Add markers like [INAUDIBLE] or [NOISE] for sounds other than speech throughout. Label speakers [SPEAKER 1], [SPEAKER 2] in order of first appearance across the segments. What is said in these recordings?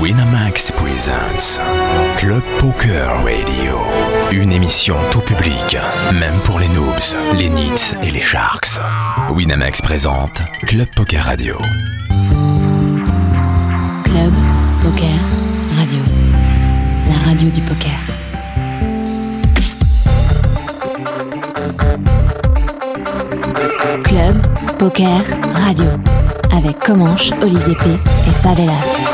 [SPEAKER 1] Winamax Presents Club Poker Radio. Une émission tout public, même pour les noobs, les nits et les sharks. Winamax présente Club Poker Radio.
[SPEAKER 2] Club Poker Radio. La radio du poker. Club Poker Radio. Avec Comanche, Olivier P. et Pavelas.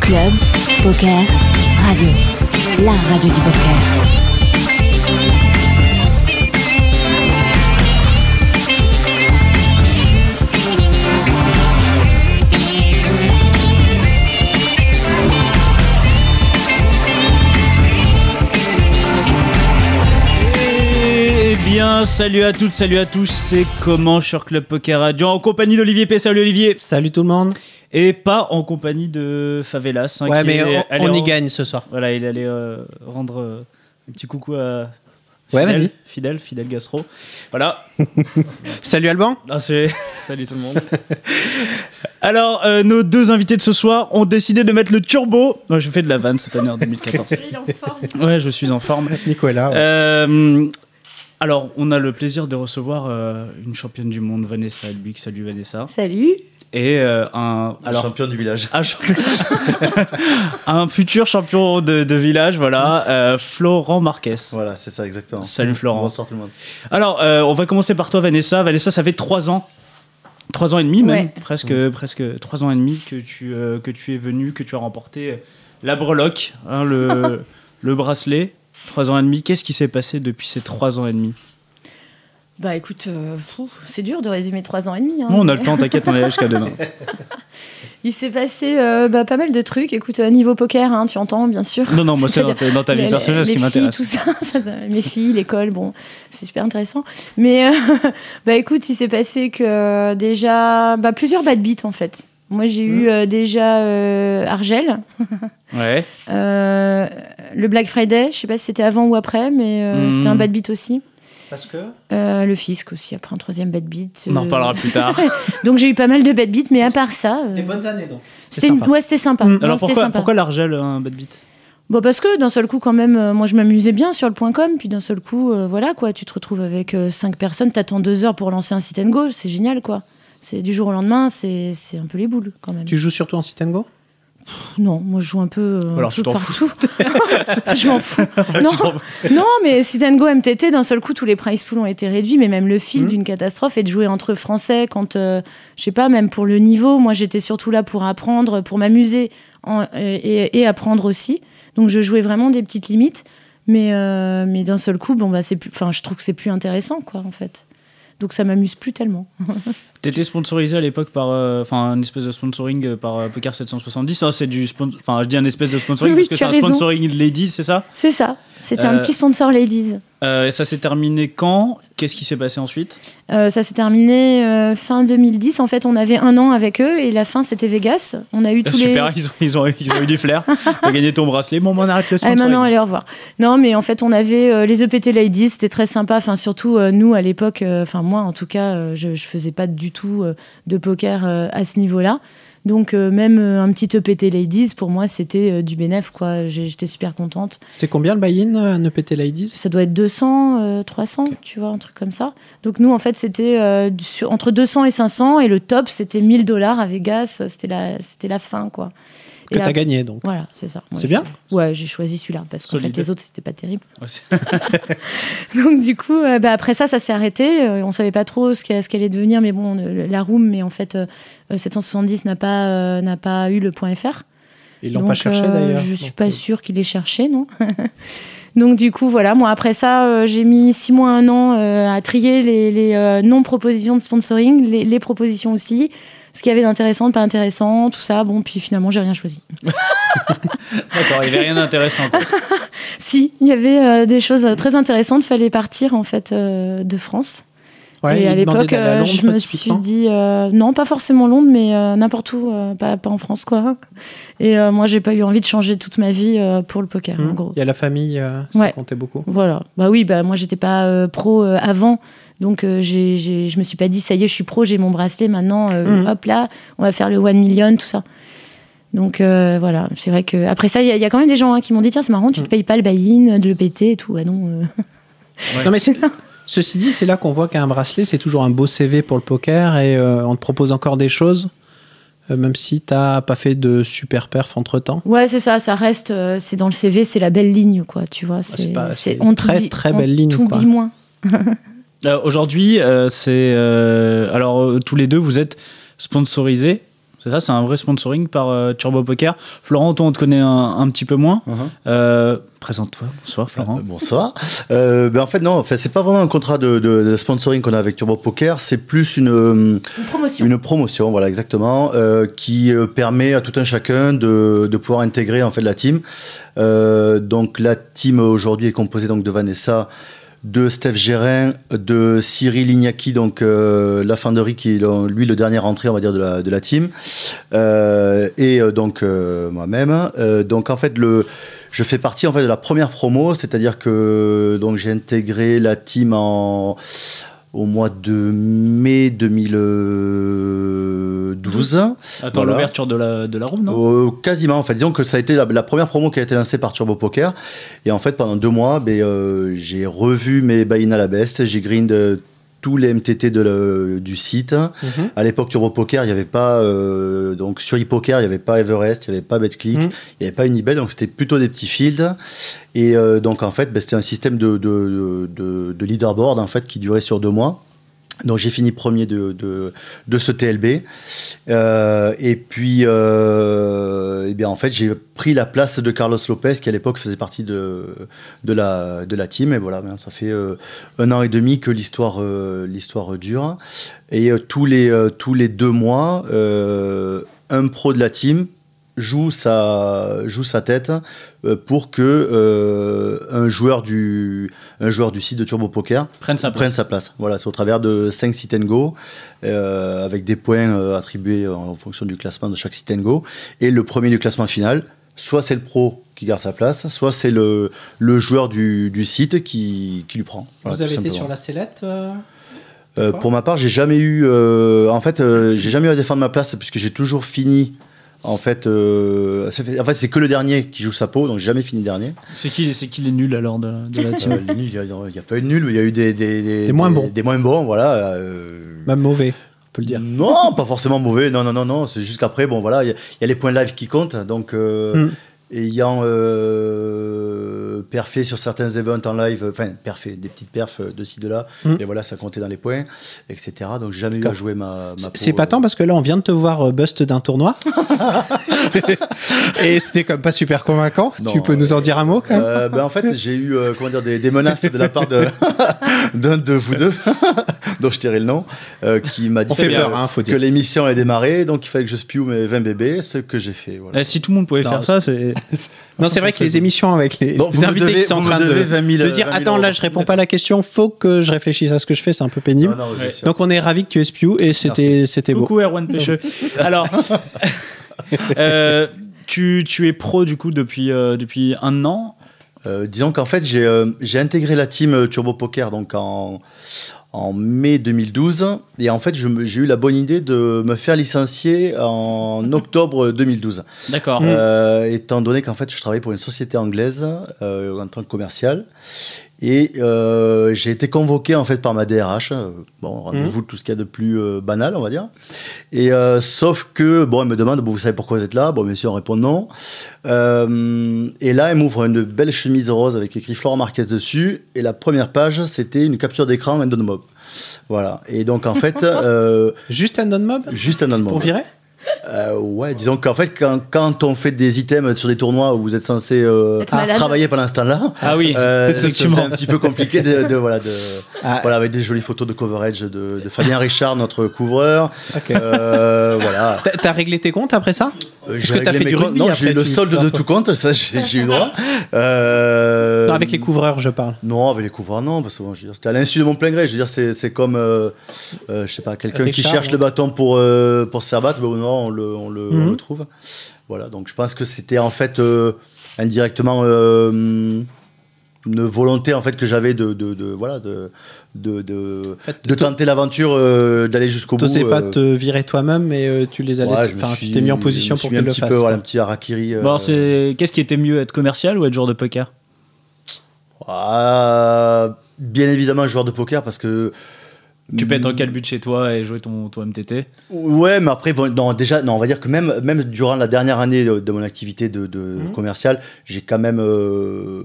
[SPEAKER 2] Club Poker Radio. La radio du poker.
[SPEAKER 3] Eh bien, salut à toutes, salut à tous, c'est comment sur Club Poker Radio en compagnie d'Olivier P. Salut Olivier
[SPEAKER 4] Salut tout le monde.
[SPEAKER 3] Et pas en compagnie de Favelas. hein,
[SPEAKER 4] ouais,
[SPEAKER 3] qui
[SPEAKER 4] mais
[SPEAKER 3] est
[SPEAKER 4] on,
[SPEAKER 3] allé
[SPEAKER 4] on y
[SPEAKER 3] en-
[SPEAKER 4] gagne ce soir.
[SPEAKER 3] Voilà, il allait euh, rendre euh, un petit coucou à.
[SPEAKER 4] Ouais,
[SPEAKER 3] Fidel-
[SPEAKER 4] vas-y.
[SPEAKER 3] Fidel, Fidel Gastro. Voilà.
[SPEAKER 4] Salut Alban.
[SPEAKER 3] Là, c'est- [LAUGHS] Salut tout le monde. Alors, euh, nos deux invités de ce soir ont décidé de mettre le turbo. Moi, je fais de la vanne cette
[SPEAKER 4] [LAUGHS]
[SPEAKER 3] année en 2014. Ouais, je suis en forme.
[SPEAKER 4] Nicolas.
[SPEAKER 3] Euh, alors, on a le plaisir de recevoir euh, une championne du monde, Vanessa Albic. Salut Vanessa.
[SPEAKER 5] Salut.
[SPEAKER 3] Et euh, un, alors,
[SPEAKER 6] champion du village.
[SPEAKER 3] un, champion- [LAUGHS] un futur champion de, de village, voilà, euh, Florent Marquez.
[SPEAKER 6] Voilà, c'est ça exactement.
[SPEAKER 3] Salut Florent.
[SPEAKER 6] Bonsoir tout le monde.
[SPEAKER 3] Alors, euh, on va commencer par toi, Vanessa. Vanessa, ça fait trois ans. Trois ans et demi, même,
[SPEAKER 5] Ouais.
[SPEAKER 3] presque, presque trois ans et demi que tu, euh, que tu es venu, que tu as remporté euh, la breloque, hein, le, le bracelet. Trois ans et demi. Qu'est-ce qui s'est passé depuis ces trois ans et demi
[SPEAKER 5] Bah écoute, euh, fou, c'est dur de résumer trois ans et demi. hein.
[SPEAKER 3] Non, on a le temps, t'inquiète, on est là jusqu'à
[SPEAKER 5] [LAUGHS]
[SPEAKER 3] demain.
[SPEAKER 5] Il s'est passé euh, bah, pas mal de trucs. Écoute, euh, niveau poker, hein, tu entends bien sûr.
[SPEAKER 3] Non, non, moi c'est dans,
[SPEAKER 5] C'est-à-dire
[SPEAKER 3] ta- dans ta vie
[SPEAKER 5] les-
[SPEAKER 3] personnelle ce
[SPEAKER 5] les
[SPEAKER 3] qui
[SPEAKER 5] filles,
[SPEAKER 3] m'intéresse.
[SPEAKER 5] tout ça, [LAUGHS] ça, mes filles, l'école, bon, c'est super intéressant. Mais euh, [LAUGHS] bah écoute, il s'est passé que euh, déjà bah, plusieurs bad beats en fait. Moi j'ai
[SPEAKER 3] Mmh.
[SPEAKER 5] eu euh, déjà euh, Argel,
[SPEAKER 3] Ouais.
[SPEAKER 5] euh, le Black Friday, je sais pas si c'était avant ou après, mais euh,
[SPEAKER 3] Mhm.
[SPEAKER 5] c'était un bad beat aussi.
[SPEAKER 4] Parce que.
[SPEAKER 5] Euh, le fisc aussi, après un troisième bad beat.
[SPEAKER 3] On en
[SPEAKER 5] euh,
[SPEAKER 3] reparlera plus
[SPEAKER 5] [LAUGHS]
[SPEAKER 3] tard.
[SPEAKER 5] Donc j'ai eu pas mal de bad beats, mais à part ça, euh,
[SPEAKER 4] Des bonnes années donc.
[SPEAKER 5] c'était une- ouais, c'était sympa.
[SPEAKER 4] Mm.
[SPEAKER 5] Non,
[SPEAKER 3] Alors
[SPEAKER 5] c'était
[SPEAKER 3] pourquoi,
[SPEAKER 5] sympa.
[SPEAKER 3] pourquoi l'argel, un bad beat
[SPEAKER 5] Bon, parce que d'un seul coup, quand même, euh, moi je m'amusais bien sur le point com, puis d'un seul coup, euh, voilà quoi, tu te retrouves avec euh, cinq personnes, t'attends deux heures pour lancer un sit and go, c'est génial quoi. C'est du jour au lendemain, c'est c'est un peu les boules quand même.
[SPEAKER 4] Tu joues surtout en sit and go
[SPEAKER 5] Pff, Non, moi je joue un peu, euh,
[SPEAKER 3] Alors,
[SPEAKER 5] un
[SPEAKER 3] tu t'en
[SPEAKER 5] peu partout. [LAUGHS] je
[SPEAKER 3] [LAUGHS]
[SPEAKER 5] m'en fous. [LAUGHS] Non, non, mais sit and go MTT, d'un seul coup, tous les price pools ont été réduits, mais même le fil
[SPEAKER 3] Mmh.
[SPEAKER 4] Mhm.
[SPEAKER 5] d'une catastrophe et de jouer entre Français quand, euh, je sais pas, même pour le niveau, moi j'étais surtout là pour apprendre, pour m'amuser en- euh, et, et apprendre aussi. Donc je jouais vraiment des petites limites, mais, euh, mais d'un seul coup, bon, bah, c'est plus, enfin, je trouve que c'est plus intéressant, quoi, en fait. Donc ça m'amuse plus tellement.
[SPEAKER 3] T'étais sponsorisé à l'époque par, euh, enfin, une espèce de sponsoring euh, par euh, Poker 770. hein, c'est du, spon- enfin, je dis un espèce de sponsoring
[SPEAKER 5] Oui, oui,
[SPEAKER 3] parce que
[SPEAKER 5] tu
[SPEAKER 3] c'est
[SPEAKER 5] as
[SPEAKER 3] un
[SPEAKER 5] raison.
[SPEAKER 3] sponsoring lady, c'est ça
[SPEAKER 5] C'est ça. C'était un
[SPEAKER 3] Euh,
[SPEAKER 5] petit sponsor Ladies.
[SPEAKER 3] Euh, Et ça s'est terminé quand Qu'est-ce qui s'est passé ensuite
[SPEAKER 5] Euh, ça s'est terminé euh, fin 2010. En fait, on avait un an avec eux et la fin c'était Vegas. On a eu tous les.
[SPEAKER 3] Euh, Super, ils, ont, ils, ont, eu- ils ont eu du
[SPEAKER 5] [LAUGHS]
[SPEAKER 3] flair. T'as gagné ton bracelet. Bon, bah, on arrête le
[SPEAKER 5] Allez,
[SPEAKER 3] sponsoring.
[SPEAKER 5] maintenant, Ah, allez, au revoir. Non, mais en fait, on avait euh, les EPT Ladies, c'était très sympa. Enfin, surtout, euh, nous, à l'époque, euh, enfin, moi, en tout cas, euh, je, je faisais pas du tout euh, de poker euh, à ce niveau-là. Donc, euh, même euh, un petit EPT Ladies, pour moi, c'était euh, du bénéf, quoi. J'ai- J'étais super contente.
[SPEAKER 4] C'est combien le buy-in euh, un EPT Ladies
[SPEAKER 5] Ça doit être 200, euh, 300, tu vois, un truc comme ça. Donc, nous, en fait, c'était euh, du- sur- entre 200 et 500, et le top, c'était 1000 dollars à Vegas. Euh, C'était la, c'était la fin, quoi.
[SPEAKER 4] que
[SPEAKER 5] Et
[SPEAKER 4] t'as
[SPEAKER 5] après-
[SPEAKER 4] gagné donc.
[SPEAKER 5] Voilà, c'est ça. Moi,
[SPEAKER 4] C'est bien.
[SPEAKER 5] j'ai- Ouais, j'ai choisi celui-là, parce qu'en fait,
[SPEAKER 3] Solide.
[SPEAKER 5] les autres, c'était pas terrible.
[SPEAKER 3] Ouais, c'est- [LAUGHS]
[SPEAKER 5] [LAUGHS] Donc du coup, euh, bah, après ça, ça s'est arrêté. Euh, on savait pas trop ce qu'elle ce qu'elle allait devenir, mais bon, euh, la room, mais en fait, euh, euh, 770 n'a pas, euh, n'a pas eu le point .fr.
[SPEAKER 4] Ils l'ont
[SPEAKER 5] Donc,
[SPEAKER 4] pas cherché
[SPEAKER 5] euh,
[SPEAKER 4] d'ailleurs.
[SPEAKER 5] Je
[SPEAKER 4] donc,
[SPEAKER 5] suis pas
[SPEAKER 4] euh,
[SPEAKER 5] sûre qu'il ait cherché, non. [LAUGHS] Donc du coup, voilà, moi après ça, euh, j'ai mis six mois, un an euh, à trier les, les, euh, non-propositions de sponsoring, les, les propositions aussi, ce qu'il y avait d'intéressant, de pas intéressant, tout ça. Bon, puis finalement, j'ai rien choisi.
[SPEAKER 3] D'accord, il n'y avait rien d'intéressant. quoi.
[SPEAKER 5] Si, il y avait euh, des choses euh, très intéressantes, fallait partir en fait euh, de France.
[SPEAKER 4] Ouais,
[SPEAKER 5] et à
[SPEAKER 4] il demandait
[SPEAKER 5] l'époque,
[SPEAKER 4] d'aller à
[SPEAKER 5] euh,
[SPEAKER 4] Londres,
[SPEAKER 5] je me suis
[SPEAKER 4] typiquement.
[SPEAKER 5] dit, euh, non, pas forcément Londres, mais euh, n'importe où, euh, pas, pas en France, quoi. Et euh, moi, j'ai pas eu envie de changer toute ma vie euh, pour le poker,
[SPEAKER 4] Hmm.
[SPEAKER 5] en gros.
[SPEAKER 4] Il y a la famille, euh, ça
[SPEAKER 5] Ouais.
[SPEAKER 4] comptait beaucoup.
[SPEAKER 5] Voilà. Bah oui, bah moi, j'étais pas euh, pro euh, avant. Donc, euh, j'ai, j'ai- je me suis pas dit, ça y est, je suis pro, j'ai mon bracelet, maintenant, euh,
[SPEAKER 4] Hmm.
[SPEAKER 5] hop là, on va faire le one million, tout ça. Donc, euh, voilà. C'est vrai que. Après ça, il y, a- il y a quand même des gens hein, qui m'ont dit, tiens, c'est marrant, tu
[SPEAKER 4] Hmm.
[SPEAKER 5] te payes pas le buy-in, de le péter et tout. Ah non. euh.
[SPEAKER 4] Non, mais
[SPEAKER 5] [LAUGHS]
[SPEAKER 4] c'est- ceci dit, c'est là qu'on voit qu'un bracelet, c'est toujours un beau CV pour le poker et euh, on te propose encore des choses, euh, même si t'as pas fait de super perf entre temps.
[SPEAKER 5] Ouais, c'est ça, ça reste, euh, c'est dans le CV, c'est la belle ligne, quoi, tu vois.
[SPEAKER 4] c'est
[SPEAKER 5] C'est
[SPEAKER 4] pas-
[SPEAKER 5] c'est-
[SPEAKER 4] c'est
[SPEAKER 5] on
[SPEAKER 4] très,
[SPEAKER 5] t'oublie-
[SPEAKER 4] très
[SPEAKER 5] on
[SPEAKER 4] belle ligne, quoi.
[SPEAKER 5] t'oublie moins.
[SPEAKER 3] Euh, Aujourd'hui, euh, c'est. euh, alors, euh, tous les deux, vous êtes sponsorisés. C'est ça, c'est un vrai sponsoring par euh, Turbo Poker. Florent, toi, on te connaît un, un petit peu moins. Euh, Présente-toi. Bonsoir, Florent.
[SPEAKER 6] Uh-huh. Euh, Bonsoir. Euh, ben en fait, non, enfin, c'est pas vraiment un contrat de, de- de sponsoring qu'on a avec Turbo Poker, c'est plus une, euh,
[SPEAKER 5] Une promotion.
[SPEAKER 6] une promotion, voilà, exactement, euh, qui euh, permet à tout un chacun de, de pouvoir intégrer en fait la team. Euh, donc la team aujourd'hui est composée donc de Vanessa, de Steph Gérin, de Cyril Ignaki, donc euh, la Fanderie qui est le- lui le dernier rentré, on va dire, de la, de la team, Euh, et euh, donc euh, moi-même. Euh, donc en fait le je fais partie en fait de la première promo, c'est-à-dire que donc j'ai intégré la team en au mois de mai 2012.
[SPEAKER 3] Attends
[SPEAKER 6] voilà.
[SPEAKER 3] l'ouverture de la, de la room, non
[SPEAKER 6] Euh, quasiment, en fait. Disons que ça a été la, la première promo qui a été lancée par Turbo Poker. Et en fait, pendant deux mois, ben, euh, j'ai revu mes buy-in à la baisse. J'ai grind euh, tous les MTT de le- du site.
[SPEAKER 4] Mhm.
[SPEAKER 6] À l'époque, Turbo Poker, il n'y avait pas. euh, donc, sur ePoker, il n'y avait pas Everest, il n'y avait pas BetClick,
[SPEAKER 4] Mhm.
[SPEAKER 6] il n'y avait pas Unibet, donc c'était plutôt des petits fields. Et euh, donc, en fait, ben, c'était un système de, de, de- de leaderboard en fait, qui durait sur deux mois. Donc, j'ai fini premier de, de, de ce TLB. Euh, et puis, euh, eh bien, en fait, j'ai pris la place de Carlos Lopez, qui à l'époque faisait partie de, de, la, de la team. Et voilà, ben, ça fait euh, un an et demi que l'histoire euh, l'histoire dure. Et euh, tous, les, euh, tous les deux mois, euh, un pro de la team joue sa, joue sa tête euh, pour que euh, un, joueur du, un joueur du site de Turbo Poker
[SPEAKER 3] Prenne sa place.
[SPEAKER 6] prenne sa place. Voilà, c'est au travers de 5 sit and go, euh, avec des points euh, attribués en fonction du classement de chaque sit and go. Et le premier du classement final, soit c'est le pro qui garde sa place, soit c'est le, le joueur du, du site qui, qui lui prend. Voilà,
[SPEAKER 4] Vous avez
[SPEAKER 6] tout
[SPEAKER 4] été
[SPEAKER 6] simplement.
[SPEAKER 4] sur la sellette euh
[SPEAKER 6] Euh,
[SPEAKER 4] Quoi
[SPEAKER 6] pour ma part, j'ai jamais eu. euh, en fait, euh, j'ai jamais eu à défendre ma place puisque j'ai toujours fini. En fait, euh, ça fait- en fait, c'est que le dernier qui joue sa peau, donc j'ai jamais fini dernier.
[SPEAKER 3] C'est qui, c'est qui les nuls alors de, de la team
[SPEAKER 6] [LAUGHS] Euh, les nuls, Il n'y a, pas eu de nul, mais il y a eu des, des,
[SPEAKER 4] Des moins bons.
[SPEAKER 6] Des moins bons, voilà. euh,
[SPEAKER 4] Même mauvais, on peut le dire.
[SPEAKER 6] Non, pas forcément mauvais. Non, non, non, non. C'est juste qu'après, bon, voilà, il y, a- il y a les points live qui comptent. Donc, euh,
[SPEAKER 4] Mm.
[SPEAKER 6] ayant euh, perfé sur certains events en live, euh, enfin, perfé, des petites perfs euh, de ci, de là,
[SPEAKER 4] Mm.
[SPEAKER 6] et voilà, ça comptait dans les points, etc. Donc, j'ai jamais eu
[SPEAKER 4] D'accord.
[SPEAKER 6] à jouer ma. ma
[SPEAKER 4] C'est-
[SPEAKER 6] peau,
[SPEAKER 4] C'est
[SPEAKER 6] euh,
[SPEAKER 4] pas tant parce que là, on vient de te voir euh, bust d'un
[SPEAKER 6] [LAUGHS]
[SPEAKER 4] tournoi. et c'était comme pas super convaincant.
[SPEAKER 6] Non,
[SPEAKER 4] tu peux nous en dire un mot quand même
[SPEAKER 6] Euh, ben, en fait, j'ai eu euh, comment dire, des, des menaces de la part de- [LAUGHS] d'un de, vous deux, [LAUGHS] dont je tairai le nom, euh, qui m'a dit
[SPEAKER 4] On fait
[SPEAKER 6] que-
[SPEAKER 4] peur, hein, faut
[SPEAKER 6] que
[SPEAKER 4] dire.
[SPEAKER 6] l'émission allait démarrer, donc il fallait que je spew mes 20 bébés, ce que j'ai fait. Voilà.
[SPEAKER 3] Eh, Si tout le monde pouvait
[SPEAKER 6] Non,
[SPEAKER 3] faire ça,
[SPEAKER 6] [LAUGHS]
[SPEAKER 3] c'est.
[SPEAKER 4] Non, c'est vrai que les émissions avec les,
[SPEAKER 6] Donc,
[SPEAKER 4] les
[SPEAKER 6] vous me
[SPEAKER 4] invités
[SPEAKER 6] devez-
[SPEAKER 4] qui sont en
[SPEAKER 6] vous me
[SPEAKER 4] train
[SPEAKER 6] devez
[SPEAKER 4] de,
[SPEAKER 6] 20 000,
[SPEAKER 4] de dire
[SPEAKER 6] euh, 20 000
[SPEAKER 4] Attends, là, je réponds pas à la question, faut que je réfléchisse à ce que je fais, c'est un peu pénible.
[SPEAKER 6] Non, non, bien sûr.
[SPEAKER 4] Donc, on est ravis que tu es Spew et c'était c'était beau.
[SPEAKER 3] Coucou Erwan Pêcheux. [LAUGHS] Alors, euh, tu, tu es pro du coup depuis, euh, depuis un an.
[SPEAKER 6] Euh, disons qu'en fait, j'ai euh, j'ai intégré la team euh, Turbo Poker donc en, en mai 2012. Et en fait, je me- j'ai eu la bonne idée de me faire licencier
[SPEAKER 4] [LAUGHS]
[SPEAKER 6] en octobre 2012.
[SPEAKER 3] D'accord.
[SPEAKER 6] Euh, étant donné qu'en fait, je travaillais pour une société anglaise euh, en tant que commercial. Et euh, j'ai été convoqué en fait par ma DRH. euh, Bon, rendez-vous de tout ce qu'il y a de plus euh, banal, on va dire. Et euh, sauf que, bon, elle me demande, bon, vous savez pourquoi vous êtes là Bon, bien sûr, on répond non. Euh, et là, elle m'ouvre une belle chemise rose avec écrit Florent Marquez dessus. Et la première page, c'était une capture d'écran d'un mob. Voilà. Et donc, en fait, euh,
[SPEAKER 4] Juste un non-mob
[SPEAKER 6] juste un non
[SPEAKER 4] pour virer
[SPEAKER 6] euh, ouais, disons qu'en fait, quand, quand on fait des items sur des tournois où vous êtes censé euh,
[SPEAKER 5] Être malade.
[SPEAKER 6] travailler pendant ce temps-là,
[SPEAKER 3] Ah oui,
[SPEAKER 4] [LAUGHS]
[SPEAKER 6] euh, c'est c'est
[SPEAKER 3] effectivement.
[SPEAKER 6] un petit peu compliqué de, de- voilà, de,
[SPEAKER 4] Ah.
[SPEAKER 6] voilà, avec des jolies photos de coverage de, de Fabien Richard, notre couvreur.
[SPEAKER 4] Ok.
[SPEAKER 6] Euh, voilà.
[SPEAKER 4] T'as- T'as réglé tes comptes après ça [LAUGHS] Parce
[SPEAKER 6] j'ai
[SPEAKER 4] que t'as
[SPEAKER 6] réglé
[SPEAKER 4] fait
[SPEAKER 6] mes
[SPEAKER 4] du
[SPEAKER 6] comptes.
[SPEAKER 4] rugby
[SPEAKER 6] Non,
[SPEAKER 4] après,
[SPEAKER 6] j'ai eu le
[SPEAKER 4] tu-
[SPEAKER 6] solde
[SPEAKER 4] tu as
[SPEAKER 6] de
[SPEAKER 4] pas-
[SPEAKER 6] tout compte, ça j'ai j'ai eu droit. Euh,
[SPEAKER 4] Non, avec les couvreurs, je parle.
[SPEAKER 6] Non, avec les couvreurs, non, parce que bon, je veux dire, c'était à l'insu de mon plein gré. Je veux dire, c'est, c'est comme, euh, euh, je sais pas, quelqu'un qui
[SPEAKER 4] Richard,
[SPEAKER 6] cherche
[SPEAKER 4] ouais.
[SPEAKER 6] le bâton pour, euh, pour se faire battre, ben, non, on le, on, le, on
[SPEAKER 4] Mhm.
[SPEAKER 6] le trouve. Voilà, donc je pense que c'était en fait euh, indirectement euh, une volonté en fait que j'avais de, de, de- voilà, de, de, de, de tenter l'aventure, euh, d'aller jusqu'au bout.
[SPEAKER 4] T'osais pas
[SPEAKER 6] euh,
[SPEAKER 4] te virer toi-même, mais euh, tu les as
[SPEAKER 6] ouais,
[SPEAKER 4] laissés.
[SPEAKER 6] je me
[SPEAKER 4] Enfin,
[SPEAKER 6] suis-
[SPEAKER 4] tu t'es mis en
[SPEAKER 6] je me
[SPEAKER 4] position
[SPEAKER 6] suis
[SPEAKER 4] pour
[SPEAKER 6] mis
[SPEAKER 4] qu'ils
[SPEAKER 6] un
[SPEAKER 4] le
[SPEAKER 6] petit
[SPEAKER 4] fassent.
[SPEAKER 6] peu, voilà,
[SPEAKER 4] quoi.
[SPEAKER 6] un petit harakiri.
[SPEAKER 3] Bon,
[SPEAKER 6] euh,
[SPEAKER 3] alors, c'est qu'est-ce qui était mieux, être commercial ou être joueur de poker
[SPEAKER 6] ah, bien évidemment, joueur de poker parce que.
[SPEAKER 3] Tu peux être en calbut chez toi et jouer ton, ton MTT.
[SPEAKER 6] Ouais, mais après, bon, non, déjà, non, on va dire que même, même durant la dernière année de, de mon activité de, de
[SPEAKER 4] Mhm.
[SPEAKER 6] commercial, j'ai quand même euh,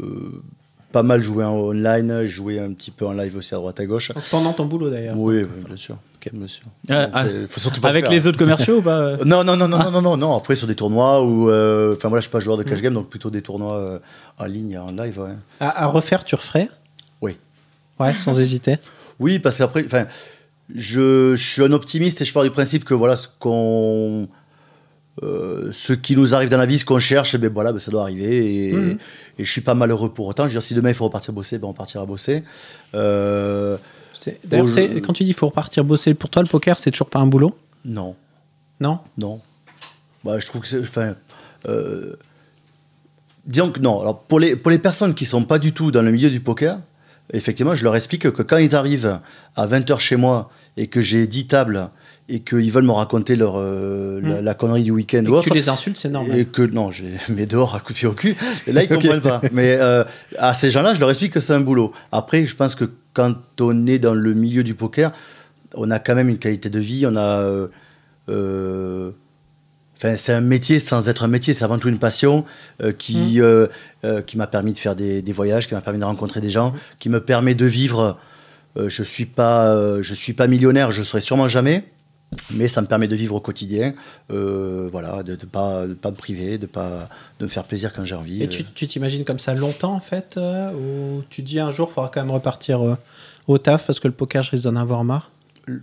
[SPEAKER 6] pas mal joué en online, joué un petit peu en live aussi à droite à gauche.
[SPEAKER 4] Donc, Pendant ton boulot d'ailleurs.
[SPEAKER 6] Oui, oui, bien sûr. Bien sûr.
[SPEAKER 3] Euh,
[SPEAKER 6] Donc,
[SPEAKER 3] ah,
[SPEAKER 6] c'est- faut surtout pas le
[SPEAKER 3] avec
[SPEAKER 6] faire. hein.
[SPEAKER 3] les autres commerciaux ou pas
[SPEAKER 6] [LAUGHS]
[SPEAKER 3] euh
[SPEAKER 6] Non, non, non, non, non, non, non, non. Après, sur des tournois ou. euh, Enfin, voilà, je suis pas joueur de
[SPEAKER 3] Mm.
[SPEAKER 6] cash game, donc plutôt des tournois euh, en ligne, en live, ouais.
[SPEAKER 4] À, à refaire, tu referais
[SPEAKER 6] Oui.
[SPEAKER 4] Ouais, sans hésiter.
[SPEAKER 6] Oui, parce qu'après, enfin, je, je suis un optimiste et je pars du principe que voilà ce qu'on, euh, ce qui nous arrive dans la vie, ce qu'on cherche, ben voilà, ben, ça doit arriver. Et,
[SPEAKER 4] Mhm.
[SPEAKER 6] et je suis pas malheureux pour autant. Je veux dire, si demain il faut repartir bosser, ben on partira bosser. Euh,
[SPEAKER 4] C'est- D'ailleurs,
[SPEAKER 6] Bon,
[SPEAKER 4] c'est-
[SPEAKER 6] je-
[SPEAKER 4] quand tu dis faut repartir bosser pour toi, le poker, c'est toujours pas un boulot
[SPEAKER 6] non,
[SPEAKER 4] Non
[SPEAKER 6] non. Bah, je trouve que c'est, enfin. euh, Disons que non. Alors pour les, pour les personnes qui sont pas du tout dans le milieu du poker, effectivement, je leur explique que quand ils arrivent à 20h chez moi et que j'ai 10 tables et qu'ils veulent me raconter leur, euh, la, la connerie du week-end
[SPEAKER 4] Mm. Et
[SPEAKER 6] ou
[SPEAKER 4] que
[SPEAKER 6] autre,
[SPEAKER 4] tu les insultes, c'est normal.
[SPEAKER 6] et que non, j'ai [LAUGHS] mes dehors à couper au cul. Et là, ils
[SPEAKER 4] [LAUGHS] Ok.
[SPEAKER 6] comprennent pas. Mais euh, à ces gens-là, je leur explique que c'est un boulot. Après, je pense que quand on est dans le milieu du poker, on a quand même une qualité de vie. On a, euh, euh, enfin, c'est un métier sans être un métier. C'est avant tout une passion euh,
[SPEAKER 4] Mm.
[SPEAKER 6] qui euh, euh, qui m'a permis de faire des, des voyages, qui m'a permis de rencontrer des gens, qui me permet de vivre. Euh, je suis pas, euh, je suis pas millionnaire. Je serai sûrement jamais mais ça me permet de vivre au quotidien, euh, voilà, de ne pas, de pas me priver, de pas de me faire plaisir quand j'ai envie.
[SPEAKER 4] Et tu tu t'imagines comme ça longtemps en fait euh, Ou tu te dis un jour, il faudra quand même repartir euh, au taf parce que le poker, je risque d'en avoir marre
[SPEAKER 6] Euh,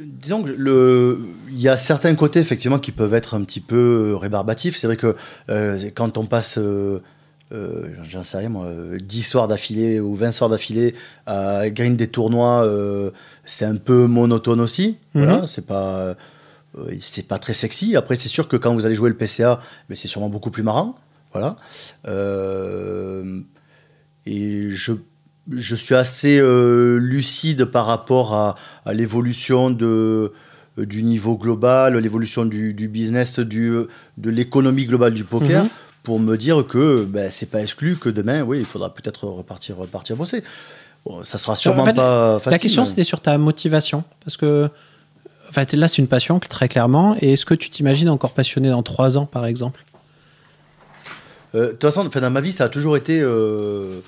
[SPEAKER 6] Disons que le, il y a certains côtés effectivement qui peuvent être un petit peu euh, rébarbatifs. C'est vrai que euh, quand on passe, euh, euh, j'en sais rien moi, euh, 10 soirs d'affilée ou 20 soirs d'affilée à green des tournois, euh, c'est un peu monotone aussi. Voilà, c'est pas. euh, c'est pas très sexy. Après, c'est sûr que quand vous allez jouer le PCA, mais c'est sûrement beaucoup plus marrant. Voilà. Euh, et je, je suis assez euh, lucide par rapport à, à l'évolution de euh, du niveau global, l'évolution du, du business, du, de l'économie globale du poker,
[SPEAKER 4] Mhm.
[SPEAKER 6] pour me dire que ben, c'est pas exclu que demain, oui, il faudra peut-être repartir, repartir bosser. Bon, ça sera sûrement
[SPEAKER 4] En fait,
[SPEAKER 6] pas facile. hein.
[SPEAKER 4] La question,
[SPEAKER 6] mais-
[SPEAKER 4] c'était sur ta motivation. Parce que enfin, t'es- là, c'est une passion, très clairement. Et est-ce que tu t'imagines encore passionné dans trois ans, par exemple
[SPEAKER 6] Euh, de toute façon, enfin, dans ma vie, ça a toujours été euh,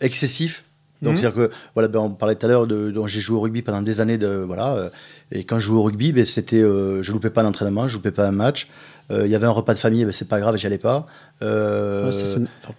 [SPEAKER 6] excessif. Donc,
[SPEAKER 4] Mhm.
[SPEAKER 6] c'est-à-dire que, voilà, ben, on parlait tout à l'heure de, dont j'ai joué au rugby pendant des années, de, voilà, euh, et quand je jouais au rugby, ben, c'était, euh, je loupais pas d'entraînement, je loupais pas un match. Euh, Il y avait un repas de famille, ben, c'est pas grave, j'y allais pas. Euh,
[SPEAKER 4] Ouais, ça, c'est- enfin,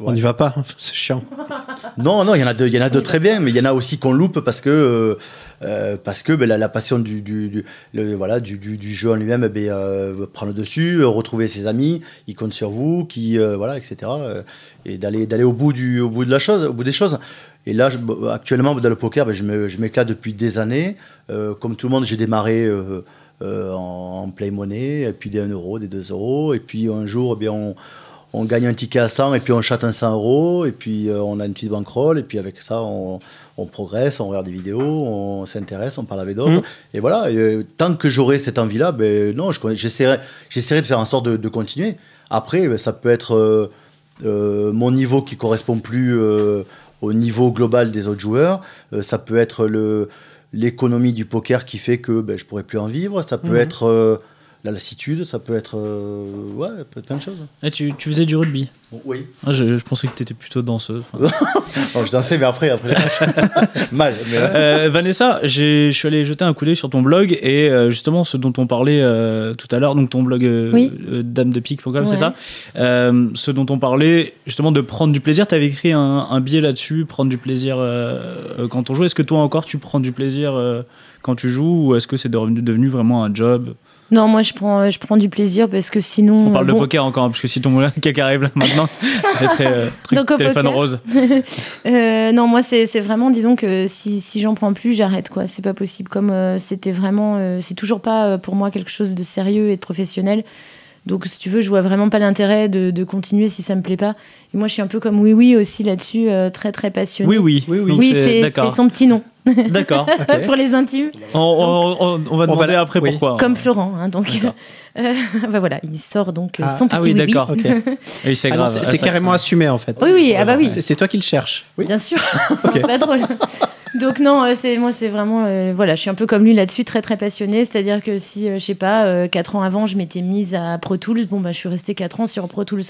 [SPEAKER 4] On
[SPEAKER 6] ouais.
[SPEAKER 4] n'y va pas, [LAUGHS] c'est chiant.
[SPEAKER 5] [LAUGHS]
[SPEAKER 6] Non, non, il y en a de, il y en a de très bien, mais il y en a aussi qu'on loupe parce que euh, euh, parce que ben, la, la passion du, du, du- le- voilà du, du- du jeu en lui-même ben, euh, prend le dessus, euh, retrouver ses amis, ils comptent sur vous, qui euh, voilà etc. euh, et d'aller d'aller au bout du au bout de la chose, au bout des choses. Et là, je- bon, actuellement, dans le poker, ben, je me- je m'éclate depuis des années. Euh, comme tout le monde, j'ai démarré euh, euh, en, en play money, et puis des 1 euro, des 2 euros. Et puis un jour, eh bien, on, on gagne un ticket à 100, et puis on chatte un 100 euros, et puis euh, on a une petite bankroll, et puis avec ça, on, on progresse, on regarde des vidéos, on s'intéresse, on parle avec d'autres.
[SPEAKER 4] Mhm.
[SPEAKER 6] Et voilà, et, euh, tant que j'aurai cette envie-là, ben, non, je connais- j'essaierai j'essaierai de faire en sorte de, de continuer. Après, ben, ça peut être euh, euh, mon niveau qui correspond plus euh, au niveau global des autres joueurs. Euh, ça peut être le l'économie du poker qui fait que ben, je pourrais plus en vivre. Ça peut
[SPEAKER 4] Mhm.
[SPEAKER 6] être euh, la lassitude, ça peut être euh, ouais, ça peut être plein de choses.
[SPEAKER 3] Eh, tu, tu faisais du rugby.
[SPEAKER 6] Oui.
[SPEAKER 3] Ah, je, je pensais que tu étais plutôt danseuse.
[SPEAKER 6] Oh, je dansais, mais après, après. [LAUGHS] Mal. Mais, euh,
[SPEAKER 3] Euh, Vanessa, j'ai- je suis allé jeter un coup d'œil sur ton blog et euh, justement ce dont on parlait euh, tout à l'heure, donc ton blog euh,
[SPEAKER 5] Oui.
[SPEAKER 3] euh, damedepique.com,
[SPEAKER 5] Ouais.
[SPEAKER 3] c'est ça Euh, Ce dont on parlait justement de prendre du plaisir, tu avais écrit un, un billet là-dessus, prendre du plaisir euh, euh, quand on joue. Est-ce que toi encore tu prends du plaisir euh, quand tu joues ou est-ce que c'est devenu, devenu vraiment un job
[SPEAKER 5] Non, moi, je prends, je prends du plaisir parce que sinon.
[SPEAKER 3] On parle
[SPEAKER 5] Mm, bon,
[SPEAKER 3] de poker encore, hein, parce que si ton [LAUGHS] moulin qui arrive là maintenant, ça fait très
[SPEAKER 5] [LAUGHS]
[SPEAKER 3] euh, truc
[SPEAKER 5] Donc, au
[SPEAKER 3] téléphone
[SPEAKER 5] poker.
[SPEAKER 3] rose.
[SPEAKER 5] Euh, non, moi, c'est c'est vraiment, disons que si, si j'en prends plus, j'arrête, quoi. C'est pas possible. Comme euh, c'était vraiment. euh, c'est toujours pas euh, pour moi quelque chose de sérieux et de professionnel. Donc, si tu veux, je vois vraiment pas l'intérêt de, de continuer si ça me plaît pas. Et moi, je suis un peu comme Oui Oui aussi là-dessus, euh, très très passionnée.
[SPEAKER 3] Oui, oui.
[SPEAKER 4] Oui, oui.
[SPEAKER 3] Donc,
[SPEAKER 5] Oui, c'est c'est
[SPEAKER 3] D'accord.
[SPEAKER 5] son petit nom
[SPEAKER 3] D'accord.
[SPEAKER 4] Ok.
[SPEAKER 5] [LAUGHS] pour les intimes,
[SPEAKER 3] On, on- on- on va
[SPEAKER 4] On va
[SPEAKER 3] demander
[SPEAKER 4] la-
[SPEAKER 3] après
[SPEAKER 4] oui.
[SPEAKER 3] pourquoi.
[SPEAKER 5] comme Florent. hein, donc,
[SPEAKER 3] Oh. D'accord.
[SPEAKER 5] [LAUGHS] euh, bah voilà, il sort donc euh,
[SPEAKER 4] Ah,
[SPEAKER 5] son petit
[SPEAKER 3] Ah oui,
[SPEAKER 5] oui, oui.
[SPEAKER 3] d'accord.
[SPEAKER 4] Ok.
[SPEAKER 3] Et c'est
[SPEAKER 4] Ah non,
[SPEAKER 3] grave.
[SPEAKER 4] c'est-
[SPEAKER 3] Ah,
[SPEAKER 4] c'est
[SPEAKER 3] ça-
[SPEAKER 4] carrément assumé en fait.
[SPEAKER 5] Oui, oui, ah bah oui.
[SPEAKER 4] C'est c'est toi qui le cherches. Oui. [LAUGHS]
[SPEAKER 5] Bien sûr, sinon c'est pas drôle. Donc non, euh, c'est moi c'est vraiment euh, voilà, je suis un peu comme lui là-dessus, très très passionnée, c'est-à-dire que si euh, je sais pas euh, quatre ans avant, je m'étais mise à Pro Tools, bon bah je suis restée quatre ans sur Pro Tools.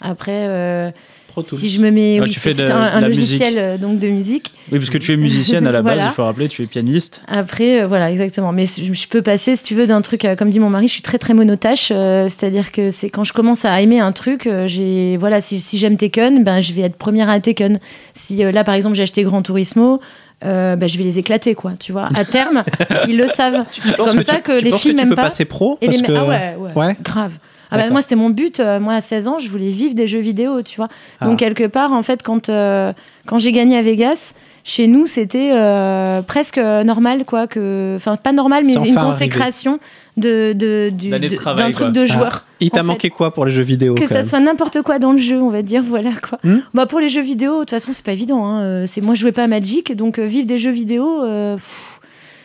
[SPEAKER 5] Après euh,
[SPEAKER 4] Pro Tools.
[SPEAKER 5] si je me mets
[SPEAKER 3] Ah,
[SPEAKER 5] oui,
[SPEAKER 3] tu fais
[SPEAKER 5] c'est
[SPEAKER 3] de-
[SPEAKER 5] un, un
[SPEAKER 3] de la
[SPEAKER 5] logiciel euh, donc de musique.
[SPEAKER 3] Oui, parce que tu es musicienne à la base,
[SPEAKER 5] [LAUGHS] Voilà.
[SPEAKER 3] il faut rappeler, tu es pianiste.
[SPEAKER 5] Après euh, voilà, exactement, mais je, je peux passer si tu veux d'un truc euh, comme dit mon mari, je suis très très monotache, euh, c'est-à-dire que c'est quand je commence à aimer un truc, euh, j'ai voilà, si, si j'aime Tekken, ben je vais être première à Tekken. Si euh, là, par exemple, j'ai acheté Gran Turismo, euh, bah, je vais les éclater, quoi. Tu vois,
[SPEAKER 4] [LAUGHS]
[SPEAKER 5] à terme, ils le savent. C'est
[SPEAKER 4] penses
[SPEAKER 5] comme
[SPEAKER 4] que
[SPEAKER 5] ça
[SPEAKER 4] tu-
[SPEAKER 5] que
[SPEAKER 4] tu
[SPEAKER 5] les
[SPEAKER 4] penses
[SPEAKER 5] filles
[SPEAKER 4] tu
[SPEAKER 5] m'aiment
[SPEAKER 4] peux
[SPEAKER 5] pas.
[SPEAKER 4] passer pro
[SPEAKER 5] Et les
[SPEAKER 4] parce
[SPEAKER 5] me-
[SPEAKER 4] que
[SPEAKER 5] Ah ouais, ouais,
[SPEAKER 4] Ouais.
[SPEAKER 5] grave. Ah bah,
[SPEAKER 4] D'accord.
[SPEAKER 5] moi, c'était mon but. euh, moi, à 16 ans, je voulais vivre des jeux vidéo, tu vois.
[SPEAKER 4] Ah.
[SPEAKER 5] Donc, quelque part, en fait, quand, euh, quand j'ai gagné à Vegas, chez nous, c'était euh, presque euh, normal, quoi. que Enfin, pas normal, mais
[SPEAKER 4] C'est
[SPEAKER 5] une
[SPEAKER 4] enfin arrivé.
[SPEAKER 5] consécration de, de, du-
[SPEAKER 3] D'années de
[SPEAKER 5] de-
[SPEAKER 3] travail,
[SPEAKER 5] d'un truc
[SPEAKER 3] quoi.
[SPEAKER 5] de joueur.
[SPEAKER 4] Ah, il
[SPEAKER 5] en
[SPEAKER 4] t'a
[SPEAKER 5] fait.
[SPEAKER 4] manqué quoi pour les jeux vidéo
[SPEAKER 5] Que
[SPEAKER 4] quand
[SPEAKER 5] ça
[SPEAKER 4] même
[SPEAKER 5] soit n'importe quoi dans le jeu, on va dire, voilà quoi.
[SPEAKER 4] Hmm.
[SPEAKER 5] bah pour les jeux vidéo, de toute façon, c'est pas évident. hein. Euh, C'est moi, je jouais pas à Magic, donc euh, vivre des jeux vidéo. euh, pff,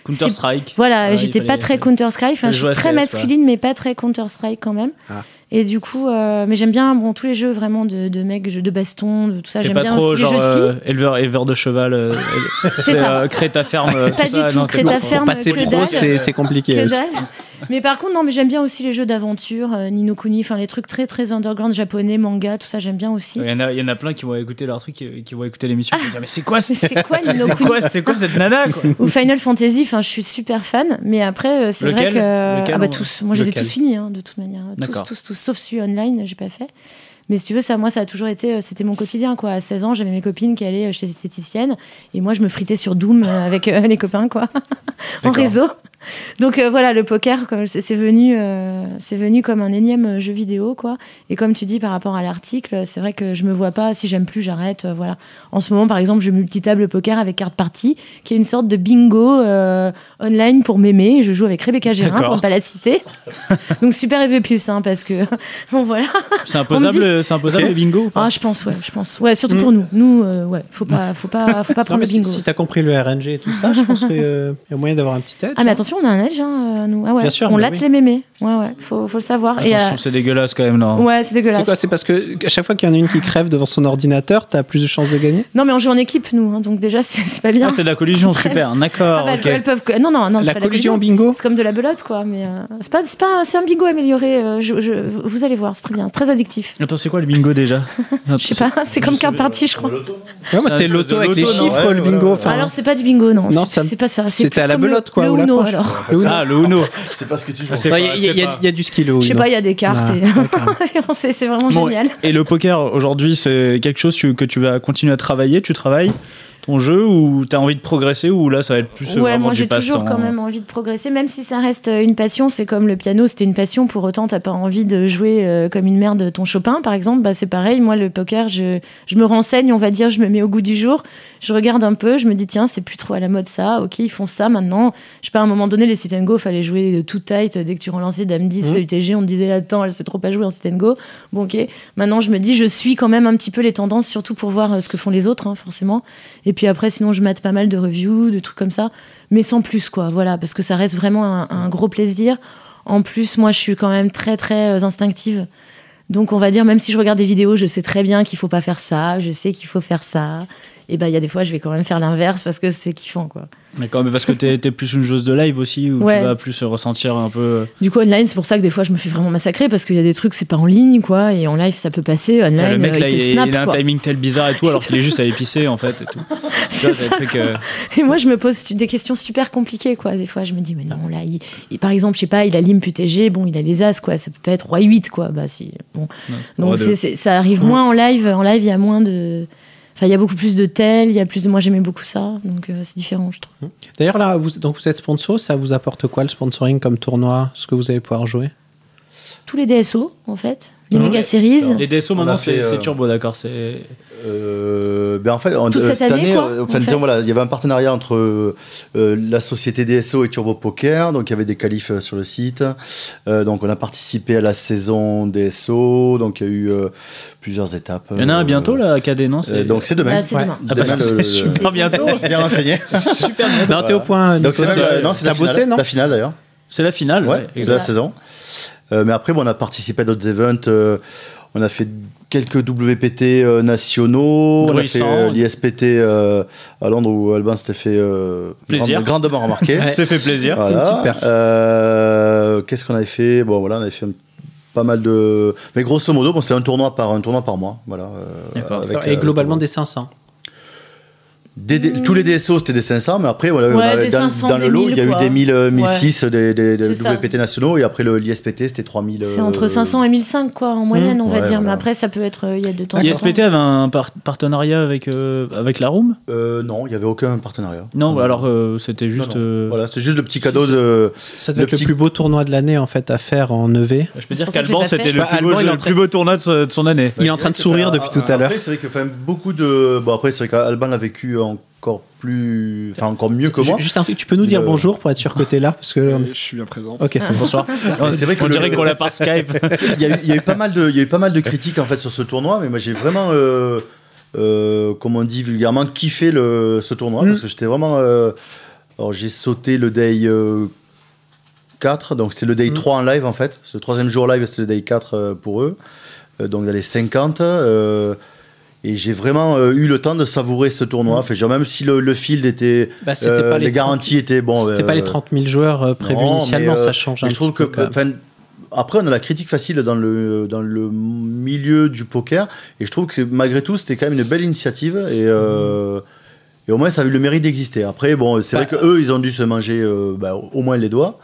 [SPEAKER 3] Counter Strike.
[SPEAKER 5] voilà,
[SPEAKER 3] Ouais, il
[SPEAKER 5] j'étais
[SPEAKER 3] fallait-
[SPEAKER 5] pas très Counter Strike. Enfin,
[SPEAKER 3] fallait
[SPEAKER 5] je
[SPEAKER 3] jouer à
[SPEAKER 5] suis très
[SPEAKER 3] CS,
[SPEAKER 5] masculine, mais pas très Counter Strike quand même.
[SPEAKER 4] Ah.
[SPEAKER 5] Et du coup, euh, mais j'aime bien bon tous les jeux vraiment de, de mecs, jeux de baston, de tout ça.
[SPEAKER 3] T'es
[SPEAKER 5] J'aime
[SPEAKER 3] pas
[SPEAKER 5] bien
[SPEAKER 3] trop
[SPEAKER 5] aussi
[SPEAKER 3] genre
[SPEAKER 5] les jeux de
[SPEAKER 3] euh,
[SPEAKER 5] filles.
[SPEAKER 3] éleveur, éleveur de cheval, euh, [LAUGHS]
[SPEAKER 5] C'est
[SPEAKER 3] c'est,
[SPEAKER 5] ça.
[SPEAKER 3] euh, Créta ferme. euh,
[SPEAKER 5] Pas
[SPEAKER 3] tout
[SPEAKER 5] du
[SPEAKER 3] ça,
[SPEAKER 5] tout,
[SPEAKER 3] non, t'es pas
[SPEAKER 5] Créta
[SPEAKER 3] trop.
[SPEAKER 5] ferme.
[SPEAKER 4] Passer
[SPEAKER 5] que
[SPEAKER 4] pro,
[SPEAKER 5] dalle.
[SPEAKER 4] c'est c'est compliqué.
[SPEAKER 5] Que dalle. [LAUGHS] Mais par contre, non, mais j'aime bien aussi les jeux d'aventure, euh, Ni no Kuni, enfin les trucs très très underground japonais, manga, tout ça, j'aime bien aussi.
[SPEAKER 3] Il y, en a, il y en a plein qui vont écouter leur truc, euh, qui, qui vont écouter l'émission. qui vont dire, mais c'est quoi, [LAUGHS]
[SPEAKER 5] Mais [LAUGHS]
[SPEAKER 3] c'est
[SPEAKER 5] C'est quoi Ni no
[SPEAKER 3] c'est
[SPEAKER 5] Kuni
[SPEAKER 3] quoi, c'est quoi cette nana quoi
[SPEAKER 5] Ou Final Fantasy, enfin, je suis super fan, mais après, euh, c'est vrai
[SPEAKER 3] Lequel
[SPEAKER 5] que. euh,
[SPEAKER 3] Lequel
[SPEAKER 5] ah bah
[SPEAKER 3] on-
[SPEAKER 5] tous, moi je les ai
[SPEAKER 4] lequel
[SPEAKER 5] tous finis, hein, de toute manière. Tous,
[SPEAKER 3] D'accord.
[SPEAKER 5] tous, tous, sauf celui online, j'ai pas fait. Mais si tu veux, ça, moi, ça a toujours été. euh, C'était mon quotidien, quoi. À 16 ans, j'avais mes copines qui allaient euh, chez l'esthéticienne, et moi, je me fritais sur Doom euh, avec euh, [LAUGHS] les copains, quoi, en
[SPEAKER 3] D'accord.
[SPEAKER 5] réseau. Donc euh, voilà, le poker, comme c'est c'est venu, euh, c'est venu comme un énième euh, jeu vidéo, quoi. Et comme tu dis par rapport à l'article, euh, c'est vrai que je me vois pas. Si j'aime plus, j'arrête. euh, voilà. En ce moment, par exemple, je multitable le poker avec carte partie, qui est une sorte de bingo euh, online pour m'aimer. Je joue avec Rebecca Gérin,
[SPEAKER 3] D'accord.
[SPEAKER 5] pour ne pas la
[SPEAKER 4] [LAUGHS]
[SPEAKER 5] citer. Donc super EV+, hein, parce que [LAUGHS] bon voilà.
[SPEAKER 3] C'est imposable, euh, c'est imposable
[SPEAKER 4] Ok.
[SPEAKER 3] le bingo ou pas
[SPEAKER 5] Ah, je pense, ouais, je pense, ouais, surtout
[SPEAKER 4] Mm.
[SPEAKER 5] pour nous. Nous, euh, ouais, faut pas, faut pas, faut pas
[SPEAKER 4] Non,
[SPEAKER 5] prendre
[SPEAKER 4] mais
[SPEAKER 5] le
[SPEAKER 4] si,
[SPEAKER 5] bingo.
[SPEAKER 4] si t'as compris le RNG et tout ça, je pense qu'il y a moyen d'avoir un petit tête.
[SPEAKER 5] Ah mais attention, on a un edge, hein, euh, nous. Ah ouais,
[SPEAKER 4] Bien sûr,
[SPEAKER 5] on
[SPEAKER 4] mais
[SPEAKER 5] latte
[SPEAKER 4] oui.
[SPEAKER 5] les mémés. Ouais, ouais, faut, faut le savoir. Et,
[SPEAKER 3] Attention, c'est dégueulasse quand même là.
[SPEAKER 5] euh, ouais, c'est dégueulasse.
[SPEAKER 4] C'est quoi C'est parce que à chaque fois qu'il y en a une qui crève devant son ordinateur, t'as plus de chances de gagner
[SPEAKER 5] Non, mais on joue en équipe, nous, hein, donc déjà, [LAUGHS] c'est c'est pas bien.
[SPEAKER 3] Ah, c'est de la
[SPEAKER 5] [LAUGHS]
[SPEAKER 3] collision, super,
[SPEAKER 5] Ah,
[SPEAKER 3] d'accord.
[SPEAKER 5] bah, elles-
[SPEAKER 3] ok.
[SPEAKER 5] elles peuvent que- Non, non, non, c'est
[SPEAKER 4] La
[SPEAKER 5] pas
[SPEAKER 4] collision au bingo
[SPEAKER 5] C'est comme de la belote, quoi. Mais euh, c'est pas, c'est pas, un- c'est un bingo amélioré. euh, je- je- vous allez voir, c'est très bien, c'est très addictif.
[SPEAKER 3] Attends, c'est quoi le bingo déjà
[SPEAKER 5] [LAUGHS] Je sais pas, c'est comme
[SPEAKER 3] Je
[SPEAKER 5] carte
[SPEAKER 3] sais-
[SPEAKER 5] partie, je crois.
[SPEAKER 4] Ouais, moi,
[SPEAKER 3] C'est
[SPEAKER 4] c'était
[SPEAKER 3] un
[SPEAKER 4] l'auto
[SPEAKER 3] espèce de
[SPEAKER 4] avec les
[SPEAKER 3] loto, non
[SPEAKER 4] chiffres,
[SPEAKER 6] Ouais,
[SPEAKER 4] le
[SPEAKER 6] voilà,
[SPEAKER 4] bingo.
[SPEAKER 6] ouais.
[SPEAKER 4] enfin,
[SPEAKER 5] alors c'est pas du bingo, non.
[SPEAKER 4] Non,
[SPEAKER 5] c'est-
[SPEAKER 4] ça me-
[SPEAKER 5] c'est pas ça. c'est
[SPEAKER 4] c'était
[SPEAKER 5] plus
[SPEAKER 4] à la
[SPEAKER 5] comme le-
[SPEAKER 4] belote, quoi,
[SPEAKER 5] Le
[SPEAKER 4] ou la
[SPEAKER 5] Uno,
[SPEAKER 4] poche.
[SPEAKER 5] alors.
[SPEAKER 4] le Uno.
[SPEAKER 3] Ah, le Uno.
[SPEAKER 6] C'est pas ce que tu joues.
[SPEAKER 3] Je sais
[SPEAKER 4] Non,
[SPEAKER 3] pas,
[SPEAKER 4] Il y a- il y a- il y,
[SPEAKER 3] je sais
[SPEAKER 4] a- il y a du skill au
[SPEAKER 5] Je sais
[SPEAKER 4] Uno.
[SPEAKER 5] pas, il y a des cartes.
[SPEAKER 4] Ah,
[SPEAKER 5] et- [LAUGHS]
[SPEAKER 4] d'accord.
[SPEAKER 5] on sait, c'est vraiment
[SPEAKER 3] Bon,
[SPEAKER 5] génial.
[SPEAKER 3] Et le poker aujourd'hui, c'est quelque chose tu- que tu vas continuer à travailler Tu travailles ton jeu ou t'as envie de progresser ou là ça va être plus euh,
[SPEAKER 5] Ouais,
[SPEAKER 3] vraiment
[SPEAKER 5] moi
[SPEAKER 3] du
[SPEAKER 5] j'ai toujours
[SPEAKER 3] passe-temps
[SPEAKER 5] quand même envie de progresser, même si ça reste euh, une passion. C'est comme le piano, c'était une passion. Pour autant, t'as pas envie de jouer euh, comme une merde ton Chopin, par exemple. Bah, c'est pareil. Moi, le poker, je, je me renseigne, on va dire, je me mets au goût du jour. Je regarde un peu, je me dis tiens, c'est plus trop à la mode ça. Ok, ils font ça maintenant. Je sais pas, à un moment donné, les sit and go, fallait jouer euh, tout tight. Dès que tu relançais dame 10
[SPEAKER 3] Mmh.
[SPEAKER 4] Mhm.
[SPEAKER 5] UTG, on te disait attends, elle sait trop pas jouer en sit and go. Bon, ok. Maintenant, je me dis, je suis quand même un petit peu les tendances, surtout pour voir euh, ce que font les autres, hein, forcément. Et puis après, sinon, je mate pas mal de reviews, de trucs comme ça, mais sans plus, quoi. Voilà, parce que ça reste vraiment un, un gros plaisir. En plus, moi, je suis quand même très, très euh, instinctive. Donc, on va dire, même si je regarde des vidéos, je sais très bien qu'il faut pas faire ça, je sais qu'il faut faire ça. Et ben, il y a des fois, je vais quand même faire l'inverse parce que c'est kiffant, quoi.
[SPEAKER 3] D'accord, mais parce que t'es es plus une joueuse de live aussi où
[SPEAKER 5] Ouais.
[SPEAKER 3] tu vas plus ressentir un peu.
[SPEAKER 5] Du coup, online, c'est pour ça que des fois, je me fais vraiment massacrer parce qu'il y a des trucs, c'est pas en ligne, quoi. Et en live, ça peut passer. Online,
[SPEAKER 3] Tiens, le mec
[SPEAKER 5] euh,
[SPEAKER 3] là,
[SPEAKER 5] il
[SPEAKER 3] il,
[SPEAKER 5] te
[SPEAKER 3] il
[SPEAKER 5] snap,
[SPEAKER 3] a un
[SPEAKER 5] [LAUGHS] quoi.
[SPEAKER 3] timing tel bizarre et tout alors qu'il est juste à épicer en fait et
[SPEAKER 5] [LAUGHS]
[SPEAKER 3] tout. Ça,
[SPEAKER 5] C'est
[SPEAKER 3] c'est des trucs, euh,
[SPEAKER 5] [LAUGHS] Et moi, je me pose su- des questions super compliquées, quoi. Des fois, je me dis, mais non, là, il, il- par exemple, je sais pas, il a l'imp UTG, bon, il a les as, quoi. Ça peut pas être roi 8, quoi. Bah, si.
[SPEAKER 3] non,
[SPEAKER 5] Bon.
[SPEAKER 3] c'est pas vrai
[SPEAKER 5] Donc,
[SPEAKER 3] de-
[SPEAKER 5] c'est- c'est- ça arrive moins en live. En live, il y a moins de. Enfin, il y a beaucoup plus de tel, il y a plus de. Moi, j'aimais beaucoup ça, donc euh, c'est différent, je trouve.
[SPEAKER 4] D'ailleurs, là, vous, donc vous êtes sponsor, ça vous apporte quoi le sponsoring comme tournoi Ce que vous allez pouvoir jouer
[SPEAKER 5] Tous les DSO, en fait, les
[SPEAKER 4] Ouais.
[SPEAKER 5] méga séries.
[SPEAKER 6] Alors,
[SPEAKER 3] Les DSO
[SPEAKER 6] On
[SPEAKER 3] maintenant
[SPEAKER 6] a fait,
[SPEAKER 3] c'est c'est
[SPEAKER 6] euh,
[SPEAKER 3] turbo, d'accord. C'est
[SPEAKER 6] Euh, ben en fait, en-
[SPEAKER 5] Toute cette année, quoi,
[SPEAKER 6] euh,
[SPEAKER 5] en
[SPEAKER 6] enfin,
[SPEAKER 5] fait.
[SPEAKER 6] disons, voilà, il y avait un partenariat entre euh, euh, la société DSO et Turbo Poker. Donc, il y avait des qualifs euh, sur le site. Euh, donc, on a participé à la saison DSO. Donc, il y a eu euh, plusieurs étapes.
[SPEAKER 3] il y en a
[SPEAKER 6] Euh,
[SPEAKER 3] un bientôt là, à KD, non
[SPEAKER 6] euh, donc, c'est demain.
[SPEAKER 5] Bah, c'est
[SPEAKER 4] Ouais.
[SPEAKER 5] demain.
[SPEAKER 3] Ah bah,
[SPEAKER 6] Demain,
[SPEAKER 3] c'est
[SPEAKER 6] le-
[SPEAKER 3] super bientôt. [LAUGHS]
[SPEAKER 6] le- bien renseigné.
[SPEAKER 3] super bien.
[SPEAKER 4] Non, t'es au point.
[SPEAKER 6] bah, Donc,
[SPEAKER 4] Nico.
[SPEAKER 6] c'est même, euh, non, c'est la
[SPEAKER 4] T'as bossé,
[SPEAKER 6] finale,
[SPEAKER 4] non
[SPEAKER 6] la finale d'ailleurs.
[SPEAKER 3] C'est la finale.
[SPEAKER 6] Ouais,
[SPEAKER 3] ouais.
[SPEAKER 6] de la
[SPEAKER 5] ça.
[SPEAKER 6] saison. Euh, mais après, bon, on a participé à d'autres events. euh, on a fait quelques WPT euh, nationaux. On a fait
[SPEAKER 3] Bruissant.
[SPEAKER 6] euh, l'ISPT euh, à Londres où Alban s'était fait euh,
[SPEAKER 3] Plaisir.
[SPEAKER 6] grande- grandement
[SPEAKER 3] [LAUGHS]
[SPEAKER 6] remarquer.
[SPEAKER 3] C'est fait plaisir.
[SPEAKER 4] Une
[SPEAKER 6] Voilà.
[SPEAKER 4] petite perf.
[SPEAKER 6] Euh, Qu'est-ce qu'on avait fait Bon, voilà, on avait fait un- pas mal de. Mais grosso modo, bon, c'est un tournoi par un tournoi par mois, voilà. euh,
[SPEAKER 3] D'accord.
[SPEAKER 6] avec,
[SPEAKER 4] Et
[SPEAKER 6] euh,
[SPEAKER 4] globalement, des 500.
[SPEAKER 6] des- des- tous les DSO c'était des 500, mais après voilà,
[SPEAKER 5] Ouais,
[SPEAKER 6] on avait-
[SPEAKER 5] des
[SPEAKER 6] dans,
[SPEAKER 5] 500,
[SPEAKER 6] dans le
[SPEAKER 5] des
[SPEAKER 6] lot,
[SPEAKER 5] 1000,
[SPEAKER 6] il y a eu
[SPEAKER 5] quoi.
[SPEAKER 6] des 1000, euh, 1006 des, des- des
[SPEAKER 5] C'est ça.
[SPEAKER 6] WPT nationaux, et après le l'ISPT c'était 3000.
[SPEAKER 5] C'est
[SPEAKER 6] euh,
[SPEAKER 5] entre 500 et 1005, quoi, en moyenne, on va
[SPEAKER 6] Ouais,
[SPEAKER 5] dire. Mais
[SPEAKER 6] voilà.
[SPEAKER 5] après, ça peut être. euh, Il y a de temps en temps.
[SPEAKER 3] ISPT avait un par- partenariat avec, euh, avec la Room
[SPEAKER 6] Euh, non, il n'y avait aucun partenariat.
[SPEAKER 3] Non, alors euh, c'était juste.
[SPEAKER 6] non.
[SPEAKER 3] euh,
[SPEAKER 6] Voilà, c'était juste le petit cadeau de.
[SPEAKER 4] Ça doit
[SPEAKER 6] Le
[SPEAKER 4] être le
[SPEAKER 6] petit-
[SPEAKER 4] plus beau tournoi de l'année, en fait, à faire en E EV.
[SPEAKER 3] Je peux
[SPEAKER 5] C'est
[SPEAKER 3] dire
[SPEAKER 5] pour ça que j'ai
[SPEAKER 3] qu'Alban
[SPEAKER 5] pas fait.
[SPEAKER 3] c'était le,
[SPEAKER 4] Bah,
[SPEAKER 3] plus beau
[SPEAKER 4] Alban, il est
[SPEAKER 3] jeu-
[SPEAKER 4] en
[SPEAKER 3] le
[SPEAKER 4] train-
[SPEAKER 3] plus beau tournoi de, ce- de son année.
[SPEAKER 4] Il est en train de sourire depuis tout à l'heure.
[SPEAKER 6] Ah, Après, c'est vrai que quand même beaucoup de. Bon, après, c'est vrai qu'Alban l'a vécu encore plus. Enfin, encore mieux que
[SPEAKER 4] Ju-
[SPEAKER 6] moi.
[SPEAKER 4] Juste un truc, tu peux nous dire
[SPEAKER 6] Le-
[SPEAKER 4] bonjour pour être sûr que t'es là parce que.
[SPEAKER 7] Euh, Je suis bien présent.
[SPEAKER 4] Ok, c'est bon.
[SPEAKER 3] Bonsoir. [LAUGHS]
[SPEAKER 6] Mais C'est vrai que
[SPEAKER 3] On
[SPEAKER 6] le-
[SPEAKER 3] dirait qu'on l'a par
[SPEAKER 6] [LAUGHS]
[SPEAKER 3] Skype.
[SPEAKER 6] il y, a eu, il y a eu pas mal de, il y a eu pas mal de critiques en fait sur ce tournoi, mais moi j'ai vraiment, euh, euh, comme on dit vulgairement, kiffé le, ce tournoi
[SPEAKER 4] Mm.
[SPEAKER 6] parce que j'étais vraiment. euh, alors j'ai sauté le day euh, 4, donc c'était le day
[SPEAKER 4] Mm.
[SPEAKER 6] 3 en live en fait. Ce troisième jour live c'était le day 4 euh, pour eux, Euh, donc dans les 50. euh, et j'ai vraiment euh, eu le temps de savourer ce tournoi. Enfin, genre, même si le, le field était.
[SPEAKER 4] Bah, Mm. c'était
[SPEAKER 6] euh,
[SPEAKER 4] pas
[SPEAKER 6] les,
[SPEAKER 4] les
[SPEAKER 6] garanties
[SPEAKER 4] 30
[SPEAKER 6] étaient. Bon,
[SPEAKER 4] C'était
[SPEAKER 6] euh,
[SPEAKER 4] pas les 30 000 joueurs euh, prévus
[SPEAKER 6] non, mais,
[SPEAKER 4] initialement,
[SPEAKER 6] euh,
[SPEAKER 4] ça change un
[SPEAKER 6] mais je trouve
[SPEAKER 4] petit
[SPEAKER 6] que, bah,
[SPEAKER 4] peu, quand même.
[SPEAKER 6] enfin, après, on a la critique facile dans le, dans le milieu du poker, et je trouve que malgré tout, c'était quand même une belle initiative, et, euh, et au moins, ça a eu le mérite d'exister. Après, bon, c'est
[SPEAKER 4] Bah,
[SPEAKER 6] vrai qu'eux, ils ont dû se manger euh, bah, au moins les doigts,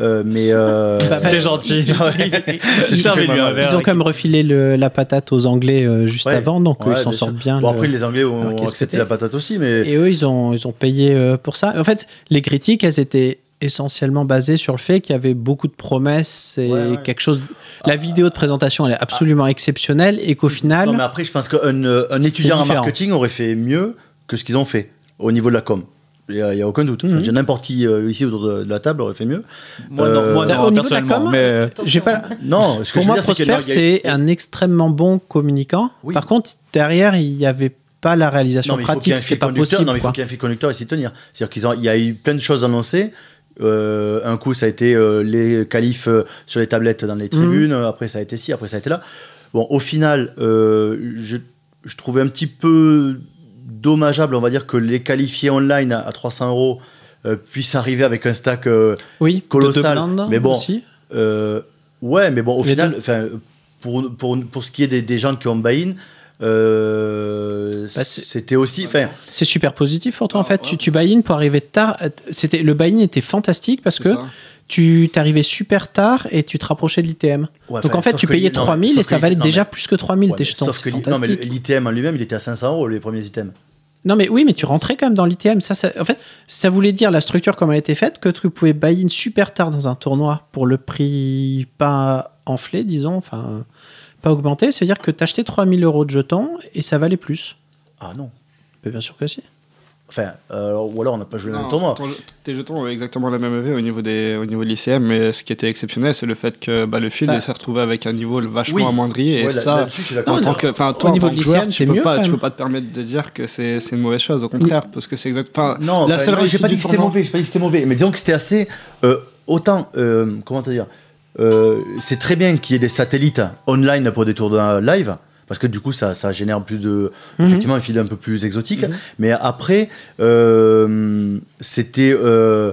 [SPEAKER 6] euh, mais. euh,
[SPEAKER 4] Bah, bah,
[SPEAKER 3] T'es
[SPEAKER 6] [LAUGHS]
[SPEAKER 3] gentil.
[SPEAKER 6] C'est ce qui fait
[SPEAKER 3] Servez-lui un
[SPEAKER 6] mal.
[SPEAKER 3] verre.
[SPEAKER 4] Ils ont quand même refilé le- la patate aux Anglais euh, juste
[SPEAKER 6] Ouais.
[SPEAKER 4] avant, donc euh,
[SPEAKER 6] Ouais,
[SPEAKER 4] ils s'en
[SPEAKER 6] bien
[SPEAKER 4] sortent
[SPEAKER 6] sûr.
[SPEAKER 4] bien.
[SPEAKER 6] Bon,
[SPEAKER 4] le-
[SPEAKER 6] après, les Anglais ont,
[SPEAKER 4] Alors qu'est-ce que
[SPEAKER 6] accepté
[SPEAKER 4] t'es
[SPEAKER 6] la patate aussi, mais.
[SPEAKER 4] Et eux, ils ont, ils ont payé euh, pour ça. En fait, les critiques, elles étaient essentiellement basées sur le fait qu'il y avait beaucoup de promesses et
[SPEAKER 6] Ouais, ouais.
[SPEAKER 4] quelque chose. La vidéo de présentation, elle est absolument exceptionnelle et qu'au final,
[SPEAKER 6] Non, mais après, je pense qu'un euh, un
[SPEAKER 4] C'est
[SPEAKER 6] étudiant en
[SPEAKER 4] différent.
[SPEAKER 6] marketing aurait fait mieux que ce qu'ils ont fait au niveau de la com. Il n'y a, il y a aucun doute.
[SPEAKER 4] Mhm.
[SPEAKER 6] Enfin, je veux dire, N'importe qui euh, ici autour de, de la table aurait fait mieux.
[SPEAKER 3] Moi, non, moi,
[SPEAKER 6] Euh,
[SPEAKER 3] non,
[SPEAKER 4] au niveau de la
[SPEAKER 3] personnellement.
[SPEAKER 4] com,
[SPEAKER 3] mais, euh,
[SPEAKER 4] j'ai pas.
[SPEAKER 6] Non, hein. ce que
[SPEAKER 4] Pour
[SPEAKER 6] je veux
[SPEAKER 4] moi,
[SPEAKER 6] dire, c'est qu'il y
[SPEAKER 4] Prosper,
[SPEAKER 6] a- il y a-
[SPEAKER 4] c'est un extrêmement bon communicant.
[SPEAKER 6] Oui.
[SPEAKER 4] Par contre, derrière, il n'y avait pas la réalisation
[SPEAKER 6] Non, mais il faut qu'il y
[SPEAKER 4] pratique,
[SPEAKER 6] ait un
[SPEAKER 4] c'était
[SPEAKER 6] fil
[SPEAKER 4] pas
[SPEAKER 6] conducteur.
[SPEAKER 4] possible.
[SPEAKER 6] Non, mais il faut
[SPEAKER 4] quoi.
[SPEAKER 6] qu'il y ait un fil conducteur et s'y tenir. C'est-à-dire qu'ils ont, il y a eu plein de choses annoncées. Euh, un coup, ça a été euh, les qualifs euh, sur les tablettes dans
[SPEAKER 4] Mhm.
[SPEAKER 6] les tribunes. Euh, Après, ça a été ci. Après, ça a été là. Bon, au final, euh, je, je trouvais un petit peu dommageable, on va dire, que les qualifiés online à, à 300 euros euh, puissent arriver avec un stack. euh,
[SPEAKER 4] Oui,
[SPEAKER 6] colossal,
[SPEAKER 4] de deux blindes
[SPEAKER 6] mais bon.
[SPEAKER 4] aussi.
[SPEAKER 6] euh, ouais, mais bon, au
[SPEAKER 4] Les
[SPEAKER 6] final, enfin, pour, pour, pour ce qui est des, des gens qui ont buy-in, euh,
[SPEAKER 4] Bah, c'est-
[SPEAKER 6] c'était aussi. Enfin,
[SPEAKER 4] c'est super positif pour toi. En
[SPEAKER 7] Ah,
[SPEAKER 4] fait,
[SPEAKER 7] ouais.
[SPEAKER 4] tu, tu buy-in pour arriver tard. Euh, C'était le buy-in était fantastique parce
[SPEAKER 7] C'est
[SPEAKER 4] que
[SPEAKER 7] ça.
[SPEAKER 4] tu t'arrivais super tard et tu te rapprochais de l'ITM.
[SPEAKER 6] ouais,
[SPEAKER 4] Donc
[SPEAKER 6] enfin,
[SPEAKER 4] en fait,
[SPEAKER 6] sauf
[SPEAKER 4] tu
[SPEAKER 6] que-
[SPEAKER 4] payais
[SPEAKER 6] non, mais-
[SPEAKER 4] 3000 et
[SPEAKER 6] sauf
[SPEAKER 4] ça
[SPEAKER 6] que-
[SPEAKER 4] valait
[SPEAKER 6] non, mais-
[SPEAKER 4] déjà plus que 3000
[SPEAKER 6] Ouais,
[SPEAKER 4] tes
[SPEAKER 6] mais
[SPEAKER 4] jetons.
[SPEAKER 6] Sauf que
[SPEAKER 4] c'est
[SPEAKER 6] l'i- non, mais
[SPEAKER 4] fantastique.
[SPEAKER 6] l'ITM en lui-même, il était à 500 euros les premiers items.
[SPEAKER 4] Non mais oui, mais tu rentrais quand même dans l'ITM. Ça, ça- en fait, ça voulait dire la structure comme elle était faite que tu pouvais buy-in super tard dans un tournoi pour le prix pas enflé, disons, enfin pas augmenté. C'est-à-dire que t'achetais 3000 euros de jetons et ça valait plus.
[SPEAKER 6] Ah non.
[SPEAKER 4] Mais bien sûr que si.
[SPEAKER 6] Enfin, euh, ou alors on n'a pas joué le
[SPEAKER 7] Non,
[SPEAKER 6] même tournoi.
[SPEAKER 7] ton- tes jetons ont exactement la même EV au niveau, des, au niveau de l'ICM, mais ce qui était exceptionnel, c'est le fait que bah, le field
[SPEAKER 4] Bah.
[SPEAKER 7] s'est retrouvé avec un niveau vachement
[SPEAKER 6] Oui.
[SPEAKER 7] amoindri. Et
[SPEAKER 6] Ouais, là-
[SPEAKER 7] ça,
[SPEAKER 6] là-dessus, je suis d'accord.
[SPEAKER 7] en
[SPEAKER 4] Non,
[SPEAKER 7] tant
[SPEAKER 4] mais
[SPEAKER 7] que, enfin,
[SPEAKER 4] au
[SPEAKER 7] toi, en
[SPEAKER 4] niveau
[SPEAKER 7] tant
[SPEAKER 4] de
[SPEAKER 7] que
[SPEAKER 4] l'ICM,
[SPEAKER 7] joueur,
[SPEAKER 4] c'est
[SPEAKER 7] tu peux,
[SPEAKER 4] mieux, quand
[SPEAKER 7] pas, tu
[SPEAKER 4] même.
[SPEAKER 7] peux pas te permettre de dire que c'est c'est une mauvaise chose. Au contraire, parce que c'est exactement.
[SPEAKER 6] Non,
[SPEAKER 7] la
[SPEAKER 6] enfin, non,
[SPEAKER 7] seule
[SPEAKER 6] j'ai
[SPEAKER 7] réussite
[SPEAKER 6] pas
[SPEAKER 7] du
[SPEAKER 6] dit que c'était
[SPEAKER 7] tournoi.
[SPEAKER 6] mauvais, j'ai pas dit que c'était mauvais, mais disons que c'était assez. euh, autant, euh, comment te dire, euh, c'est très bien qu'il y ait des satellites online pour des tournois live. Parce que du coup, ça, ça génère plus de.
[SPEAKER 4] Mhm.
[SPEAKER 6] Effectivement, un fil un peu plus exotique.
[SPEAKER 4] Mhm.
[SPEAKER 6] Mais après, euh, c'était. euh,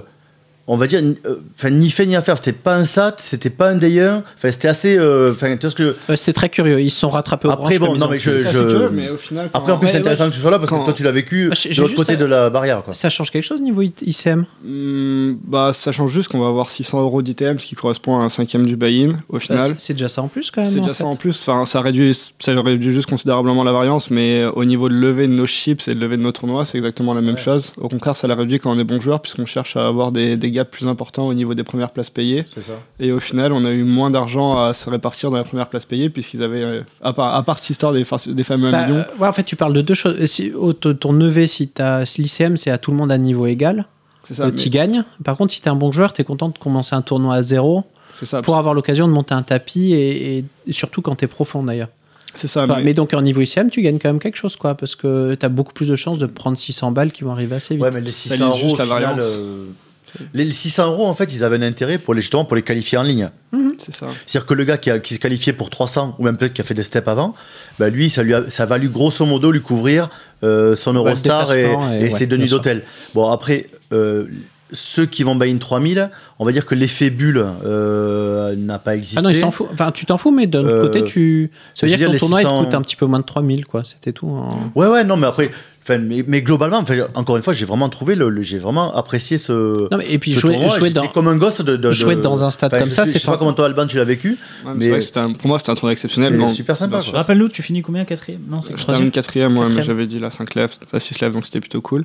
[SPEAKER 6] on va dire, euh, enfin, ni fait ni à faire. C'était pas un SAT, c'était pas un day 1. Enfin, c'était assez. euh, Enfin, tu vois ce que je-
[SPEAKER 4] Euh, c'est très curieux. Ils se sont rattrapés au
[SPEAKER 6] Après, bon, non, mais je.
[SPEAKER 7] Ah,
[SPEAKER 6] je-
[SPEAKER 7] si tu veux, mais au final,
[SPEAKER 6] Après, en
[SPEAKER 7] quand-
[SPEAKER 6] plus, c'est
[SPEAKER 4] Ouais,
[SPEAKER 6] intéressant que tu sois là parce
[SPEAKER 4] Quand-
[SPEAKER 6] que toi, tu l'as vécu
[SPEAKER 4] Ah, j'ai-
[SPEAKER 6] de
[SPEAKER 4] j'ai
[SPEAKER 6] l'autre
[SPEAKER 4] juste
[SPEAKER 6] côté
[SPEAKER 4] un-
[SPEAKER 6] de la barrière, quoi.
[SPEAKER 4] Ça change quelque chose niveau I- ICM
[SPEAKER 7] Hmm, bah, ça change juste qu'on va avoir 600 euros d'ITM, ce qui correspond à un cinquième du buy-in au
[SPEAKER 4] Bah,
[SPEAKER 7] final.
[SPEAKER 4] C'est c'est déjà ça en plus quand même.
[SPEAKER 7] C'est
[SPEAKER 4] en
[SPEAKER 7] déjà
[SPEAKER 4] fait.
[SPEAKER 7] ça en plus. Enfin, ça réduit, ça réduit juste considérablement la variance, mais euh, au niveau de lever de nos chips et de lever de nos tournois, c'est exactement la même chose. Au contraire, ça la réduit quand on est bon joueur, puisqu'on cherche à avoir des, des gaps plus importants au niveau des premières places payées.
[SPEAKER 6] C'est ça.
[SPEAKER 7] Et au final, on a eu moins d'argent à se répartir dans la première place payée, puisqu'ils avaient, euh, à part, à part cette histoire des, farces- des fameux 1
[SPEAKER 4] Bah,
[SPEAKER 7] million,
[SPEAKER 4] euh, ouais, en fait, tu parles de deux choses. Si, au- ton ton EV, si t'as si l'ICM, c'est à tout le monde à niveau égal.
[SPEAKER 7] c'est ça.
[SPEAKER 4] Euh,
[SPEAKER 7] mais-
[SPEAKER 4] tu gagnes. Par contre, si t'es un bon joueur, t'es content de commencer un tournoi à zéro
[SPEAKER 7] C'est ça.
[SPEAKER 4] pour avoir l'occasion de monter un tapis et, et- et surtout quand t'es profond d'ailleurs.
[SPEAKER 7] C'est
[SPEAKER 6] Ah,
[SPEAKER 7] ça.
[SPEAKER 4] Enfin,
[SPEAKER 7] mais-
[SPEAKER 4] mais donc, en niveau ICM, tu gagnes quand même quelque chose quoi parce que t'as beaucoup plus de chances de prendre 600 balles qui vont arriver assez vite.
[SPEAKER 6] Ouais, mais les
[SPEAKER 7] lise
[SPEAKER 6] 600 euros,
[SPEAKER 7] juste
[SPEAKER 6] au
[SPEAKER 7] la
[SPEAKER 6] final,
[SPEAKER 7] variance.
[SPEAKER 6] euh, les 600 euros, en fait, ils avaient un intérêt pour les, justement pour les qualifier en ligne.
[SPEAKER 7] C'est ça.
[SPEAKER 6] C'est-à-dire que le gars qui, a- qui se qualifiait pour 300 ou même peut-être qui a fait des steps avant, bah lui, ça lui a, ça a valu grosso modo lui couvrir euh, son
[SPEAKER 4] Ouais, le
[SPEAKER 6] Eurostar et,
[SPEAKER 4] déplacement et-
[SPEAKER 6] et
[SPEAKER 4] ouais,
[SPEAKER 6] ses deux
[SPEAKER 4] bien
[SPEAKER 6] nuits
[SPEAKER 4] sûr.
[SPEAKER 6] d'hôtel. Bon, après, euh, ceux qui vont buy-in 3000, on va dire que l'effet bulle euh, n'a pas existé.
[SPEAKER 4] Ah non, il s'en fout. Enfin, tu t'en fous, mais d'un autre
[SPEAKER 6] Euh,
[SPEAKER 4] côté, tu. Ça veut
[SPEAKER 6] je
[SPEAKER 4] dire
[SPEAKER 6] veux dire,
[SPEAKER 4] que ton tournoi,
[SPEAKER 6] les
[SPEAKER 4] il te
[SPEAKER 6] 600
[SPEAKER 4] coûte un petit peu moins de 3000, quoi. C'était tout. hein.
[SPEAKER 6] Ouais, ouais, non, mais après, enfin, mais, mais globalement, enfin, encore une fois, j'ai vraiment trouvé, le, le- j'ai vraiment apprécié ce.
[SPEAKER 4] Non, mais, et puis,
[SPEAKER 6] ce
[SPEAKER 4] jouer,
[SPEAKER 6] tournoi,
[SPEAKER 4] jouer
[SPEAKER 6] j'étais
[SPEAKER 4] dans,
[SPEAKER 6] comme un gosse de, de-
[SPEAKER 4] jouer
[SPEAKER 6] de-
[SPEAKER 4] dans un stade
[SPEAKER 6] Enfin,
[SPEAKER 4] comme
[SPEAKER 6] je
[SPEAKER 4] ça,
[SPEAKER 6] sais-
[SPEAKER 4] c'est
[SPEAKER 6] Je sais pas
[SPEAKER 4] fort.
[SPEAKER 6] comment toi, Alban, tu l'as vécu.
[SPEAKER 7] Ouais, mais
[SPEAKER 6] Mais-
[SPEAKER 7] c'est vrai que c'était un- pour moi, c'était un tournoi exceptionnel.
[SPEAKER 6] C'était
[SPEAKER 7] donc-
[SPEAKER 6] super sympa,
[SPEAKER 7] bien
[SPEAKER 6] quoi.
[SPEAKER 7] sûr.
[SPEAKER 3] Rappelle-nous, tu finis combien Quatrième Non, c'est
[SPEAKER 7] Je
[SPEAKER 3] troisième.
[SPEAKER 7] termine quatrième, ouais, mais
[SPEAKER 4] Quatrième.
[SPEAKER 7] j'avais dit la 5 lèvres, la 6 lèvres, donc c'était plutôt cool.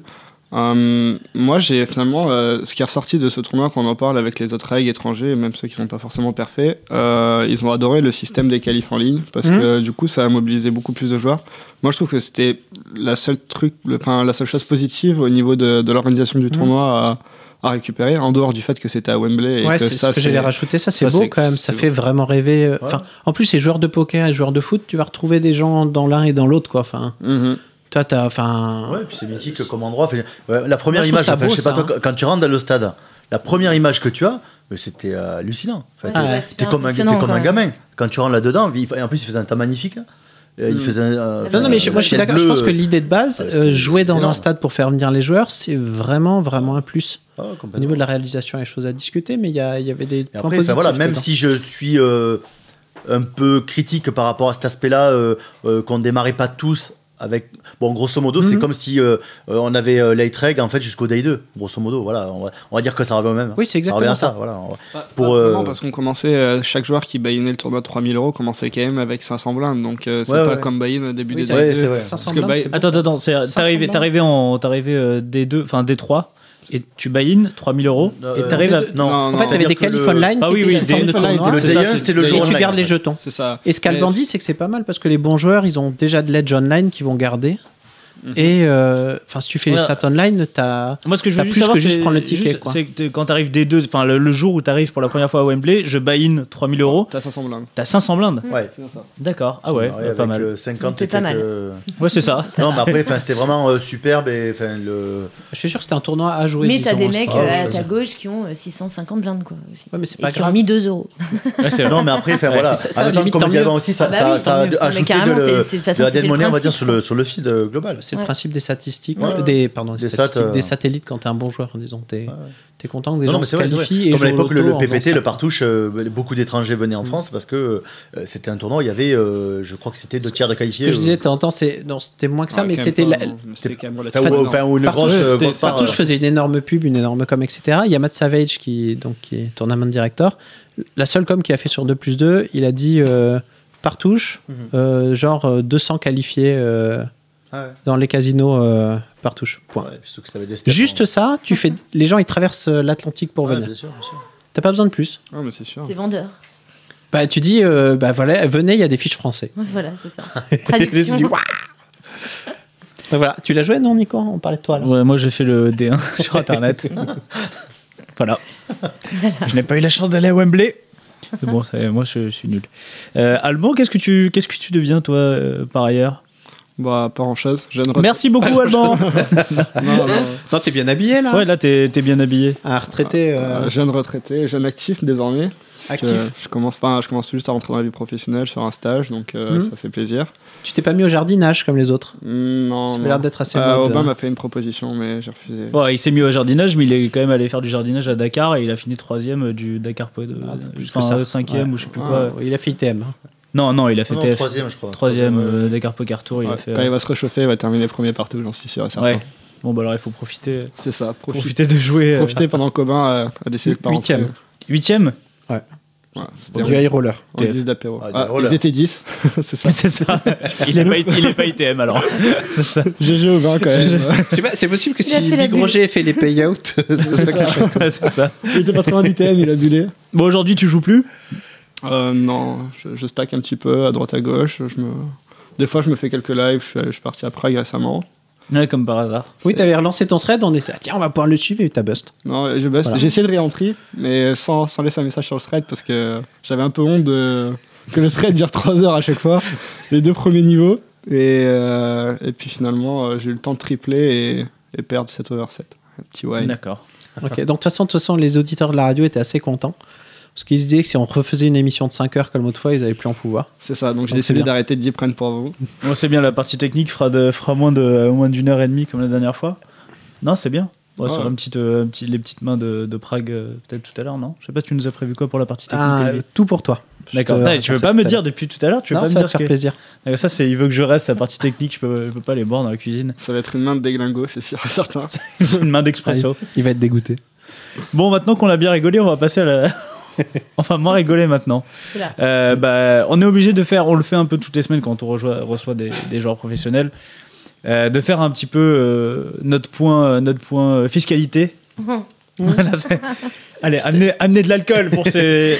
[SPEAKER 7] Euh, moi, j'ai finalement euh, ce qui est ressorti de ce tournoi quand on en parle avec les autres règles étrangers, et même ceux qui sont pas forcément parfaits, euh, ils ont adoré le système des qualifs en ligne parce
[SPEAKER 4] Mhm.
[SPEAKER 7] que euh, du coup, ça a mobilisé beaucoup plus de joueurs. Moi, je trouve que c'était la seule truc, le- enfin, la seule chose positive au niveau de, de l'organisation
[SPEAKER 4] Mmh.
[SPEAKER 7] du tournoi à, à récupérer, en dehors du fait que c'était à Wembley et
[SPEAKER 4] Ouais,
[SPEAKER 7] que
[SPEAKER 4] c'est
[SPEAKER 7] ça,
[SPEAKER 4] ce que
[SPEAKER 7] c'est
[SPEAKER 4] j'allais rajouter. Ça, c'est
[SPEAKER 7] ça,
[SPEAKER 4] beau
[SPEAKER 7] c'est-
[SPEAKER 4] quand même. Ça
[SPEAKER 7] c'est
[SPEAKER 4] fait vraiment rêver. euh, Enfin, en plus, les joueurs de poker et les joueurs de foot, tu vas retrouver des gens dans l'un et dans l'autre, quoi. Enfin,
[SPEAKER 7] Mhm.
[SPEAKER 4] toi, t'as. Enfin.
[SPEAKER 6] Ouais, puis c'est mythique comme endroit. Enfin, ouais, la première
[SPEAKER 4] Moi, je trouve
[SPEAKER 6] image,
[SPEAKER 4] Euh, ça
[SPEAKER 6] enfin,
[SPEAKER 4] beau,
[SPEAKER 6] je sais pas
[SPEAKER 4] ça, hein.
[SPEAKER 6] toi, quand tu rentres dans le stade, la première image que tu as, mais c'était euh, hallucinant. Enfin,
[SPEAKER 4] Ah,
[SPEAKER 6] t'es- t'es comme, un, t'es comme un gamin. Quand tu rentres là-dedans, il fa- et en plus, il faisait un temps magnifique. Euh, Il
[SPEAKER 7] Hmm.
[SPEAKER 6] faisait un, euh,
[SPEAKER 4] Non,
[SPEAKER 6] enfin,
[SPEAKER 4] Mm. non, mais je- moi, je suis
[SPEAKER 6] ciel
[SPEAKER 4] d'accord. Je
[SPEAKER 6] bleu,
[SPEAKER 4] pense que l'idée de base,
[SPEAKER 6] Ouais,
[SPEAKER 4] euh,
[SPEAKER 6] c'était
[SPEAKER 4] jouer dans un
[SPEAKER 6] énorme.
[SPEAKER 4] stade pour faire venir les joueurs, c'est vraiment, vraiment un plus.
[SPEAKER 6] euh, ouais,
[SPEAKER 4] Au
[SPEAKER 6] complètement.
[SPEAKER 4] niveau de la réalisation, il y a des choses à discuter, mais il y, a- il y avait des.
[SPEAKER 6] Et
[SPEAKER 4] points
[SPEAKER 6] après, enfin, voilà,
[SPEAKER 4] positifs
[SPEAKER 6] même
[SPEAKER 4] dedans.
[SPEAKER 6] si je suis euh, un peu critique par rapport à cet aspect-là, euh, euh, qu'on ne démarrait pas tous avec. Bon, grosso modo, c'est
[SPEAKER 4] Mhm.
[SPEAKER 6] comme si euh, euh, on avait euh, Light Reg en fait jusqu'au Day 2. Grosso modo, voilà, on va, on va dire que ça revient au même. hein.
[SPEAKER 4] Oui, c'est
[SPEAKER 6] ça revient
[SPEAKER 4] exactement
[SPEAKER 6] à
[SPEAKER 4] ça.
[SPEAKER 6] ça. voilà. On va-
[SPEAKER 7] Pas-
[SPEAKER 6] pour,
[SPEAKER 7] pas vraiment,
[SPEAKER 6] euh,
[SPEAKER 7] parce qu'on commençait euh, chaque joueur qui baïnait le tournoi de 3000 euros commençait quand même avec 500 blindes donc euh, c'est
[SPEAKER 6] Ouais,
[SPEAKER 7] pas
[SPEAKER 6] ouais.
[SPEAKER 7] comme buy-in au début
[SPEAKER 4] Oui,
[SPEAKER 7] des
[SPEAKER 4] ça-
[SPEAKER 6] Ouais,
[SPEAKER 7] années.
[SPEAKER 6] c'est vrai.
[SPEAKER 4] 500
[SPEAKER 7] Parce que
[SPEAKER 4] blindes,
[SPEAKER 7] Bay-
[SPEAKER 4] c'est bon.
[SPEAKER 3] Attends, attends, attends, c'est-
[SPEAKER 4] 500
[SPEAKER 3] t'arrives
[SPEAKER 4] balles.
[SPEAKER 3] t'arrives en t'arrives euh, D2, enfin D3, et tu buy-in 3000 euros,
[SPEAKER 6] Euh,
[SPEAKER 3] et t'arrives à.
[SPEAKER 6] D2, non,
[SPEAKER 7] Non,
[SPEAKER 4] En
[SPEAKER 7] non,
[SPEAKER 4] fait, il y avait
[SPEAKER 6] C'est-à-dire
[SPEAKER 4] des
[SPEAKER 6] que
[SPEAKER 4] qualifs
[SPEAKER 6] le-
[SPEAKER 4] online
[SPEAKER 3] Ah
[SPEAKER 4] qui
[SPEAKER 3] oui,
[SPEAKER 4] étaient
[SPEAKER 3] oui, des-
[SPEAKER 4] une forme de
[SPEAKER 3] des-
[SPEAKER 4] tournoi.
[SPEAKER 6] Le
[SPEAKER 3] C'est
[SPEAKER 6] day
[SPEAKER 3] ça,
[SPEAKER 6] un,
[SPEAKER 3] c'est-
[SPEAKER 6] c'était le
[SPEAKER 3] day
[SPEAKER 6] jour
[SPEAKER 4] Et tu
[SPEAKER 6] online,
[SPEAKER 4] gardes les
[SPEAKER 6] en fait.
[SPEAKER 4] jetons.
[SPEAKER 7] c'est ça.
[SPEAKER 4] Et ce qu'Alban dit, c'est que c'est pas mal parce que les bons joueurs, ils ont déjà de l'edge online qu'ils vont garder.
[SPEAKER 7] Mhm.
[SPEAKER 4] Et euh, enfin, si tu fais les
[SPEAKER 3] Ouais.
[SPEAKER 4] sats online, t'as.
[SPEAKER 3] Moi, ce que je
[SPEAKER 4] T'as
[SPEAKER 3] veux juste
[SPEAKER 4] plus
[SPEAKER 3] savoir,
[SPEAKER 4] que juste
[SPEAKER 3] c'est-
[SPEAKER 4] prendre le ticket,
[SPEAKER 3] juste,
[SPEAKER 4] quoi.
[SPEAKER 3] c'est que t'es- quand t'arrives D2, enfin le, le jour où t'arrives pour la première fois à Wembley, je buy-in 3000 euros,
[SPEAKER 7] T'as 500 blindes.
[SPEAKER 3] t'as 500 blindes.
[SPEAKER 6] Ouais.
[SPEAKER 7] C'est bien ça.
[SPEAKER 3] D'accord, ah
[SPEAKER 4] bah,
[SPEAKER 3] ouais,
[SPEAKER 6] Ouais,
[SPEAKER 3] pas
[SPEAKER 6] avec,
[SPEAKER 3] mal.
[SPEAKER 6] euh, 50
[SPEAKER 5] C'était
[SPEAKER 6] et
[SPEAKER 5] pas mal.
[SPEAKER 6] quelques-
[SPEAKER 3] Ouais, c'est ça.
[SPEAKER 6] Non, mais après, enfin, c'était vraiment euh, superbe et enfin, le.
[SPEAKER 4] Je suis sûr que c'était un tournoi à jouer.
[SPEAKER 5] Mais t'as
[SPEAKER 4] disons, hein,
[SPEAKER 5] des
[SPEAKER 4] c'est
[SPEAKER 5] mecs
[SPEAKER 4] pas-
[SPEAKER 6] grave,
[SPEAKER 5] euh, à
[SPEAKER 6] je veux
[SPEAKER 5] ta
[SPEAKER 6] dire.
[SPEAKER 5] gauche qui ont euh, 650 blindes, quoi. Aussi.
[SPEAKER 4] Ouais, mais c'est
[SPEAKER 5] Et
[SPEAKER 4] pas
[SPEAKER 5] qui ont
[SPEAKER 4] grave.
[SPEAKER 5] mis 2 euros.
[SPEAKER 3] Ouais, c'est vrai.
[SPEAKER 6] Non, mais après, enfin,
[SPEAKER 3] Ouais.
[SPEAKER 6] voilà.
[SPEAKER 4] Ça- ça,
[SPEAKER 6] en même temps,
[SPEAKER 4] limite,
[SPEAKER 6] comme
[SPEAKER 4] tant
[SPEAKER 6] dit Alban
[SPEAKER 4] mieux.
[SPEAKER 6] aussi, ça,
[SPEAKER 5] Ah bah
[SPEAKER 6] ça,
[SPEAKER 5] oui,
[SPEAKER 6] ça
[SPEAKER 5] tant
[SPEAKER 6] a
[SPEAKER 5] mieux. Non, mais
[SPEAKER 6] ajouté de,
[SPEAKER 5] carrément, c'est- c'est- de toute
[SPEAKER 6] le,
[SPEAKER 5] façon,
[SPEAKER 6] de la
[SPEAKER 5] c'était
[SPEAKER 6] dead
[SPEAKER 5] le
[SPEAKER 6] money, on va dire,
[SPEAKER 5] principe,
[SPEAKER 6] sur le, sur le feed euh, global.
[SPEAKER 4] C'est le
[SPEAKER 5] Ouais.
[SPEAKER 4] principe des statistiques,
[SPEAKER 6] Ouais,
[SPEAKER 4] euh,
[SPEAKER 6] ouais.
[SPEAKER 4] des, pardon, des,
[SPEAKER 6] Des
[SPEAKER 4] statistiques,
[SPEAKER 6] sats, euh,
[SPEAKER 4] des satellites quand t'es un bon joueur, disons. T'es
[SPEAKER 6] Ouais.
[SPEAKER 4] t'es content que des
[SPEAKER 6] Non,
[SPEAKER 4] gens
[SPEAKER 6] mais
[SPEAKER 4] se
[SPEAKER 6] c'est vrai, c'est vrai.
[SPEAKER 4] qualifient et
[SPEAKER 6] Comme à
[SPEAKER 4] jouent au
[SPEAKER 6] l'époque, le,
[SPEAKER 4] loto
[SPEAKER 6] le
[SPEAKER 4] en
[SPEAKER 6] PPT,
[SPEAKER 4] faisant
[SPEAKER 6] le
[SPEAKER 4] ça.
[SPEAKER 6] partouche, euh, beaucoup d'étrangers venaient en
[SPEAKER 4] Mm.
[SPEAKER 6] France parce que euh, c'était un tournoi où il y avait, euh, je crois que c'était deux tiers de
[SPEAKER 4] Ce
[SPEAKER 6] qualifiés.
[SPEAKER 4] que je
[SPEAKER 6] euh,
[SPEAKER 4] disais, de temps en temps, c'est- non, c'était moins que ça,
[SPEAKER 7] Ouais,
[SPEAKER 4] mais
[SPEAKER 7] quand même
[SPEAKER 4] c'était.
[SPEAKER 7] pas,
[SPEAKER 4] la-
[SPEAKER 7] non, mais c'était quand même
[SPEAKER 6] enfin,
[SPEAKER 7] relativement
[SPEAKER 6] ou-
[SPEAKER 7] énorme.
[SPEAKER 6] enfin, ou une
[SPEAKER 4] Partouche,
[SPEAKER 6] grosse, euh,
[SPEAKER 7] c'était-
[SPEAKER 6] grosse part.
[SPEAKER 4] Partout,
[SPEAKER 6] euh,
[SPEAKER 4] je faisais une énorme pub, une énorme com, etc. Il y a Matt Savage, qui, donc, qui est tournament director. La seule com qu'il a fait sur 2 plus 2, il a dit euh, partouche,
[SPEAKER 6] Mhm.
[SPEAKER 4] euh, genre euh, 200 qualifiés euh,
[SPEAKER 6] Ah ouais.
[SPEAKER 4] dans les casinos euh, partouche. Point.
[SPEAKER 6] Ouais, surtout que ça avait des steps
[SPEAKER 4] Juste
[SPEAKER 6] en-
[SPEAKER 4] ça, tu fais, les gens ils traversent euh, l'Atlantique pour
[SPEAKER 6] Ouais,
[SPEAKER 4] venir.
[SPEAKER 6] bien sûr, bien sûr.
[SPEAKER 4] T'as pas besoin de plus.
[SPEAKER 7] Ah, mais c'est sûr.
[SPEAKER 5] C'est vendeur. [LAUGHS]
[SPEAKER 4] Bah tu dis, euh, bah voilà, venez, il y a des fiches français.
[SPEAKER 5] Ouais, Voilà, c'est
[SPEAKER 6] [LAUGHS]
[SPEAKER 5] ça.
[SPEAKER 4] Et tu dis,
[SPEAKER 5] Traduction.
[SPEAKER 4] Ouah Bah, voilà, tu l'as joué non Nico On parlait de toi là.
[SPEAKER 3] Ouais, moi j'ai fait le D1 [LAUGHS] sur
[SPEAKER 6] [LAUGHS]
[SPEAKER 3] internet. voilà. Je n'ai pas eu la chance d'aller à Wembley. Mais bon, ça- moi je, je suis nul. Euh, Alban, qu'est-ce que tu qu'est-ce que tu deviens toi euh, par ailleurs
[SPEAKER 7] Bah, pas en chaise. J'aimerais-
[SPEAKER 3] Merci beaucoup, Alban.
[SPEAKER 7] Non,
[SPEAKER 4] [LAUGHS]
[SPEAKER 7] non.
[SPEAKER 4] Non, t'es bien habillé là
[SPEAKER 3] Ouais, là, t'es t'es bien habillé.
[SPEAKER 4] Un retraité euh,
[SPEAKER 7] Euh, jeune retraité, jeune actif désormais. parce que
[SPEAKER 4] actif.
[SPEAKER 7] je commence pas, je commence juste à rentrer dans la vie professionnelle, je fais un stage, donc euh,
[SPEAKER 4] Mhm.
[SPEAKER 7] ça fait plaisir.
[SPEAKER 4] Tu t'es pas mis au jardinage comme les autres
[SPEAKER 7] Mm, Non,
[SPEAKER 4] Ça
[SPEAKER 7] non.
[SPEAKER 4] m'a l'air d'être assez
[SPEAKER 7] Euh,
[SPEAKER 4] mode. hein. Oh,
[SPEAKER 7] Aubin m'a fait une proposition, mais j'ai refusé.
[SPEAKER 3] Ouais, il s'est mis au jardinage, mais il est quand même allé faire du jardinage à Dakar et il a fini troisième du Dakar Pod,
[SPEAKER 4] Ah,
[SPEAKER 3] euh,
[SPEAKER 4] plus que
[SPEAKER 3] enfin,
[SPEAKER 4] ça.
[SPEAKER 3] euh, cinquième
[SPEAKER 4] Ouais.
[SPEAKER 3] ou je sais plus
[SPEAKER 7] Ah,
[SPEAKER 3] quoi.
[SPEAKER 4] Ouais, Oh, Il a fait ITM. hein.
[SPEAKER 3] Non, non, il a fait
[SPEAKER 6] Non,
[SPEAKER 3] TF.
[SPEAKER 6] troisième, je crois.
[SPEAKER 3] Troisième
[SPEAKER 6] euh,
[SPEAKER 3] euh, Dakar Poker Tour, il
[SPEAKER 7] Ouais,
[SPEAKER 3] a fait.
[SPEAKER 7] quand
[SPEAKER 3] euh,
[SPEAKER 7] il va se réchauffer, il va terminer premier partout, j'en suis sûr et certain.
[SPEAKER 3] ouais. Bon, bah alors il faut profiter,
[SPEAKER 7] C'est ça, profite.
[SPEAKER 3] profiter de jouer. euh,
[SPEAKER 7] Profitez pendant qu'Aubin euh, a décidé de pas rentrer.
[SPEAKER 4] Huitième.
[SPEAKER 3] Huitième [LAUGHS]
[SPEAKER 7] Ouais, c'était
[SPEAKER 4] Du
[SPEAKER 7] en,
[SPEAKER 4] high roller.
[SPEAKER 7] en 10 d'apéro.
[SPEAKER 6] Ah, des
[SPEAKER 7] Ah,
[SPEAKER 6] rollers.
[SPEAKER 7] ils étaient 10, [LAUGHS] c'est ça.
[SPEAKER 3] C'est ça. Il est, pas, il est pas ITM alors. [LAUGHS] C'est ça.
[SPEAKER 7] GG Aubin quand même.
[SPEAKER 4] [LAUGHS] Je sais pas, c'est possible que
[SPEAKER 5] Il a
[SPEAKER 4] si
[SPEAKER 5] fait la
[SPEAKER 4] Big
[SPEAKER 5] bulle.
[SPEAKER 4] Roger fait les [LAUGHS] payouts, ce soit quelque chose.
[SPEAKER 3] Ouais, c'est ça.
[SPEAKER 7] il était pas très loin du thème, il a bullé.
[SPEAKER 3] Bon, aujourd'hui tu joues plus
[SPEAKER 7] Euh, non, je, je stack un petit peu à droite à gauche. Je me... Des fois, je me fais quelques lives. Je suis, allé- je suis parti à Prague récemment.
[SPEAKER 3] Ouais, comme par hasard.
[SPEAKER 4] Oui, t'avais relancé ton thread, on était là, tiens, on va pouvoir le suivre et t'as bust.
[SPEAKER 7] Non, je bosse.
[SPEAKER 4] Voilà.
[SPEAKER 7] J'ai essayé de réentrer, mais sans, sans laisser un message sur le thread parce que j'avais un peu honte de... que le thread dure 3 heures à chaque fois, les deux premiers niveaux. Et, euh, et puis finalement, euh, j'ai eu le temps de tripler et, et perdre 7 over 7. Un petit wine.
[SPEAKER 3] D'accord.
[SPEAKER 4] Ok, donc de toute façon, de toute façon, les auditeurs de la radio étaient assez contents. Parce qu'ils se disaient que si on refaisait une émission de 5 heures comme autrefois, ils n'allaient plus en pouvoir.
[SPEAKER 7] C'est ça, donc j'ai
[SPEAKER 4] Donc, c'est
[SPEAKER 7] décidé
[SPEAKER 4] bien.
[SPEAKER 7] d'arrêter de 10 prennent pour vous.
[SPEAKER 3] Bon, c'est bien, la partie technique fera, de, fera moins de moins d'une heure et demie comme la dernière fois. Non, c'est bien. Bon,
[SPEAKER 7] Ouais.
[SPEAKER 3] Sur un petit, euh, un petit- les petites mains de, de Prague, euh, peut-être tout à l'heure, non Je sais pas, tu nous as prévu quoi pour la partie technique
[SPEAKER 4] Ah,
[SPEAKER 3] Olivier
[SPEAKER 4] tout pour toi.
[SPEAKER 3] D'accord.
[SPEAKER 4] je te
[SPEAKER 3] Putain, et Tu veux
[SPEAKER 4] raconterai
[SPEAKER 3] pas
[SPEAKER 4] tout
[SPEAKER 3] me
[SPEAKER 4] à
[SPEAKER 3] dire depuis tout à l'heure Tu veux
[SPEAKER 4] non,
[SPEAKER 3] pas me
[SPEAKER 4] ça va
[SPEAKER 3] dire
[SPEAKER 4] te
[SPEAKER 3] ce
[SPEAKER 4] faire
[SPEAKER 3] que.
[SPEAKER 4] plaisir.
[SPEAKER 3] D'accord, Ça, c'est. Il veut que je reste la partie technique. Je peux, je peux pas les boire dans la
[SPEAKER 4] [LAUGHS]
[SPEAKER 3] cuisine.
[SPEAKER 7] Ça va être une main de déglingo, c'est sûr [LAUGHS] et certain.
[SPEAKER 3] C'est une main d'expresso.
[SPEAKER 4] Il va être dégoûté.
[SPEAKER 3] Bon, maintenant qu'on a bien rigolé, on va passer à la. [LAUGHS] enfin, moins rigoler maintenant.
[SPEAKER 5] Oula.
[SPEAKER 3] Euh, bah, on est obligé de faire, on le fait un peu toutes les semaines quand on rejoint- reçoit des, des joueurs professionnels, euh, de faire un petit peu euh, notre point, euh, notre point euh, fiscalité.
[SPEAKER 5] Mhm.
[SPEAKER 3] Voilà,
[SPEAKER 5] [LAUGHS]
[SPEAKER 3] c'est- Allez, amenez, amenez de l'alcool pour ces.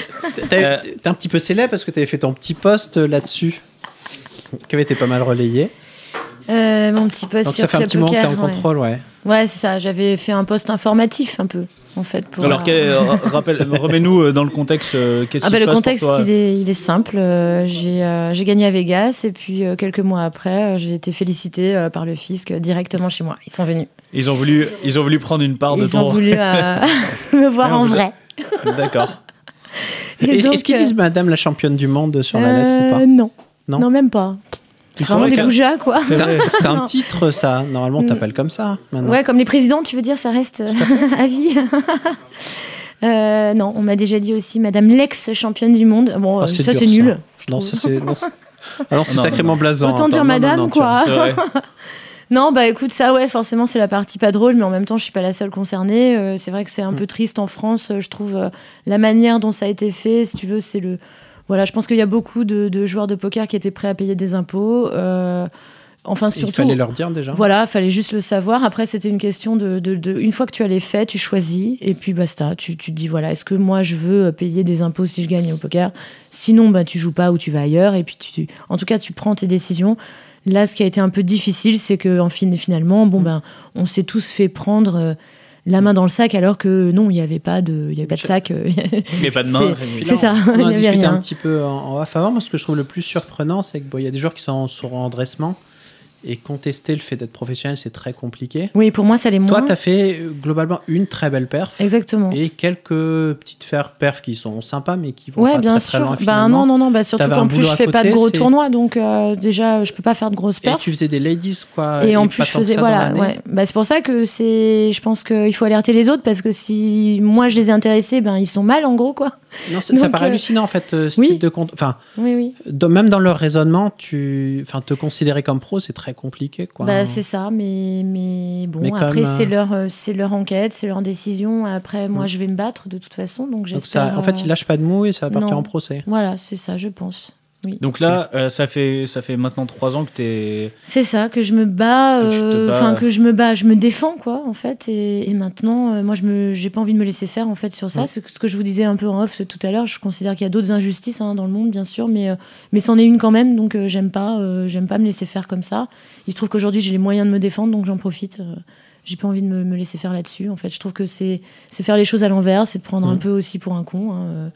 [SPEAKER 4] T'es
[SPEAKER 3] Euh,
[SPEAKER 4] t'es un petit peu célèbre parce que t'avais fait ton petit post euh, là-dessus. Qui avait été pas mal relayé.
[SPEAKER 5] Euh, mon petit post
[SPEAKER 4] Donc
[SPEAKER 5] sur
[SPEAKER 4] ça fait un
[SPEAKER 5] Club
[SPEAKER 4] petit moment que t'es
[SPEAKER 5] Poker,
[SPEAKER 4] en
[SPEAKER 5] ouais.
[SPEAKER 4] contrôle, ouais.
[SPEAKER 5] Ouais, c'est ça. J'avais fait un post informatif un peu, en fait. Pour,
[SPEAKER 3] Alors,
[SPEAKER 5] euh,
[SPEAKER 3] quel- euh, rappelle- remets-nous euh, dans le contexte. euh, Qu'est-ce
[SPEAKER 5] Ah
[SPEAKER 3] qui
[SPEAKER 5] bah,
[SPEAKER 3] se
[SPEAKER 5] le
[SPEAKER 3] passe pour
[SPEAKER 5] contexte,
[SPEAKER 3] toi
[SPEAKER 5] il est, il est simple. Euh, j'ai, euh, j'ai gagné à Vegas et puis euh, quelques mois après, euh, j'ai été félicitée euh, par le fisc euh, directement chez moi. Ils sont venus.
[SPEAKER 3] Ils ont voulu, ils ont voulu prendre une part de
[SPEAKER 5] Ils
[SPEAKER 3] ton.
[SPEAKER 5] ont voulu euh, [LAUGHS] me voir
[SPEAKER 3] Ah,
[SPEAKER 5] en
[SPEAKER 3] vous-
[SPEAKER 5] vrai.
[SPEAKER 3] [LAUGHS] D'accord.
[SPEAKER 5] Et
[SPEAKER 4] Est-ce
[SPEAKER 5] donc,
[SPEAKER 4] est-ce qu'ils
[SPEAKER 5] euh,
[SPEAKER 4] disent Madame la championne du monde sur la
[SPEAKER 5] euh,
[SPEAKER 4] lettre ou pas
[SPEAKER 5] non.
[SPEAKER 4] Non
[SPEAKER 5] non. même pas.
[SPEAKER 4] Il
[SPEAKER 5] C'est vraiment
[SPEAKER 4] faudrait
[SPEAKER 5] des
[SPEAKER 4] qu'un-
[SPEAKER 5] goujats, quoi.
[SPEAKER 4] C'est
[SPEAKER 5] [LAUGHS]
[SPEAKER 4] un- c'est un
[SPEAKER 5] Non.
[SPEAKER 4] titre, ça. Normalement, on
[SPEAKER 5] Mm.
[SPEAKER 4] t'appelle comme ça. Maintenant.
[SPEAKER 5] Ouais, comme les présidents, tu veux dire, ça reste euh, [LAUGHS] à vie. Euh, non, on m'a déjà dit aussi Madame l'ex-championne du monde. Bon,
[SPEAKER 4] Ah,
[SPEAKER 5] euh,
[SPEAKER 4] c'est
[SPEAKER 5] ça
[SPEAKER 4] dur,
[SPEAKER 5] c'est
[SPEAKER 4] ça.
[SPEAKER 5] nul. je
[SPEAKER 4] Non,
[SPEAKER 5] trouve.
[SPEAKER 4] ça, c'est non,
[SPEAKER 5] [LAUGHS]
[SPEAKER 4] c'est- ah non, c'est
[SPEAKER 3] Non,
[SPEAKER 4] sacrément blasant.
[SPEAKER 5] Autant
[SPEAKER 4] hein.
[SPEAKER 5] dire
[SPEAKER 4] Non, non,
[SPEAKER 5] madame,
[SPEAKER 4] non, tu
[SPEAKER 5] quoi.
[SPEAKER 4] vois.
[SPEAKER 3] C'est
[SPEAKER 5] [LAUGHS]
[SPEAKER 3] vrai.
[SPEAKER 5] Non, bah écoute, ça, ouais, forcément, c'est la partie pas drôle, mais en même temps, je suis pas la seule concernée. Euh, c'est vrai que
[SPEAKER 4] Mm.
[SPEAKER 5] c'est un peu triste en France, euh, je trouve, euh, la manière dont ça a été fait, si tu veux, c'est le. Voilà, je pense qu'il y a beaucoup de, de joueurs de poker qui étaient prêts à payer des impôts. euh, enfin,
[SPEAKER 4] Il
[SPEAKER 5] surtout.
[SPEAKER 4] fallait leur dire déjà.
[SPEAKER 5] Voilà, fallait juste le savoir. Après, c'était une question de, de- de- Une fois que tu as les faits, tu choisis et puis basta. Tu, tu te dis, voilà, est-ce que moi je veux euh, payer des impôts si je gagne au poker Sinon, bah, tu joues pas ou tu vas ailleurs. Et puis, tu, tu- en tout cas, tu prends tes décisions. Là, ce qui a été un peu difficile, c'est que en fin, finalement,
[SPEAKER 4] Mm.
[SPEAKER 5] bon, ben, on s'est tous fait prendre. euh, la main dans le sac alors que non il n'y avait pas de il y avait pas de sac euh, [LAUGHS]
[SPEAKER 3] Mais pas de main.
[SPEAKER 5] c'est [LAUGHS] ça
[SPEAKER 4] On
[SPEAKER 5] il
[SPEAKER 4] en a
[SPEAKER 5] n'y avait
[SPEAKER 4] discuté un
[SPEAKER 5] rien
[SPEAKER 4] petit peu en, en off avant. Moi, ce que je trouve le plus surprenant, c'est que bon, il y a des joueurs qui sont en, sont en dressement et contester le fait d'être professionnel, c'est très compliqué.
[SPEAKER 5] oui pour moi ça l'est
[SPEAKER 4] Toi,
[SPEAKER 5] moins
[SPEAKER 4] t'as fait euh, globalement une très belle perf
[SPEAKER 5] exactement
[SPEAKER 4] et quelques petites faire perfs qui sont sympas, mais qui vont
[SPEAKER 5] Ouais,
[SPEAKER 4] pas
[SPEAKER 5] bien
[SPEAKER 4] très, très
[SPEAKER 5] sûr.
[SPEAKER 4] loin,
[SPEAKER 5] bah
[SPEAKER 4] finalement.
[SPEAKER 5] non, non, non. Bah surtout
[SPEAKER 4] T'avais un
[SPEAKER 5] qu'en plus,
[SPEAKER 4] boulot
[SPEAKER 5] je
[SPEAKER 4] à
[SPEAKER 5] fais pas de
[SPEAKER 4] côté,
[SPEAKER 5] gros
[SPEAKER 4] c'est-
[SPEAKER 5] tournois, donc euh, déjà, je peux pas faire de grosses
[SPEAKER 4] Et
[SPEAKER 5] perfs.
[SPEAKER 4] tu faisais des ladies, quoi.
[SPEAKER 5] Et en plus,
[SPEAKER 4] pas
[SPEAKER 5] je
[SPEAKER 4] tant
[SPEAKER 5] faisais.
[SPEAKER 4] que ça
[SPEAKER 5] Voilà,
[SPEAKER 4] dans l'année.
[SPEAKER 5] ouais. Bah, c'est pour ça que c'est. Je pense qu'il faut alerter les autres parce que si moi je les ai intéressés, ben ils sont mal en gros, quoi.
[SPEAKER 4] Non, ça, ça
[SPEAKER 5] Donc,
[SPEAKER 4] paraît
[SPEAKER 5] euh,
[SPEAKER 4] hallucinant, en fait, euh, ce
[SPEAKER 5] oui.
[SPEAKER 4] type de compte. Enfin,
[SPEAKER 5] Oui, oui.
[SPEAKER 4] dans- même dans leur raisonnement, tu, enfin, te considérer comme pro, c'est très compliqué, quoi.
[SPEAKER 5] Bah, c'est ça, mais, mais bon,
[SPEAKER 4] Mais comme,
[SPEAKER 5] après,
[SPEAKER 4] euh,
[SPEAKER 5] c'est leur, euh, c'est leur enquête, c'est leur décision. Après, moi,
[SPEAKER 4] Mm.
[SPEAKER 5] je vais me battre de toute façon, donc
[SPEAKER 4] Donc
[SPEAKER 5] j'espère.
[SPEAKER 4] ça, en fait,
[SPEAKER 5] euh,
[SPEAKER 4] il lâche pas de mou et ça va partir
[SPEAKER 5] non.
[SPEAKER 4] en procès.
[SPEAKER 5] Voilà, c'est ça, je pense.
[SPEAKER 3] Donc là, euh, ça, fait, ça fait maintenant trois ans que t'es.
[SPEAKER 5] C'est ça, que je me bats,
[SPEAKER 3] Que tu te
[SPEAKER 5] euh,
[SPEAKER 3] bats.
[SPEAKER 5] enfin que je me bats, je me défends quoi en fait. Et, et maintenant, euh, moi je me, j'ai pas envie de me laisser faire en fait sur ça. C'est ce que je vous disais un peu en off tout à l'heure. Je considère qu'il y a d'autres injustices hein, dans le monde bien sûr, mais euh, mais c'en est une quand même. Donc euh, j'aime pas, euh, j'aime pas me laisser faire comme ça. Il se trouve qu'aujourd'hui j'ai les moyens de me défendre, donc j'en profite. Euh, j'ai pas envie de me, me laisser
[SPEAKER 4] Mm.
[SPEAKER 5] faire là-dessus. En fait, je trouve que c'est c'est faire les choses à l'envers, c'est de prendre un peu aussi pour un con. hein, euh.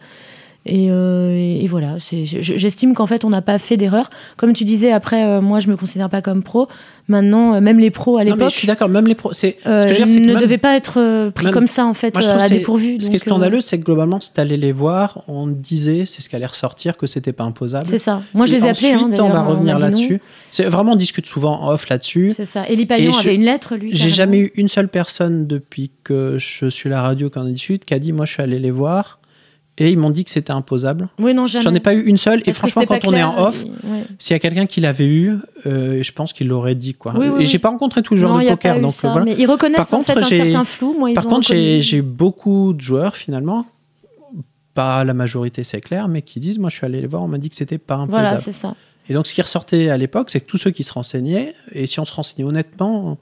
[SPEAKER 5] Et, euh, et- et voilà, c'est- je- je- j'estime qu'en fait, on n'a pas fait d'erreur. Comme tu disais, après, euh, moi, je me considère pas comme pro. Maintenant, euh, même les pros à
[SPEAKER 4] Non, mais je
[SPEAKER 5] l'époque
[SPEAKER 4] suis d'accord, même les pros. C'est,
[SPEAKER 5] euh,
[SPEAKER 4] ce que je veux dire, c'est que
[SPEAKER 5] ne
[SPEAKER 4] même-
[SPEAKER 5] devaient pas être euh, pris
[SPEAKER 4] même-
[SPEAKER 5] comme ça, en fait,
[SPEAKER 4] Moi, je
[SPEAKER 5] euh,
[SPEAKER 4] trouve
[SPEAKER 5] à
[SPEAKER 4] c'est-
[SPEAKER 5] dépourvu.
[SPEAKER 4] Ce qui
[SPEAKER 5] Donc,
[SPEAKER 4] est scandaleux,
[SPEAKER 5] euh,
[SPEAKER 4] c'est que globalement, si t'allais les voir, on disait, c'est ce qui allait ressortir, que c'était pas imposable.
[SPEAKER 5] c'est ça. Moi, je
[SPEAKER 4] Et
[SPEAKER 5] les ai appelés. hein,
[SPEAKER 4] Ensuite, on va
[SPEAKER 5] d'ailleurs, m'a
[SPEAKER 4] revenir
[SPEAKER 5] dit non.
[SPEAKER 4] là-dessus. C'est vraiment, on discute souvent en off là-dessus.
[SPEAKER 5] C'est ça. Eli Payan
[SPEAKER 4] je-
[SPEAKER 5] avait une lettre, lui.
[SPEAKER 4] J'ai
[SPEAKER 5] carrément.
[SPEAKER 4] jamais eu une seule personne depuis que je suis à la radio qu'on discute qui a dit, moi, je suis allé les voir et ils m'ont dit que c'était imposable.
[SPEAKER 5] Oui, non, jamais.
[SPEAKER 4] J'en ai pas eu une seule. Et
[SPEAKER 5] Parce que
[SPEAKER 4] franchement,
[SPEAKER 5] c'était
[SPEAKER 4] quand
[SPEAKER 5] pas
[SPEAKER 4] on est
[SPEAKER 5] clair,
[SPEAKER 4] en off,
[SPEAKER 5] il- ouais.
[SPEAKER 4] s'il y a quelqu'un qui l'avait eu, euh, je pense qu'il l'aurait dit quoi.
[SPEAKER 5] Oui, oui,
[SPEAKER 4] et
[SPEAKER 5] oui.
[SPEAKER 4] j'ai pas rencontré tout le genre
[SPEAKER 5] Non,
[SPEAKER 4] de
[SPEAKER 5] y a
[SPEAKER 4] poker,
[SPEAKER 5] pas eu
[SPEAKER 4] donc
[SPEAKER 5] ça.
[SPEAKER 4] euh, voilà.
[SPEAKER 5] Mais ils reconnaissent
[SPEAKER 4] Par
[SPEAKER 5] en fait
[SPEAKER 4] contre,
[SPEAKER 5] un
[SPEAKER 4] j'ai-
[SPEAKER 5] certain flou. Moi, ils
[SPEAKER 4] Par
[SPEAKER 5] ont
[SPEAKER 4] contre, j'ai
[SPEAKER 5] reconnu-
[SPEAKER 4] j'ai beaucoup de joueurs finalement, pas la majorité c'est clair, mais qui disent moi je suis allé les voir, on m'a dit que c'était pas imposable.
[SPEAKER 5] Voilà, c'est ça.
[SPEAKER 4] et donc ce qui ressortait à l'époque, c'est que tous ceux qui se renseignaient, et si on se renseignait honnêtement,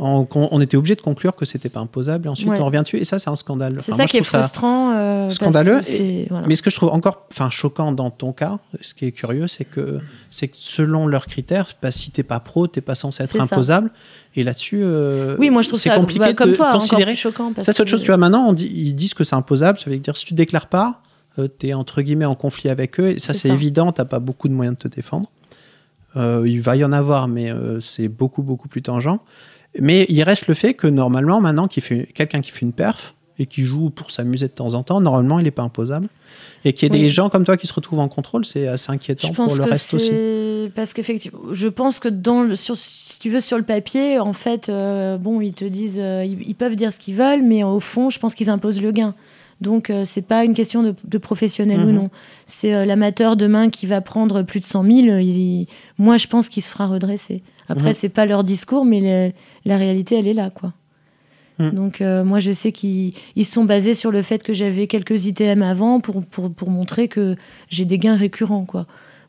[SPEAKER 4] on, on- on était obligé de conclure que c'était pas imposable, et ensuite
[SPEAKER 5] Ouais.
[SPEAKER 4] on revient dessus, et ça c'est un scandale.
[SPEAKER 5] C'est
[SPEAKER 4] Enfin,
[SPEAKER 5] ça
[SPEAKER 4] moi, je
[SPEAKER 5] qui est
[SPEAKER 4] trouve ça-
[SPEAKER 5] frustrant. euh, parce que
[SPEAKER 4] scandaleux,
[SPEAKER 5] c'est- voilà.
[SPEAKER 4] Mais ce que je trouve encore enfin, choquant dans ton cas, ce qui est curieux, c'est que, c'est que selon leurs critères, bah, si t'es pas pro, t'es pas censé être
[SPEAKER 5] C'est ça.
[SPEAKER 4] imposable. Et là-dessus, euh,
[SPEAKER 5] Oui, moi je trouve
[SPEAKER 4] c'est
[SPEAKER 5] ça
[SPEAKER 4] compliqué
[SPEAKER 5] bah, comme
[SPEAKER 4] de
[SPEAKER 5] toi,
[SPEAKER 4] considérer.
[SPEAKER 5] considérer choquant. Parce
[SPEAKER 4] Ça, c'est autre
[SPEAKER 5] que-
[SPEAKER 4] chose. Tu vois, maintenant, on dit, ils disent que c'est imposable. Ça veut dire si tu déclares pas, euh, t'es entre guillemets en conflit avec eux. Et ça,
[SPEAKER 5] C'est
[SPEAKER 4] c'est
[SPEAKER 5] ça.
[SPEAKER 4] évident. T'as pas beaucoup de moyens de te défendre. Euh, il va y en avoir, mais euh, c'est beaucoup beaucoup plus tangent. Mais il reste le fait que normalement, maintenant, qu'il fait quelqu'un qui fait une perf et qui joue pour s'amuser de temps en temps, normalement, il n'est pas imposable. Et qu'il y ait
[SPEAKER 5] Oui.
[SPEAKER 4] des gens comme toi qui se retrouvent en contrôle, c'est assez inquiétant
[SPEAKER 5] Je
[SPEAKER 4] pour
[SPEAKER 5] pense
[SPEAKER 4] le
[SPEAKER 5] que
[SPEAKER 4] reste aussi.
[SPEAKER 5] c'est parce qu'effectivement, je pense que dans le, sur, si tu veux sur le papier, en fait, euh, bon, ils te disent, euh, ils, ils peuvent dire ce qu'ils veulent, mais au fond, je pense qu'ils imposent le gain. Donc euh, c'est pas une question de, de professionnel
[SPEAKER 4] Mhm.
[SPEAKER 5] ou non. C'est euh, l'amateur demain qui va prendre plus de 100 000. il- moi, je pense qu'il se fera redresser. Après,
[SPEAKER 4] Mhm.
[SPEAKER 5] c'est pas leur discours, mais le- la réalité, elle est là, quoi.
[SPEAKER 4] Mhm.
[SPEAKER 5] Donc euh, moi je sais qu'ils ils se sont basés sur le fait que j'avais quelques ITM avant pour, pour, pour montrer que j'ai des gains récurrents quoi.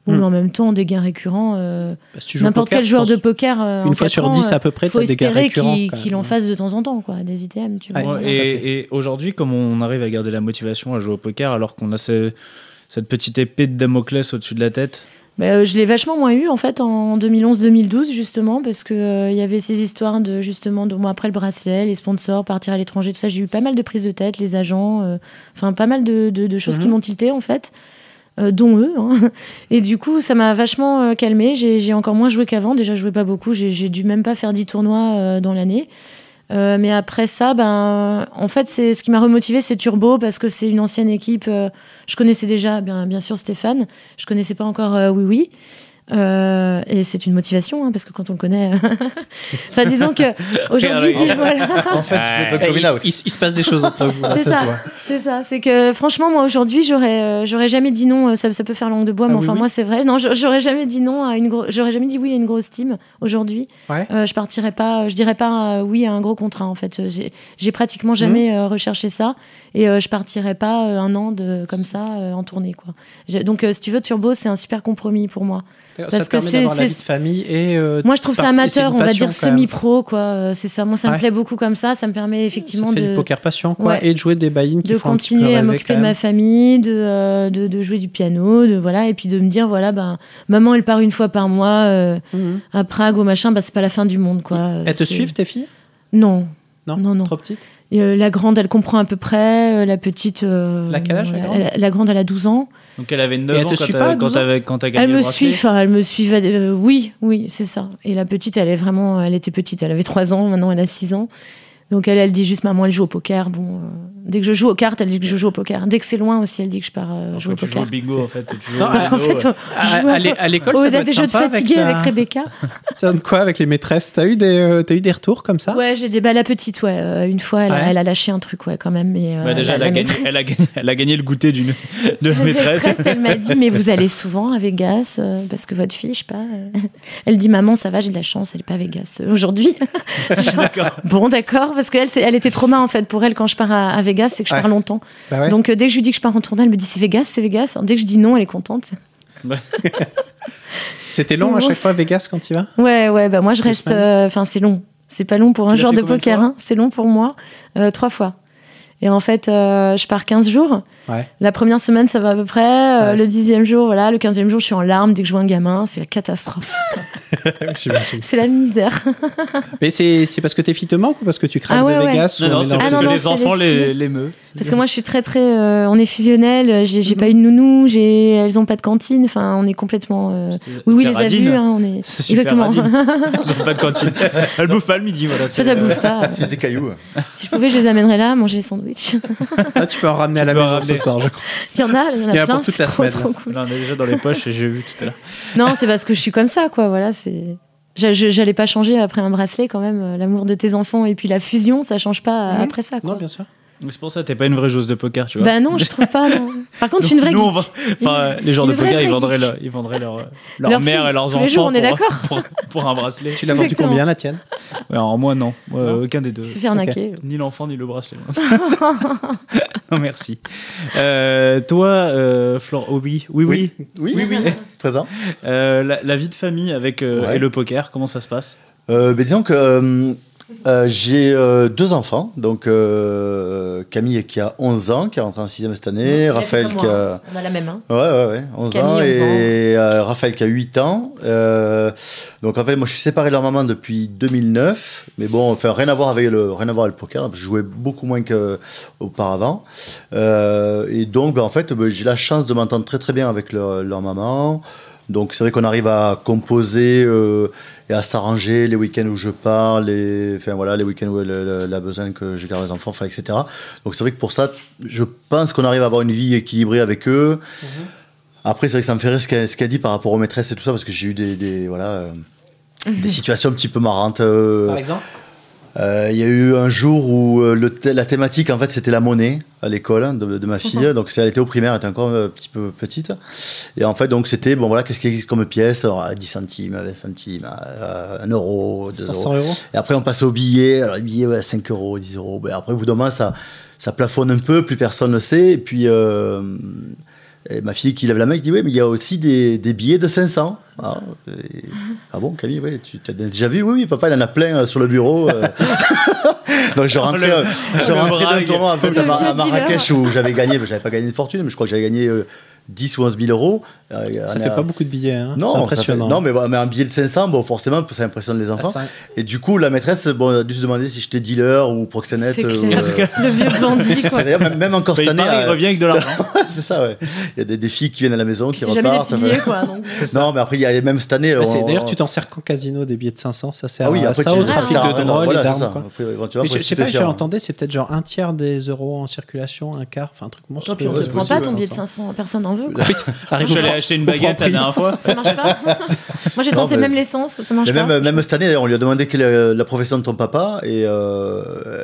[SPEAKER 5] Bon,
[SPEAKER 4] Mhm.
[SPEAKER 5] mais en même temps des gains récurrents. euh,
[SPEAKER 4] Parce que tu joues au
[SPEAKER 5] N'importe
[SPEAKER 4] poker,
[SPEAKER 5] quel
[SPEAKER 4] je
[SPEAKER 5] joueur de
[SPEAKER 4] pense,
[SPEAKER 5] poker euh, en
[SPEAKER 4] Une fois
[SPEAKER 5] quatre
[SPEAKER 4] sur
[SPEAKER 5] ans,
[SPEAKER 4] 10
[SPEAKER 5] euh,
[SPEAKER 4] à peu près,
[SPEAKER 5] faut
[SPEAKER 4] t'as des gars
[SPEAKER 5] espérer
[SPEAKER 4] récurrents.
[SPEAKER 5] qu'il
[SPEAKER 4] quand
[SPEAKER 5] qu'il
[SPEAKER 4] même.
[SPEAKER 5] en fasse de temps en temps quoi des ITM tu vois.
[SPEAKER 4] Ouais.
[SPEAKER 3] Ouais,
[SPEAKER 4] tout à
[SPEAKER 3] et et aujourd'hui, comment on arrive à garder la motivation à jouer au poker alors qu'on a ce- cette petite épée de Damoclès au-dessus de la tête
[SPEAKER 5] Bah, euh, je l'ai vachement moins eu en fait en 2011-2012 justement parce que euh, il y avait ces histoires de justement de bon, après le bracelet, les sponsors, partir à l'étranger, tout ça. J'ai eu pas mal de prises de tête, les agents, euh, enfin pas mal de, de- de choses qui
[SPEAKER 4] Mhm.
[SPEAKER 5] m'ont tilté en fait, euh, dont eux. hein. [LAUGHS] Et du coup ça m'a vachement euh, calmée. J'ai j'ai encore moins joué qu'avant. Déjà je jouais pas beaucoup. J'ai j'ai dû même pas faire 10 tournois euh, dans l'année. Euh, mais après ça, ben, en fait, c'est ce qui m'a remotivé, c'est Turbo parce que c'est une ancienne équipe. euh, je connaissais déjà, bien, bien sûr, Stéphane. Je connaissais pas encore euh, Oui Oui. Euh, et c'est une motivation hein, parce que quand on le connaît, [LAUGHS] enfin disons que aujourd'hui,
[SPEAKER 3] Regarde,
[SPEAKER 5] dis- voilà.
[SPEAKER 6] En fait, tu fais ton
[SPEAKER 4] Eh,
[SPEAKER 6] coming
[SPEAKER 4] il,
[SPEAKER 6] out.
[SPEAKER 4] il s- il se passe des choses entre vous. là,
[SPEAKER 5] C'est
[SPEAKER 4] Ah, ça se
[SPEAKER 5] ça.
[SPEAKER 4] voit.
[SPEAKER 5] C'est ça, c'est que franchement, moi aujourd'hui, j'aurais, euh, j'aurais jamais dit non. euh, Ça, ça peut faire langue de bois,
[SPEAKER 4] Ah
[SPEAKER 5] mais
[SPEAKER 4] oui,
[SPEAKER 5] enfin,
[SPEAKER 4] oui.
[SPEAKER 5] moi, c'est vrai. Non, j'a- j'aurais jamais dit non à une. gro- J'aurais jamais dit oui à une grosse team aujourd'hui.
[SPEAKER 4] Ouais.
[SPEAKER 5] Euh, je partirais pas. Je dirais pas euh, oui à un gros contrat. En fait, Euh, j'ai, j'ai pratiquement
[SPEAKER 4] Mhm.
[SPEAKER 5] jamais euh, recherché ça, et euh, je partirais pas euh, un an de comme ça euh, en tournée, quoi. J'ai- donc, euh, si tu veux, Turbo, c'est un super compromis pour moi.
[SPEAKER 4] ça
[SPEAKER 5] Parce
[SPEAKER 4] te
[SPEAKER 5] que
[SPEAKER 4] permet
[SPEAKER 5] c'est-
[SPEAKER 4] d'avoir la
[SPEAKER 5] c'est-
[SPEAKER 4] vie de famille et euh,
[SPEAKER 5] Moi, je trouve ça
[SPEAKER 4] parti- et c'est une
[SPEAKER 5] amateur, on va
[SPEAKER 4] passion,
[SPEAKER 5] dire
[SPEAKER 4] quand même.
[SPEAKER 5] semi-pro, quoi. Euh, c'est ça. Moi, ça me
[SPEAKER 4] Ouais.
[SPEAKER 5] plaît beaucoup comme ça. Ça me permet effectivement
[SPEAKER 4] ça fait
[SPEAKER 5] de
[SPEAKER 4] du poker patient quoi
[SPEAKER 5] Ouais.
[SPEAKER 4] et de jouer des buy-in qui
[SPEAKER 5] de
[SPEAKER 4] font un petit peu
[SPEAKER 5] continuer à
[SPEAKER 4] rêver,
[SPEAKER 5] m'occuper
[SPEAKER 4] quand
[SPEAKER 5] de ma
[SPEAKER 4] même.
[SPEAKER 5] famille, de, euh, de, de jouer du piano, de voilà, et puis de me dire voilà, ben maman elle part une fois par mois euh,
[SPEAKER 4] Mhm.
[SPEAKER 5] à Prague au machin, bah c'est pas la fin du monde quoi. Euh,
[SPEAKER 4] Elles te
[SPEAKER 5] c'est-
[SPEAKER 4] suivent tes filles
[SPEAKER 5] Non.
[SPEAKER 4] Non,
[SPEAKER 5] Non, non.
[SPEAKER 4] trop petites.
[SPEAKER 5] Et, euh, la grande elle comprend à peu près, euh, la petite. euh,
[SPEAKER 4] Laquelle âge, la
[SPEAKER 5] voilà,
[SPEAKER 4] grande
[SPEAKER 5] la, la grande elle a 12 ans.
[SPEAKER 3] Donc elle avait
[SPEAKER 4] Et
[SPEAKER 3] 9
[SPEAKER 4] elle
[SPEAKER 3] ans
[SPEAKER 4] te
[SPEAKER 3] quand
[SPEAKER 4] suit
[SPEAKER 3] t'as-
[SPEAKER 4] pas à
[SPEAKER 3] quand
[SPEAKER 4] 12 ans
[SPEAKER 3] t'avait- quand t'as gagné
[SPEAKER 5] Elle
[SPEAKER 3] le
[SPEAKER 5] me
[SPEAKER 3] bracelet
[SPEAKER 5] suit, enfin, elle me suit. euh, oui, oui, c'est ça. Et la petite elle est vraiment, elle était petite, elle avait 3 ans, maintenant elle a 6 ans. Donc elle, elle dit juste maman elle joue au poker. Bon, euh, dès que je joue aux cartes, elle dit que je joue au poker. Dès que c'est loin aussi, elle dit que je pars euh,
[SPEAKER 3] Enfin,
[SPEAKER 5] jouer au
[SPEAKER 3] tu joues
[SPEAKER 5] poker.
[SPEAKER 3] au bingo en fait. Tu joues
[SPEAKER 4] Non,
[SPEAKER 3] au
[SPEAKER 4] en
[SPEAKER 5] Donc, en
[SPEAKER 3] bingo,
[SPEAKER 5] fait,
[SPEAKER 3] ouais.
[SPEAKER 4] À,
[SPEAKER 5] Je vois
[SPEAKER 4] à l'é- à l'école,
[SPEAKER 5] Au
[SPEAKER 4] ça
[SPEAKER 5] delà
[SPEAKER 4] doit
[SPEAKER 5] des
[SPEAKER 4] être
[SPEAKER 5] jeux de
[SPEAKER 4] sympa
[SPEAKER 5] fatigué
[SPEAKER 4] la-
[SPEAKER 5] avec, Rebecca.
[SPEAKER 4] Ça donne quoi avec les maîtresses T'as eu des, euh, t'as eu des retours comme ça
[SPEAKER 5] Ouais, j'ai des bah, la petite, ouais. euh, une fois, elle, a-
[SPEAKER 4] Ouais.
[SPEAKER 5] elle a lâché un truc, ouais, quand même. Mais, euh,
[SPEAKER 3] Bah, déjà,
[SPEAKER 5] la-
[SPEAKER 3] elle
[SPEAKER 5] la
[SPEAKER 3] a, gagné,
[SPEAKER 5] maîtresse-
[SPEAKER 3] elle, a gagné, elle a gagné le goûter d'une de la
[SPEAKER 5] la
[SPEAKER 3] maîtresse.
[SPEAKER 5] maîtresse, elle m'a dit, mais vous allez souvent à Vegas euh, parce que votre fille, je sais pas. euh, Elle dit, maman, ça va, j'ai de la chance, elle est pas à Vegas euh, aujourd'hui. [LAUGHS]
[SPEAKER 3] D'accord.
[SPEAKER 5] bon, d'accord, parce qu'elle, c'est- elle était trauma en fait pour elle quand je pars à, à Vegas, c'est que je
[SPEAKER 4] Ouais.
[SPEAKER 5] pars longtemps.
[SPEAKER 4] Bah ouais.
[SPEAKER 5] Donc euh, dès que je lui dis que je pars en tournée, elle me dit c'est Vegas, c'est Vegas. Dès que je dis non, elle est contente.
[SPEAKER 4] C'était long à
[SPEAKER 5] Bon,
[SPEAKER 4] chaque
[SPEAKER 5] c'est-
[SPEAKER 4] fois Vegas quand il va
[SPEAKER 5] Ouais, ouais, bah moi je
[SPEAKER 4] Deux
[SPEAKER 5] reste.
[SPEAKER 4] semaines.
[SPEAKER 5] euh, Enfin, c'est long. C'est pas long pour
[SPEAKER 3] Tu
[SPEAKER 5] un
[SPEAKER 3] l'as
[SPEAKER 5] joueur
[SPEAKER 3] fait
[SPEAKER 5] de
[SPEAKER 3] combien de
[SPEAKER 5] poker,
[SPEAKER 3] fois
[SPEAKER 5] hein. c'est long pour moi. Euh, trois fois. Et en fait, euh, je pars 15 jours.
[SPEAKER 4] Ouais.
[SPEAKER 5] La première semaine, ça va à peu près. euh,
[SPEAKER 4] Ouais.
[SPEAKER 5] Le dixième jour, voilà. Le quinzième jour, je suis en larmes dès que je vois un gamin. C'est la catastrophe.
[SPEAKER 4] J'imagine.
[SPEAKER 5] C'est la misère.
[SPEAKER 4] Mais c'est c'est parce que tes filles te manquent ou parce que tu craques
[SPEAKER 5] Ah ouais,
[SPEAKER 4] de
[SPEAKER 5] ouais.
[SPEAKER 4] Vegas ou
[SPEAKER 3] Non, non,
[SPEAKER 4] un
[SPEAKER 3] c'est
[SPEAKER 4] mélange
[SPEAKER 3] parce
[SPEAKER 5] Ah non,
[SPEAKER 3] que
[SPEAKER 5] non,
[SPEAKER 3] les
[SPEAKER 5] c'est
[SPEAKER 3] enfants
[SPEAKER 5] les filles.
[SPEAKER 3] les, les meuvent.
[SPEAKER 5] Parce que moi, je suis très, très. euh, on est fusionnel. euh, J'ai j'ai pas eu de nounou. j'ai- Elles ont pas de cantine. Enfin, on est complètement. euh, Oui, oui, les a
[SPEAKER 3] Radine.
[SPEAKER 5] vus. hein, on est...
[SPEAKER 3] C'est super
[SPEAKER 5] Exactement.
[SPEAKER 3] radine.
[SPEAKER 5] [LAUGHS] ça,
[SPEAKER 3] J'aime pas de
[SPEAKER 4] [LAUGHS]
[SPEAKER 3] cantine. Elle bouffe pas le midi, voilà. c'est-
[SPEAKER 5] ça bouffe pas.
[SPEAKER 6] C'est des cailloux.
[SPEAKER 5] si je pouvais, je les amènerais là, manger des sandwichs.
[SPEAKER 4] Ah, tu peux en ramener à la
[SPEAKER 3] peux en
[SPEAKER 4] maison ce
[SPEAKER 3] ramener.
[SPEAKER 4] soir, je crois.
[SPEAKER 5] [LAUGHS] Il y en a, il y en a,
[SPEAKER 4] Il y en a pour
[SPEAKER 5] plein.
[SPEAKER 4] toute
[SPEAKER 5] C'est
[SPEAKER 4] la
[SPEAKER 5] trop,
[SPEAKER 4] semaine,
[SPEAKER 5] trop
[SPEAKER 4] là.
[SPEAKER 5] cool.
[SPEAKER 3] Là, on est déjà dans les poches, et j'ai vu tout à l'heure.
[SPEAKER 5] Non, c'est parce que je suis comme ça, quoi. Voilà, c'est. j'a- je- J'allais pas changer après un bracelet, quand même. euh, L'amour de tes enfants et puis la fusion, ça change pas euh,
[SPEAKER 4] Mhm.
[SPEAKER 5] après ça, quoi.
[SPEAKER 4] Non, bien sûr.
[SPEAKER 3] Donc, C'est pour ça, t'es pas une vraie joueuse de poker, tu vois.
[SPEAKER 5] bah non, je trouve pas. non. Par contre, je suis une vraie
[SPEAKER 3] Nous, on
[SPEAKER 5] geek. Mmh.
[SPEAKER 3] va- Enfin, euh, les joueurs
[SPEAKER 5] Une
[SPEAKER 3] de
[SPEAKER 5] vraie,
[SPEAKER 3] poker,
[SPEAKER 5] vraie
[SPEAKER 3] ils vendraient,
[SPEAKER 5] geek.
[SPEAKER 3] leur, ils vendraient leur, euh, leur
[SPEAKER 5] Leurs
[SPEAKER 3] mère
[SPEAKER 5] filles,
[SPEAKER 3] et leurs
[SPEAKER 5] tous
[SPEAKER 3] enfants
[SPEAKER 5] les jours, on est
[SPEAKER 3] pour,
[SPEAKER 5] d'accord.
[SPEAKER 3] pour, pour un bracelet.
[SPEAKER 4] Tu l'as vendu
[SPEAKER 5] Exactement.
[SPEAKER 4] combien la tienne
[SPEAKER 3] Alors moi, non. Moi,
[SPEAKER 4] Non.
[SPEAKER 3] Aucun des deux.
[SPEAKER 5] Se faire
[SPEAKER 4] Ok.
[SPEAKER 5] naquer.
[SPEAKER 3] Ni l'enfant, ni le bracelet. [LAUGHS] moi. non, merci. Euh, toi, euh, Flor... oh oui, oui, oui.
[SPEAKER 6] Oui, oui, Présent.
[SPEAKER 3] Euh, la, la vie de famille avec euh,
[SPEAKER 6] Ouais.
[SPEAKER 3] et le poker, comment ça se passe
[SPEAKER 6] Euh, ben disons que euh, euh, j'ai euh, deux enfants, donc euh, Camille qui a 11 ans, qui est rentrée en 6 cette année, Raphaël qui a...
[SPEAKER 5] On a la même, hein.
[SPEAKER 6] Ouais, ouais, ouais, 11
[SPEAKER 5] Camille,
[SPEAKER 6] ans
[SPEAKER 5] 11
[SPEAKER 6] et euh, Raphaël qui a 8 ans. Euh, donc en fait, moi je suis séparé de leur maman depuis 2009, mais bon, enfin rien à voir avec le, rien à voir avec le poker, je jouais beaucoup moins qu'auparavant. Euh, et donc ben, en fait, ben, j'ai la chance de m'entendre très très bien avec leur, leur maman. Donc c'est vrai qu'on arrive à composer euh, et à s'arranger les week-ends où je pars, les, enfin, voilà, les week-ends où elle, elle a besoin que je garde les enfants, enfin, etc. Donc c'est vrai que pour ça, je pense qu'on arrive à avoir une vie équilibrée avec eux. Après, c'est vrai que ça me fait rire ce qu'elle ce qu'elle dit par rapport aux maîtresses et tout ça, parce que j'ai eu des, des- voilà, euh, des situations un petit peu marrantes. euh,
[SPEAKER 4] Par exemple
[SPEAKER 6] euh, Il y a eu un jour où euh, le thé- la thématique, en fait, c'était la monnaie à l'école hein, de, de ma fille. donc, c'est- elle était au primaire, elle était encore euh, un petit peu petite. Et en fait, donc, c'était, bon, voilà, qu'est-ce qui existe comme pièce Alors, à 10 centimes, à 20 centimes, à, 1 euro, 2 euros.
[SPEAKER 4] 500 euros
[SPEAKER 6] Et après, on passe aux billets. Alors, les billets, ouais, 5 euros, 10 euros. Ben, après, au bout d'un moment, ça, ça plafonne un peu, plus personne ne sait. Et puis, euh, et ma fille qui lève la main, qui dit Oui, mais il y a aussi des, des billets de 500. Ah, et- ah bon, Camille, ouais, tu as déjà vu Oui, oui, papa, il en a plein euh, sur le
[SPEAKER 4] [LAUGHS]
[SPEAKER 6] bureau. euh. Donc, je rentrais, euh,
[SPEAKER 3] Le-
[SPEAKER 6] je
[SPEAKER 3] le
[SPEAKER 6] rentrais d'un
[SPEAKER 3] brague.
[SPEAKER 6] tournoi un peu
[SPEAKER 5] Le
[SPEAKER 6] à, Mar-
[SPEAKER 5] vieux
[SPEAKER 6] à Marrakech où j'avais gagné, mais j'avais pas gagné de fortune, mais je crois que j'avais gagné euh, 10 ou 11 000 euros. Euh,
[SPEAKER 4] Ça
[SPEAKER 6] on
[SPEAKER 4] fait
[SPEAKER 6] a-
[SPEAKER 4] pas beaucoup de billets, hein.
[SPEAKER 6] non,
[SPEAKER 4] c'est
[SPEAKER 6] ça
[SPEAKER 4] impressionnant. Ah,
[SPEAKER 6] fait- non mais, voilà, mais un billet de 500, bon, forcément, ça impressionne les enfants. Et du coup, la maîtresse bon, elle a dû se demander si j'étais dealer ou proxénète.
[SPEAKER 5] C'est
[SPEAKER 6] euh,
[SPEAKER 5] clair.
[SPEAKER 6] ou, euh,
[SPEAKER 5] Le vieux bandit, quoi.
[SPEAKER 6] D'ailleurs, même, même encore
[SPEAKER 3] Bah,
[SPEAKER 6] cette
[SPEAKER 3] il,
[SPEAKER 6] année,
[SPEAKER 3] paraît, il
[SPEAKER 6] euh,
[SPEAKER 3] revient avec de
[SPEAKER 6] [LAUGHS]
[SPEAKER 3] l'argent.
[SPEAKER 6] c'est ça, ouais. Il y a des, des filles qui viennent à la maison,
[SPEAKER 5] Puis
[SPEAKER 6] qui
[SPEAKER 5] c'est jamais des
[SPEAKER 6] repartent.
[SPEAKER 5] petits
[SPEAKER 6] ça fait-
[SPEAKER 5] billets, quoi. donc.
[SPEAKER 6] Non, mais après, il y a même cette année.
[SPEAKER 4] Mais
[SPEAKER 6] on-
[SPEAKER 4] Bah, c'est- D'ailleurs,
[SPEAKER 6] on-
[SPEAKER 4] tu t'en sers qu'en casino des billets de 500, ça sert
[SPEAKER 6] Ah oui,
[SPEAKER 4] à
[SPEAKER 6] après,
[SPEAKER 4] ça,
[SPEAKER 6] tu
[SPEAKER 4] au
[SPEAKER 5] Ah,
[SPEAKER 4] trafic
[SPEAKER 5] ça,
[SPEAKER 6] sert à
[SPEAKER 4] de
[SPEAKER 6] rien.
[SPEAKER 4] drôle et
[SPEAKER 6] Voilà, c'est
[SPEAKER 4] d'armes.
[SPEAKER 6] ça.
[SPEAKER 4] quoi.
[SPEAKER 6] Après, éventuellement,
[SPEAKER 4] Mais
[SPEAKER 6] après,
[SPEAKER 4] je, je
[SPEAKER 6] c'est
[SPEAKER 4] sais pas, j'ai
[SPEAKER 6] différent.
[SPEAKER 4] entendu, c'est peut-être genre un tiers des euros en circulation, un quart, enfin un truc
[SPEAKER 5] Oh,
[SPEAKER 4] monstrueux.
[SPEAKER 5] puis on te
[SPEAKER 6] c'est
[SPEAKER 5] prend pas
[SPEAKER 6] possible,
[SPEAKER 5] ton billet de 500, personne
[SPEAKER 4] [LAUGHS]
[SPEAKER 5] n'en veut. Quoi.
[SPEAKER 3] Je
[SPEAKER 4] Arrive
[SPEAKER 3] suis
[SPEAKER 4] au
[SPEAKER 3] allé
[SPEAKER 4] Fran-
[SPEAKER 3] acheter une
[SPEAKER 4] au
[SPEAKER 3] baguette la
[SPEAKER 4] Franprix.
[SPEAKER 3] dernière fois.
[SPEAKER 5] Ça marche pas. Moi j'ai
[SPEAKER 6] Non,
[SPEAKER 5] tenté
[SPEAKER 6] mais
[SPEAKER 5] même
[SPEAKER 6] c'est-
[SPEAKER 5] l'essence, ça marche
[SPEAKER 6] Mais
[SPEAKER 5] pas.
[SPEAKER 6] même, même cette année, d'ailleurs, on lui a demandé quelle est la profession de ton papa et euh,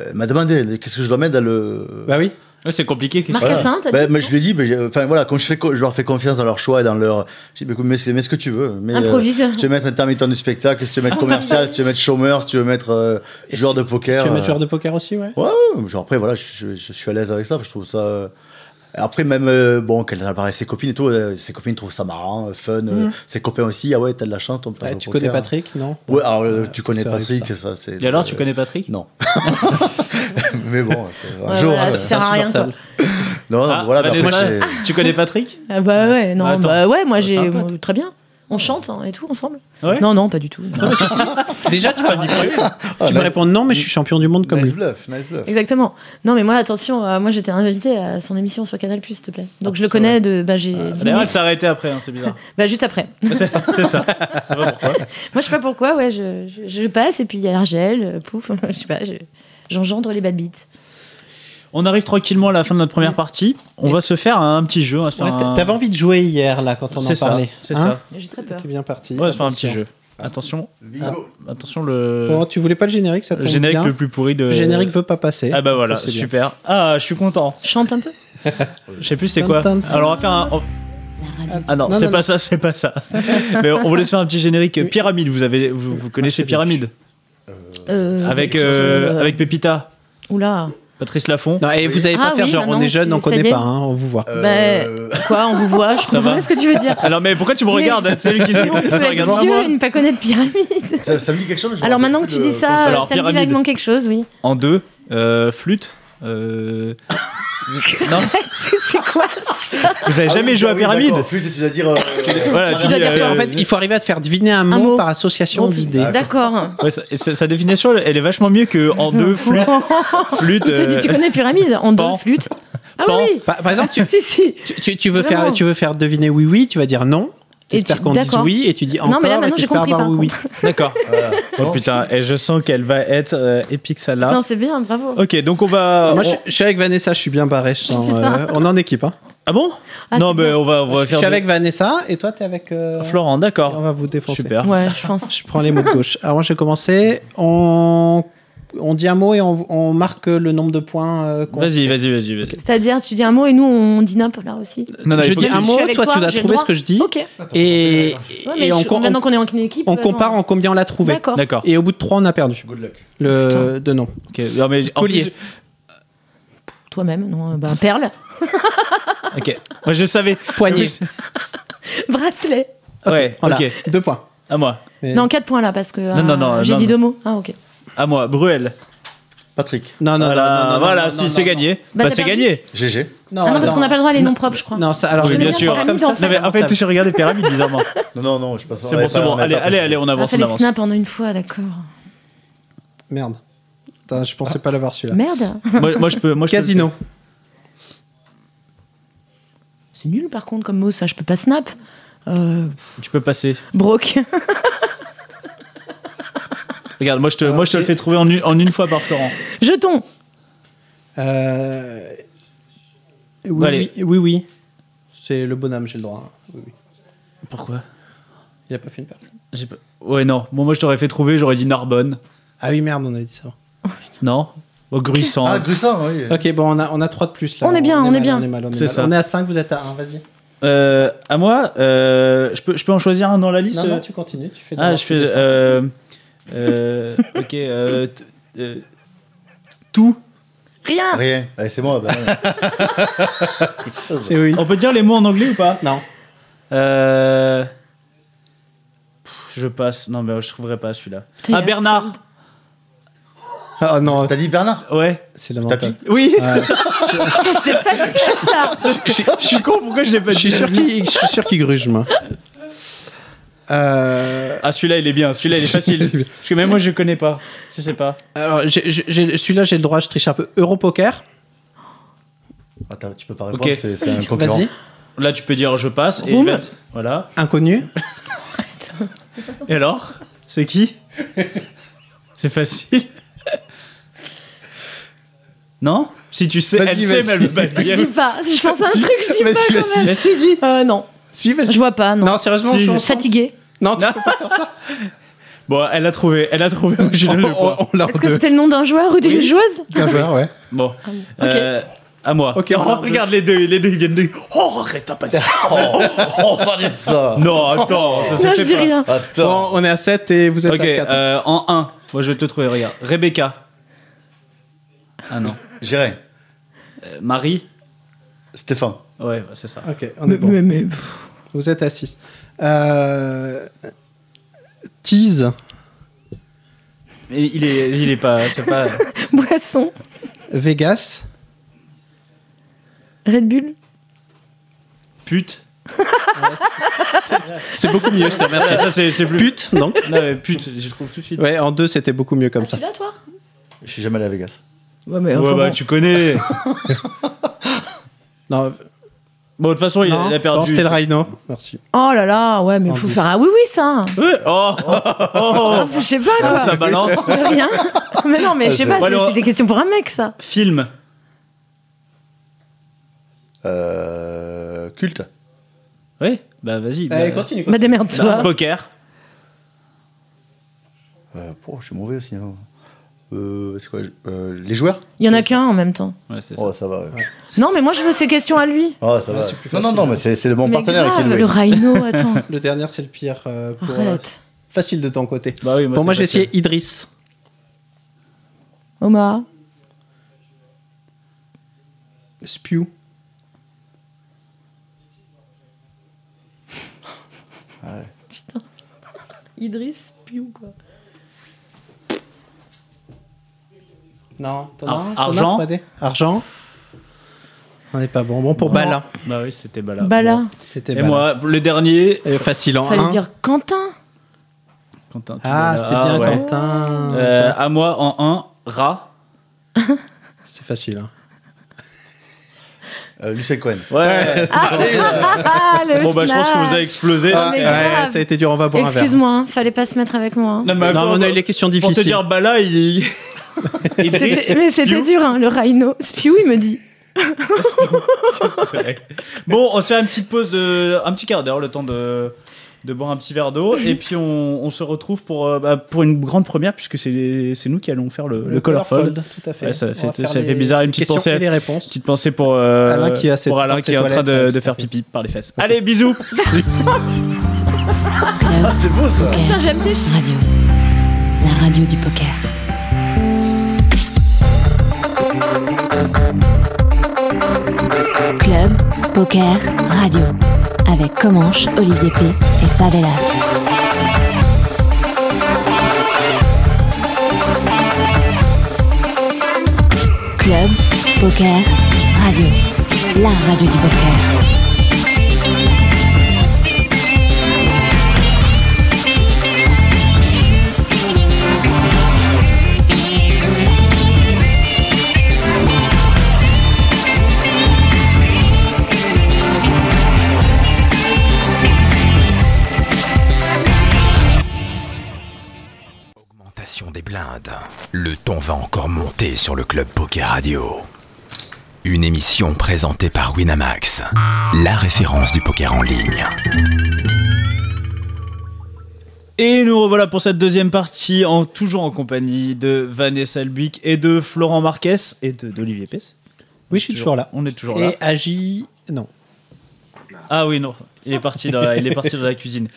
[SPEAKER 6] elle m'a demandé qu'est-ce que je dois mettre dans le.
[SPEAKER 4] Bah oui,
[SPEAKER 3] Ouais, c'est compliqué. qu'est-ce
[SPEAKER 5] Marc
[SPEAKER 3] que-
[SPEAKER 6] Voilà.
[SPEAKER 5] Cassin, t'as
[SPEAKER 6] Ben,
[SPEAKER 5] dit
[SPEAKER 6] moi, je lui ai dit, ben, j'ai- enfin voilà, quand je, fais, co- je leur fais confiance dans leur choix et dans leur. Je dis, ben, écoute, mets, mets ce que tu veux. Mais,
[SPEAKER 5] Improvise.
[SPEAKER 6] Si euh, tu veux mettre intermittent du spectacle, si tu veux mettre commercial, si tu veux mettre chômeur, si tu veux mettre euh,
[SPEAKER 4] Et
[SPEAKER 6] joueur
[SPEAKER 4] si-
[SPEAKER 6] de
[SPEAKER 4] si
[SPEAKER 6] poker.
[SPEAKER 4] tu veux mettre
[SPEAKER 6] euh,
[SPEAKER 4] joueur de poker aussi, ouais.
[SPEAKER 6] ouais, genre après, voilà, je, je- je suis à l'aise avec ça, je trouve ça. euh, Après, même, euh, bon, qu'elle en a parlé à ses copines et tout, euh, ses copines trouvent ça marrant, euh, fun, euh,
[SPEAKER 4] Mhm.
[SPEAKER 6] ses copains aussi, ah ouais, t'as de la chance, ton père
[SPEAKER 4] Ouais,
[SPEAKER 6] joue au
[SPEAKER 4] tu
[SPEAKER 6] poker.
[SPEAKER 4] connais Patrick, non
[SPEAKER 6] Ouais, alors, euh, tu connais
[SPEAKER 4] c'est horrible,
[SPEAKER 6] Patrick,
[SPEAKER 4] ça.
[SPEAKER 6] ça, c'est.
[SPEAKER 3] Et alors, tu connais Patrick
[SPEAKER 6] Euh, Non. Mais bon, c'est un
[SPEAKER 5] Ouais,
[SPEAKER 6] jour.
[SPEAKER 5] voilà,
[SPEAKER 6] hein,
[SPEAKER 5] ça
[SPEAKER 6] c'est-
[SPEAKER 5] sert à rien, quoi.
[SPEAKER 4] insupportable.
[SPEAKER 6] Non, non,
[SPEAKER 3] Ah,
[SPEAKER 6] voilà, mais
[SPEAKER 3] Vanessa,
[SPEAKER 6] après, c'est-
[SPEAKER 3] Tu connais Patrick
[SPEAKER 5] Ah bah ouais, non,
[SPEAKER 3] Attends. Oh,
[SPEAKER 5] bah ouais, moi
[SPEAKER 3] C'est
[SPEAKER 5] j'ai.
[SPEAKER 3] un pote. Ah
[SPEAKER 5] moi, Très bien. On chante hein, et tout ensemble
[SPEAKER 3] Ouais.
[SPEAKER 5] Non, non, pas du tout.
[SPEAKER 4] Déjà, tu
[SPEAKER 3] Pas d'y croire.
[SPEAKER 6] Ah,
[SPEAKER 4] Tu me
[SPEAKER 6] nice-
[SPEAKER 4] réponds non, mais je suis champion du monde comme
[SPEAKER 6] Nice
[SPEAKER 4] lui.
[SPEAKER 6] bluff, nice bluff.
[SPEAKER 5] Exactement. Non, mais moi, attention, euh, moi j'étais invitée à son émission sur Canal, s'il te plaît. Donc
[SPEAKER 6] Ah,
[SPEAKER 5] je le
[SPEAKER 6] c'est
[SPEAKER 5] connais de. Bah, j'ai. dix
[SPEAKER 3] D'ailleurs, elle
[SPEAKER 5] minutes.
[SPEAKER 3] s'est arrêtée après, hein, c'est
[SPEAKER 6] [LAUGHS]
[SPEAKER 3] bizarre.
[SPEAKER 5] Bah, juste après.
[SPEAKER 3] c'est c'est ça. C'est pas pourquoi.
[SPEAKER 5] Moi, je sais pas pourquoi, ouais, je, je- je passe et puis il y a Argel, euh, pouf, [LAUGHS] je sais pas, je- j'engendre les bad beats.
[SPEAKER 3] On arrive tranquillement à la fin de notre première partie. On
[SPEAKER 4] Et-
[SPEAKER 3] va se faire un petit jeu. on va se faire
[SPEAKER 4] Ouais,
[SPEAKER 3] un-
[SPEAKER 4] t'a- T'avais envie de jouer hier, là, quand on
[SPEAKER 3] C'est
[SPEAKER 4] en
[SPEAKER 3] ça,
[SPEAKER 4] parlait.
[SPEAKER 3] C'est
[SPEAKER 4] Hein
[SPEAKER 3] ça.
[SPEAKER 5] J'ai très peur.
[SPEAKER 4] T'es bien parti.
[SPEAKER 3] On va se faire un petit
[SPEAKER 4] Attention.
[SPEAKER 3] jeu. Attention,
[SPEAKER 6] Bingo.
[SPEAKER 3] attention le
[SPEAKER 4] Bon, tu voulais pas le générique, ça
[SPEAKER 3] le
[SPEAKER 4] tombe
[SPEAKER 3] générique
[SPEAKER 4] bien.
[SPEAKER 3] le plus pourri de.
[SPEAKER 4] Le générique veut pas passer.
[SPEAKER 3] Ah bah voilà,
[SPEAKER 4] C'est bien.
[SPEAKER 3] super. Ah, je suis content.
[SPEAKER 5] Chante un peu.
[SPEAKER 3] Je sais plus c'est quoi.
[SPEAKER 4] Tintin.
[SPEAKER 3] Alors on va faire un. on-
[SPEAKER 2] La radio.
[SPEAKER 3] Ah non,
[SPEAKER 4] Non,
[SPEAKER 3] c'est
[SPEAKER 4] non,
[SPEAKER 3] pas ça, c'est pas
[SPEAKER 4] [LAUGHS]
[SPEAKER 3] ça. Mais on voulait se faire un petit générique
[SPEAKER 4] Oui.
[SPEAKER 3] pyramide. Vous avez, vous, vous connaissez
[SPEAKER 4] Ah, c'est bien.
[SPEAKER 3] pyramide
[SPEAKER 5] Euh,
[SPEAKER 3] avec
[SPEAKER 5] euh,
[SPEAKER 3] euh, avec Pépita,
[SPEAKER 5] Oula.
[SPEAKER 3] Patrice Lafont.
[SPEAKER 4] Non, et vous allez pas
[SPEAKER 5] Ah
[SPEAKER 4] faire
[SPEAKER 5] oui,
[SPEAKER 4] genre
[SPEAKER 5] bah
[SPEAKER 4] on
[SPEAKER 5] non,
[SPEAKER 4] est jeune,
[SPEAKER 5] tu-
[SPEAKER 4] on
[SPEAKER 5] ça y
[SPEAKER 4] connaît
[SPEAKER 5] est.
[SPEAKER 4] pas, hein, on vous voit.
[SPEAKER 6] Euh,
[SPEAKER 5] Quoi, on vous voit, je
[SPEAKER 3] Ça
[SPEAKER 5] comprends
[SPEAKER 3] va
[SPEAKER 5] pas ce que tu
[SPEAKER 3] [LAUGHS]
[SPEAKER 5] veux dire.
[SPEAKER 3] Alors mais pourquoi tu me
[SPEAKER 5] Mais-
[SPEAKER 3] regardes C'est
[SPEAKER 4] [LAUGHS]
[SPEAKER 3] lui qui.
[SPEAKER 5] Mais on peut
[SPEAKER 3] Attends,
[SPEAKER 5] être
[SPEAKER 3] regarde-moi.
[SPEAKER 5] vieux et ne pas
[SPEAKER 3] [LAUGHS]
[SPEAKER 5] connaître Pyramide.
[SPEAKER 6] ça, ça me dit quelque chose. mais je me
[SPEAKER 5] Alors
[SPEAKER 3] Euh,
[SPEAKER 6] rappelle
[SPEAKER 5] maintenant que
[SPEAKER 6] plus
[SPEAKER 5] tu dis
[SPEAKER 6] de-
[SPEAKER 5] ça,
[SPEAKER 3] Alors, [LAUGHS]
[SPEAKER 5] euh, ça me dit
[SPEAKER 3] pyramide.
[SPEAKER 5] vaguement quelque chose, oui.
[SPEAKER 3] En deux, euh, flûte,
[SPEAKER 4] [LAUGHS]
[SPEAKER 3] euh, non,
[SPEAKER 5] C'est c'est quoi
[SPEAKER 3] vous
[SPEAKER 5] ça
[SPEAKER 6] Ah
[SPEAKER 4] Ah
[SPEAKER 3] avez jamais joué à Pyramide
[SPEAKER 6] Flûte, tu dois dire. euh,
[SPEAKER 3] [LAUGHS] Voilà, tu dis,
[SPEAKER 4] C'est-à-dire
[SPEAKER 3] euh,
[SPEAKER 4] qu'en fait, il faut arriver à te faire deviner un mot,
[SPEAKER 5] mot.
[SPEAKER 4] par association
[SPEAKER 5] Bon,
[SPEAKER 4] d'idées.
[SPEAKER 5] D'accord.
[SPEAKER 3] ouais, ça- et sa, sa définition, elle est vachement mieux que en
[SPEAKER 5] [LAUGHS]
[SPEAKER 3] deux flûtes. flûtes euh,
[SPEAKER 5] Il te dit, tu connais Pyramide En
[SPEAKER 3] Pan.
[SPEAKER 5] deux flûtes. Ah
[SPEAKER 3] Pan.
[SPEAKER 5] oui,
[SPEAKER 4] Par, par exemple, tu,
[SPEAKER 5] oui. Si, si.
[SPEAKER 4] tu- tu- tu veux faire,
[SPEAKER 5] Vraiment.
[SPEAKER 4] tu veux faire deviner oui, oui, tu vas dire non.
[SPEAKER 5] Et
[SPEAKER 4] J'espère
[SPEAKER 5] tu-
[SPEAKER 4] qu'on dise
[SPEAKER 5] d'accord.
[SPEAKER 4] oui et tu dis encore.
[SPEAKER 5] Non, mais là,
[SPEAKER 4] et
[SPEAKER 5] maintenant, j'ai
[SPEAKER 4] t'espères
[SPEAKER 5] compris,
[SPEAKER 4] avoir
[SPEAKER 5] par
[SPEAKER 4] oui, oui.
[SPEAKER 3] D'accord.
[SPEAKER 6] voilà.
[SPEAKER 3] Oh putain, et je sens qu'elle va être euh, épique
[SPEAKER 5] Non,
[SPEAKER 3] celle-là.
[SPEAKER 5] c'est bien, bravo.
[SPEAKER 3] Ok, donc on va.
[SPEAKER 4] Moi,
[SPEAKER 3] on-
[SPEAKER 4] je, je suis avec Vanessa, je suis bien barré. je
[SPEAKER 5] [LAUGHS]
[SPEAKER 4] sens,
[SPEAKER 5] Putain.
[SPEAKER 4] euh, on est en équipe. Hein.
[SPEAKER 3] Ah bon
[SPEAKER 5] Ah,
[SPEAKER 3] Non,
[SPEAKER 5] c'est
[SPEAKER 3] mais
[SPEAKER 5] bien.
[SPEAKER 3] on va, on va
[SPEAKER 4] Je
[SPEAKER 3] faire.
[SPEAKER 4] suis
[SPEAKER 3] des-
[SPEAKER 4] avec Vanessa et toi, t'es avec euh,
[SPEAKER 3] Florent,
[SPEAKER 4] et On
[SPEAKER 3] d'accord.
[SPEAKER 4] va vous défoncer.
[SPEAKER 3] Super.
[SPEAKER 5] Ouais, je pense.
[SPEAKER 4] Je prends les mots de gauche. Alors, moi, je vais commencer. On, on dit un mot et on, on marque le nombre de points. euh, qu'on-
[SPEAKER 3] Vas-y, vas-y, vas-y. vas-y.
[SPEAKER 5] C'est-à-dire, tu dis un mot et nous, on dit n'importe là aussi.
[SPEAKER 3] Non, non, il
[SPEAKER 4] je
[SPEAKER 3] faut
[SPEAKER 4] dis
[SPEAKER 3] que-
[SPEAKER 4] un
[SPEAKER 5] je
[SPEAKER 4] mot,
[SPEAKER 5] suis avec
[SPEAKER 4] toi,
[SPEAKER 5] toi,
[SPEAKER 4] tu dois
[SPEAKER 5] j'ai le
[SPEAKER 4] trouver
[SPEAKER 5] droit.
[SPEAKER 4] ce que je dis.
[SPEAKER 5] Ok. Ouais,
[SPEAKER 4] Et,
[SPEAKER 5] mais
[SPEAKER 4] et on,
[SPEAKER 5] je-
[SPEAKER 4] on-
[SPEAKER 5] maintenant qu'on est en équipe.
[SPEAKER 4] on
[SPEAKER 5] attends.
[SPEAKER 4] compare en combien on l'a trouvé.
[SPEAKER 5] D'accord.
[SPEAKER 3] D'accord.
[SPEAKER 4] Et au bout de 3, on a perdu
[SPEAKER 6] Good luck.
[SPEAKER 4] le de nom.
[SPEAKER 3] ok. Non, mais en
[SPEAKER 4] Collier.
[SPEAKER 3] plus-
[SPEAKER 5] Toi-même, non, euh, ben, perle.
[SPEAKER 3] ok. Moi, je savais.
[SPEAKER 4] Poignée.
[SPEAKER 3] En
[SPEAKER 5] Bracelet.
[SPEAKER 3] plus- Ouais,
[SPEAKER 4] Voilà,
[SPEAKER 3] ok.
[SPEAKER 4] deux points.
[SPEAKER 3] À moi.
[SPEAKER 4] Mais-
[SPEAKER 5] Non, 4 points là, parce que. euh,
[SPEAKER 3] non, non,
[SPEAKER 5] J'ai
[SPEAKER 3] non,
[SPEAKER 5] dit
[SPEAKER 3] non.
[SPEAKER 5] deux mots. Ah, ok.
[SPEAKER 3] À moi. Bruel.
[SPEAKER 6] Patrick,
[SPEAKER 4] non, non,
[SPEAKER 3] voilà,
[SPEAKER 4] non, non, non,
[SPEAKER 3] voilà,
[SPEAKER 4] non,
[SPEAKER 3] si
[SPEAKER 4] non,
[SPEAKER 3] c'est
[SPEAKER 4] non,
[SPEAKER 3] gagné.
[SPEAKER 5] Bah,
[SPEAKER 3] Bah,
[SPEAKER 5] t'as
[SPEAKER 3] c'est
[SPEAKER 5] perdu.
[SPEAKER 3] gagné.
[SPEAKER 6] GG.
[SPEAKER 4] Non,
[SPEAKER 5] Ah non, parce qu'on n'a pas le droit à les
[SPEAKER 4] non.
[SPEAKER 5] noms propres, je crois.
[SPEAKER 4] Non, ça, alors
[SPEAKER 3] Oui,
[SPEAKER 4] je
[SPEAKER 3] bien
[SPEAKER 4] vais
[SPEAKER 3] sûr.
[SPEAKER 4] dire comme ça,
[SPEAKER 5] Non,
[SPEAKER 4] c'est
[SPEAKER 3] Non, mais en fait,
[SPEAKER 4] rentable.
[SPEAKER 3] j'ai regardé Pyramide bizarrement.
[SPEAKER 6] Non, non, non, je pense.
[SPEAKER 3] C'est bon, c'est bon. Allez, allez, allez, on
[SPEAKER 5] Ah,
[SPEAKER 3] avance, on
[SPEAKER 5] fallait
[SPEAKER 3] avance.
[SPEAKER 5] snap en une fois, d'accord.
[SPEAKER 4] Merde. Putain, je pensais pas l'avoir celui-là.
[SPEAKER 5] Merde.
[SPEAKER 3] Moi, moi, je peux. Moi, je peux-
[SPEAKER 4] Casino.
[SPEAKER 5] C'est nul par contre comme mot, ça. Je peux pas snap. Euh,
[SPEAKER 3] Tu peux passer.
[SPEAKER 5] broc. [LAUGHS]
[SPEAKER 3] Regarde, moi, je te, moi, je te
[SPEAKER 4] ok.
[SPEAKER 3] le fais trouver en, une- en une fois par Florent.
[SPEAKER 5] Jeton.
[SPEAKER 4] Euh, Oui,
[SPEAKER 3] Allez.
[SPEAKER 4] oui, oui, oui. C'est le bonhomme, j'ai le droit. hein. Oui, oui.
[SPEAKER 3] Pourquoi
[SPEAKER 4] Il a pas fait une perte.
[SPEAKER 3] J'ai pas- Ouais, non. Bon, moi, je t'aurais fait trouver, j'aurais dit Narbonne.
[SPEAKER 4] Ah oui, merde, on a dit ça.
[SPEAKER 3] Non Au Gruissant.
[SPEAKER 6] Ah, Grussin, oui.
[SPEAKER 4] Ok, bon, on a, on a 3 de plus là.
[SPEAKER 5] On est bien, on
[SPEAKER 4] mal,
[SPEAKER 5] est bien.
[SPEAKER 4] On est mal, on est,
[SPEAKER 3] C'est
[SPEAKER 4] mal.
[SPEAKER 3] ça.
[SPEAKER 4] On est à 5, vous êtes à 1, vas-y.
[SPEAKER 3] Euh, à moi, euh, je, peux, je peux en choisir un dans la liste euh
[SPEAKER 4] Non, non, tu continues, tu fais
[SPEAKER 3] Ah, je fais. euh, euh, ok. euh, t- euh, tout.
[SPEAKER 5] Rien.
[SPEAKER 6] Rien. Allez, c'est [LAUGHS] bon. bah, ouais.
[SPEAKER 4] C'est oui.
[SPEAKER 3] On peut dire les mots en anglais ou pas
[SPEAKER 4] Non. [LAUGHS]
[SPEAKER 3] Euh, pff, Je passe. Non, mais je trouverai pas celui-là.
[SPEAKER 5] Putain, il
[SPEAKER 3] ah,
[SPEAKER 5] a
[SPEAKER 3] Bernard
[SPEAKER 4] Oh non,
[SPEAKER 6] T'as dit Bernard
[SPEAKER 3] Ouais.
[SPEAKER 4] c'est lamentable.
[SPEAKER 3] Oui,
[SPEAKER 4] Ouais.
[SPEAKER 3] c'est ça.
[SPEAKER 5] Putain, c'était facile ça.
[SPEAKER 3] Je suis- je suis con, pourquoi je l'ai pas
[SPEAKER 4] Je suis
[SPEAKER 3] dit
[SPEAKER 4] sûr qu'il je suis sûr qu'il gruge, moi. Euh,
[SPEAKER 3] Ah, celui-là, il est bien. Celui-là, il [LAUGHS] est facile. Parce que même moi, je connais pas. Je sais pas.
[SPEAKER 4] alors, j'ai- j'ai- j'ai- celui-là, j'ai le droit, je triche un peu. Europoker,
[SPEAKER 6] Attends, Ah, tu peux pas répondre,
[SPEAKER 3] Ok.
[SPEAKER 6] c'est c'est un concurrent.
[SPEAKER 4] vas-y.
[SPEAKER 3] Là, tu peux dire je passe. Et
[SPEAKER 5] Room.
[SPEAKER 3] va- voilà.
[SPEAKER 4] Inconnu.
[SPEAKER 3] Et alors C'est qui C'est facile. Non Si tu sais,
[SPEAKER 4] Vas-y,
[SPEAKER 3] elle sait, mais elle
[SPEAKER 4] vas-y.
[SPEAKER 3] veut pas
[SPEAKER 5] Je
[SPEAKER 3] dire.
[SPEAKER 5] dis pas. Si je pense à un
[SPEAKER 4] Vas-y,
[SPEAKER 5] truc, je dis
[SPEAKER 4] vas-y,
[SPEAKER 5] pas quand
[SPEAKER 4] vas-y.
[SPEAKER 5] même.
[SPEAKER 3] Vas-y, dis.
[SPEAKER 5] Euh, non.
[SPEAKER 4] Si, vas-y.
[SPEAKER 5] Je vois pas, non.
[SPEAKER 4] Non, sérieusement,
[SPEAKER 3] Si.
[SPEAKER 4] je suis ensemble.
[SPEAKER 5] Fatigué.
[SPEAKER 4] Non, tu peux pas faire ça.
[SPEAKER 3] [LAUGHS] Bon, elle a trouvé. Elle a trouvé. Moi, je lui donne le point.
[SPEAKER 4] on l'a
[SPEAKER 5] Est-ce que c'était le nom d'un joueur ou d'une
[SPEAKER 3] Oui.
[SPEAKER 5] joueuse
[SPEAKER 4] Bien joué, ouais.
[SPEAKER 3] Bon.
[SPEAKER 5] Ok.
[SPEAKER 3] euh, à moi.
[SPEAKER 4] Ok, on
[SPEAKER 3] Oh,
[SPEAKER 4] en deux.
[SPEAKER 3] regarde les deux. Les deux, ils viennent de. Oh, arrête, t'as pas dit.
[SPEAKER 6] Oh,
[SPEAKER 3] [LAUGHS]
[SPEAKER 6] fallait ça.
[SPEAKER 3] non, attends. Ça se
[SPEAKER 5] Non,
[SPEAKER 3] fait
[SPEAKER 5] je dis
[SPEAKER 3] pas.
[SPEAKER 5] rien.
[SPEAKER 6] Attends.
[SPEAKER 4] Bon, on est à 7 et vous êtes
[SPEAKER 3] Ok,
[SPEAKER 4] à 4.
[SPEAKER 3] euh, en 1. Moi, je vais te le trouver. Regarde. Rebecca. Ah non.
[SPEAKER 6] J'irai.
[SPEAKER 3] Euh, Marie.
[SPEAKER 6] Stéphane.
[SPEAKER 3] Ouais, bah, c'est ça.
[SPEAKER 4] Ok, on est
[SPEAKER 5] Mais,
[SPEAKER 4] bon.
[SPEAKER 5] mais, mais-
[SPEAKER 4] Vous êtes à 6. Euh... Tease.
[SPEAKER 3] Mais il est, il est pas. C'est pas.
[SPEAKER 5] Boisson.
[SPEAKER 4] Vegas.
[SPEAKER 5] Red Bull.
[SPEAKER 3] Pute.
[SPEAKER 4] C'est beaucoup mieux, je te remercie.
[SPEAKER 3] Ça, ça, c'est c'est plus.
[SPEAKER 4] Pute, non
[SPEAKER 3] Non, mais pute, j'y trouve tout de suite.
[SPEAKER 4] Ouais, en 2, c'était beaucoup mieux comme
[SPEAKER 5] Ah,
[SPEAKER 4] ça.
[SPEAKER 5] celui-là, toi
[SPEAKER 6] Je suis jamais allé à Vegas.
[SPEAKER 5] Ouais, mais.
[SPEAKER 3] Ouais,
[SPEAKER 5] enfin,
[SPEAKER 3] bah
[SPEAKER 5] bon.
[SPEAKER 3] tu connais.
[SPEAKER 4] Non,
[SPEAKER 3] Bon, de toute façon, il, a-
[SPEAKER 4] non,
[SPEAKER 3] il a perdu.
[SPEAKER 4] non, c'était le Rhino. Merci.
[SPEAKER 5] Oh là là, ouais, mais
[SPEAKER 4] En
[SPEAKER 5] faut
[SPEAKER 4] dix.
[SPEAKER 5] faire un oui, oui, ça.
[SPEAKER 3] Ouais, Oh, oh, oh,
[SPEAKER 5] Ah, je sais pas, quoi.
[SPEAKER 3] Ça balance.
[SPEAKER 5] [LAUGHS] Rien. Mais non, mais je sais
[SPEAKER 6] c'est-
[SPEAKER 5] pas,
[SPEAKER 3] Bon,
[SPEAKER 5] c'est
[SPEAKER 3] alors-
[SPEAKER 5] c'est des questions pour un mec, ça.
[SPEAKER 3] Film.
[SPEAKER 6] Euh, culte.
[SPEAKER 3] Oui, bah vas-y. bah,
[SPEAKER 4] Allez, continue.
[SPEAKER 5] Bah,
[SPEAKER 4] continue.
[SPEAKER 5] démerde-toi.
[SPEAKER 3] Poker.
[SPEAKER 6] Euh, oh, je suis mauvais aussi. hein. Euh, c'est quoi je- euh, Les joueurs
[SPEAKER 5] Il y en a qu'un en même temps.
[SPEAKER 3] Ouais, c'est
[SPEAKER 6] Oh, ça va. ouais.
[SPEAKER 5] Non, mais moi, je veux ces questions à lui.
[SPEAKER 6] Oh, ça
[SPEAKER 4] Ah,
[SPEAKER 6] va.
[SPEAKER 4] c'est plus
[SPEAKER 6] Non, non,
[SPEAKER 4] facile.
[SPEAKER 3] hein.
[SPEAKER 6] non, mais c'est c'est le bon
[SPEAKER 5] mais
[SPEAKER 6] partenaire qui
[SPEAKER 5] grave,
[SPEAKER 6] est
[SPEAKER 5] le Rhino, attends.
[SPEAKER 4] Le dernier, c'est le pire. euh, pour, euh,
[SPEAKER 5] Arrête.
[SPEAKER 4] facile de ton côté.
[SPEAKER 3] Bah oui, moi,
[SPEAKER 4] Bon, moi,
[SPEAKER 3] c'est
[SPEAKER 4] j'ai
[SPEAKER 3] facile.
[SPEAKER 4] essayé Idriss.
[SPEAKER 5] Omaha.
[SPEAKER 4] Spew.
[SPEAKER 5] Idriss Piou, quoi.
[SPEAKER 4] Non, t'en
[SPEAKER 3] Ar-
[SPEAKER 4] as un, t'en as un,
[SPEAKER 3] argent.
[SPEAKER 4] Amadé Argent On n'est pas bon. Bon pour
[SPEAKER 5] Non.
[SPEAKER 4] Bala.
[SPEAKER 3] Bah oui, c'était Bala.
[SPEAKER 5] Bala.
[SPEAKER 3] Bon.
[SPEAKER 4] C'était
[SPEAKER 3] Et
[SPEAKER 4] Bala.
[SPEAKER 3] moi, le dernier.
[SPEAKER 4] Et facile en
[SPEAKER 5] Fallait
[SPEAKER 4] 1.
[SPEAKER 5] dire [LAUGHS] Quentin.
[SPEAKER 3] Quentin, tu
[SPEAKER 4] Ah,
[SPEAKER 3] l'as-
[SPEAKER 4] c'était bien
[SPEAKER 3] ouais.
[SPEAKER 4] Quentin.
[SPEAKER 3] Euh, à moi en 1, rat.
[SPEAKER 4] C'est facile. hein.
[SPEAKER 6] Euh, Lucien Cohen.
[SPEAKER 3] Ouais.
[SPEAKER 5] Ah, le
[SPEAKER 3] bon, bah, je pense que vous avez explosé.
[SPEAKER 5] Ah, mais
[SPEAKER 4] ouais,
[SPEAKER 5] grave.
[SPEAKER 4] ça a été dur, on va boire un verre.
[SPEAKER 5] Excuse-moi, hein, fallait pas se mettre avec moi. hein.
[SPEAKER 3] mais
[SPEAKER 4] Non, mais
[SPEAKER 3] attends,
[SPEAKER 4] on a eu les questions
[SPEAKER 3] Pour
[SPEAKER 4] difficiles.
[SPEAKER 3] te dire, bah là, il. Idriss,
[SPEAKER 5] C'était- mais c'était
[SPEAKER 3] Spiou.
[SPEAKER 5] dur, hein, le rhino. Spiou, il me dit.
[SPEAKER 3] [LAUGHS] C'est vrai. Bon, on se fait une petite pause de un petit quart d'heure, le temps de, de boire un petit verre d'eau, et puis on, on se retrouve pour, euh, bah, pour une grande première, puisque c'est c'est nous qui allons faire le, le, color fold.
[SPEAKER 4] Tout à fait.
[SPEAKER 3] Ouais, ça
[SPEAKER 4] On
[SPEAKER 3] fait-
[SPEAKER 4] va faire
[SPEAKER 3] ça fait
[SPEAKER 4] les-
[SPEAKER 3] bizarre, une
[SPEAKER 4] les
[SPEAKER 3] petite
[SPEAKER 4] questions
[SPEAKER 3] pensée.
[SPEAKER 4] Et les réponses.
[SPEAKER 3] Petite pensée pour euh,
[SPEAKER 4] Alain qui a ses-
[SPEAKER 3] pour Alain
[SPEAKER 4] dans
[SPEAKER 3] qui
[SPEAKER 4] ses
[SPEAKER 3] est en train de,
[SPEAKER 4] toilettes,
[SPEAKER 3] de faire pipi par les fesses. Allez,
[SPEAKER 4] [LAUGHS]
[SPEAKER 3] bisous.
[SPEAKER 2] Club
[SPEAKER 6] c'est beau ça
[SPEAKER 5] Putain,
[SPEAKER 2] Poker
[SPEAKER 5] j'aime tes ch-
[SPEAKER 2] Radio. La radio du poker. Club Poker Radio. Avec Comanche, Olivier P. et Favelas. Club Poker Radio. La radio du poker.
[SPEAKER 1] Augmentation des blindes. Le ton va encore monter sur le Club Poker Radio. Une émission présentée par Winamax, la référence du poker en ligne.
[SPEAKER 3] Et nous revoilà pour cette deuxième partie, en, toujours en compagnie de Vanessa Albuic et de Florent Marquez et de- d'Olivier Pess.
[SPEAKER 4] Oui, je suis toujours là.
[SPEAKER 3] On est toujours là.
[SPEAKER 4] Et Agi. Non.
[SPEAKER 3] Ah oui, non, il est parti dans la, il est parti dans la cuisine.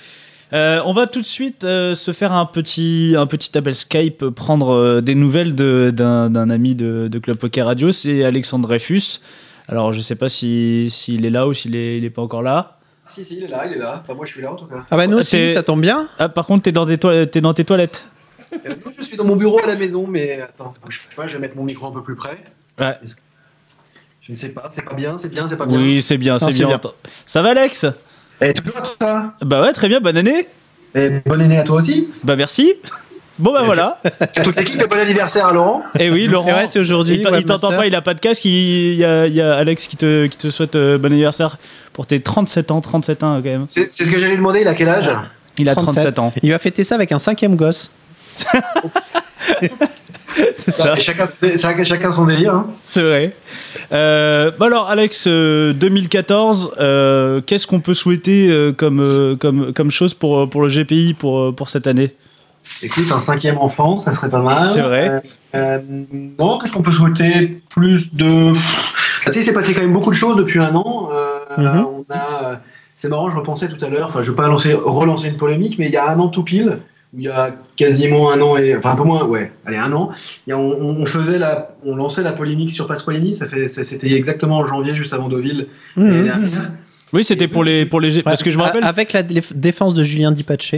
[SPEAKER 3] Euh, on va tout de suite euh, se faire un petit, un petit appel Skype, euh, prendre euh, des nouvelles de- d'un d'un ami de, de Club Poker Radio, c'est Alexandre Dreyfus. Alors je sais pas si- s'il est là ou s'il est, il est pas encore là.
[SPEAKER 8] Si, si, il est là, il est là. Enfin, moi, je suis là en tout cas.
[SPEAKER 4] Ah bah nous aussi,
[SPEAKER 3] T'es-
[SPEAKER 4] ça tombe bien.
[SPEAKER 3] Ah, par contre, t'es dans, tes toi- t'es dans tes toilettes.
[SPEAKER 8] Euh, non, je suis dans mon bureau à la maison, mais attends, bouge pas, je vais mettre mon micro un peu plus près.
[SPEAKER 3] Ouais.
[SPEAKER 8] Est-ce que- Je ne sais pas, c'est pas bien, c'est bien, c'est pas Ah, bien. Eh,
[SPEAKER 3] Oui, c'est bien, c'est
[SPEAKER 4] c'est
[SPEAKER 3] bien.
[SPEAKER 4] bien.
[SPEAKER 3] Ça va Alex
[SPEAKER 8] Et toujours à toi.
[SPEAKER 3] Bah ouais, très bien, bonne année.
[SPEAKER 8] Et Eh, bonne année à toi aussi.
[SPEAKER 3] Bah merci. Bon bah
[SPEAKER 8] Et
[SPEAKER 3] voilà.
[SPEAKER 8] Toute l'équipe, et bon anniversaire à Laurent.
[SPEAKER 3] Et Eh oui,
[SPEAKER 4] Et
[SPEAKER 3] Laurent.
[SPEAKER 4] ouais, c'est aujourd'hui.
[SPEAKER 3] Il t- il
[SPEAKER 4] Webmaster.
[SPEAKER 3] t'entend pas, il a pas de casque. Il il y a, il y a Alex qui te, qui te souhaite euh, bon anniversaire pour tes 37 ans. 37 ans quand même.
[SPEAKER 8] C'est c'est ce que j'allais demander, il a quel âge
[SPEAKER 3] Il a 37,
[SPEAKER 4] 37.
[SPEAKER 3] ans.
[SPEAKER 4] Il va fêter ça avec un cinquième gosse.
[SPEAKER 3] [LAUGHS] C'est ça.
[SPEAKER 8] Et chacun, c'est- c'est- chacun son délire. hein.
[SPEAKER 3] C'est vrai. Euh, bah alors, Alex, euh, 2014, euh, qu'est-ce qu'on peut souhaiter euh, comme, euh, comme, comme chose pour, euh, pour le GPI pour, euh, pour cette année
[SPEAKER 8] Écoute, un cinquième enfant, ça serait pas mal.
[SPEAKER 3] C'est vrai.
[SPEAKER 8] Euh, euh, bon, qu'est-ce qu'on peut souhaiter Plus de. Ah, tu sais, il s'est passé quand même beaucoup de choses depuis un an. Euh,
[SPEAKER 4] Mhm.
[SPEAKER 8] On a. euh, C'est marrant, je repensais tout à l'heure. Enfin, je veux pas lancer, relancer une polémique, mais il y a un an tout pile, où il y a quasiment un an et enfin un peu moins, ouais. Allez, un an. il y a- on, on faisait la, on lançait la polémique sur Pasqualini. Ça fait, ça- c'était exactement en janvier, juste avant Deauville l'année
[SPEAKER 4] Mhm.
[SPEAKER 8] dernière.
[SPEAKER 3] Oui, c'était pour les, pour les G- parce que je me
[SPEAKER 4] A-
[SPEAKER 3] rappelle.
[SPEAKER 4] Avec la dé- défense de Julien Dipache.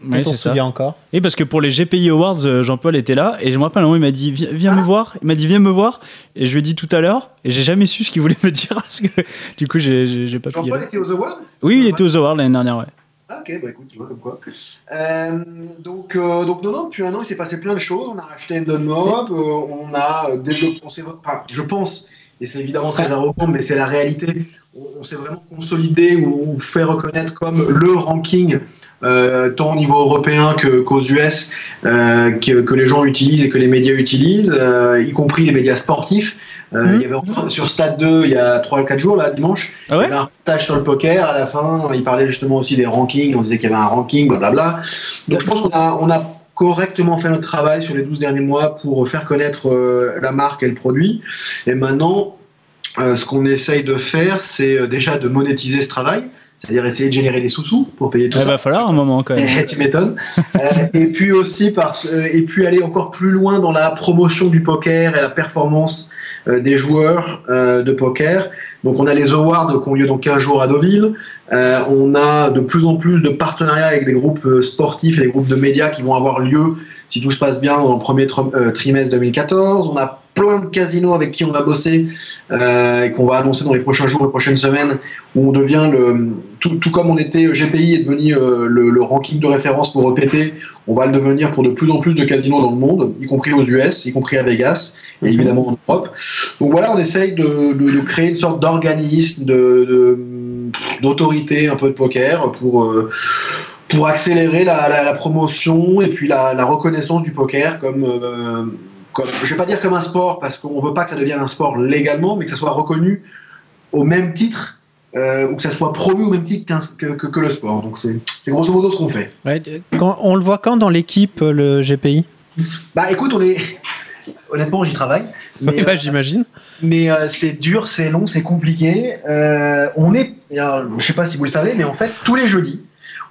[SPEAKER 3] Ouais,
[SPEAKER 4] on
[SPEAKER 3] c'est
[SPEAKER 4] se
[SPEAKER 3] ça.
[SPEAKER 4] souvient encore.
[SPEAKER 3] Et parce que pour les GPI Awards, euh, Jean-Paul était là et je me rappelle un moment il m'a dit viens, viens
[SPEAKER 8] Ah.
[SPEAKER 3] me voir, il m'a dit viens me voir et je lui ai dit tout à l'heure et j'ai jamais su ce qu'il voulait me [LAUGHS] dire parce que du coup j'ai- j'ai j'ai pas pu. y
[SPEAKER 8] Jean-Paul
[SPEAKER 3] aller.
[SPEAKER 8] était aux Awards.
[SPEAKER 3] Oui, il était aux Awards l'année dernière, ouais.
[SPEAKER 8] Ah ok, bah écoute, tu vois comme quoi. Euh, donc, euh, donc non, non, depuis un an, il s'est passé plein de choses. On a racheté Endon Mob, euh, on a euh, développé, on s'est- enfin, je pense, et c'est évidemment très arrogant, mais c'est la réalité, on, on s'est vraiment consolidé ou, ou fait reconnaître comme le ranking, euh, tant au niveau européen que- qu'aux US, euh, que, que les gens utilisent et que les médias utilisent, euh, y compris les médias sportifs. Euh,
[SPEAKER 4] Mhm.
[SPEAKER 8] Il y avait encore sur Stade 2, il y a 3 ou 4 jours, là, dimanche,
[SPEAKER 3] Ah
[SPEAKER 8] il y
[SPEAKER 3] ouais
[SPEAKER 8] avait un reportage sur le poker. À la fin, il parlait justement aussi des rankings. On disait qu'il y avait un ranking, blablabla. Donc, je pense qu'on a, on a correctement fait notre travail sur les 12 derniers mois pour faire connaître euh, la marque et le produit. Et maintenant, euh, ce qu'on essaye de faire, c'est euh, déjà de monétiser ce travail, c'est-à-dire essayer de générer des sous-sous pour payer tout
[SPEAKER 3] Il
[SPEAKER 8] ça.
[SPEAKER 3] Eh, va falloir un moment quand même.
[SPEAKER 8] Eh, [LAUGHS] tu m'étonnes. Euh, et puis aussi parce euh, et puis aller encore plus loin dans la promotion du poker et la performance euh, des joueurs euh, de poker. Donc on a les awards qui ont lieu dans 15 jours à Deauville. Euh, on a de plus en plus de partenariats avec des groupes euh, sportifs et des groupes de médias qui vont avoir lieu si tout se passe bien dans le premier trom- euh, trimestre 2014. On a plein de casinos avec qui on va bosser euh, et qu'on va annoncer dans les prochains jours, les prochaines semaines, où on devient le tout, tout comme on était GPI est devenu euh, le, le ranking de référence pour EPT, on va le devenir pour de plus en plus de casinos dans le monde, y compris aux US, y compris à Vegas et évidemment en Europe. Donc voilà, on essaye de, de- de créer une sorte d'organisme, de- de- d'autorité un peu de poker pour, euh, pour accélérer la, la- la promotion et puis la, la reconnaissance du poker comme, euh, comme, je vais pas dire comme un sport parce qu'on veut pas que ça devienne un sport légalement, mais que ça soit reconnu au même titre euh, ou que ça soit promu au même titre qu'un- que, que- que le sport. Donc c'est c'est grosso modo ce qu'on fait.
[SPEAKER 4] Ouais, de- quand, on le voit quand dans l'équipe, euh, le GPI
[SPEAKER 8] Bah écoute, on est [LAUGHS] honnêtement, j'y travaille. Mais,
[SPEAKER 4] Eh ben,
[SPEAKER 8] euh,
[SPEAKER 4] J'imagine.
[SPEAKER 8] Mais euh, c'est dur, c'est long, c'est compliqué. Euh, on est, euh, je sais pas si vous le savez, mais en fait, tous les jeudis,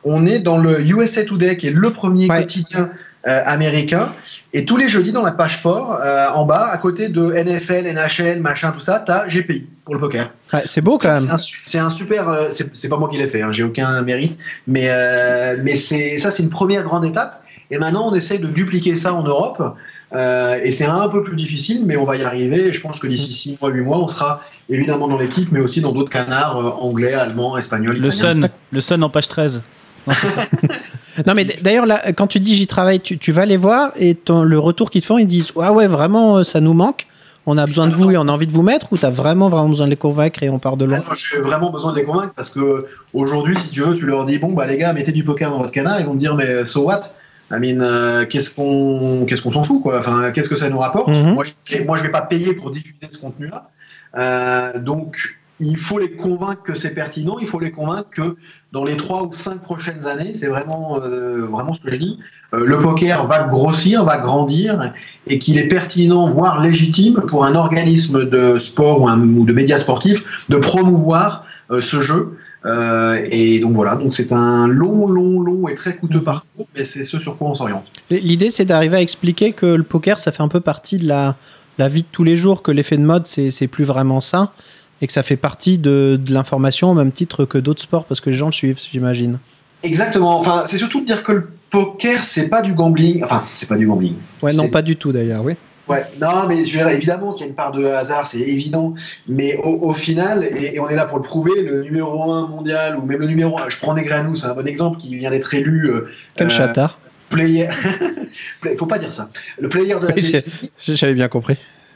[SPEAKER 8] on est dans le USA Today, qui est le premier
[SPEAKER 4] Ouais.
[SPEAKER 8] quotidien euh, américain. Et tous les jeudis, dans la page sport, euh, en bas, à côté de NFL, NHL, machin, tout ça, t'as GPI pour le poker.
[SPEAKER 4] Ouais, c'est beau quand
[SPEAKER 8] C'est
[SPEAKER 4] même.
[SPEAKER 8] un, su- c'est un super. euh, c'est c'est pas moi qui l'ai fait, hein, j'ai aucun mérite. Mais, euh, mais c'est ça, c'est une première grande étape. Et maintenant, on essaye de dupliquer ça en Europe. Euh, et c'est un peu plus difficile, mais on va y arriver. Et je pense que d'ici 6 mois, 8 mois, on sera évidemment dans l'équipe, mais aussi dans d'autres canards euh, anglais, allemands, espagnols.
[SPEAKER 3] Le
[SPEAKER 8] italiens.
[SPEAKER 3] Sun, le Sun en page 13.
[SPEAKER 4] Non, mais d- d'ailleurs, là, quand tu dis j'y travaille, tu, tu vas les voir et ton- le retour qu'ils te font, ils disent Ah ouais, vraiment, euh, ça nous manque. On a besoin de vous et on a envie de vous mettre ou t'as vraiment, vraiment besoin de les convaincre et on part de
[SPEAKER 8] Ah
[SPEAKER 4] loin
[SPEAKER 8] non, J'ai vraiment besoin de les convaincre parce que euh, aujourd'hui, si tu veux, tu leur dis bon bah les gars, mettez du poker dans votre canard, ils vont te dire mais so what I mean, euh, qu'est-ce qu'on qu'est-ce qu'on s'en fout quoi Enfin, qu'est-ce que ça nous rapporte
[SPEAKER 4] Mhm.
[SPEAKER 8] Moi, je, moi, je vais pas payer pour diffuser ce contenu-là. Euh, donc, il faut les convaincre que c'est pertinent. Il faut les convaincre que dans les trois ou cinq prochaines années, c'est vraiment euh, vraiment ce que je dis. euh, le poker va grossir, va grandir, et qu'il est pertinent, voire légitime, pour un organisme de sport ou, un, ou de médias sportifs de promouvoir euh, ce jeu. Euh, et donc voilà, donc c'est un long, long, long et très coûteux parcours, mais c'est ce sur quoi on s'oriente.
[SPEAKER 4] L- L'idée, c'est d'arriver à expliquer que le poker, ça fait un peu partie de la, la vie de tous les jours, que l'effet de mode, c'est c'est plus vraiment ça, et que ça fait partie de, de l'information au même titre que d'autres sports, parce que les gens le suivent, j'imagine.
[SPEAKER 8] Exactement. Enfin, c'est surtout de dire que le poker, c'est pas du gambling. Enfin, c'est pas du gambling.
[SPEAKER 4] Ouais, non,
[SPEAKER 8] C'est-
[SPEAKER 4] pas du tout d'ailleurs, oui.
[SPEAKER 8] Ouais, non, mais je veux dire, évidemment qu'il y a une part de hasard, c'est évident. Mais au, au final, et, et on est là pour le prouver, le numéro 1 mondial, ou même le numéro 1, je prends Negreanu, c'est un bon exemple, qui vient d'être élu euh,
[SPEAKER 4] Quel
[SPEAKER 8] euh,
[SPEAKER 4] chatard.
[SPEAKER 8] player. [LAUGHS] Play- Faut pas dire ça. Le player de la
[SPEAKER 4] Oui, j'ai-
[SPEAKER 8] décennie.
[SPEAKER 4] J'avais bien compris.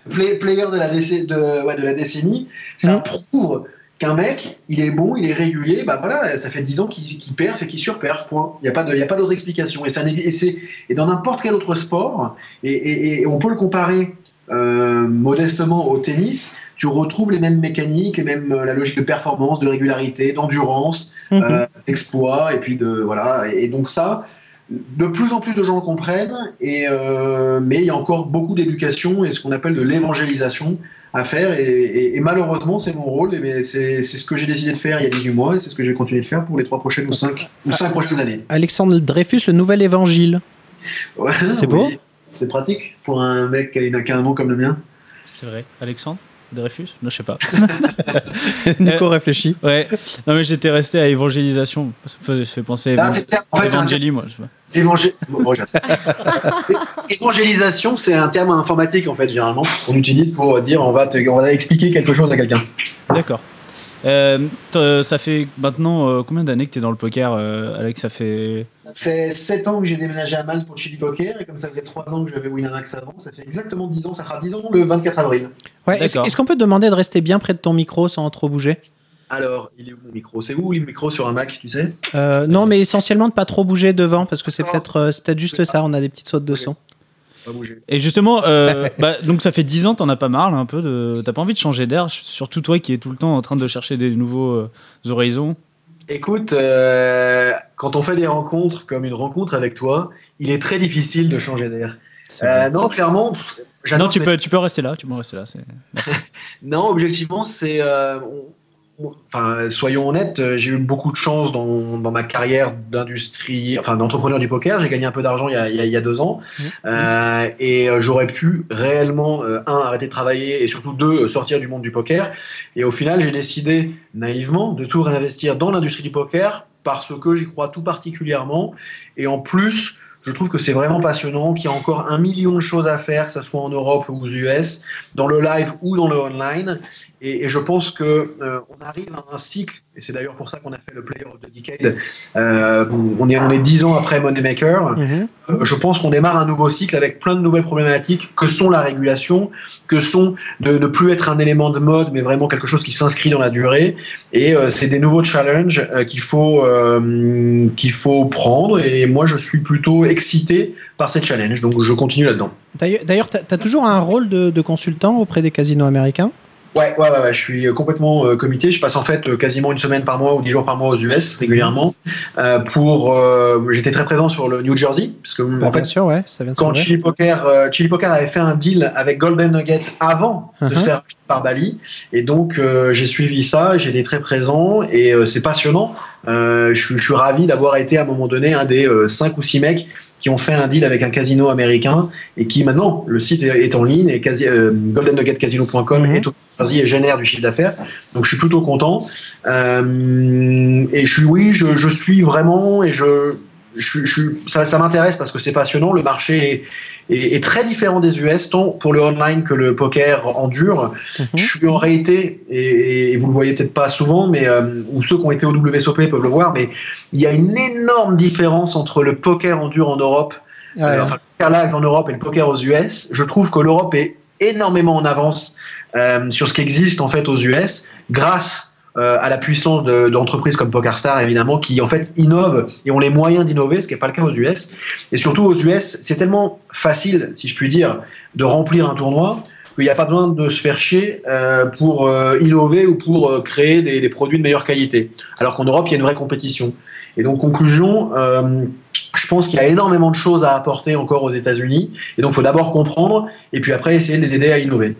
[SPEAKER 8] play- player de la, déc- de, ouais, de la décennie, ça prouve qu'un mec, il est bon, il est régulier, bah voilà, ça fait 10 ans qu'il qu'il perf et qu'il surperf, point. Il n'y a pas de- il y a pas d'autre explication. Et, ça, n'est- et, c'est- et dans n'importe quel autre sport, et, et- et on peut le comparer euh, modestement au tennis, tu retrouves les mêmes mécaniques, les mêmes, euh, la logique de performance, de régularité, d'endurance, euh, d'exploits et puis de voilà et, et donc ça de plus en plus de gens le comprennent et euh, mais il y a encore beaucoup d'éducation et ce qu'on appelle de l'évangélisation à faire et, et- et malheureusement c'est mon rôle et mais c'est c'est ce que j'ai décidé de faire il y a 18 mois et c'est ce que je vais continuer de faire pour les trois prochaines ou cinq ou cinq prochaines années
[SPEAKER 4] Alexandre Dreyfus, le nouvel évangile.
[SPEAKER 8] Ouais,
[SPEAKER 4] C'est beau.
[SPEAKER 8] c'est pratique pour un mec qui n'a qu'un nom comme le mien
[SPEAKER 3] C'est vrai. Alexandre Dreyfus Non, je sais pas.
[SPEAKER 4] [LAUGHS] Nico réfléchit.
[SPEAKER 3] Ouais. Non, mais j'étais resté à évangélisation. Ça me faisait- ça fait penser à
[SPEAKER 8] Ah, c'est- en fait, c'est un-
[SPEAKER 3] Evangélie, moi. je sais pas.
[SPEAKER 8] Évangé- Bon, bon, j'ai- É- [LAUGHS] évangélisation c'est un terme informatique en fait généralement qu'on utilise pour dire on va te- on va expliquer quelque chose à quelqu'un
[SPEAKER 3] D'accord. Euh, t'as- ça fait maintenant euh, combien d'années que t'es dans le poker, euh, Alex Ça fait.
[SPEAKER 8] Ça fait 7 ans que j'ai déménagé à Malte pour Chili Poker, et comme ça faisait 3 ans que j'avais Winamax avant, ça fait exactement 10 ans, ça fera 10 ans le 24 avril.
[SPEAKER 4] Ouais, Est-ce
[SPEAKER 3] D'accord.
[SPEAKER 4] est-ce qu'on peut te demander de rester bien près de ton micro sans trop bouger
[SPEAKER 8] Alors, il est où mon micro C'est où le micro sur un Mac, tu sais
[SPEAKER 4] Euh, Non, mais essentiellement de pas trop bouger devant, parce que c'est
[SPEAKER 8] D'accord.
[SPEAKER 4] peut-être euh, c'est peut-être juste ça, on a des petites sautes de son.
[SPEAKER 8] Pas bouger.
[SPEAKER 3] Et justement,
[SPEAKER 8] [LAUGHS]
[SPEAKER 3] euh, bah, donc ça fait 10 ans, t'en as pas marre là, un peu. De... T'as pas envie de changer d'air, surtout toi qui es tout le temps en train de chercher des nouveaux euh, horizons.
[SPEAKER 8] Écoute, euh, quand on fait des rencontres comme une rencontre avec toi, il est très difficile de changer d'air.
[SPEAKER 3] C'est
[SPEAKER 8] Euh,
[SPEAKER 3] vrai.
[SPEAKER 8] non, clairement, pff, j'adore
[SPEAKER 3] non, tu
[SPEAKER 8] mes-
[SPEAKER 3] peux, tu peux rester là. Tu peux rester là. c'est-
[SPEAKER 8] Non, objectivement, c'est. euh, on- on- Enfin, soyons honnêtes, euh, j'ai eu beaucoup de chance dans, dans ma carrière d'industrie, enfin d'entrepreneur du poker. J'ai gagné un peu d'argent il y a, il y a- il y a deux ans. Euh, et euh, j'aurais pu réellement, euh, un, arrêter de travailler et surtout, deux, euh, sortir du monde du poker. Et au final, j'ai décidé naïvement de tout réinvestir dans l'industrie du poker parce que j'y crois tout particulièrement. Et en plus, Je trouve que c'est vraiment passionnant, qu'il y a encore un million de choses à faire, que ce soit en Europe ou aux US, dans le live ou dans le online. Et, et je pense que euh, on arrive à un cycle, et c'est d'ailleurs pour ça qu'on a fait le Player of the Decade. euh, on est on est dix ans après Moneymaker.
[SPEAKER 4] Mhm.
[SPEAKER 8] Euh, je pense qu'on démarre un nouveau cycle avec plein de nouvelles problématiques que sont la régulation, que sont de ne plus être un élément de mode, mais vraiment quelque chose qui s'inscrit dans la durée. Et euh, c'est des nouveaux challenges euh, qu'il faut, euh, qu'il faut prendre. Et moi, je suis plutôt excité par ces challenges. Donc, je continue là-dedans.
[SPEAKER 4] D'ailleurs- D'ailleurs, tu as toujours un rôle de, de consultant auprès des casinos américains.
[SPEAKER 8] Ouais, ouais, ouais, ouais, je suis euh, complètement euh, comité. Je passe en fait euh, quasiment une semaine par mois ou dix jours par mois aux US régulièrement. euh, pour, euh, j'étais très présent sur le New Jersey, parce que
[SPEAKER 4] Bah,
[SPEAKER 8] en fait,
[SPEAKER 4] bien sûr, ouais, ça vient de
[SPEAKER 8] quand
[SPEAKER 4] s'ouvrir.
[SPEAKER 8] Chili Poker, euh, Chili Poker avait fait un deal avec Golden Nugget avant de
[SPEAKER 4] Mhm.
[SPEAKER 8] se faire acheter par Bali, et donc euh, j'ai suivi ça, j'étais très présent, et euh, c'est passionnant. Euh, je, suis- je suis ravi d'avoir été à un moment donné un des euh, cinq ou six mecs qui ont fait un deal avec un casino américain et qui maintenant le site est est en ligne et quasi, euh, goldennuggetcasino.com
[SPEAKER 4] Mhm.
[SPEAKER 8] est au Jersey et génère du chiffre d'affaires. Donc je suis plutôt content. Euh, et je suis, oui, je, je suis vraiment et je, je, suis- je suis- ça, ça m'intéresse parce que c'est passionnant. Le marché est, est- est très différent des US, tant pour le online que le poker en dur.
[SPEAKER 4] Mhm.
[SPEAKER 8] Je suis en réalité, et, et- et vous le voyez peut-être pas souvent, mais euh, ou ceux qui ont été au WSOP peuvent le voir, mais il y a une énorme différence entre le poker en dur en Europe
[SPEAKER 4] Ouais,
[SPEAKER 8] euh, enfin, le poker live en Europe et le poker aux US, je trouve que l'Europe est énormément en avance euh, sur ce qui existe en fait aux US, grâce euh, à la puissance de- d'entreprises comme PokerStars évidemment, qui en fait innovent et ont les moyens d'innover, ce qui n'est pas le cas aux US. Et surtout aux US, c'est tellement facile, si je puis dire, de remplir un tournoi qu'il n'y a pas besoin de se faire chier euh, pour euh, innover ou pour euh, créer des, des produits de meilleure qualité. Alors qu'en Europe, il y a une vraie compétition. Et donc, conclusion, euh, je pense qu'il y a énormément de choses à apporter encore aux États-Unis. Et donc, il faut d'abord comprendre et puis après essayer de les aider à innover.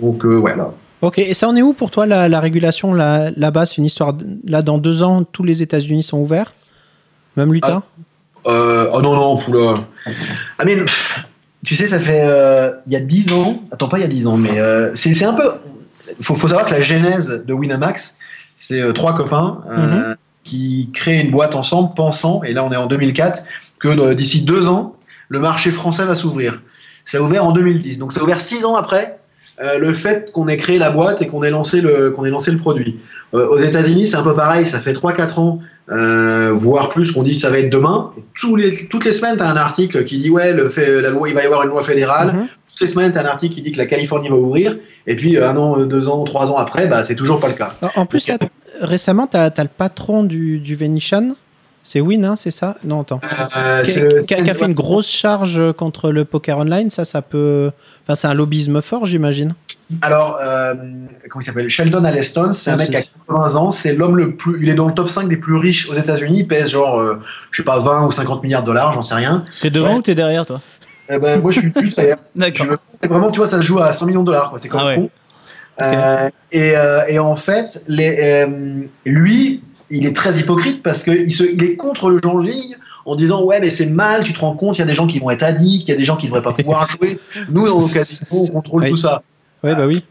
[SPEAKER 8] Donc, euh, voilà.
[SPEAKER 4] Ok, et ça en est où pour toi la, la régulation là- là-bas C'est une histoire. d- Là, dans deux ans, tous les États-Unis sont ouverts Même l'Utah
[SPEAKER 8] Euh, oh non, non, poula. Ah, mais pff, tu sais, ça fait. euh, Il y a 10 ans. Attends, pas il y a 10 ans, mais euh, c'est c'est un peu. Il faut, faut savoir que la genèse de Winamax, c'est euh, trois copains euh, qui créent une boîte ensemble, pensant, et là on est en 2004, que de- d'ici deux ans, le marché français va s'ouvrir. Ça a ouvert en 2010. Donc ça a ouvert six ans après. euh, le fait qu'on ait créé la boîte et qu'on ait lancé le qu'on ait lancé le produit. Euh, aux États-Unis, c'est un peu pareil. Ça fait 3-4 ans euh, voire plus, qu'on dit ça va être demain. Tous les, toutes les semaines, tu as un article qui dit ouais, le fait, la loi, il va y avoir une loi fédérale.
[SPEAKER 4] Mhm.
[SPEAKER 8] Toutes les semaines, tu as un article qui dit que la Californie va ouvrir. Et puis euh, un an, euh, deux ans, trois ans après, bah, c'est toujours pas le cas.
[SPEAKER 4] En- En plus, là, t- récemment, tu as, le patron du, du Venetian. C'est Win, hein, c'est ça Non, attends.
[SPEAKER 8] Euh,
[SPEAKER 4] Qui
[SPEAKER 8] c'est
[SPEAKER 4] a,
[SPEAKER 8] le-
[SPEAKER 4] qui a- qui a fait une grosse charge contre le poker online. Ça, ça peut. Enfin, c'est un lobbyisme fort, j'imagine.
[SPEAKER 8] Alors, euh, comment il s'appelle Sheldon Aleston, c'est un
[SPEAKER 4] Ah,
[SPEAKER 8] mec
[SPEAKER 4] c'est-
[SPEAKER 8] à 80 ans, c'est l'homme le plus. Il est dans le top 5 des plus riches aux États-Unis, il pèse genre, euh, je sais pas, 20 ou 50 milliards de dollars, j'en sais rien.
[SPEAKER 3] T'es devant
[SPEAKER 8] Ouais.
[SPEAKER 3] ou t'es derrière, toi
[SPEAKER 8] Eh ben, moi, je suis juste derrière. Je
[SPEAKER 3] D'accord.
[SPEAKER 8] me- c'est Vraiment, tu vois, ça se joue à 100 millions de dollars, quoi. C'est comme
[SPEAKER 3] Ah ouais.
[SPEAKER 8] con. Euh, et, euh, et en fait, les, euh, lui, il est très hypocrite parce qu'il il est contre le jeu en ligne en disant ouais mais c'est mal tu te rends compte il y a des gens qui vont être addicts il y a des gens qui ne devraient pas
[SPEAKER 3] [LAUGHS]
[SPEAKER 8] pouvoir jouer nous dans nos casinos on contrôle
[SPEAKER 4] Oui.
[SPEAKER 8] tout ça
[SPEAKER 4] Oui, bah oui.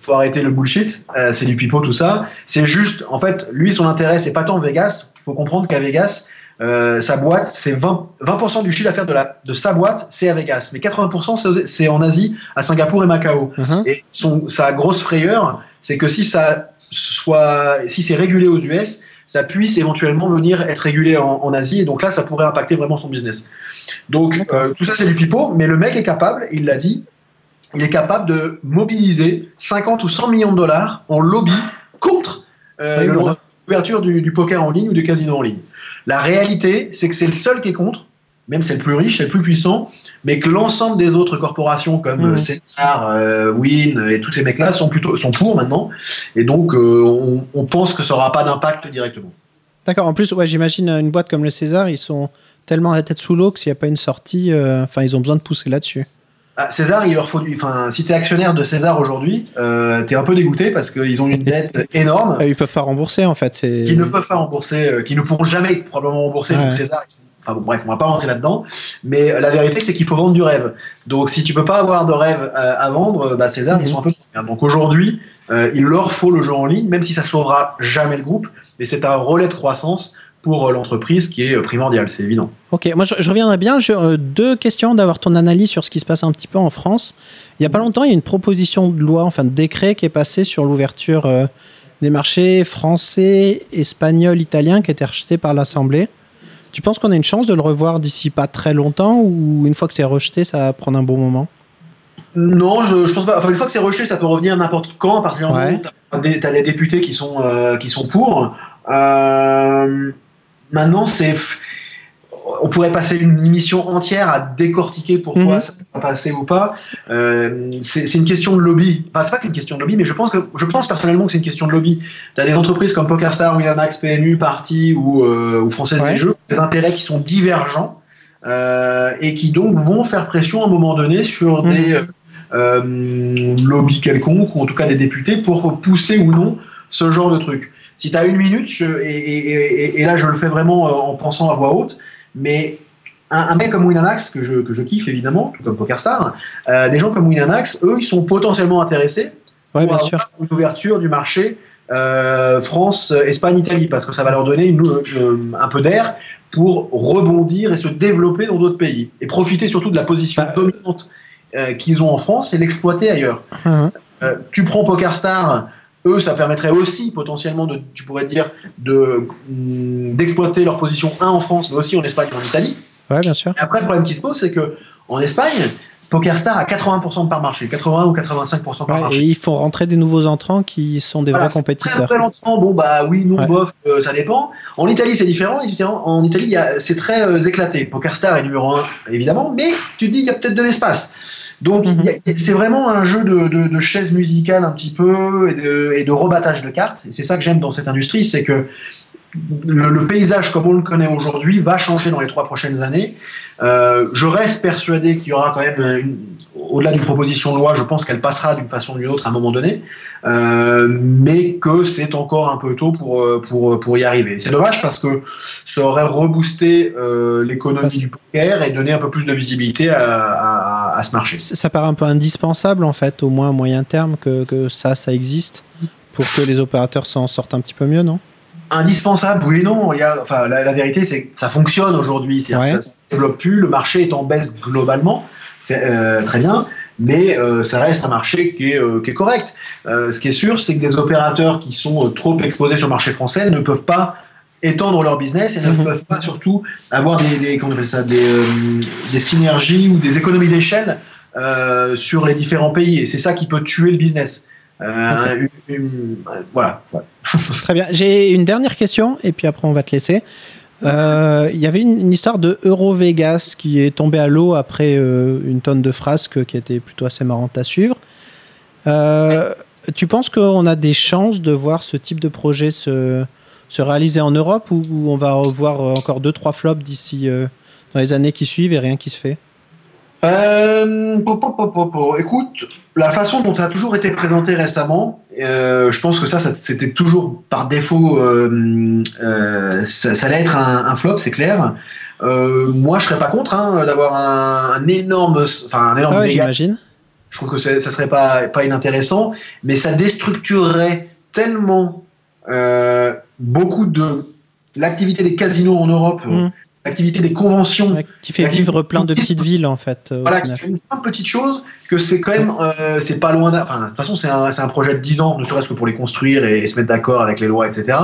[SPEAKER 8] faut arrêter le bullshit, euh, c'est du pipeau tout ça. C'est juste, en fait, lui, son intérêt, c'est pas tant Vegas. faut comprendre qu'à Vegas, euh, sa boîte, c'est 20%, 20 du chiffre d'affaires de, la- de sa boîte, c'est à Vegas. Mais 80%, c'est aux- c'est en Asie, à Singapour et Macao.
[SPEAKER 4] Mhm.
[SPEAKER 8] Et son, sa grosse frayeur, c'est que si ça soit, si c'est régulé aux US, ça puisse éventuellement venir être régulé en, en Asie. Et donc là, ça pourrait impacter vraiment son business. Donc euh, tout ça, c'est du pipeau. Mais le mec est capable, il l'a dit, il est capable de mobiliser 50 ou 100 millions de dollars en lobby contre euh,
[SPEAKER 4] Oui,
[SPEAKER 8] le-
[SPEAKER 4] voilà.
[SPEAKER 8] l'ouverture du, du poker en ligne ou du casino en ligne. La réalité, c'est que c'est le seul qui est contre, même c'est le plus riche, c'est le plus puissant, mais que l'ensemble des autres corporations comme
[SPEAKER 4] Mhm.
[SPEAKER 8] euh, César, euh, Win et tous ces mecs-là sont plutôt sont pour maintenant, et donc euh, on, on pense que ça aura pas d'impact directement.
[SPEAKER 4] D'accord. En plus, ouais, j'imagine euh, une boîte comme le César, ils sont tellement à la tête sous l'eau que s'il n'y a pas une sortie, euh, enfin, ils ont besoin de pousser là-dessus.
[SPEAKER 8] Ah, César, il leur faut du. Enfin, si t'es actionnaire de César aujourd'hui, euh, t'es un peu dégoûté parce qu'ils ont une dette énorme.
[SPEAKER 4] Euh, Ils peuvent pas rembourser, en fait. C'est.
[SPEAKER 8] qu'ils Ah. ne peuvent pas rembourser, euh, qu'ils ne pourront jamais probablement rembourser.
[SPEAKER 4] Ouais.
[SPEAKER 8] Donc César, ils- enfin bon, bref, on va pas rentrer là-dedans. Mais euh, la vérité, c'est qu'il faut vendre du rêve. Donc si tu peux pas avoir de rêve euh, à vendre, euh, bah, César, ils sont un peu. Donc aujourd'hui, euh, il leur faut le jeu en ligne, même si ça sauvera jamais le groupe. Mais c'est un relais de croissance pour euh, l'entreprise qui est euh, primordiale, c'est évident.
[SPEAKER 4] Ok, moi je, je reviendrai bien sur euh, deux questions, d'avoir ton analyse sur ce qui se passe un petit peu en France. Il n'y a pas longtemps, il y a une proposition de loi, enfin de décret qui est passée sur l'ouverture euh, des marchés français, espagnol, italien qui a été rejeté par l'Assemblée. Tu penses qu'on a une chance de le revoir d'ici pas très longtemps ou une fois que c'est rejeté, ça va prendre un bon moment
[SPEAKER 8] Euh, Non, je, je pense pas. Enfin, une fois que c'est rejeté, ça peut revenir n'importe quand, à partir du
[SPEAKER 4] Ouais.
[SPEAKER 8] moment où tu as, des députés qui sont, euh, qui sont pour. Euh, maintenant, c'est. On pourrait passer une émission entière à décortiquer pourquoi
[SPEAKER 4] Mhm.
[SPEAKER 8] ça va passer ou pas. Euh, c'est c'est une question de lobby. Enfin, c'est pas qu'une question de lobby, mais je pense que je pense personnellement que c'est une question de lobby. T'as des entreprises comme PokerStar, Winamax, PMU, Party ou, euh, ou Française
[SPEAKER 4] Ouais.
[SPEAKER 8] des Jeux, des intérêts qui sont divergents euh, et qui donc vont faire pression à un moment donné sur
[SPEAKER 4] Mhm.
[SPEAKER 8] des euh, euh, lobbies quelconques ou en tout cas des députés pour pousser ou non ce genre de truc. Si tu as une minute, je- et, et- et- et là je le fais vraiment euh, en pensant à voix haute, mais un, un mec comme Winamax, que je, que je kiffe évidemment, tout comme PokerStar, euh, des gens comme Winamax, eux, ils sont potentiellement intéressés
[SPEAKER 4] Ouais,
[SPEAKER 8] pour
[SPEAKER 4] bien sûr. [LAUGHS]
[SPEAKER 8] avoir une ouverture du marché euh, France, euh, Espagne, Italie, parce que ça va leur donner une- euh, un peu d'air pour rebondir et se développer dans d'autres pays et profiter surtout de la position
[SPEAKER 4] Bah,
[SPEAKER 8] dominante euh, qu'ils ont en France et l'exploiter ailleurs.
[SPEAKER 4] Hein, hein.
[SPEAKER 8] Euh, tu prends PokerStar, eux, ça permettrait aussi potentiellement, de, tu pourrais dire, de, mm, d'exploiter leur position 1 en France, mais aussi en Espagne et en Italie.
[SPEAKER 4] Ouais, bien sûr.
[SPEAKER 8] Et après, le problème qui se pose, c'est que en Espagne, PokerStar a 80% de par marché, 80 ou 85% par
[SPEAKER 4] Ouais,
[SPEAKER 8] marché.
[SPEAKER 4] et il faut rentrer des nouveaux entrants qui sont des
[SPEAKER 8] Voilà,
[SPEAKER 4] vrais compétiteurs.
[SPEAKER 8] Très entrant, bon bah oui, non,
[SPEAKER 4] Ouais.
[SPEAKER 8] bof, euh, ça dépend. En Italie, c'est différent. les Italiens- En Italie, il y a- c'est très euh, éclaté. PokerStar est numéro un, évidemment, mais tu te dis, il y a peut-être de l'espace. Donc, il y a- c'est vraiment un jeu de, de, de chaises musicales un petit peu et de, et de rebattage de cartes. Et c'est ça que j'aime dans cette industrie, c'est que le, le paysage comme on le connaît aujourd'hui va changer dans les trois prochaines années. Euh, je reste persuadé qu'il y aura quand même, une- au-delà d'une proposition de loi, je pense qu'elle passera d'une façon ou d'une autre à un moment donné, euh, mais que c'est encore un peu tôt pour, euh, pour, pour y arriver. C'est dommage parce que ça aurait reboosté euh, l'économie
[SPEAKER 4] Parce-
[SPEAKER 8] du poker et donné un peu plus de visibilité à, à- à ce marché.
[SPEAKER 4] ça ça paraît un peu indispensable en fait, au moins à moyen terme, que, que ça, ça existe pour que les opérateurs s'en sortent un petit peu mieux, non
[SPEAKER 8] indispensable, oui et non. Il y a- enfin, la, la vérité, c'est que ça fonctionne aujourd'hui. C'est-à-dire
[SPEAKER 4] Ouais.
[SPEAKER 8] que Ça se développe plus. Le marché est en baisse globalement. Fait- euh, très bien. Mais euh, ça reste un marché qui est, euh, qui est correct. Euh, ce qui est sûr, c'est que des opérateurs qui sont euh, trop exposés sur le marché français ne peuvent pas étendre leur business et ne
[SPEAKER 4] Mhm.
[SPEAKER 8] peuvent pas surtout avoir des, des- comment on appelle ça, des, euh, des synergies ou des économies d'échelle euh, sur les différents pays. Et c'est ça qui peut tuer le business. Euh, une- une- euh, voilà.
[SPEAKER 4] Très bien. J'ai une dernière question et puis après on va te laisser. Euh, Il y avait une, une histoire de Euro Vegas qui est tombée à l'eau après euh, une tonne de frasques qui était plutôt assez marrante à suivre. Euh, tu penses qu'on a des chances de voir ce type de projet se, se réaliser en Europe ou, ou on va revoir euh, encore deux trois flops d'ici euh, dans les années qui suivent et rien qui se fait
[SPEAKER 8] Euh, po, po, po, po, po. Écoute, la façon dont ça a toujours été présenté récemment, euh, je pense que ça, ça- c'était toujours par défaut, euh, euh, ça, ça allait être un, un flop, c'est clair. Euh, moi, je serais pas contre hein, d'avoir un, un énorme, enfin un énorme
[SPEAKER 4] Ah ouais,
[SPEAKER 8] dégât
[SPEAKER 4] j'imagine.
[SPEAKER 8] je trouve que c'est- ça serait pas, pas inintéressant, mais ça déstructurerait tellement euh, beaucoup de l'activité des casinos en Europe,
[SPEAKER 4] Mhm.
[SPEAKER 8] euh, l'activité des conventions,
[SPEAKER 4] Ouais, qui fait
[SPEAKER 8] la-
[SPEAKER 4] vivre plein de
[SPEAKER 8] qui-
[SPEAKER 4] petites villes en fait. euh, au
[SPEAKER 8] voilà, qui
[SPEAKER 4] final.
[SPEAKER 8] fait une plein de petites choses que c'est quand même, euh, c'est pas loin d'un. Enfin, de toute façon, c'est un, c'est un projet de 10 ans, ne serait-ce que pour les construire et, et se mettre d'accord avec les lois, etc.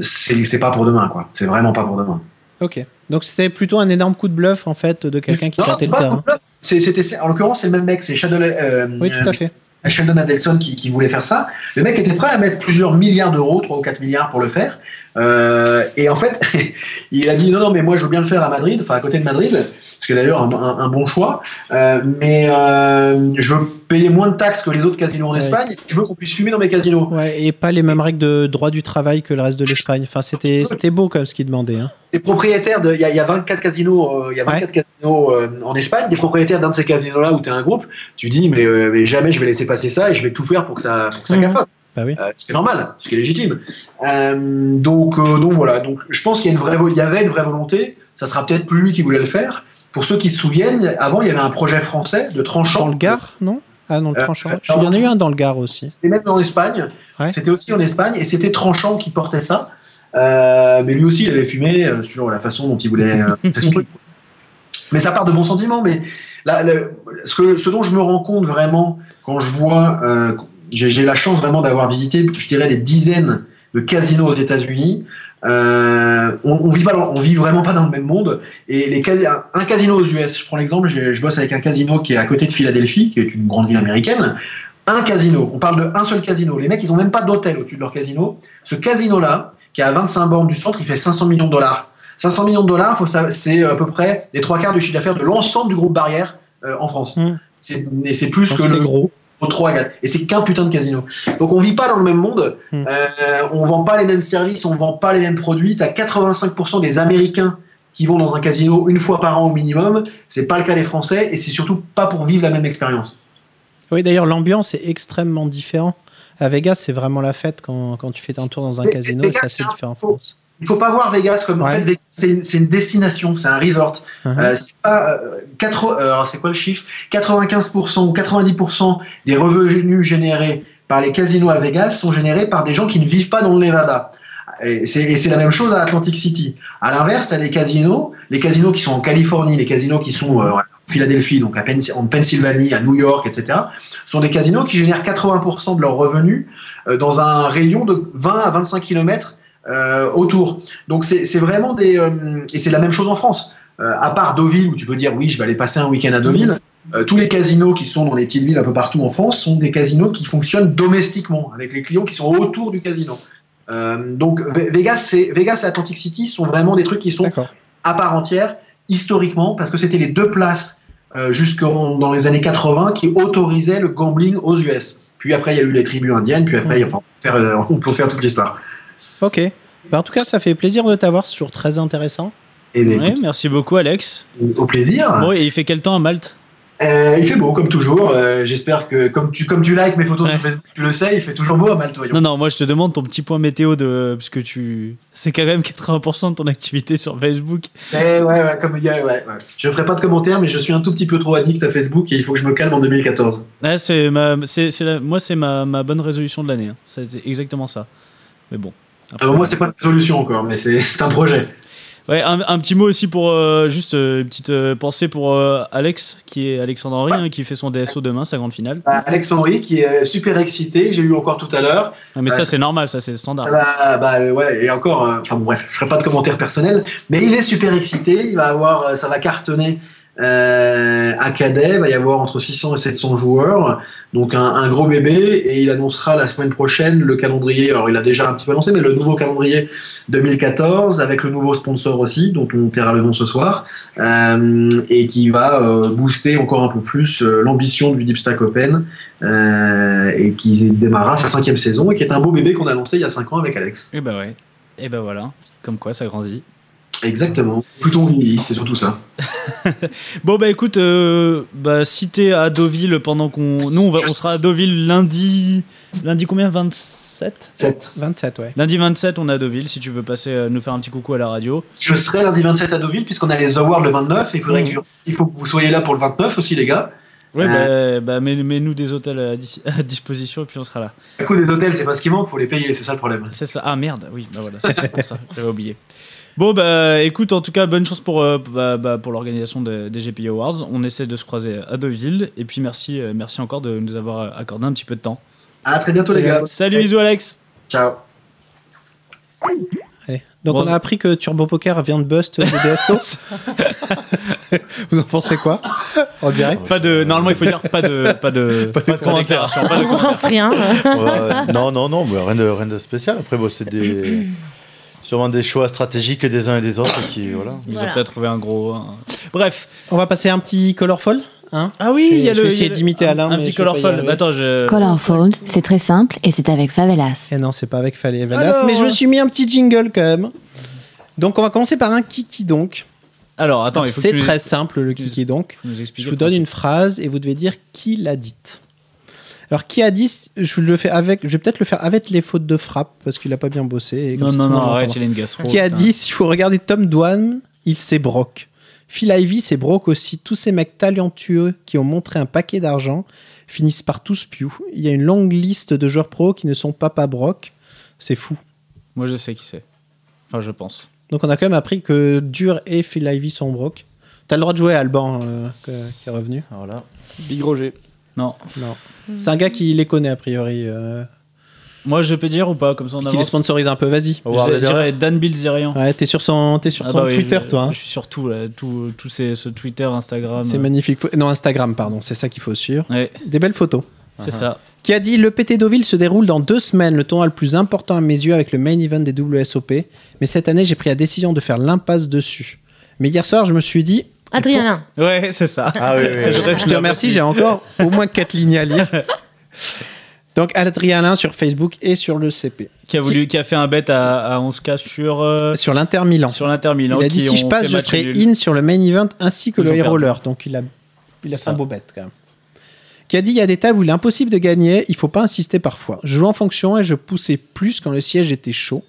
[SPEAKER 8] C'est c'est pas pour demain, quoi. C'est vraiment pas pour demain.
[SPEAKER 4] Ok. Donc c'était plutôt un énorme coup de bluff en fait de quelqu'un qui
[SPEAKER 8] Non,
[SPEAKER 4] tentait
[SPEAKER 8] c'est
[SPEAKER 4] le
[SPEAKER 8] pas
[SPEAKER 4] terrain.
[SPEAKER 8] pour demain. C'est- c'était- en l'occurrence, c'est le même mec, c'est Shadow. euh,
[SPEAKER 4] Oui, tout à fait.
[SPEAKER 8] à Sheldon Adelson qui, qui voulait faire ça. Le mec était prêt à mettre plusieurs milliards d'euros, 3 ou 4 milliards pour le faire. Euh, et en fait, [LAUGHS] il a dit non, non, mais moi je veux bien le faire à Madrid, enfin à côté de Madrid, ce qui est d'ailleurs un, un- un bon choix. Euh, mais euh, je veux payer moins de taxes que les autres casinos en
[SPEAKER 4] Ouais.
[SPEAKER 8] Espagne. Je veux qu'on puisse fumer dans mes casinos.
[SPEAKER 4] Ouais, et pas les mêmes règles de droit du travail que le reste de l'Espagne. Enfin, c'était, c'était beau comme ce qu'ils demandaient. Hein.
[SPEAKER 8] Des propriétaires, de- il y, a- il y a 24 casinos, euh, il y a 24 casinos euh, en Espagne, des propriétaires d'un de ces casinos-là où tu es un groupe, tu dis mais, euh, mais jamais je vais laisser passer ça et je vais tout faire pour que ça, pour que ça
[SPEAKER 4] Mhm.
[SPEAKER 8] capote.
[SPEAKER 4] Bah oui.
[SPEAKER 8] Euh, ce qui est normal, ce qui est légitime. Euh, donc, euh, donc voilà, donc, je pense qu'il y, a une vraie vo- il y avait une vraie volonté, ça sera peut-être plus lui qui voulait le faire. Pour ceux qui se souviennent, avant il y avait un projet français de tranchant.
[SPEAKER 4] Dans le Gard, non Ah non, le
[SPEAKER 8] Euh,
[SPEAKER 4] tranchant.
[SPEAKER 8] euh,
[SPEAKER 4] Je suis bien
[SPEAKER 8] alors,
[SPEAKER 4] eu un dans le Gard aussi.
[SPEAKER 8] Et même en Espagne,
[SPEAKER 4] Ouais.
[SPEAKER 8] c'était aussi en Espagne, et c'était Tranchant qui portait ça. Euh, mais lui aussi, il avait fumé euh, sur la façon dont il voulait
[SPEAKER 4] [LAUGHS]
[SPEAKER 8] euh, faire son truc. Mais ça part de bons sentiments. Mais là, le- ce, que- ce dont je me rends compte vraiment quand je vois, euh, j'ai j'ai la chance vraiment d'avoir visité, je dirais, des dizaines de casinos aux États-Unis. Euh, on, on vit pas, dans- on vit vraiment pas dans le même monde. Et les casi- un, un casino aux US, je prends l'exemple, j'ai- je bosse avec un casino qui est à côté de Philadelphie, qui est une grande ville américaine. Un casino, on parle de un seul casino. Les mecs, ils ont même pas d'hôtel au-dessus de leur casino. Ce casino-là, qui est à 25 bornes du centre, il fait 500 millions de dollars. 500 millions de dollars, faut savoir- c'est à peu près les trois quarts du chiffre d'affaires de l'ensemble du groupe Barrière euh, en France.
[SPEAKER 4] Mm.
[SPEAKER 8] C'est- Et c'est plus que
[SPEAKER 4] c'est
[SPEAKER 8] le
[SPEAKER 4] gros.
[SPEAKER 8] au trois, regarde. Et c'est qu'un putain de casino. Donc on vit pas dans le même monde.
[SPEAKER 4] Mm.
[SPEAKER 8] Euh, on vend pas les mêmes services, on vend pas les mêmes produits. T'as 85% des Américains qui vont dans un casino une fois par an au minimum. C'est pas le cas des Français et c'est surtout pas pour vivre la même expérience.
[SPEAKER 4] Oui, d'ailleurs, l'ambiance est extrêmement différente. À Vegas, c'est vraiment la fête quand, quand tu fais un tour dans un
[SPEAKER 8] Mais-
[SPEAKER 4] casino,
[SPEAKER 8] mais
[SPEAKER 4] c'est
[SPEAKER 8] Vegas, hein.
[SPEAKER 4] assez
[SPEAKER 8] c'est un
[SPEAKER 4] différent en
[SPEAKER 8] faux.
[SPEAKER 4] France.
[SPEAKER 8] Il faut pas voir Vegas comme en
[SPEAKER 4] Ouais.
[SPEAKER 8] fait Vegas, c'est une, c'est une destination, c'est un resort.
[SPEAKER 4] Mhm.
[SPEAKER 8] Euh, c'est pas euh, quatre- euh, alors c'est quoi le chiffre 95% ou 90% des revenus générés par les casinos à Vegas sont générés par des gens qui ne vivent pas dans le Nevada. Et c'est et c'est la même chose à Atlantic City. À l'inverse, tu as des casinos, les casinos qui sont en Californie, les casinos qui sont euh, en Philadelphie, donc à Pens- en Pennsylvanie, à New York, etc., sont des casinos qui génèrent 80% de leurs revenus euh, dans un rayon de 20 à 25 km euh, autour. Donc c'est c'est vraiment des... euh, et c'est la même chose en France. Euh, à part Deauville, où tu peux dire oui, je vais aller passer un week-end à Deauville, euh, tous les casinos qui sont dans les petites villes un peu partout en France sont des casinos qui fonctionnent domestiquement, avec les clients qui sont autour du casino. Euh, donc Ve- Vegas, c'est- Vegas et Atlantic City sont vraiment des trucs qui sont
[SPEAKER 4] D'accord.
[SPEAKER 8] à part entière, historiquement, parce que c'était les deux places euh, jusque en- dans les années 80 qui autorisaient le gambling aux US. Puis après, il y a eu les tribus indiennes, puis après, il y a- enfin, on peut faire, euh, on peut faire toute l'histoire.
[SPEAKER 4] Ok. Bah, en tout cas, ça fait plaisir de t'avoir, c'est toujours très intéressant.
[SPEAKER 8] Et ben,
[SPEAKER 3] Ouais, merci beaucoup, Alex.
[SPEAKER 8] écoute, Euh, au plaisir.
[SPEAKER 3] Bon, et il fait quel temps à Malte
[SPEAKER 8] Euh, il fait beau comme toujours. Euh, J'espère que comme tu comme tu likes mes photos
[SPEAKER 3] Ouais.
[SPEAKER 8] sur Facebook, tu le sais, il fait toujours beau à Maltoyon.
[SPEAKER 3] Non, non, moi je te demande ton petit point météo de. Parce que tu. C'est quand même 80% de ton activité sur Facebook.
[SPEAKER 8] Eh ouais, ouais, comme il y a- ouais, ouais. Je ferai pas de commentaires, mais je suis un tout petit peu trop addict à Facebook et il faut que je me calme en 2014.
[SPEAKER 3] Ouais, Ah, c'est ma, c'est, c'est la- moi, c'est ma, ma bonne résolution de l'année. hein. C'est exactement ça. Mais bon. Après,
[SPEAKER 8] Alors Ah, moi, c'est pas une solution encore, mais c'est c'est un projet.
[SPEAKER 3] Ouais, un, un petit mot aussi pour euh, juste euh, une petite euh, pensée pour euh, Alex, qui est Alexandre Henry, hein, qui fait son DSO demain, sa grande finale.
[SPEAKER 8] Ah, Alex Henry qui est super excité, j'ai eu encore tout à l'heure.
[SPEAKER 3] Ah, mais
[SPEAKER 8] Ouais,
[SPEAKER 3] ça,
[SPEAKER 8] c'est-
[SPEAKER 3] c'est normal, ça, c'est standard.
[SPEAKER 8] Ça va, bah, euh, ouais, et encore, euh, enfin bon, bref, je ferai pas de commentaires personnels, mais il est super excité, il va avoir, euh, ça va cartonner euh, à Cadet, il va y avoir entre 600 et 700 joueurs, donc un, un gros bébé, et il annoncera la semaine prochaine le calendrier, alors il a déjà un petit peu annoncé, mais le nouveau calendrier 2014, avec le nouveau sponsor aussi, dont on taira le nom ce soir, euh, et qui va euh, booster encore un peu plus euh, l'ambition du Deep Stack Open, euh, et qui démarrera sa cinquième saison et qui est un beau bébé qu'on a lancé il y a cinq ans avec Alex.
[SPEAKER 3] Et bah ouais. Et bah voilà. Comme quoi, ça grandit.
[SPEAKER 8] Exactement. Pluton vieillit, c'est surtout ça.
[SPEAKER 3] Bon, bah écoute, euh, bah, si t'es à Deauville pendant qu'on. Nous, on, va, on sera à Deauville lundi. Lundi combien 27
[SPEAKER 8] 7.
[SPEAKER 4] 27, ouais.
[SPEAKER 3] Lundi 27, on est à Deauville. Si tu veux passer euh, nous faire un petit coucou à la radio.
[SPEAKER 8] Je serai lundi 27 à Deauville puisqu'on a les awards le 29 et il, faudrait
[SPEAKER 3] Mmh.
[SPEAKER 8] que je- il faut que vous soyez là pour le 29 aussi les gars.
[SPEAKER 3] Ouais,
[SPEAKER 8] Ouais.
[SPEAKER 3] bah, bah, mets- mets-nous des hôtels à, dis- [LAUGHS] à disposition et puis on sera là.
[SPEAKER 8] À coup des hôtels c'est pas ce qui manque, faut les payer, c'est ça le problème.
[SPEAKER 3] C'est ça. Ah merde, oui, bah voilà, c'est pour ça, j'avais oublié. Bon, bah écoute, en tout cas, bonne chance pour, euh, bah, bah, pour l'organisation de- des GPI Awards. On essaie de se croiser à Deauville. Et puis merci, euh, merci encore de nous avoir euh, accordé un petit peu de temps.
[SPEAKER 8] À très bientôt les gars.
[SPEAKER 3] Salut, bisous, Alex.
[SPEAKER 8] Ciao.
[SPEAKER 4] Allez. Donc,
[SPEAKER 3] Bon.
[SPEAKER 4] on a appris que Turbo Poker vient de bust le DSO.
[SPEAKER 3] [LAUGHS]
[SPEAKER 4] Vous en pensez quoi En direct
[SPEAKER 3] Pas de, normalement, il faut dire pas de, pas
[SPEAKER 4] [LAUGHS]
[SPEAKER 3] de,
[SPEAKER 6] Pas de commentaires.
[SPEAKER 3] déclaration, pas de
[SPEAKER 5] On pense rien.
[SPEAKER 6] Ouais, non, non, non, mais rien de, rien de spécial. Après, bon, c'est [CLEARS THROAT] des... sûrement des choix stratégiques des uns et des autres qui, voilà.
[SPEAKER 3] Ils
[SPEAKER 5] Voilà.
[SPEAKER 3] ont peut-être trouvé un gros. un- Bref.
[SPEAKER 4] On va passer un petit colorful. Hein
[SPEAKER 3] Ah oui,
[SPEAKER 4] Je- il y a je le- vais il y a essayer le- d'imiter Alain,
[SPEAKER 3] Un
[SPEAKER 4] mais
[SPEAKER 3] petit
[SPEAKER 4] je vais pas y
[SPEAKER 3] colorful.
[SPEAKER 4] arriver.
[SPEAKER 3] Bah, attends, je.
[SPEAKER 2] Colorfold, c'est très simple et c'est avec Favelas.
[SPEAKER 4] Eh non, c'est pas avec Fallait Velas,
[SPEAKER 3] Alors
[SPEAKER 4] mais je me suis mis un petit jingle quand même. Donc, on va commencer par un kiki donc.
[SPEAKER 3] Alors, attends, il faut que
[SPEAKER 4] C'est
[SPEAKER 3] tu nous-
[SPEAKER 4] très simple le
[SPEAKER 3] tu-
[SPEAKER 4] kiki donc.
[SPEAKER 3] faut nous expliquer
[SPEAKER 4] Je vous
[SPEAKER 3] le
[SPEAKER 4] donne
[SPEAKER 3] principe.
[SPEAKER 4] une phrase et vous devez dire qui l'a dite. Alors qui a dit Je le fais avec. Je vais peut-être le faire avec les fautes de frappe parce qu'il a pas bien bossé. et comme
[SPEAKER 3] Non,
[SPEAKER 4] ça,
[SPEAKER 3] non,
[SPEAKER 4] tout le
[SPEAKER 3] non,
[SPEAKER 4] monde
[SPEAKER 3] arrête,
[SPEAKER 4] l'entendra.
[SPEAKER 3] il a une gastro.
[SPEAKER 4] Qui a
[SPEAKER 3] putain.
[SPEAKER 4] dit Si vous regardez Tom Dwan, il s'est broc. Phil Ivy, c'est broc aussi. Tous ces mecs talentueux qui ont montré un paquet d'argent finissent par tous piou. Il y a une longue liste de joueurs pro qui ne sont pas pas broc. C'est fou.
[SPEAKER 3] Moi, je sais qui c'est. Enfin, je pense.
[SPEAKER 4] Donc on a quand même appris que Dur et Phil Ivy sont broke. T'as le droit de jouer à Alban euh, que- qui est revenu.
[SPEAKER 6] Voilà.
[SPEAKER 7] Big Roger.
[SPEAKER 3] Non.
[SPEAKER 4] Non. C'est un gars qui les connaît a priori, euh,
[SPEAKER 3] Moi, je peux dire ou pas Comme ça, on
[SPEAKER 4] qui les
[SPEAKER 3] avance.
[SPEAKER 4] sponsorise un peu. Vas-y.
[SPEAKER 3] Je
[SPEAKER 6] Howard Lederer.
[SPEAKER 3] dirais Dan Bilzerian.
[SPEAKER 4] Ouais, t'es sur son, t'es sur
[SPEAKER 3] Ah
[SPEAKER 4] son
[SPEAKER 3] bah oui,
[SPEAKER 4] Twitter,
[SPEAKER 3] je-
[SPEAKER 4] toi. hein.
[SPEAKER 3] Je suis euh, sur tout, là, tout, tout ces, ce Twitter, Instagram.
[SPEAKER 4] C'est magnifique. Faut- Non, Instagram, pardon. C'est ça qu'il faut suivre.
[SPEAKER 3] Ouais,
[SPEAKER 4] Des belles photos.
[SPEAKER 3] c'est ça.
[SPEAKER 4] Qui a dit Le PT Deauville se déroule dans deux semaines, le tournoi le plus important à mes yeux avec le main event des WSOP. Mais cette année, j'ai pris la décision de faire l'impasse dessus. Mais hier soir, je me suis dit
[SPEAKER 5] [LAUGHS] Adrien, Alain.
[SPEAKER 3] Ouais, c'est ça.
[SPEAKER 6] Ah
[SPEAKER 9] [LAUGHS]
[SPEAKER 6] oui, oui, oui.
[SPEAKER 3] Je reste
[SPEAKER 4] Je te
[SPEAKER 3] là.
[SPEAKER 4] remercie, j'ai encore au moins quatre lignes
[SPEAKER 3] [LAUGHS]
[SPEAKER 4] à lire. Donc, Adrien Alain sur Facebook et sur le CP.
[SPEAKER 3] Qui a, voulu, qui a fait un bet à, à 11K sur, euh,
[SPEAKER 4] Sur l'Inter Milan.
[SPEAKER 3] sur l'Inter Milan.
[SPEAKER 4] il a dit
[SPEAKER 3] qui
[SPEAKER 4] si je
[SPEAKER 3] ont
[SPEAKER 4] passe,
[SPEAKER 3] fait
[SPEAKER 4] je
[SPEAKER 3] match
[SPEAKER 4] serai
[SPEAKER 3] nul.
[SPEAKER 4] in sur le main event ainsi que
[SPEAKER 3] Ils
[SPEAKER 4] le
[SPEAKER 3] ont
[SPEAKER 4] hero
[SPEAKER 3] perdu.
[SPEAKER 4] roller. Donc il a, il a fait
[SPEAKER 3] Ça.
[SPEAKER 4] un beau bête quand même. Qui a dit il y a des tables où il est impossible de gagner, il faut pas insister parfois. Je jouais en fonction et je poussais plus quand le siège était chaud,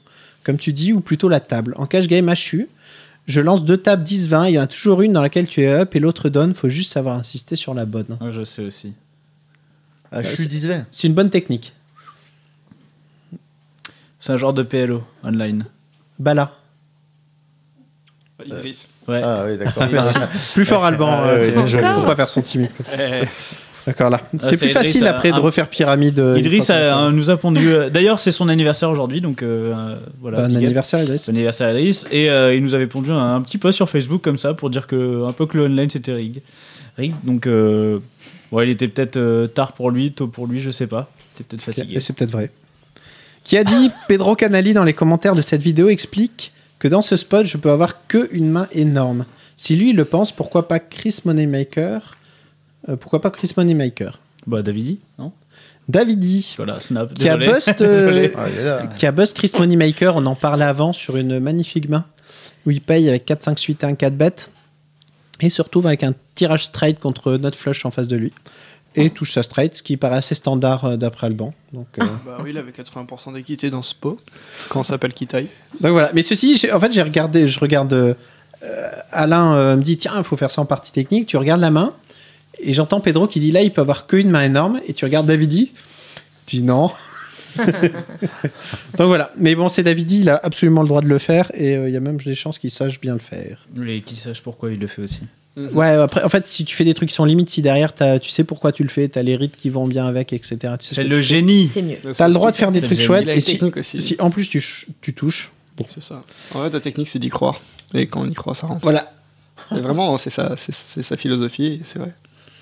[SPEAKER 4] comme tu dis, ou plutôt la table. En cash game HU, je lance deux tables 10-20, il y en a toujours une dans laquelle tu es up et l'autre donne, faut juste savoir insister sur la bonne.
[SPEAKER 3] Ouais, je sais aussi.
[SPEAKER 6] Ah, je suis 10 20.
[SPEAKER 4] C'est une bonne technique.
[SPEAKER 3] C'est un genre de PLO online.
[SPEAKER 4] Bala.
[SPEAKER 7] Idriss.
[SPEAKER 3] Ouais.
[SPEAKER 6] Ah oui, [LAUGHS] d'accord.
[SPEAKER 4] [LAUGHS] Plus fort Alban,
[SPEAKER 6] Ah,
[SPEAKER 4] euh,
[SPEAKER 6] oui,
[SPEAKER 4] faut-
[SPEAKER 6] joli.
[SPEAKER 4] faut pas faire son timide comme ça.
[SPEAKER 3] Euh,
[SPEAKER 4] D'accord là. C'était
[SPEAKER 3] c'est
[SPEAKER 4] plus
[SPEAKER 3] Idriss,
[SPEAKER 4] facile
[SPEAKER 3] euh,
[SPEAKER 4] après de
[SPEAKER 3] un-
[SPEAKER 4] refaire pyramide. euh, une
[SPEAKER 3] Idriss
[SPEAKER 4] fois qu'on
[SPEAKER 3] a-
[SPEAKER 4] a fait-
[SPEAKER 3] nous a pondu. euh, D'ailleurs, c'est son anniversaire aujourd'hui, donc euh, voilà.
[SPEAKER 4] Bon
[SPEAKER 3] big up.
[SPEAKER 4] anniversaire Idriss.
[SPEAKER 3] Bon anniversaire à Idriss. Et euh, il nous avait pondu un, un petit post sur Facebook comme ça pour dire que un peu que le online c'était rig. Rig. Donc euh, ouais, il était peut-être euh, tard pour lui, tôt pour lui, je sais pas. Il était peut-être
[SPEAKER 4] Ok,
[SPEAKER 3] fatigué.
[SPEAKER 4] et c'est peut-être vrai. Qui
[SPEAKER 3] [LAUGHS]
[SPEAKER 4] a dit Pedro Canali dans les commentaires de cette vidéo explique que dans ce spot, je peux avoir que une main énorme. Si lui il le pense, pourquoi pas Chris Moneymaker Euh, Pourquoi pas Chris Moneymaker
[SPEAKER 3] Bah Davidi, non
[SPEAKER 4] Davidi,
[SPEAKER 3] Voilà, snap.
[SPEAKER 4] qui a,
[SPEAKER 3] Désolé. [LAUGHS]
[SPEAKER 4] bust, euh,
[SPEAKER 3] Désolé.
[SPEAKER 6] Ah, il est là.
[SPEAKER 4] qui a bust Chris Moneymaker, on en parlait avant, sur une magnifique main où il paye avec 4, 5 suite et un 4 bet. Et se retrouve avec un tirage straight contre notre flush en face de lui. Et touche sa straight, ce qui paraît assez standard euh, d'après Alban. Donc, euh,
[SPEAKER 7] Bah oui, il avait 80% d'équité dans ce pot. Quand on s'appelle Kitai.
[SPEAKER 4] Donc voilà, mais ceci, j'ai- en fait, j'ai regardé, je regarde. euh, euh, Alain euh, me dit tiens, il faut faire ça en partie technique. Tu regardes la main et j'entends Pedro qui dit là, il peut avoir qu'une main énorme. Et tu regardes Davidi, tu dis non. Donc voilà, mais bon, c'est Davidi, il a absolument le droit de le faire et euh, il y a même des chances qu'il sache bien le faire.
[SPEAKER 3] Et qu'il sache pourquoi il le fait aussi.
[SPEAKER 4] Ouais, après, en fait, si tu fais des trucs qui sont limites, si derrière t'as- tu sais pourquoi tu le fais, t'as les rites qui vont bien avec, etc. Tu sais ce
[SPEAKER 3] C'est
[SPEAKER 4] que
[SPEAKER 3] le
[SPEAKER 4] tu fais.
[SPEAKER 3] génie.
[SPEAKER 5] c'est mieux.
[SPEAKER 4] T'as le droit de faire des
[SPEAKER 3] C'est
[SPEAKER 4] trucs
[SPEAKER 3] le
[SPEAKER 4] chouettes
[SPEAKER 7] Il a une
[SPEAKER 4] et si,
[SPEAKER 7] technique aussi.
[SPEAKER 4] si en plus tu ch- tu touches,
[SPEAKER 7] C'est ça. En vrai, ta technique, c'est d'y croire. Et quand on y croit, ça rentre.
[SPEAKER 4] voilà,
[SPEAKER 7] Et vraiment, c'est ça, c'est- c'est sa philosophie, et c'est vrai.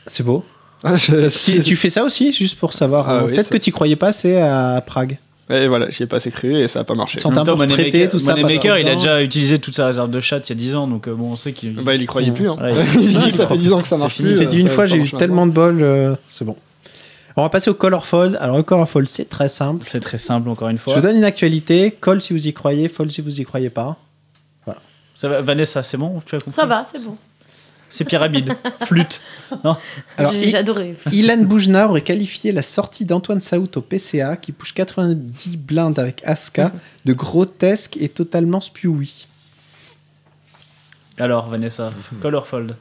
[SPEAKER 4] c'est beau.
[SPEAKER 7] Ah, [LAUGHS] je-
[SPEAKER 4] Tu, tu fais ça aussi, juste pour savoir.
[SPEAKER 7] Ah
[SPEAKER 4] euh,
[SPEAKER 7] oui,
[SPEAKER 4] Peut-être
[SPEAKER 7] ça-
[SPEAKER 4] que tu croyais pas assez à Prague.
[SPEAKER 7] Et voilà, j'y ai pas assez cru et ça a pas marché.
[SPEAKER 4] Sans-
[SPEAKER 3] En même temps,
[SPEAKER 4] Timbre
[SPEAKER 3] Moneymaker,
[SPEAKER 4] traité, tout ça,
[SPEAKER 3] Moneymaker,
[SPEAKER 4] pas
[SPEAKER 3] il a
[SPEAKER 4] d'argent.
[SPEAKER 3] déjà utilisé toute sa réserve de chat il y a 10 ans, donc euh, bon, on sait qu'il.
[SPEAKER 7] Bah, il y croyait
[SPEAKER 4] Ouais.
[SPEAKER 7] plus. Hein.
[SPEAKER 3] Ouais.
[SPEAKER 7] [LAUGHS] il dit
[SPEAKER 3] Ouais,
[SPEAKER 7] ça fait 10 ans que ça
[SPEAKER 3] c'est
[SPEAKER 7] marche
[SPEAKER 3] fini.
[SPEAKER 7] plus.
[SPEAKER 4] J'ai
[SPEAKER 7] euh,
[SPEAKER 4] dit une
[SPEAKER 7] ça
[SPEAKER 4] fois,
[SPEAKER 7] va
[SPEAKER 4] j'ai
[SPEAKER 7] pas
[SPEAKER 4] eu
[SPEAKER 7] marcher
[SPEAKER 4] tellement de bol, euh, c'est bon. On va passer au call or fold. Alors, le call or fold, c'est très simple.
[SPEAKER 3] C'est très simple, encore une
[SPEAKER 4] Je
[SPEAKER 3] fois.
[SPEAKER 4] vous donne une actualité. Call si vous y croyez, fold si vous y croyez pas.
[SPEAKER 3] Ça va, Vanessa, c'est bon tu as compris
[SPEAKER 5] Ça va, c'est bon.
[SPEAKER 3] C'est
[SPEAKER 5] [LAUGHS]
[SPEAKER 3] pyramide, flûte.
[SPEAKER 4] Alors,
[SPEAKER 5] J'ai
[SPEAKER 4] I-
[SPEAKER 5] j'ai adoré.
[SPEAKER 4] Ilan Boujna aurait qualifié la sortie d'Antoine Saout au PCA, qui pousse 90 blindes avec Aska, de grotesque et totalement spioui.
[SPEAKER 3] Alors,
[SPEAKER 4] [LAUGHS]
[SPEAKER 3] Vanessa, Colorfold.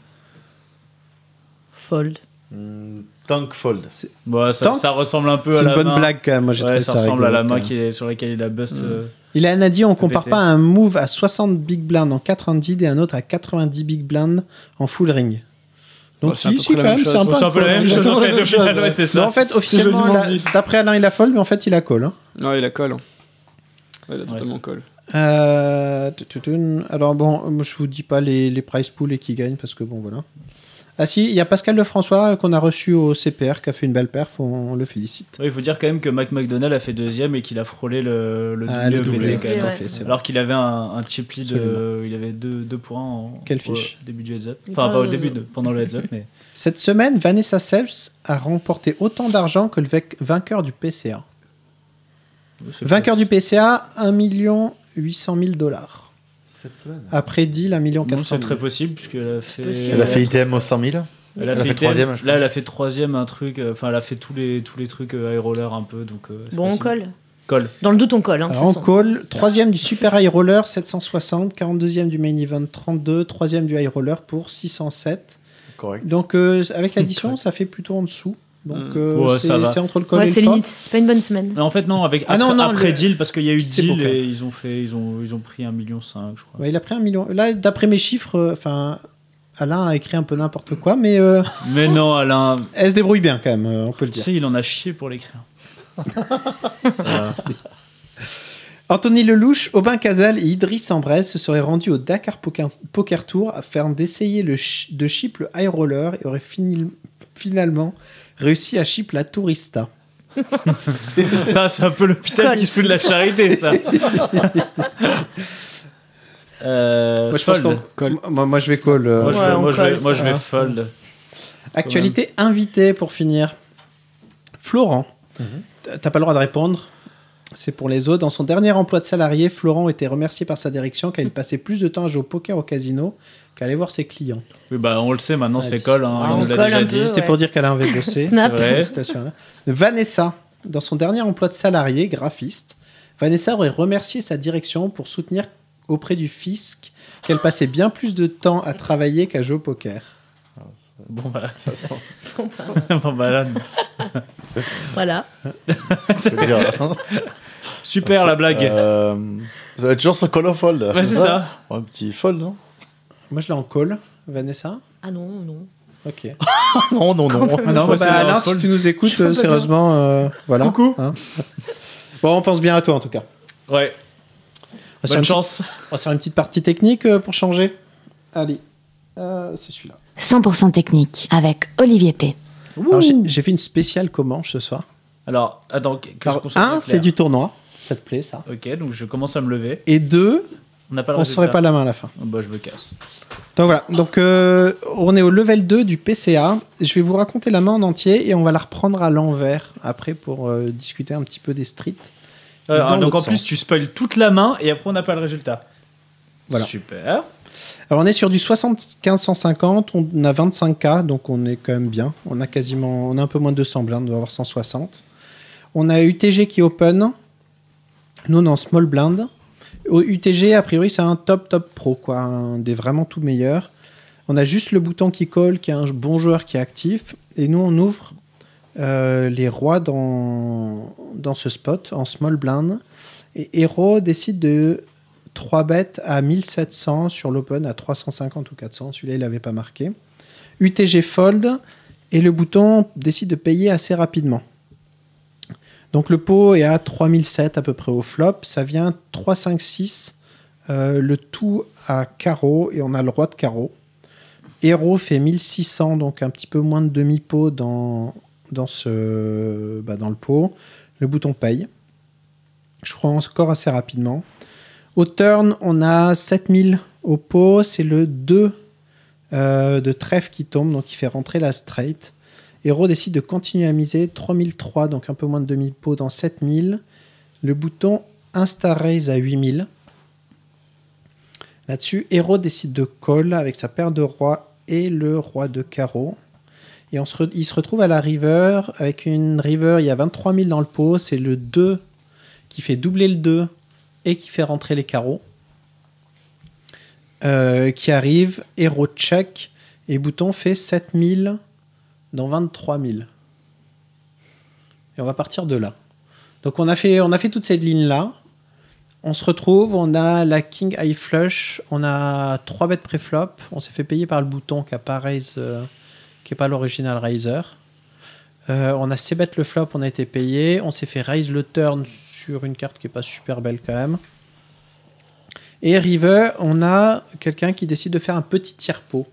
[SPEAKER 5] Fold.
[SPEAKER 6] Hmm, Tank fold.
[SPEAKER 3] Bon, Bah, ça,
[SPEAKER 4] Tank.
[SPEAKER 3] ça ressemble un peu
[SPEAKER 4] C'est
[SPEAKER 3] à
[SPEAKER 4] une
[SPEAKER 3] la
[SPEAKER 4] bonne
[SPEAKER 3] main.
[SPEAKER 4] blague, quand même. Moi, j'ai
[SPEAKER 3] Ouais,
[SPEAKER 4] trouvé
[SPEAKER 3] ça ressemble à
[SPEAKER 4] rigolo,
[SPEAKER 3] la
[SPEAKER 4] quand
[SPEAKER 3] main
[SPEAKER 4] même.
[SPEAKER 3] qui est, sur laquelle il a bust. euh,
[SPEAKER 4] Il a dit on
[SPEAKER 3] Répétez.
[SPEAKER 4] compare pas un move à 60 big blinds en 90 et un autre à 90 big blinds en full ring. Donc
[SPEAKER 7] Ouais, c'est à
[SPEAKER 4] si,
[SPEAKER 7] peu
[SPEAKER 4] si,
[SPEAKER 7] près la
[SPEAKER 4] quand
[SPEAKER 7] même
[SPEAKER 4] même,
[SPEAKER 7] chose.
[SPEAKER 4] c'est un peu
[SPEAKER 3] C'est un peu la même chose en fait, au final, ouais, c'est
[SPEAKER 4] Non,
[SPEAKER 3] ça.
[SPEAKER 4] en fait, officiellement,
[SPEAKER 7] joliment
[SPEAKER 4] il a-
[SPEAKER 7] dit.
[SPEAKER 4] d'après Alain, il a fold, mais en fait, il a call. hein.
[SPEAKER 7] Non, il a colle. hein. Ouais, il a totalement colle.
[SPEAKER 4] Euh, tu- tu- tu- Alors bon, moi, je vous dis pas les, les price pools et qui gagnent parce que bon, voilà. Ah si, il y a Pascal Lefrançois euh, qu'on a reçu au CPR qui a fait une belle perf, on, on le félicite.
[SPEAKER 3] Ouais, il faut dire quand même que Mac McDonald a fait deuxième et qu'il a frôlé le, le
[SPEAKER 4] Ah, le
[SPEAKER 3] doublé
[SPEAKER 4] doublé,
[SPEAKER 3] au PT quand
[SPEAKER 4] tout
[SPEAKER 3] même.
[SPEAKER 4] à
[SPEAKER 5] ouais.
[SPEAKER 4] fait, c'est vrai.
[SPEAKER 3] Alors qu'il avait un, un chip lead,
[SPEAKER 4] Absolument.
[SPEAKER 3] euh, il avait deux, deux points en,
[SPEAKER 4] Quelle
[SPEAKER 3] au
[SPEAKER 4] fiche
[SPEAKER 3] début du heads-up.
[SPEAKER 5] Et
[SPEAKER 3] Enfin,
[SPEAKER 5] pas
[SPEAKER 3] pas au
[SPEAKER 5] au
[SPEAKER 3] début,
[SPEAKER 5] heads-up.
[SPEAKER 3] de- pendant le heads-up,
[SPEAKER 4] [LAUGHS]
[SPEAKER 3] mais
[SPEAKER 4] Cette semaine, Vanessa Selfs a remporté autant d'argent que le vac- vainqueur du PCA. Vainqueur du PCA, 1 800 000 dollars.
[SPEAKER 6] Cette semaine.
[SPEAKER 4] Après deal, 1 400
[SPEAKER 3] Non,
[SPEAKER 4] 000.
[SPEAKER 3] c'est très possible, puisqu'elle a fait.
[SPEAKER 5] possible.
[SPEAKER 6] Elle a fait ITM au 100 000.
[SPEAKER 3] elle a fait
[SPEAKER 6] troisième, je
[SPEAKER 3] Là, elle a fait troisième, un truc. euh, Enfin, elle a fait tous les, tous les trucs euh, high roller un peu. Donc, euh, c'est
[SPEAKER 5] Bon, on
[SPEAKER 3] possible.
[SPEAKER 5] colle.
[SPEAKER 3] Colle.
[SPEAKER 5] Dans le doute, on colle. Hein, de
[SPEAKER 4] Alors, en
[SPEAKER 5] toute façon.
[SPEAKER 4] call, 3ème du Super High Roller, 760, 42e du Main Event, 32, 3ème du High Roller pour 607.
[SPEAKER 6] Correct.
[SPEAKER 4] Donc, euh, avec l'addition, ça fait plutôt en dessous. Donc
[SPEAKER 7] Mm.
[SPEAKER 4] euh,
[SPEAKER 3] Hmm. Ouais,
[SPEAKER 4] c'est
[SPEAKER 3] ça va.
[SPEAKER 4] c'est entre le col
[SPEAKER 5] Ouais,
[SPEAKER 4] et le
[SPEAKER 5] c'est
[SPEAKER 4] froc.
[SPEAKER 5] limite. C'est pas une bonne
[SPEAKER 3] [LAUGHS]
[SPEAKER 5] semaine.
[SPEAKER 3] Mais en fait, non, avec
[SPEAKER 4] Ah non,
[SPEAKER 3] après,
[SPEAKER 4] non,
[SPEAKER 3] après
[SPEAKER 4] le-
[SPEAKER 3] Deal, parce qu'il y a eu
[SPEAKER 4] C'est
[SPEAKER 3] Deal
[SPEAKER 4] bon, quand
[SPEAKER 3] et
[SPEAKER 4] même.
[SPEAKER 3] ils ont, fait, ils, ont, ils ont pris 1,5 million, je crois.
[SPEAKER 4] Ouais, il a pris un million. Là, d'après mes chiffres, euh, enfin, Alain a écrit un peu n'importe quoi, mais euh,
[SPEAKER 3] Mais non, Alain,
[SPEAKER 4] elle se débrouille bien quand même, euh, on peut le
[SPEAKER 3] tu
[SPEAKER 4] dire.
[SPEAKER 3] sais, il en a chié pour
[SPEAKER 4] [LAUGHS]
[SPEAKER 3] l'écrire. Ça va.
[SPEAKER 4] Anthony Lelouch, Aubin Casal et Idriss Ambrès se seraient rendus au Dakar Poker, Poker Tour afin d'essayer le chi- de chip le high roller et auraient fini- finalement réussi à chip la tourista.
[SPEAKER 3] ça, c'est un peu l'hôpital qui se fout de la charité,
[SPEAKER 4] [LAUGHS]
[SPEAKER 3] ça. Euh,
[SPEAKER 4] moi, je pense
[SPEAKER 3] fold.
[SPEAKER 4] qu'on- moi, moi, je vais call. euh,
[SPEAKER 3] Moi, je
[SPEAKER 5] Ouais,
[SPEAKER 3] vais-
[SPEAKER 5] on
[SPEAKER 3] moi, je vais-
[SPEAKER 5] colle,
[SPEAKER 3] moi,
[SPEAKER 4] ça.
[SPEAKER 3] je vais fold.
[SPEAKER 4] Actualité invitée pour finir. Florent, T- t'as pas le droit de répondre. C'est pour les autres. Dans son dernier emploi de salarié, Florent était remercié par sa direction car il passait plus de temps à jouer au poker au casino qu'à aller voir ses clients.
[SPEAKER 3] Oui, bah, on le sait maintenant,
[SPEAKER 4] Ah,
[SPEAKER 3] c'est
[SPEAKER 4] dis-
[SPEAKER 3] colle. hein,
[SPEAKER 4] Ah,
[SPEAKER 3] il
[SPEAKER 4] on
[SPEAKER 3] nous l'a
[SPEAKER 5] colle
[SPEAKER 3] déjà
[SPEAKER 5] un
[SPEAKER 3] dit.
[SPEAKER 5] peu.
[SPEAKER 4] C'était
[SPEAKER 5] ouais.
[SPEAKER 4] pour dire qu'elle avait bossé.
[SPEAKER 5] [LAUGHS]
[SPEAKER 3] C'est
[SPEAKER 5] Snap.
[SPEAKER 3] vrai.
[SPEAKER 4] Félicitations, Alain. Vanessa, dans son dernier emploi de salarié, graphiste, Vanessa aurait remercié sa direction pour soutenir auprès du fisc qu'elle passait bien plus de temps à travailler qu'à jouer au poker.
[SPEAKER 3] [LAUGHS] Bon, bah, [LAUGHS]
[SPEAKER 5] Bon, bah,
[SPEAKER 3] bon, bah, [LAUGHS] là,
[SPEAKER 5] voilà.
[SPEAKER 9] Je veux
[SPEAKER 6] [LAUGHS]
[SPEAKER 9] dire, hein.
[SPEAKER 3] super la blague.
[SPEAKER 9] Euh, ça va être toujours sur Call of Fold.
[SPEAKER 3] Ouais, c'est ça.
[SPEAKER 9] [LAUGHS] Un petit Fold, non
[SPEAKER 4] Moi, je l'ai en call, Vanessa.
[SPEAKER 5] Ah non, non.
[SPEAKER 4] Ok.
[SPEAKER 3] Ah,
[SPEAKER 9] Non, non, non.
[SPEAKER 4] Ah non,
[SPEAKER 3] Faut
[SPEAKER 4] bah,
[SPEAKER 3] pas
[SPEAKER 4] Alain,
[SPEAKER 3] leur
[SPEAKER 4] si tu nous écoutes,
[SPEAKER 5] peux
[SPEAKER 4] euh,
[SPEAKER 5] pas dire.
[SPEAKER 4] sérieusement, euh, voilà.
[SPEAKER 3] Coucou.
[SPEAKER 4] hein. bon, on pense bien à toi en tout cas.
[SPEAKER 3] Ouais,
[SPEAKER 4] Ah, On va faire
[SPEAKER 3] bonne
[SPEAKER 4] une
[SPEAKER 3] chance.
[SPEAKER 4] petite- on va faire une petite partie technique euh, pour changer. Allez, Euh, c'est celui-là.
[SPEAKER 2] 100% technique avec Olivier P.
[SPEAKER 4] Alors, J'ai j'ai fait une spéciale Comanche ce soir.
[SPEAKER 3] Alors, attends, que- que
[SPEAKER 4] Alors,
[SPEAKER 3] qu'on soit bien
[SPEAKER 4] un,
[SPEAKER 3] clair.
[SPEAKER 4] c'est du tournoi. Ça te plaît, ça
[SPEAKER 3] Ok, donc je commence à me lever.
[SPEAKER 4] Et deux,
[SPEAKER 3] On n'a pas le
[SPEAKER 4] on se ferait pas
[SPEAKER 3] résultat.
[SPEAKER 4] la main à la fin.
[SPEAKER 3] Bah, je me casse.
[SPEAKER 4] Donc voilà, donc euh, on est au level 2 du PCA. Je vais vous raconter la main en entier et on va la reprendre à l'envers après pour euh, discuter un petit peu des streets.
[SPEAKER 3] Euh,
[SPEAKER 4] Dans
[SPEAKER 3] donc,
[SPEAKER 4] l'autre
[SPEAKER 3] en plus,
[SPEAKER 4] sens.
[SPEAKER 3] tu spoiles toute la main et après, on n'a pas le résultat.
[SPEAKER 4] Voilà.
[SPEAKER 3] Super.
[SPEAKER 4] Alors on est sur du 75-150, on a 25K, donc on est quand même bien. On a quasiment, on a un peu moins de 200 blindes, on doit avoir 160. On a UTG qui est open, nous on est en small blind. Au UTG, a priori, c'est un top top pro, quoi, un des vraiment tout meilleurs. On a juste le bouton qui colle, qui est un bon joueur qui est actif, et nous on ouvre euh, les rois dans, dans ce spot en small blind. Et Hero décide de 3 bêtes à 1700 sur l'open à 350 ou 400. Celui-là, il n'avait pas marqué. UTG fold et le bouton décide de payer assez rapidement. Donc le pot est à 3007 à peu près au flop. Ça vient 356, euh, le tout à carreau et on a le roi de carreau. Héros fait 1600, donc un petit peu moins de demi-pot dans, dans, ce, bah, dans le pot. Le bouton paye. Je crois encore assez rapidement. Au turn, on a 7000 au pot. C'est le 2 euh, de trèfle qui tombe, donc il fait rentrer la straight. Hero décide de continuer à miser 3003, donc un peu moins de demi-pot dans 7000. Le bouton insta-raise à 8000. Là-dessus, Hero décide de call avec sa paire de rois et le roi de carreau. Et on se re- il se retrouve à la river. Avec une river, il y a 23 000 dans le pot. C'est le 2 qui fait doubler le 2 et qui fait rentrer les carreaux. Euh, qui arrive, héros check, et bouton fait 7000 dans 23000. Et on va partir de là. Donc on a fait, on a fait toute cette ligne-là. On se retrouve, on a la King High Flush, on a 3 bêtes préflop, on s'est fait payer par le bouton qui n'est pas, raise, euh, qui est pas l'original Raiser. Euh, on a ses bêtes le flop, on a été payé. On s'est fait raise le turn sur une carte qui est pas super belle quand même. Et River, on a quelqu'un qui décide de faire un petit tiers pot.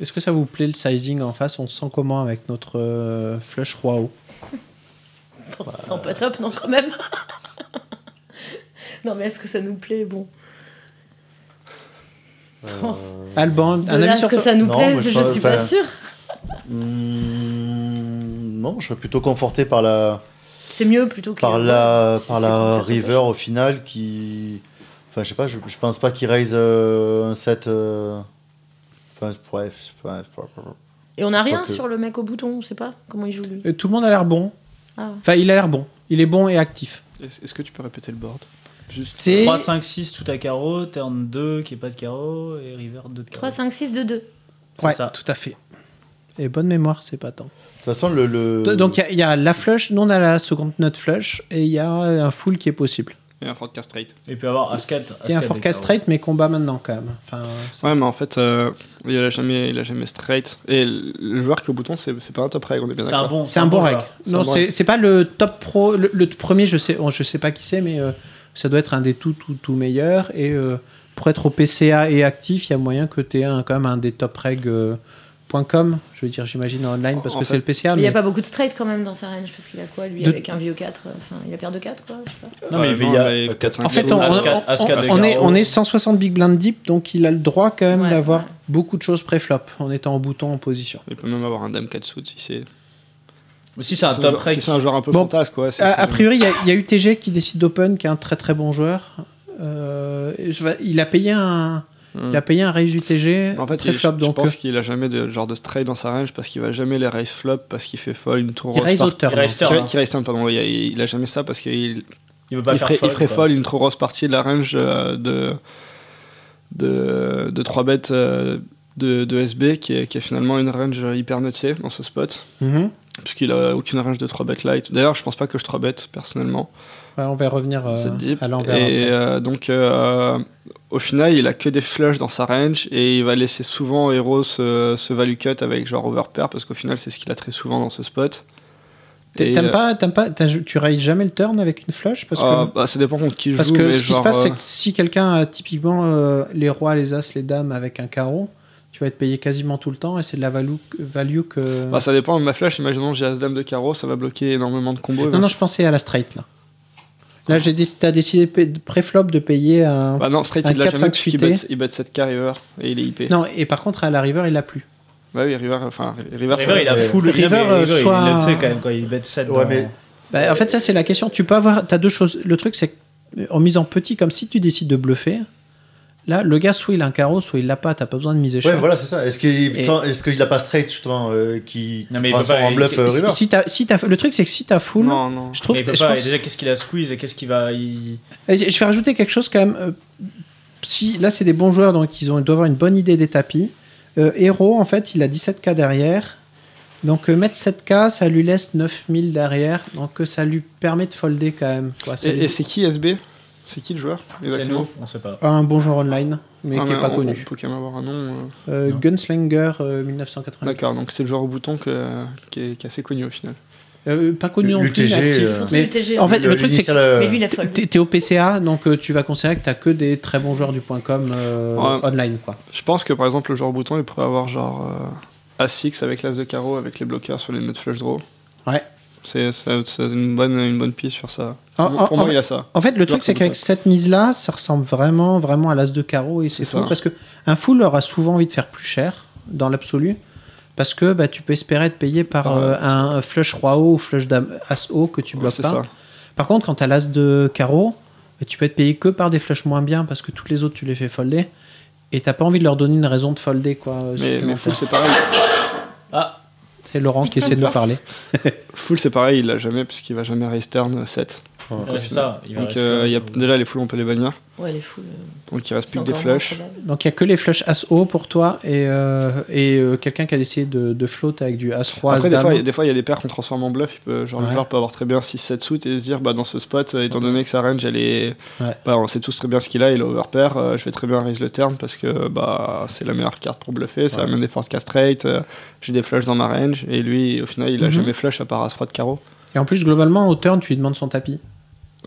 [SPEAKER 4] Est-ce que ça vous plaît le sizing en face On se sent comment avec notre euh, flush roi haut
[SPEAKER 5] Bon, ça sent pas top, non, quand même. [LAUGHS] non, mais est-ce que ça nous plaît Bon.
[SPEAKER 3] Euh,
[SPEAKER 9] Euh,
[SPEAKER 4] Alban,
[SPEAKER 5] De
[SPEAKER 4] un
[SPEAKER 5] là,
[SPEAKER 4] avis
[SPEAKER 5] est-ce
[SPEAKER 4] sur
[SPEAKER 5] que
[SPEAKER 4] toi
[SPEAKER 5] ça nous
[SPEAKER 9] Non,
[SPEAKER 5] plaise
[SPEAKER 9] moi, je
[SPEAKER 5] Je,
[SPEAKER 9] pense-
[SPEAKER 5] suis pas
[SPEAKER 9] enfin,
[SPEAKER 5] sûre.
[SPEAKER 9] Hmm, non, je serais plutôt conforté par la,
[SPEAKER 5] C'est mieux plutôt que.
[SPEAKER 9] par la,
[SPEAKER 5] Ouais, c'est-
[SPEAKER 9] par
[SPEAKER 5] c'est comme
[SPEAKER 9] la
[SPEAKER 5] ça qu'on
[SPEAKER 9] River
[SPEAKER 5] fait.
[SPEAKER 9] au final qui. Enfin, je sais pas, je, je pense pas qu'il raise euh, un set. euh, Enfin, ouais, ouais, ouais, ouais.
[SPEAKER 5] Et on a rien
[SPEAKER 9] Quoique.
[SPEAKER 5] sur le mec au bouton, on sait pas comment il joue lui.
[SPEAKER 4] Euh, Tout le monde a l'air bon.
[SPEAKER 5] Ah.
[SPEAKER 4] Enfin, il a l'air bon. Il est bon et actif.
[SPEAKER 7] Est-ce est-ce que tu peux répéter le board Juste.
[SPEAKER 4] C'est
[SPEAKER 3] 3, 5, 6, tout à carreau. Turn 2, qui est pas de carreau. Et river, 2 de carreau.
[SPEAKER 5] 3, 5, 6, 2, 2.
[SPEAKER 3] c'est
[SPEAKER 4] ouais,
[SPEAKER 3] ça.
[SPEAKER 4] tout à fait. Et bonne mémoire, c'est pas tant.
[SPEAKER 9] toute façon, le.
[SPEAKER 6] Euh,
[SPEAKER 9] le-
[SPEAKER 4] Donc il y a- il y, a la flush, nous on a la seconde note flush, et il y a euh, un full qui est possible.
[SPEAKER 7] Et un forecast rate.
[SPEAKER 3] Il peut y avoir Ascat.
[SPEAKER 4] Il y a un forecast straight, mais combat maintenant quand même. Enfin,
[SPEAKER 7] Ouais, mais en fait, euh, il a jamais, il a jamais straight. Et le le joueur qui est au bouton, c'est c'est pas un top reg, on est bien
[SPEAKER 3] C'est un
[SPEAKER 7] d'accord.
[SPEAKER 3] bon.
[SPEAKER 4] c'est un bon reg.
[SPEAKER 3] joueur.
[SPEAKER 7] un
[SPEAKER 4] Non,
[SPEAKER 7] bon
[SPEAKER 4] c'est c'est pas le top pro, le, le premier, je sais, oh, je sais pas qui c'est, mais euh, ça doit être un des tout, tout, tout meilleurs. Et euh, pour être au PCA et actif, il y a moyen que tu aies un, quand même un des top reg. euh, .com, je veux dire, j'imagine en online parce
[SPEAKER 7] En
[SPEAKER 4] que
[SPEAKER 7] fait-
[SPEAKER 4] c'est le
[SPEAKER 9] Ah,
[SPEAKER 4] PCA.
[SPEAKER 5] Mais il
[SPEAKER 4] Mais
[SPEAKER 5] n'y a pas beaucoup de straight quand même dans sa range, parce qu'il a quoi lui
[SPEAKER 4] De-
[SPEAKER 5] avec un vieux 4 euh, Enfin, il a paire de 4 quoi, je sais pas.
[SPEAKER 3] Non, mais
[SPEAKER 7] Euh,
[SPEAKER 3] il y a.
[SPEAKER 7] il y a 4-5
[SPEAKER 4] En fait,
[SPEAKER 7] games.
[SPEAKER 4] on,
[SPEAKER 3] As quatre-
[SPEAKER 4] on-
[SPEAKER 3] as
[SPEAKER 4] on-
[SPEAKER 3] quatre
[SPEAKER 4] on
[SPEAKER 3] des
[SPEAKER 4] est,
[SPEAKER 3] carreaux.
[SPEAKER 4] on est 160 big blind deep, donc il a le droit quand même
[SPEAKER 5] Ouais,
[SPEAKER 4] d'avoir
[SPEAKER 5] ouais.
[SPEAKER 4] beaucoup de choses pré-flop en étant en bouton en position.
[SPEAKER 7] Il peut même avoir un dame 4 suit si c'est
[SPEAKER 3] Mais si c'est un
[SPEAKER 7] si
[SPEAKER 3] top
[SPEAKER 7] c'est-
[SPEAKER 3] reg.
[SPEAKER 7] si c'est un joueur un peu
[SPEAKER 4] Bon.
[SPEAKER 7] fantasque. Ouais, c'est-
[SPEAKER 4] A,
[SPEAKER 7] c'est-
[SPEAKER 4] a priori, il y a- il y, a UTG qui décide d'open, qui est un très très bon joueur. Euh, je vais- il a payé un,
[SPEAKER 7] Hmm.
[SPEAKER 4] il a payé un raise UTG
[SPEAKER 7] En fait,
[SPEAKER 4] très
[SPEAKER 7] il- je,
[SPEAKER 4] flop,
[SPEAKER 7] je
[SPEAKER 4] donc
[SPEAKER 7] pense
[SPEAKER 4] euh,
[SPEAKER 7] qu'il a jamais de genre de straight dans sa range parce qu'il va jamais les raise flop parce qu'il fait fold une tour
[SPEAKER 4] il raise au
[SPEAKER 7] rose
[SPEAKER 4] turn.
[SPEAKER 3] Il reste turn,
[SPEAKER 7] par-
[SPEAKER 3] hein.
[SPEAKER 7] Qui- qui raise turn, pardon, ouais, il, a, il a jamais ça parce qu'il
[SPEAKER 3] Il veut pas
[SPEAKER 7] il
[SPEAKER 3] faire
[SPEAKER 7] ferait, il ferait
[SPEAKER 3] quoi.
[SPEAKER 7] fold une trop grosse partie de la range euh, de, de, de 3 bêtes euh, de, de SB qui est, qui est finalement une range hyper notée dans ce spot
[SPEAKER 4] Mhm. Ouais,
[SPEAKER 7] puisqu'il a aucune range de 3 bêtes light. D'ailleurs, je pense pas que je 3 bêtes personnellement.
[SPEAKER 4] on va revenir euh,
[SPEAKER 7] C'est deep.
[SPEAKER 4] à l'envers. hein.
[SPEAKER 7] Et
[SPEAKER 4] après.
[SPEAKER 7] euh, donc, euh, au final, il a que des flushs dans sa range et il va laisser souvent Hero se, se value cut avec genre overpair parce qu'au final, c'est ce qu'il a très souvent dans ce spot.
[SPEAKER 4] T'a-
[SPEAKER 7] et,
[SPEAKER 4] T'aimes
[SPEAKER 7] euh,
[SPEAKER 4] pas, t'aimes pas, t'as- tu raises jamais le turn avec une flush parce que
[SPEAKER 7] Ah, bah, ça dépend contre qui
[SPEAKER 4] Parce
[SPEAKER 7] joue.
[SPEAKER 4] que
[SPEAKER 7] mais
[SPEAKER 4] ce qui se
[SPEAKER 7] genre,
[SPEAKER 4] passe, c'est
[SPEAKER 7] euh,
[SPEAKER 4] que si quelqu'un a typiquement euh, les rois, les as, les dames avec un carreau, tu vas être payé quasiment tout le temps et c'est de la value, value que.
[SPEAKER 7] bah, ça dépend de ma flush. Imaginons que j'ai As-Dame de carreau, ça va bloquer énormément de combos.
[SPEAKER 4] non, non, je pensais à la straight là. Là, j'ai déc- t'as décidé pa- de- pré-flop de payer un.
[SPEAKER 7] Bah non, straight,
[SPEAKER 4] un
[SPEAKER 7] il l'a
[SPEAKER 4] 4-5
[SPEAKER 7] jamais puisqu'il
[SPEAKER 4] suité.
[SPEAKER 7] bet, il bet 7k river et il est IP.
[SPEAKER 4] Non, et par contre, à la river, il l'a plus.
[SPEAKER 7] Bah oui, river, enfin, river, ça-
[SPEAKER 3] River, il a full
[SPEAKER 4] River,
[SPEAKER 3] Non, mais
[SPEAKER 4] euh,
[SPEAKER 3] River,
[SPEAKER 4] soit-
[SPEAKER 3] Il le sait quand même quand il bet 7.
[SPEAKER 9] Ouais, mais-
[SPEAKER 4] Bah, en fait, ça, c'est la question. Tu peux avoir. T'as deux choses. Le truc, c'est que, euh, en misant petit, comme si tu décides de bluffer, là, le gars, soit il a un carreau, soit il l'a pas. T'as pas besoin de miser cher.
[SPEAKER 9] Ouais, voilà, c'est ça. Est-ce qu'il
[SPEAKER 4] Et-
[SPEAKER 9] est qu'il a pas straight, justement, euh, qui,
[SPEAKER 3] Non,
[SPEAKER 9] qui
[SPEAKER 3] mais il peut
[SPEAKER 9] transforme
[SPEAKER 3] pas-
[SPEAKER 9] en bluff
[SPEAKER 3] c'est-
[SPEAKER 9] euh,
[SPEAKER 4] Si-
[SPEAKER 9] river
[SPEAKER 4] Si t'as- si t'as- le truc, c'est que si t'as full,
[SPEAKER 7] Non, non.
[SPEAKER 4] je trouve.
[SPEAKER 3] Mais il peut
[SPEAKER 4] je
[SPEAKER 3] pas.
[SPEAKER 4] pense-
[SPEAKER 3] Déjà, qu'est-ce qu'il a squeeze et qu'est-ce qu'il va. il-
[SPEAKER 4] Vas-y, Je vais rajouter quelque chose quand même. euh, Si là c'est des bons joueurs, donc ils, ont, ils doivent avoir une bonne idée des tapis. Euh, Hero, en fait, il a 17k derrière. Donc euh, mettre 7k, ça lui laisse 9000 derrière. Donc euh, ça lui permet de folder quand même. quoi. Ça lui-
[SPEAKER 7] Et, et c'est qui SB C'est qui le joueur
[SPEAKER 3] C'est
[SPEAKER 7] Exactement.
[SPEAKER 3] nous, on sait pas.
[SPEAKER 4] un bon joueur online, mais
[SPEAKER 7] Ah,
[SPEAKER 4] qui n'est pas
[SPEAKER 7] on-
[SPEAKER 4] connu.
[SPEAKER 7] On peut quand même avoir un nom. euh.
[SPEAKER 4] Euh,
[SPEAKER 3] Non.
[SPEAKER 4] Gunslinger euh, 1980.
[SPEAKER 7] D'accord, donc c'est le joueur au bouton que- qui, est, qui est assez connu au final.
[SPEAKER 4] Euh, pas connu en plus.
[SPEAKER 9] L'UTG,
[SPEAKER 4] actif.
[SPEAKER 9] euh,
[SPEAKER 5] Surtout
[SPEAKER 4] Mais
[SPEAKER 5] le TG.
[SPEAKER 4] en fait, le
[SPEAKER 9] Le-
[SPEAKER 4] truc, c'est que
[SPEAKER 9] l'initial, euh,
[SPEAKER 5] mais lui il a fold.
[SPEAKER 4] t'es t'es au PCA, donc euh, tu vas considérer que t'as que des très bons joueurs du point .com euh,
[SPEAKER 7] Ouais.
[SPEAKER 4] online, quoi.
[SPEAKER 7] Je pense que par exemple, le joueur au bouton, il pourrait avoir genre euh, As-6 avec l'As de carreau, avec les bloqueurs sur les notes flush draw.
[SPEAKER 4] Ouais.
[SPEAKER 7] C'est c'est- c'est une bonne, une bonne piste sur ça.
[SPEAKER 4] En-
[SPEAKER 7] pour moi- pour
[SPEAKER 4] en-
[SPEAKER 7] moi,
[SPEAKER 4] en-
[SPEAKER 7] il a ça.
[SPEAKER 4] En fait, le truc,
[SPEAKER 7] Genre
[SPEAKER 4] c'est
[SPEAKER 7] comme
[SPEAKER 4] qu'avec
[SPEAKER 7] ça.
[SPEAKER 4] cette mise-là, ça ressemble vraiment, vraiment à l'as de carreau et c'est
[SPEAKER 7] C'est
[SPEAKER 4] fou
[SPEAKER 7] ça.
[SPEAKER 4] parce que un full aura souvent envie de faire plus cher dans l'absolu parce que bah, tu peux espérer être payé par
[SPEAKER 7] Par,
[SPEAKER 4] euh, un flush roi haut ou flush dame as haut que tu
[SPEAKER 7] Ouais,
[SPEAKER 4] bloques
[SPEAKER 7] c'est
[SPEAKER 4] pas.
[SPEAKER 7] ça.
[SPEAKER 4] Par contre, quand t'as l'as de carreau, bah, tu peux être payé que par des flushs moins bien parce que toutes les autres tu les fais folder et t'as pas envie de leur donner une raison de folder quoi. euh,
[SPEAKER 7] Mais, mais
[SPEAKER 4] supplémentaire.
[SPEAKER 7] full, c'est pareil.
[SPEAKER 3] Ah,
[SPEAKER 4] c'est Laurent qui essaie de nous parler.
[SPEAKER 7] Full, c'est pareil, il l'a jamais, puisqu'il va jamais raise turn 7.
[SPEAKER 3] ouais, c'est ça. il va
[SPEAKER 7] Donc
[SPEAKER 3] rester
[SPEAKER 7] euh,
[SPEAKER 3] là.
[SPEAKER 7] il y a, déjà, les fulls, on peut les bannir.
[SPEAKER 5] Ouais, les foules.
[SPEAKER 7] Donc il reste plus que des flush.
[SPEAKER 4] Donc il y a que les flushs as haut pour toi et, euh, et euh, quelqu'un qui a décidé de, de float avec du as roi as
[SPEAKER 7] Après, des
[SPEAKER 4] dame.
[SPEAKER 7] fois, il y a- des fois, il y a des paires qu'on transforme en bluff. il peut- genre,
[SPEAKER 4] Ouais.
[SPEAKER 7] Le joueur peut avoir très bien 6-7 suits et se dire, bah, dans ce spot, euh, étant donné que sa range, elle est.
[SPEAKER 4] Ouais.
[SPEAKER 7] bah, on sait tous très bien ce qu'il a, il est overpair. euh, je vais très bien raise le turn parce que bah, c'est la meilleure carte pour bluffer. Ça amène des forecast rate. euh, J'ai des flushs dans ma range. Et lui, au final, il a
[SPEAKER 4] Mhm.
[SPEAKER 7] jamais flush à part As-Roi de carreau.
[SPEAKER 4] Et en plus, globalement, au turn, tu lui demandes son tapis.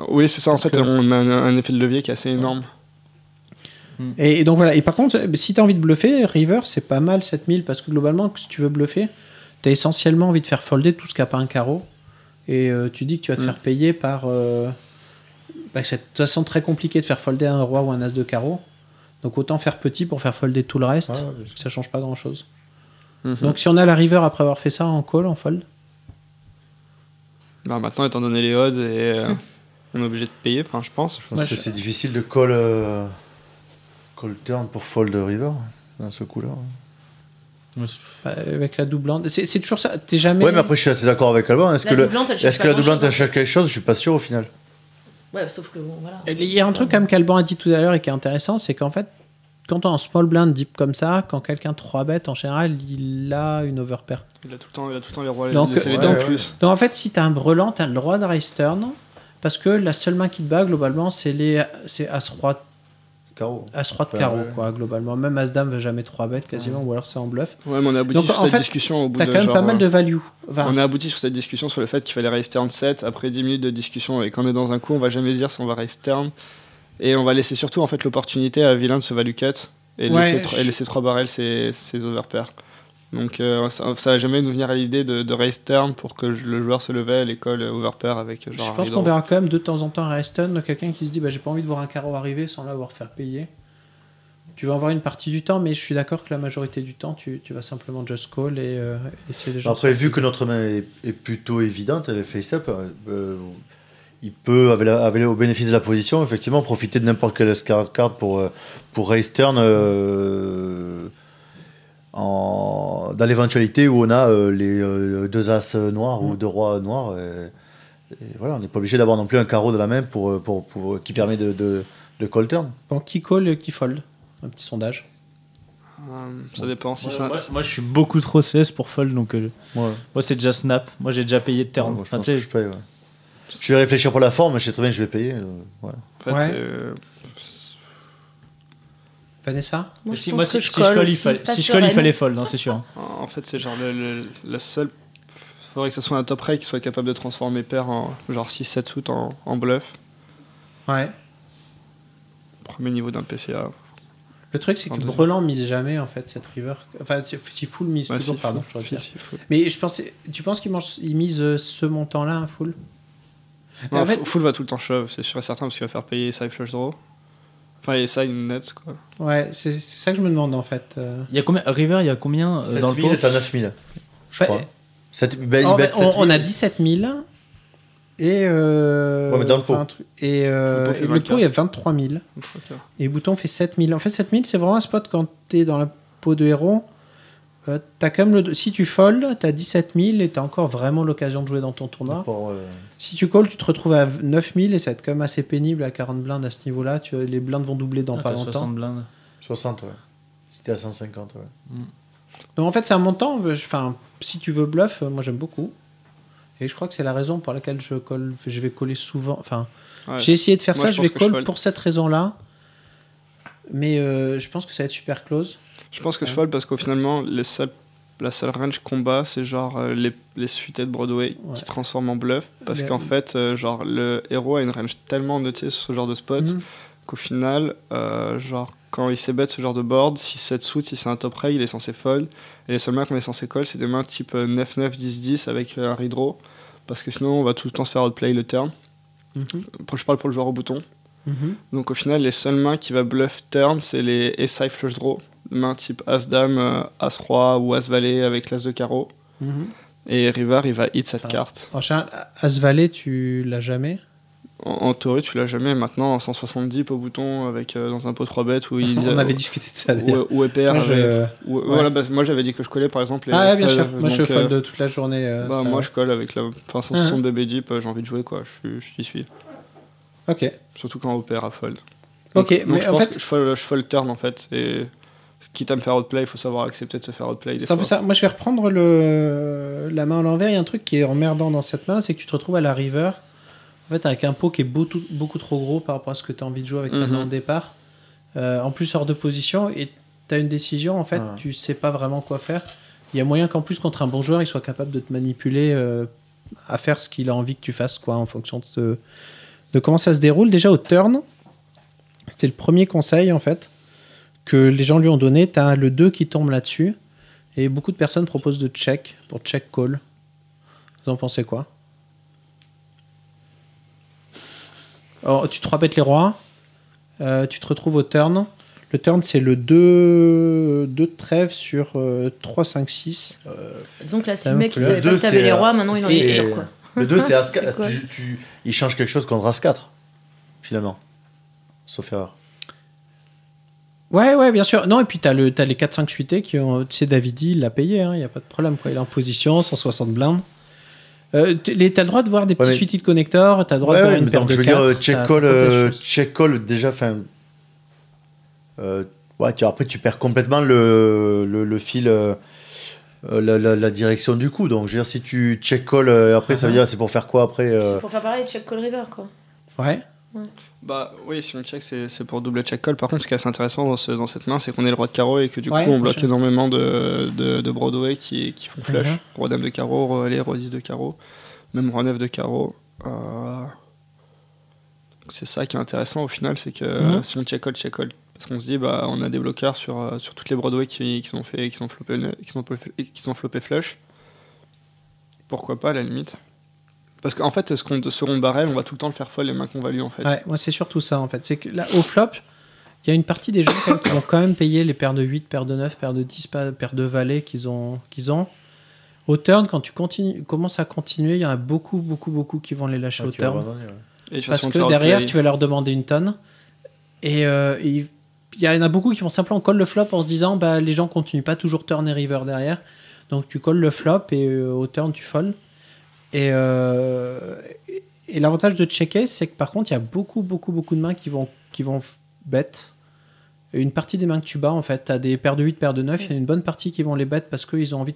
[SPEAKER 7] Oui, c'est ça. En fait,
[SPEAKER 4] que-
[SPEAKER 7] on a un, un effet de levier qui est assez énorme.
[SPEAKER 4] Et, et donc voilà. Et par contre, euh, si tu as envie de bluffer, River, c'est pas mal 7000 parce que globalement, si tu veux bluffer, tu as essentiellement envie de faire folder tout ce qui a pas un carreau. Et euh, tu dis que tu vas te
[SPEAKER 7] Mm.
[SPEAKER 4] faire payer par. euh, bah, c'est de toute façon très compliqué de faire folder un roi ou un as de carreau. Donc autant faire petit pour faire folder tout le reste.
[SPEAKER 9] Ouais, Mm. ouais,
[SPEAKER 4] parce que ça change pas grand chose.
[SPEAKER 7] Mhm.
[SPEAKER 4] Donc si on a la River après avoir fait ça en call, en fold.
[SPEAKER 7] Bah, maintenant, étant donné les odds, et, euh, on est obligé de payer, enfin, je pense.
[SPEAKER 9] Je pense
[SPEAKER 4] Ouais,
[SPEAKER 9] que
[SPEAKER 4] je-
[SPEAKER 9] c'est difficile de call, euh, call turn pour fold river dans ce coup-là.
[SPEAKER 4] Bah, avec la doublante. C'est c'est toujours ça. T'es jamais.
[SPEAKER 9] Ouais, mais après, je suis assez d'accord avec Alban. Est-ce que, le- est-ce que la doublante achète quelque chose Je suis pas sûr au final.
[SPEAKER 5] Ouais, sauf que bon, voilà.
[SPEAKER 4] Il y a un truc comme qu'Alban a dit tout à l'heure et qui est intéressant, c'est qu'en fait, quand en small blind deep comme ça, quand quelqu'un 3 bet en général, il a une overpair.
[SPEAKER 7] Il a tout le temps, il a tout le temps les rois et
[SPEAKER 4] Donc,
[SPEAKER 7] les c'est les
[SPEAKER 4] ouais,
[SPEAKER 7] dents
[SPEAKER 9] ouais.
[SPEAKER 7] en plus.
[SPEAKER 4] Donc en fait, si t'as un brelan, t'as le droit de raise turn parce que la seule main qui te bat globalement, c'est les c'est as roi
[SPEAKER 9] Carreau.
[SPEAKER 4] as roi de
[SPEAKER 7] Bah
[SPEAKER 9] Ouais,
[SPEAKER 4] carreau
[SPEAKER 9] ouais, ouais.
[SPEAKER 4] quoi globalement. Même as dame veut jamais 3 bet quasiment ou alors c'est en bluff.
[SPEAKER 7] Ouais, mais on a abouti
[SPEAKER 4] Donc,
[SPEAKER 7] sur
[SPEAKER 4] en
[SPEAKER 7] cette
[SPEAKER 4] fait,
[SPEAKER 7] discussion au bout
[SPEAKER 4] T'as
[SPEAKER 7] de
[SPEAKER 4] quand même
[SPEAKER 7] genre,
[SPEAKER 4] pas mal de
[SPEAKER 7] euh,
[SPEAKER 4] value. Enfin,
[SPEAKER 7] On a abouti sur cette discussion sur le fait qu'il fallait raise turn 7 après 10 minutes de discussion et quand on est dans un coup, on va jamais dire si on va raise turn et on va laisser surtout en fait l'opportunité à vilain de se value cut et
[SPEAKER 4] Ouais,
[SPEAKER 7] laisser,
[SPEAKER 4] je-
[SPEAKER 7] tro- et laisser 3 barrels ses, ses overpairs. Donc euh, ça, ça va jamais nous venir à l'idée de, de raise turn pour que je- le joueur se levait à l'école overpair avec euh, genre
[SPEAKER 4] Je pense
[SPEAKER 7] un
[SPEAKER 4] qu'on
[SPEAKER 7] leader.
[SPEAKER 4] verra quand même de temps en temps un Aston, donc quelqu'un qui se dit bah, j'ai pas envie de voir un carreau arriver sans l'avoir faire payer. Tu vas en voir une partie du temps, mais je suis d'accord que la majorité du temps, tu, tu vas simplement just call et euh, essayer les gens.
[SPEAKER 9] Après, vu que notre main est, est plutôt évidente, le face-up, euh, euh, il peut, avec, la- avec le- au bénéfice de la position, effectivement, profiter de n'importe quelle card card pour, euh, pour raise turn euh, en, dans l'éventualité où on a euh, les euh, deux as noirs
[SPEAKER 3] Mm.
[SPEAKER 9] ou deux rois noirs. et- et voilà, on n'est pas obligé d'avoir non plus un carreau de la main pour, euh, pour, pour- qui permet de, de, de call turn.
[SPEAKER 4] Bon, qui call, euh, qui fold Un petit sondage.
[SPEAKER 7] Euh, ça dépend si
[SPEAKER 3] Ouais,
[SPEAKER 7] ça-
[SPEAKER 3] moi, moi, je suis beaucoup trop CS pour fold, donc euh,
[SPEAKER 9] Ouais.
[SPEAKER 3] moi, c'est déjà snap. Moi, j'ai déjà payé de turn.
[SPEAKER 9] Moi, je,
[SPEAKER 3] Enfin,
[SPEAKER 9] pense
[SPEAKER 3] tu sais,
[SPEAKER 9] que je paye, ouais. Je vais réfléchir pour la forme, je sais très bien que je vais payer. euh, voilà.
[SPEAKER 7] en fait,
[SPEAKER 4] Ouais.
[SPEAKER 7] c'est, euh,
[SPEAKER 4] Vanessa
[SPEAKER 5] Moi, je
[SPEAKER 3] si
[SPEAKER 5] pense
[SPEAKER 3] moi, si,
[SPEAKER 5] que
[SPEAKER 3] si
[SPEAKER 5] je
[SPEAKER 3] je
[SPEAKER 5] colle
[SPEAKER 3] colle, il
[SPEAKER 5] aussi,
[SPEAKER 3] fallait,
[SPEAKER 5] pas
[SPEAKER 3] si je colle, il
[SPEAKER 5] sereine.
[SPEAKER 3] fallait fold, hein, c'est sûr. hein.
[SPEAKER 7] En fait, c'est genre le, le- la seule. Faudrait que ce soit un top rake qui soit capable de transformer pair en genre 6-7 foot en, en bluff.
[SPEAKER 4] Ouais.
[SPEAKER 7] Premier niveau d'un PCA.
[SPEAKER 4] Le truc, c'est que
[SPEAKER 7] En deuxième.
[SPEAKER 4] Brelan mise jamais, en fait, cette river. Enfin, si si full mise
[SPEAKER 7] Ouais,
[SPEAKER 4] toujours,
[SPEAKER 7] si,
[SPEAKER 4] pardon.
[SPEAKER 7] faut-
[SPEAKER 4] je reviens.
[SPEAKER 7] si, si, faut-
[SPEAKER 4] Mais je pensais, tu penses qu'il mange- il mise euh, ce montant-là, un full Mais
[SPEAKER 7] Non,
[SPEAKER 4] en fait-
[SPEAKER 7] full- Full va tout le temps shove, c'est sûr et certain, parce qu'il va faire payer side flush draw. Enfin, et side nets quoi.
[SPEAKER 4] Ouais, c'est c'est ça que je me demande, en fait. euh.
[SPEAKER 3] Il y a combien, River, il y a combien euh, dans le pot
[SPEAKER 9] 7000 est à 9000, je
[SPEAKER 4] Ouais,
[SPEAKER 9] crois. Sept- ben, il
[SPEAKER 4] En
[SPEAKER 9] bet
[SPEAKER 4] fait, on,
[SPEAKER 9] 7000.
[SPEAKER 4] on a 17 000 et euh,
[SPEAKER 9] Ouais, mais dans le
[SPEAKER 4] enfin,
[SPEAKER 9] pot.
[SPEAKER 4] un truc- et, euh,
[SPEAKER 7] Le pot fait
[SPEAKER 4] et le pot il y a
[SPEAKER 7] 24.
[SPEAKER 4] 23 000
[SPEAKER 7] Donc, ok.
[SPEAKER 4] et Bouton fait 7 000 en fait 7 000 c'est vraiment un spot quand t'es dans la peau de héros euh, t'as quand même le si tu fold t'as 17 000 et t'as encore vraiment l'occasion de jouer dans ton tournoi
[SPEAKER 9] Pour, euh,
[SPEAKER 4] si tu call tu te retrouves à 9 000 et ça va être quand même assez pénible à 40 blindes à ce niveau là tu, les blindes vont doubler dans
[SPEAKER 3] Ah,
[SPEAKER 4] pas
[SPEAKER 3] t'as
[SPEAKER 4] longtemps
[SPEAKER 3] 60 blindes.
[SPEAKER 9] 60, ouais. C'était à 150, ouais. [LAUGHS]
[SPEAKER 4] Donc en fait, c'est un montant. euh, je- Enfin, si tu veux bluff, euh, moi j'aime beaucoup. Et je crois que c'est la raison pour laquelle je colle, je vais coller souvent. Enfin,
[SPEAKER 7] Ouais.
[SPEAKER 4] j'ai essayé de faire
[SPEAKER 7] Moi,
[SPEAKER 4] ça.
[SPEAKER 7] je
[SPEAKER 4] Je
[SPEAKER 7] pense
[SPEAKER 4] vais
[SPEAKER 7] que je
[SPEAKER 4] call
[SPEAKER 7] fold.
[SPEAKER 4] pour cette raison-là. Mais euh, je pense que ça va être super close.
[SPEAKER 7] Je pense que je
[SPEAKER 4] Ouais.
[SPEAKER 7] fold parce qu'au finalement, les seuls- la seule range combat, c'est genre euh, les, les suites de Broadway
[SPEAKER 4] Ouais.
[SPEAKER 7] qui transforment en bluff. Parce
[SPEAKER 4] Mais-
[SPEAKER 7] qu'en fait, euh, genre, le héros a une range tellement notée sur ce genre de spot.
[SPEAKER 4] Mhm.
[SPEAKER 7] qu'au final, euh, genre, quand il s'ébête ce genre de board, si 7 suit, si c'est un top rail, il est censé fold. Et les seules mains qu'on est censé call, c'est des mains type euh, 9-9, 10-10 avec euh, un redraw. Parce que sinon, on va tout le temps se faire outplay le turn.
[SPEAKER 4] Mhm.
[SPEAKER 7] Pour- Je parle pour le joueur au bouton.
[SPEAKER 4] Mhm.
[SPEAKER 7] Donc au final, les seules mains qui va bluff turn, c'est les SI flush draw. Mains type As-Dame, euh, As-Roi ou As-Valet avec l'As de carreau.
[SPEAKER 4] Mhm.
[SPEAKER 7] Et River, il va hit cette
[SPEAKER 4] Ah.
[SPEAKER 7] carte.
[SPEAKER 4] En général, As-Valet, tu l'as jamais.
[SPEAKER 7] En, en théorie, tu l'as jamais. Maintenant, en 170 au bouton avec euh, dans un pot 3 bêtes où
[SPEAKER 4] [LAUGHS]
[SPEAKER 7] il
[SPEAKER 4] On avait discuté de ça. d'ailleurs.
[SPEAKER 7] Ou, ou EPR.
[SPEAKER 4] Moi, je-
[SPEAKER 7] avec- Ou-
[SPEAKER 4] Ouais.
[SPEAKER 7] voilà, bah, moi j'avais dit que je collais par exemple. les-
[SPEAKER 4] Ah ouais, bien
[SPEAKER 7] euh,
[SPEAKER 4] sûr. Moi, je
[SPEAKER 7] donc,
[SPEAKER 4] fold
[SPEAKER 7] euh,
[SPEAKER 4] toute la journée. euh,
[SPEAKER 7] bah,
[SPEAKER 4] ça Ah,
[SPEAKER 7] moi
[SPEAKER 4] va.
[SPEAKER 7] je colle avec la enfin, 162 B-Deep, euh, j'ai envie de jouer quoi, je suis- je t'y suis.
[SPEAKER 4] Ok.
[SPEAKER 7] Surtout quand OPR a fold. Donc-
[SPEAKER 4] Ok.
[SPEAKER 7] donc,
[SPEAKER 4] mais
[SPEAKER 7] je
[SPEAKER 4] en
[SPEAKER 7] pense
[SPEAKER 4] fait,
[SPEAKER 7] que je fold, je fold turn en fait. Et quitte à me faire outplay, il faut savoir accepter de se faire outplay. Des
[SPEAKER 4] C'est un peu
[SPEAKER 7] fois.
[SPEAKER 4] ça. Moi, je vais reprendre le... la main à l'envers. Il y a un truc qui est emmerdant dans cette main, c'est que tu te retrouves à la river, en fait, avec un pot qui est beau- tout- beaucoup trop gros par rapport à ce que tu as envie de jouer avec ta
[SPEAKER 7] Mhm.
[SPEAKER 4] main au départ. Euh, en plus, hors de position, et tu as une décision, en fait,
[SPEAKER 9] Ouais.
[SPEAKER 4] tu sais pas vraiment quoi faire. Il y a moyen qu'en plus, contre un bon joueur, il soit capable de te manipuler euh, à faire ce qu'il a envie que tu fasses, quoi, en fonction de, ce- de comment ça se déroule. Déjà, au turn, c'était le premier conseil, en fait, que les gens lui ont donné. Tu as le 2 qui tombe là-dessus. Et beaucoup de personnes proposent de check pour check call. Vous en pensez quoi Alors, tu 3 bêtes les rois, euh, tu te retrouves au turn. Le turn, c'est le 2 2 trèves sur euh, 3, 5, 6.
[SPEAKER 5] Disons que là, si
[SPEAKER 4] Ah,
[SPEAKER 5] le mec,
[SPEAKER 4] le
[SPEAKER 5] il savait pas
[SPEAKER 9] deux,
[SPEAKER 5] que t'avais
[SPEAKER 9] c'est,
[SPEAKER 5] les
[SPEAKER 9] euh,
[SPEAKER 5] rois, maintenant il en est
[SPEAKER 9] c'est-
[SPEAKER 5] sûr, quoi.
[SPEAKER 9] Le 2, c'est As
[SPEAKER 5] C'est quoi
[SPEAKER 9] 4. Tu, tu- il change quelque chose contre As 4, finalement. Sauf erreur.
[SPEAKER 4] Ouais, ouais, bien sûr. Non, et puis t'as le, t'as les 4, 5 suités qui ont. Tu sais, Davidi, il l'a payé, hein, il n'y a pas de problème. Quoi. Il est en position, 160 blindes. Euh, t- les- t'as le droit de voir des petits
[SPEAKER 9] mais-
[SPEAKER 4] suités de connecteurs, t'as le droit
[SPEAKER 9] Ouais,
[SPEAKER 4] de voir
[SPEAKER 9] ouais,
[SPEAKER 4] une
[SPEAKER 9] mais
[SPEAKER 4] paire
[SPEAKER 9] donc,
[SPEAKER 4] de
[SPEAKER 9] je veux dire,
[SPEAKER 4] quatre,
[SPEAKER 9] euh,
[SPEAKER 4] t'as
[SPEAKER 9] check
[SPEAKER 4] plein
[SPEAKER 9] call,
[SPEAKER 4] de
[SPEAKER 9] euh,
[SPEAKER 4] choses.
[SPEAKER 9] check call déjà, enfin. euh, ouais, tu, après, tu perds complètement le, le, le fil. euh, euh, la, la- la direction du coup donc je veux dire si tu check call euh, après
[SPEAKER 4] Ah.
[SPEAKER 9] ça veut dire c'est pour faire quoi après euh,
[SPEAKER 5] C'est pour faire pareil, check call river, quoi.
[SPEAKER 4] Ouais.
[SPEAKER 7] Bah oui, si on check, c'est c'est pour double check call. Par contre, ce qui est assez intéressant dans, ce- dans cette main, c'est qu'on est le roi de carreau et que du
[SPEAKER 4] Ouais,
[SPEAKER 7] coup, on
[SPEAKER 4] bien
[SPEAKER 7] bloque
[SPEAKER 4] sûr.
[SPEAKER 7] énormément de, de, de Broadway qui, qui font flush.
[SPEAKER 4] Mhm.
[SPEAKER 7] Roi dame de carreau, roi allé, roi 10 de carreau, même roi 9 de carreau. Euh, C'est ça qui est intéressant au final, c'est que
[SPEAKER 4] Mhm.
[SPEAKER 7] si on check call, check call. Parce qu'on se dit, bah, on a des bloqueurs sur, euh, sur toutes les Broadway qui, qui sont fait, qui sont floppés, ne- qui sont floppés- qui sont floppés flush. Pourquoi pas, à la limite Parce qu'en fait, ce qu'on second barrel, on va tout le temps le faire folle les mains qu'on value en fait.
[SPEAKER 4] Ouais, moi c'est surtout ça en fait. C'est que là, au flop, il y a une partie des gens quand même qui vont quand même payer les paires de 8, paires de 9, paires de 10, pa- paires de valets qu'ils ont, qu'ils ont. Au turn, quand tu continues, commences à continuer, il y en a beaucoup, beaucoup, beaucoup qui vont les lâcher
[SPEAKER 7] Ah,
[SPEAKER 9] ouais,
[SPEAKER 4] au
[SPEAKER 9] Ah, tu vas
[SPEAKER 4] turn.
[SPEAKER 9] abandonner, ouais.
[SPEAKER 7] Et de toute
[SPEAKER 4] Parce
[SPEAKER 7] façon,
[SPEAKER 4] que
[SPEAKER 7] faire
[SPEAKER 4] derrière,
[SPEAKER 7] play-
[SPEAKER 4] tu vas leur demander une tonne. Et euh, et il il y en a beaucoup qui vont simplement coller le flop en se disant bah, les gens continuent pas toujours turn et river derrière. Donc tu colles le flop et euh, au turn, tu folles. Et, euh, et- et l'avantage de checker, c'est que par contre, il y a beaucoup, beaucoup, beaucoup de mains qui vont, qui vont f- bet. Et une partie des mains que tu bats, en fait, tu as des paires de 8, paires de 9, il y en a une bonne partie qui vont les bet parce qu'ils ont envie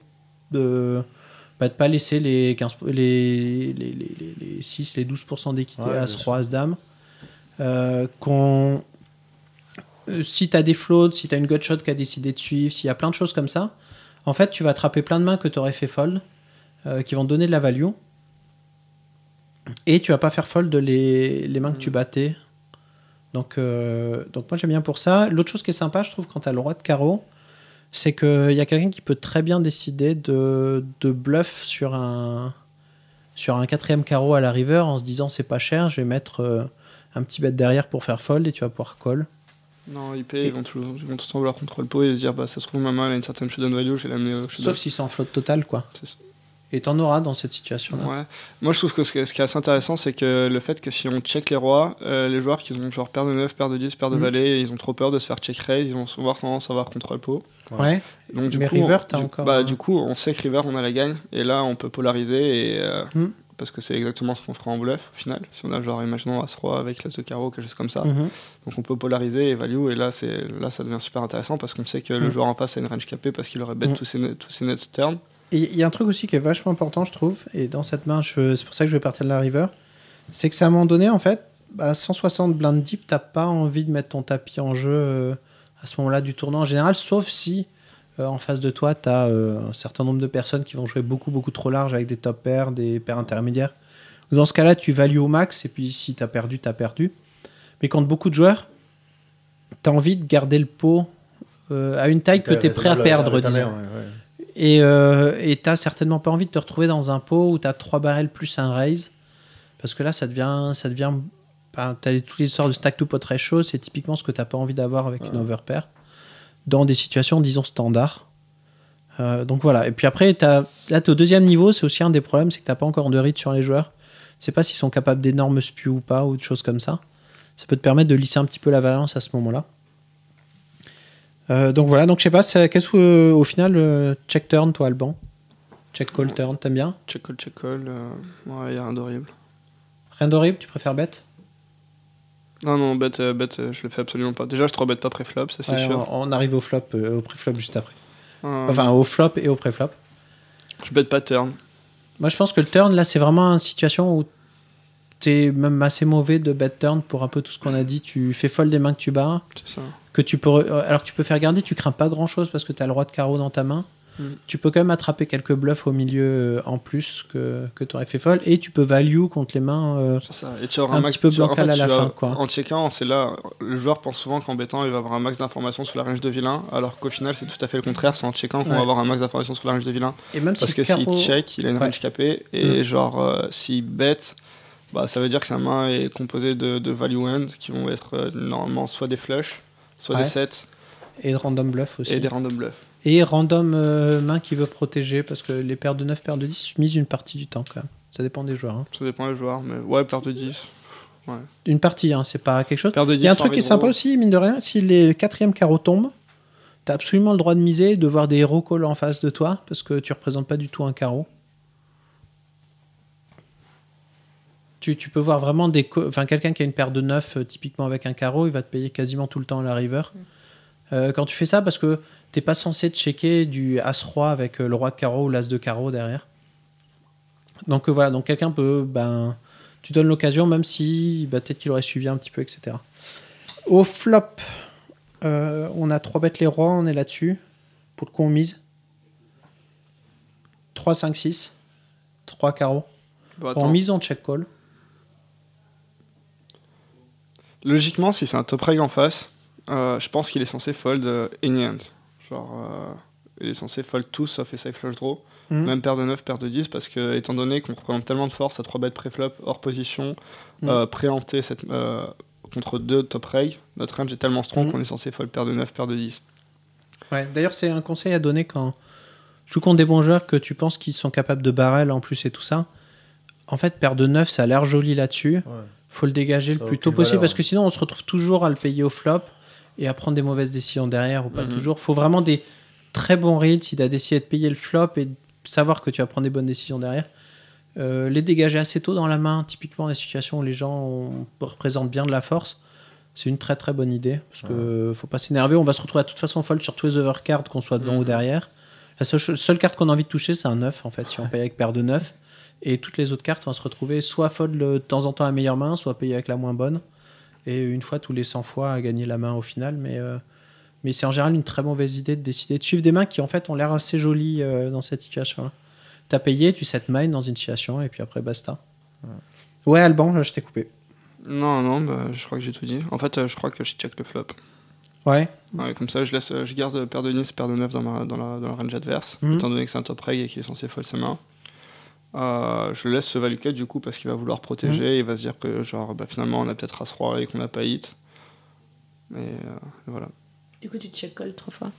[SPEAKER 4] de bah, de pas laisser les, 15, les, les, les, les, les 6, les 12% d'équité
[SPEAKER 9] Ouais,
[SPEAKER 4] à
[SPEAKER 9] bien
[SPEAKER 4] ce
[SPEAKER 9] sûr.
[SPEAKER 4] roi, à ce dame. Euh, qu'on- euh, si tu as des floats, si tu as une gut shot qui a décidé de suivre, s'il y a plein de choses comme ça, en fait, tu vas attraper plein de mains que tu aurais fait fold, euh, qui vont te donner de la value. Et tu vas pas faire fold les, les mains que tu battais. Donc, euh, donc moi j'aime bien pour ça. L'autre chose qui est sympa, je trouve, quand tu as le roi de carreau, c'est qu'il y a quelqu'un qui peut très bien décider de, de bluff sur un, sur un quatrième carreau à la river en se disant c'est pas cher, je vais mettre euh, un petit bet derrière pour faire fold et tu vas pouvoir call.
[SPEAKER 7] Non, IP, ils vont tout, ils vont tout le temps vouloir contrôle pot et se dire, bah ça se trouve, ma main elle a une certaine showdown value, euh, je vais l'amener au showdown.
[SPEAKER 4] Sauf si c'est en flotte totale, quoi.
[SPEAKER 7] C'est ça.
[SPEAKER 4] Et t'en auras dans cette situation-là.
[SPEAKER 7] Ouais. Moi je trouve que ce, que- ce qui est assez intéressant, c'est que le fait que si on check les rois, euh, les joueurs qui ont genre paire de 9, paire de 10, paire de
[SPEAKER 4] Mhm.
[SPEAKER 7] valet, ils ont trop peur de se faire check raise, ils vont souvent avoir tendance à avoir contrôle pot.
[SPEAKER 4] Ouais.
[SPEAKER 7] Donc, du
[SPEAKER 4] Mais
[SPEAKER 7] coup,
[SPEAKER 4] river,
[SPEAKER 7] on-
[SPEAKER 4] t'as
[SPEAKER 7] du-
[SPEAKER 4] encore
[SPEAKER 7] Bah,
[SPEAKER 4] un-
[SPEAKER 7] du coup, on sait que river, on a la gagne, et là on peut polariser, et, euh,
[SPEAKER 4] Mhm.
[SPEAKER 7] parce que c'est exactement ce qu'on fera en bluff au final. Si on a genre, imaginons, As-Roi avec l'As de carreau, quelque chose comme ça.
[SPEAKER 4] Mhm.
[SPEAKER 7] Donc on peut polariser et value, et là, c'est, là ça devient super intéressant parce qu'on sait que le
[SPEAKER 4] Mm.
[SPEAKER 7] joueur en face a une range capée parce qu'il aurait bet
[SPEAKER 4] Mm.
[SPEAKER 7] tous ses, ne- tous ses nuts turn.
[SPEAKER 4] Et il y a un truc aussi qui est vachement important, je trouve, et dans cette main, je- c'est pour ça que je vais partir de la river, c'est que ça à un moment donné, en fait, à 160 blind deep, t'as pas envie de mettre ton tapis en jeu euh, à ce moment-là du tournoi en général, sauf si euh, en face de toi, t'as euh, un certain nombre de personnes qui vont jouer beaucoup, beaucoup trop large avec des top pairs, des paires intermédiaires. Dans ce cas-là, tu values au max, et puis si t'as perdu, t'as perdu. Mais contre beaucoup de joueurs, t'as envie de garder le pot euh, à une taille que t'es prêt à perdre,
[SPEAKER 9] Ouais,
[SPEAKER 4] disons.
[SPEAKER 9] ouais, ouais.
[SPEAKER 4] Et euh, et t'as certainement pas envie de te retrouver dans un pot où t'as trois barrels plus un raise. Parce que là, ça devient. Ça devient ben, t'as les- toutes les histoires de stack to pot ratio, c'est typiquement ce que t'as pas envie d'avoir avec une overpair. Dans des situations, disons, standards. Euh, donc voilà. Et puis après, t'as- là, t'es au deuxième niveau, c'est aussi un des problèmes, c'est que t'as pas encore de read sur les joueurs. Tu sais pas s'ils sont capables d'énormes spews ou pas, ou de choses comme ça. Ça peut te permettre de lisser un petit peu la balance à ce moment-là. Euh, donc voilà, donc je sais pas, c'est- qu'est-ce que euh, au final euh, check turn toi Alban Check call turn, t'aimes bien
[SPEAKER 7] Check call, check call. euh, ouais, il y a rien d'horrible.
[SPEAKER 4] Rien d'horrible, tu préfères bet
[SPEAKER 7] Non, non, bet, euh, bet euh, je le fais absolument pas. Déjà, je 3 bet pas pré-flop, ça c'est
[SPEAKER 4] Ouais,
[SPEAKER 7] sûr.
[SPEAKER 4] on, on arrive au flop, euh, au pré-flop juste après.
[SPEAKER 7] Euh,
[SPEAKER 4] Enfin au flop et au pré-flop.
[SPEAKER 7] Je bet pas turn.
[SPEAKER 4] Moi je pense que le turn là c'est vraiment une situation où t'es même assez mauvais de bet turn pour un peu tout ce qu'on a dit. Tu fais folle des mains que tu bats,
[SPEAKER 7] C'est ça.
[SPEAKER 4] que tu peux, re- euh, alors que tu peux faire garder, tu crains pas grand chose parce que t'as le roi de carreau dans ta main.
[SPEAKER 7] Mm.
[SPEAKER 4] Tu peux quand même attraper quelques bluffs au milieu euh, en plus que, que t'aurais fait folle et tu peux value contre les mains. euh,
[SPEAKER 7] C'est ça. Et tu auras
[SPEAKER 4] Un
[SPEAKER 7] max-
[SPEAKER 4] petit peu
[SPEAKER 7] tu auras-
[SPEAKER 4] bancal à
[SPEAKER 7] tu
[SPEAKER 4] la
[SPEAKER 7] vas-
[SPEAKER 4] fin, quoi.
[SPEAKER 7] En checkant, c'est là. Le joueur pense souvent qu'en bêtant, il va avoir un max d'informations sur la range de vilain, alors qu'au final, c'est tout à fait le contraire. C'est en checkant qu'on
[SPEAKER 4] Ouais.
[SPEAKER 7] va avoir un max d'informations sur la range de vilain.
[SPEAKER 4] Et même
[SPEAKER 7] Parce
[SPEAKER 4] si
[SPEAKER 7] que
[SPEAKER 4] le
[SPEAKER 7] s'il
[SPEAKER 4] carreau-
[SPEAKER 7] check, il a une
[SPEAKER 4] Ouais.
[SPEAKER 7] range capée. Et
[SPEAKER 4] Mm.
[SPEAKER 7] genre, euh, s'il bet, bah, ça veut dire que sa main est composée de, de value hand qui vont être euh, normalement soit des flush, soit
[SPEAKER 4] Ouais.
[SPEAKER 7] des sets
[SPEAKER 4] Et de random bluff aussi.
[SPEAKER 7] et des random bluffs.
[SPEAKER 4] Et random euh, main qui veut protéger, parce que les paires de 9, paires de 10 misent une partie du temps quand même. Ça dépend des joueurs. hein.
[SPEAKER 7] Ça dépend des joueurs, mais ouais, paire de 10.
[SPEAKER 4] Une partie, hein, c'est pas quelque chose.
[SPEAKER 7] Paire de 10.
[SPEAKER 4] Il y a un
[SPEAKER 7] sans
[SPEAKER 4] truc qui est
[SPEAKER 7] redraw.
[SPEAKER 4] sympa aussi, mine de rien, si les quatrièmes carreaux tombent, t'as absolument le droit de miser et de voir des héros call en face de toi, parce que tu représentes pas du tout un carreau. Tu, tu peux voir vraiment euh, des. co- Enfin, quelqu'un qui a une paire de 9, typiquement avec un carreau, il va te payer quasiment tout le temps à la river. euh, quand tu fais ça parce que t'es pas censé checker du As-Roi avec euh, le Roi de carreau ou l'As de carreau derrière. Donc euh, voilà, donc quelqu'un peut, ben, tu donnes l'occasion même si bah, peut-être qu'il aurait suivi un petit peu, etc. Au flop, euh, on a 3 bêtes les rois, on est là-dessus. Pour le coup, on mise 3, 5, 6, 3 carreaux.
[SPEAKER 7] Bon,
[SPEAKER 4] En
[SPEAKER 7] Bah, attends.
[SPEAKER 4] mise, on check call.
[SPEAKER 7] Logiquement, si c'est un top reg en face, euh, je pense qu'il est censé fold euh, any hand. Genre, euh, il est censé fold tout sauf et safe flush draw.
[SPEAKER 4] Mhm.
[SPEAKER 7] Même paire de 9, paire de 10, parce que, étant donné qu'on représente tellement de force à 3 bêtes pré-flop, hors position,
[SPEAKER 4] Mhm.
[SPEAKER 7] euh, préempté cette, euh, contre 2 top reg, notre range est tellement strong
[SPEAKER 4] Mhm.
[SPEAKER 7] qu'on est censé fold paire de 9, paire de 10.
[SPEAKER 4] Ouais, d'ailleurs, c'est un conseil à donner quand tu joues contre des bons joueurs que tu penses qu'ils sont capables de barrel en plus et tout ça. En fait, paire de 9, ça a l'air joli là-dessus.
[SPEAKER 9] Ouais.
[SPEAKER 4] Faut le dégager
[SPEAKER 9] Ça
[SPEAKER 4] le
[SPEAKER 9] a
[SPEAKER 4] plus
[SPEAKER 9] aucune
[SPEAKER 4] tôt possible
[SPEAKER 9] valeur, hein.
[SPEAKER 4] parce
[SPEAKER 9] ouais.
[SPEAKER 4] que sinon, on se retrouve toujours à le payer au flop et à prendre des mauvaises décisions derrière ou pas
[SPEAKER 7] Mhm.
[SPEAKER 4] toujours. Faut vraiment des très bons reads si t'as décidé de payer le flop et de savoir que tu vas prendre des bonnes décisions derrière. Euh, les dégager assez tôt dans la main, typiquement des situations où les gens ont- représentent bien de la force, c'est une très très bonne idée. Parce que faut pas s'énerver, on va se retrouver à toute façon fold sur tous les overcards, qu'on soit devant
[SPEAKER 7] Mhm.
[SPEAKER 4] ou derrière. La seule, cho- seule carte qu'on a envie de toucher, c'est un 9 en fait, si on paye avec paire de 9. Et toutes les autres cartes vont se retrouver soit fold le- de temps en temps à meilleure main, soit payer avec la moins bonne. Et une fois tous les 100 fois à gagner la main au final. Mais, euh, mais c'est en général une très mauvaise idée de décider de suivre des mains qui en fait ont l'air assez jolies euh, dans cette situation-là. T'as payé, tu set mine dans une situation et puis après basta. Ouais, Alban, là, je t'ai coupé.
[SPEAKER 7] Non, non, bah, je crois que j'ai tout dit. En fait, euh, je crois que je check le flop.
[SPEAKER 4] Ouais,
[SPEAKER 7] Ouais, comme ça, je, laisse, euh, je garde paire de 10, paire de 9 dans, ma- dans, la, dans la range adverse,
[SPEAKER 4] Mhm.
[SPEAKER 7] étant donné que c'est un top reg et qu'il est censé fold sa main. Euh, je laisse ce value cut du coup parce qu'il va vouloir
[SPEAKER 4] Mhm.
[SPEAKER 7] protéger et il va se dire que genre bah, finalement on a peut-être As Roi et qu'on n'a pas hit. Mais euh, voilà.
[SPEAKER 10] Du coup, tu check call trois fois.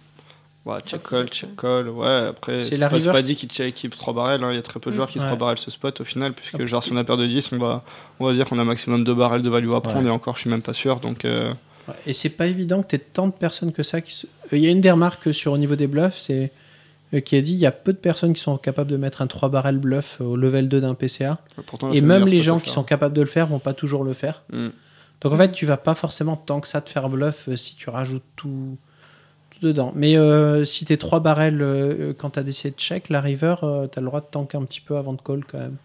[SPEAKER 7] Ouais,
[SPEAKER 10] Ah,
[SPEAKER 7] check
[SPEAKER 10] c'est
[SPEAKER 7] call,
[SPEAKER 10] vrai que-
[SPEAKER 7] check call. Ouais, après,
[SPEAKER 4] C'est
[SPEAKER 7] c'est
[SPEAKER 4] la
[SPEAKER 7] pas, c'est
[SPEAKER 4] river
[SPEAKER 7] pas dit qu'il check, qu'il 3 barrels. hein. Il y a très peu de
[SPEAKER 10] Mhm.
[SPEAKER 7] joueurs qui
[SPEAKER 4] Ouais.
[SPEAKER 7] 3 barrels ce spot au final, puisque genre si on a paire de 10, on va, on va dire qu'on a maximum 2 barrels de value à prendre et encore je suis même pas sûr. Donc euh,
[SPEAKER 4] Ouais, Et c'est pas évident que tu tant de personnes que ça qui se- Euh, Il y a une des remarques sur au niveau des bluffs, c'est euh, qui a dit il y a peu de personnes qui sont capables de mettre un 3 barrel bluff au level 2 d'un PCA.
[SPEAKER 7] pourtant, là,
[SPEAKER 4] et
[SPEAKER 7] c'est le
[SPEAKER 4] même
[SPEAKER 7] meilleur
[SPEAKER 4] les
[SPEAKER 7] spot à
[SPEAKER 4] gens qui
[SPEAKER 7] faire.
[SPEAKER 4] sont capables de le faire vont pas toujours le faire.
[SPEAKER 7] Mhm.
[SPEAKER 4] Donc en fait, tu vas pas forcément tant que ça te faire bluff euh, si tu rajoutes tout, tout dedans. Mais euh, si t'es 3 barrels euh, euh, quand t'as décidé de check, la river, euh, t'as le droit de tanker un petit peu avant de call quand même.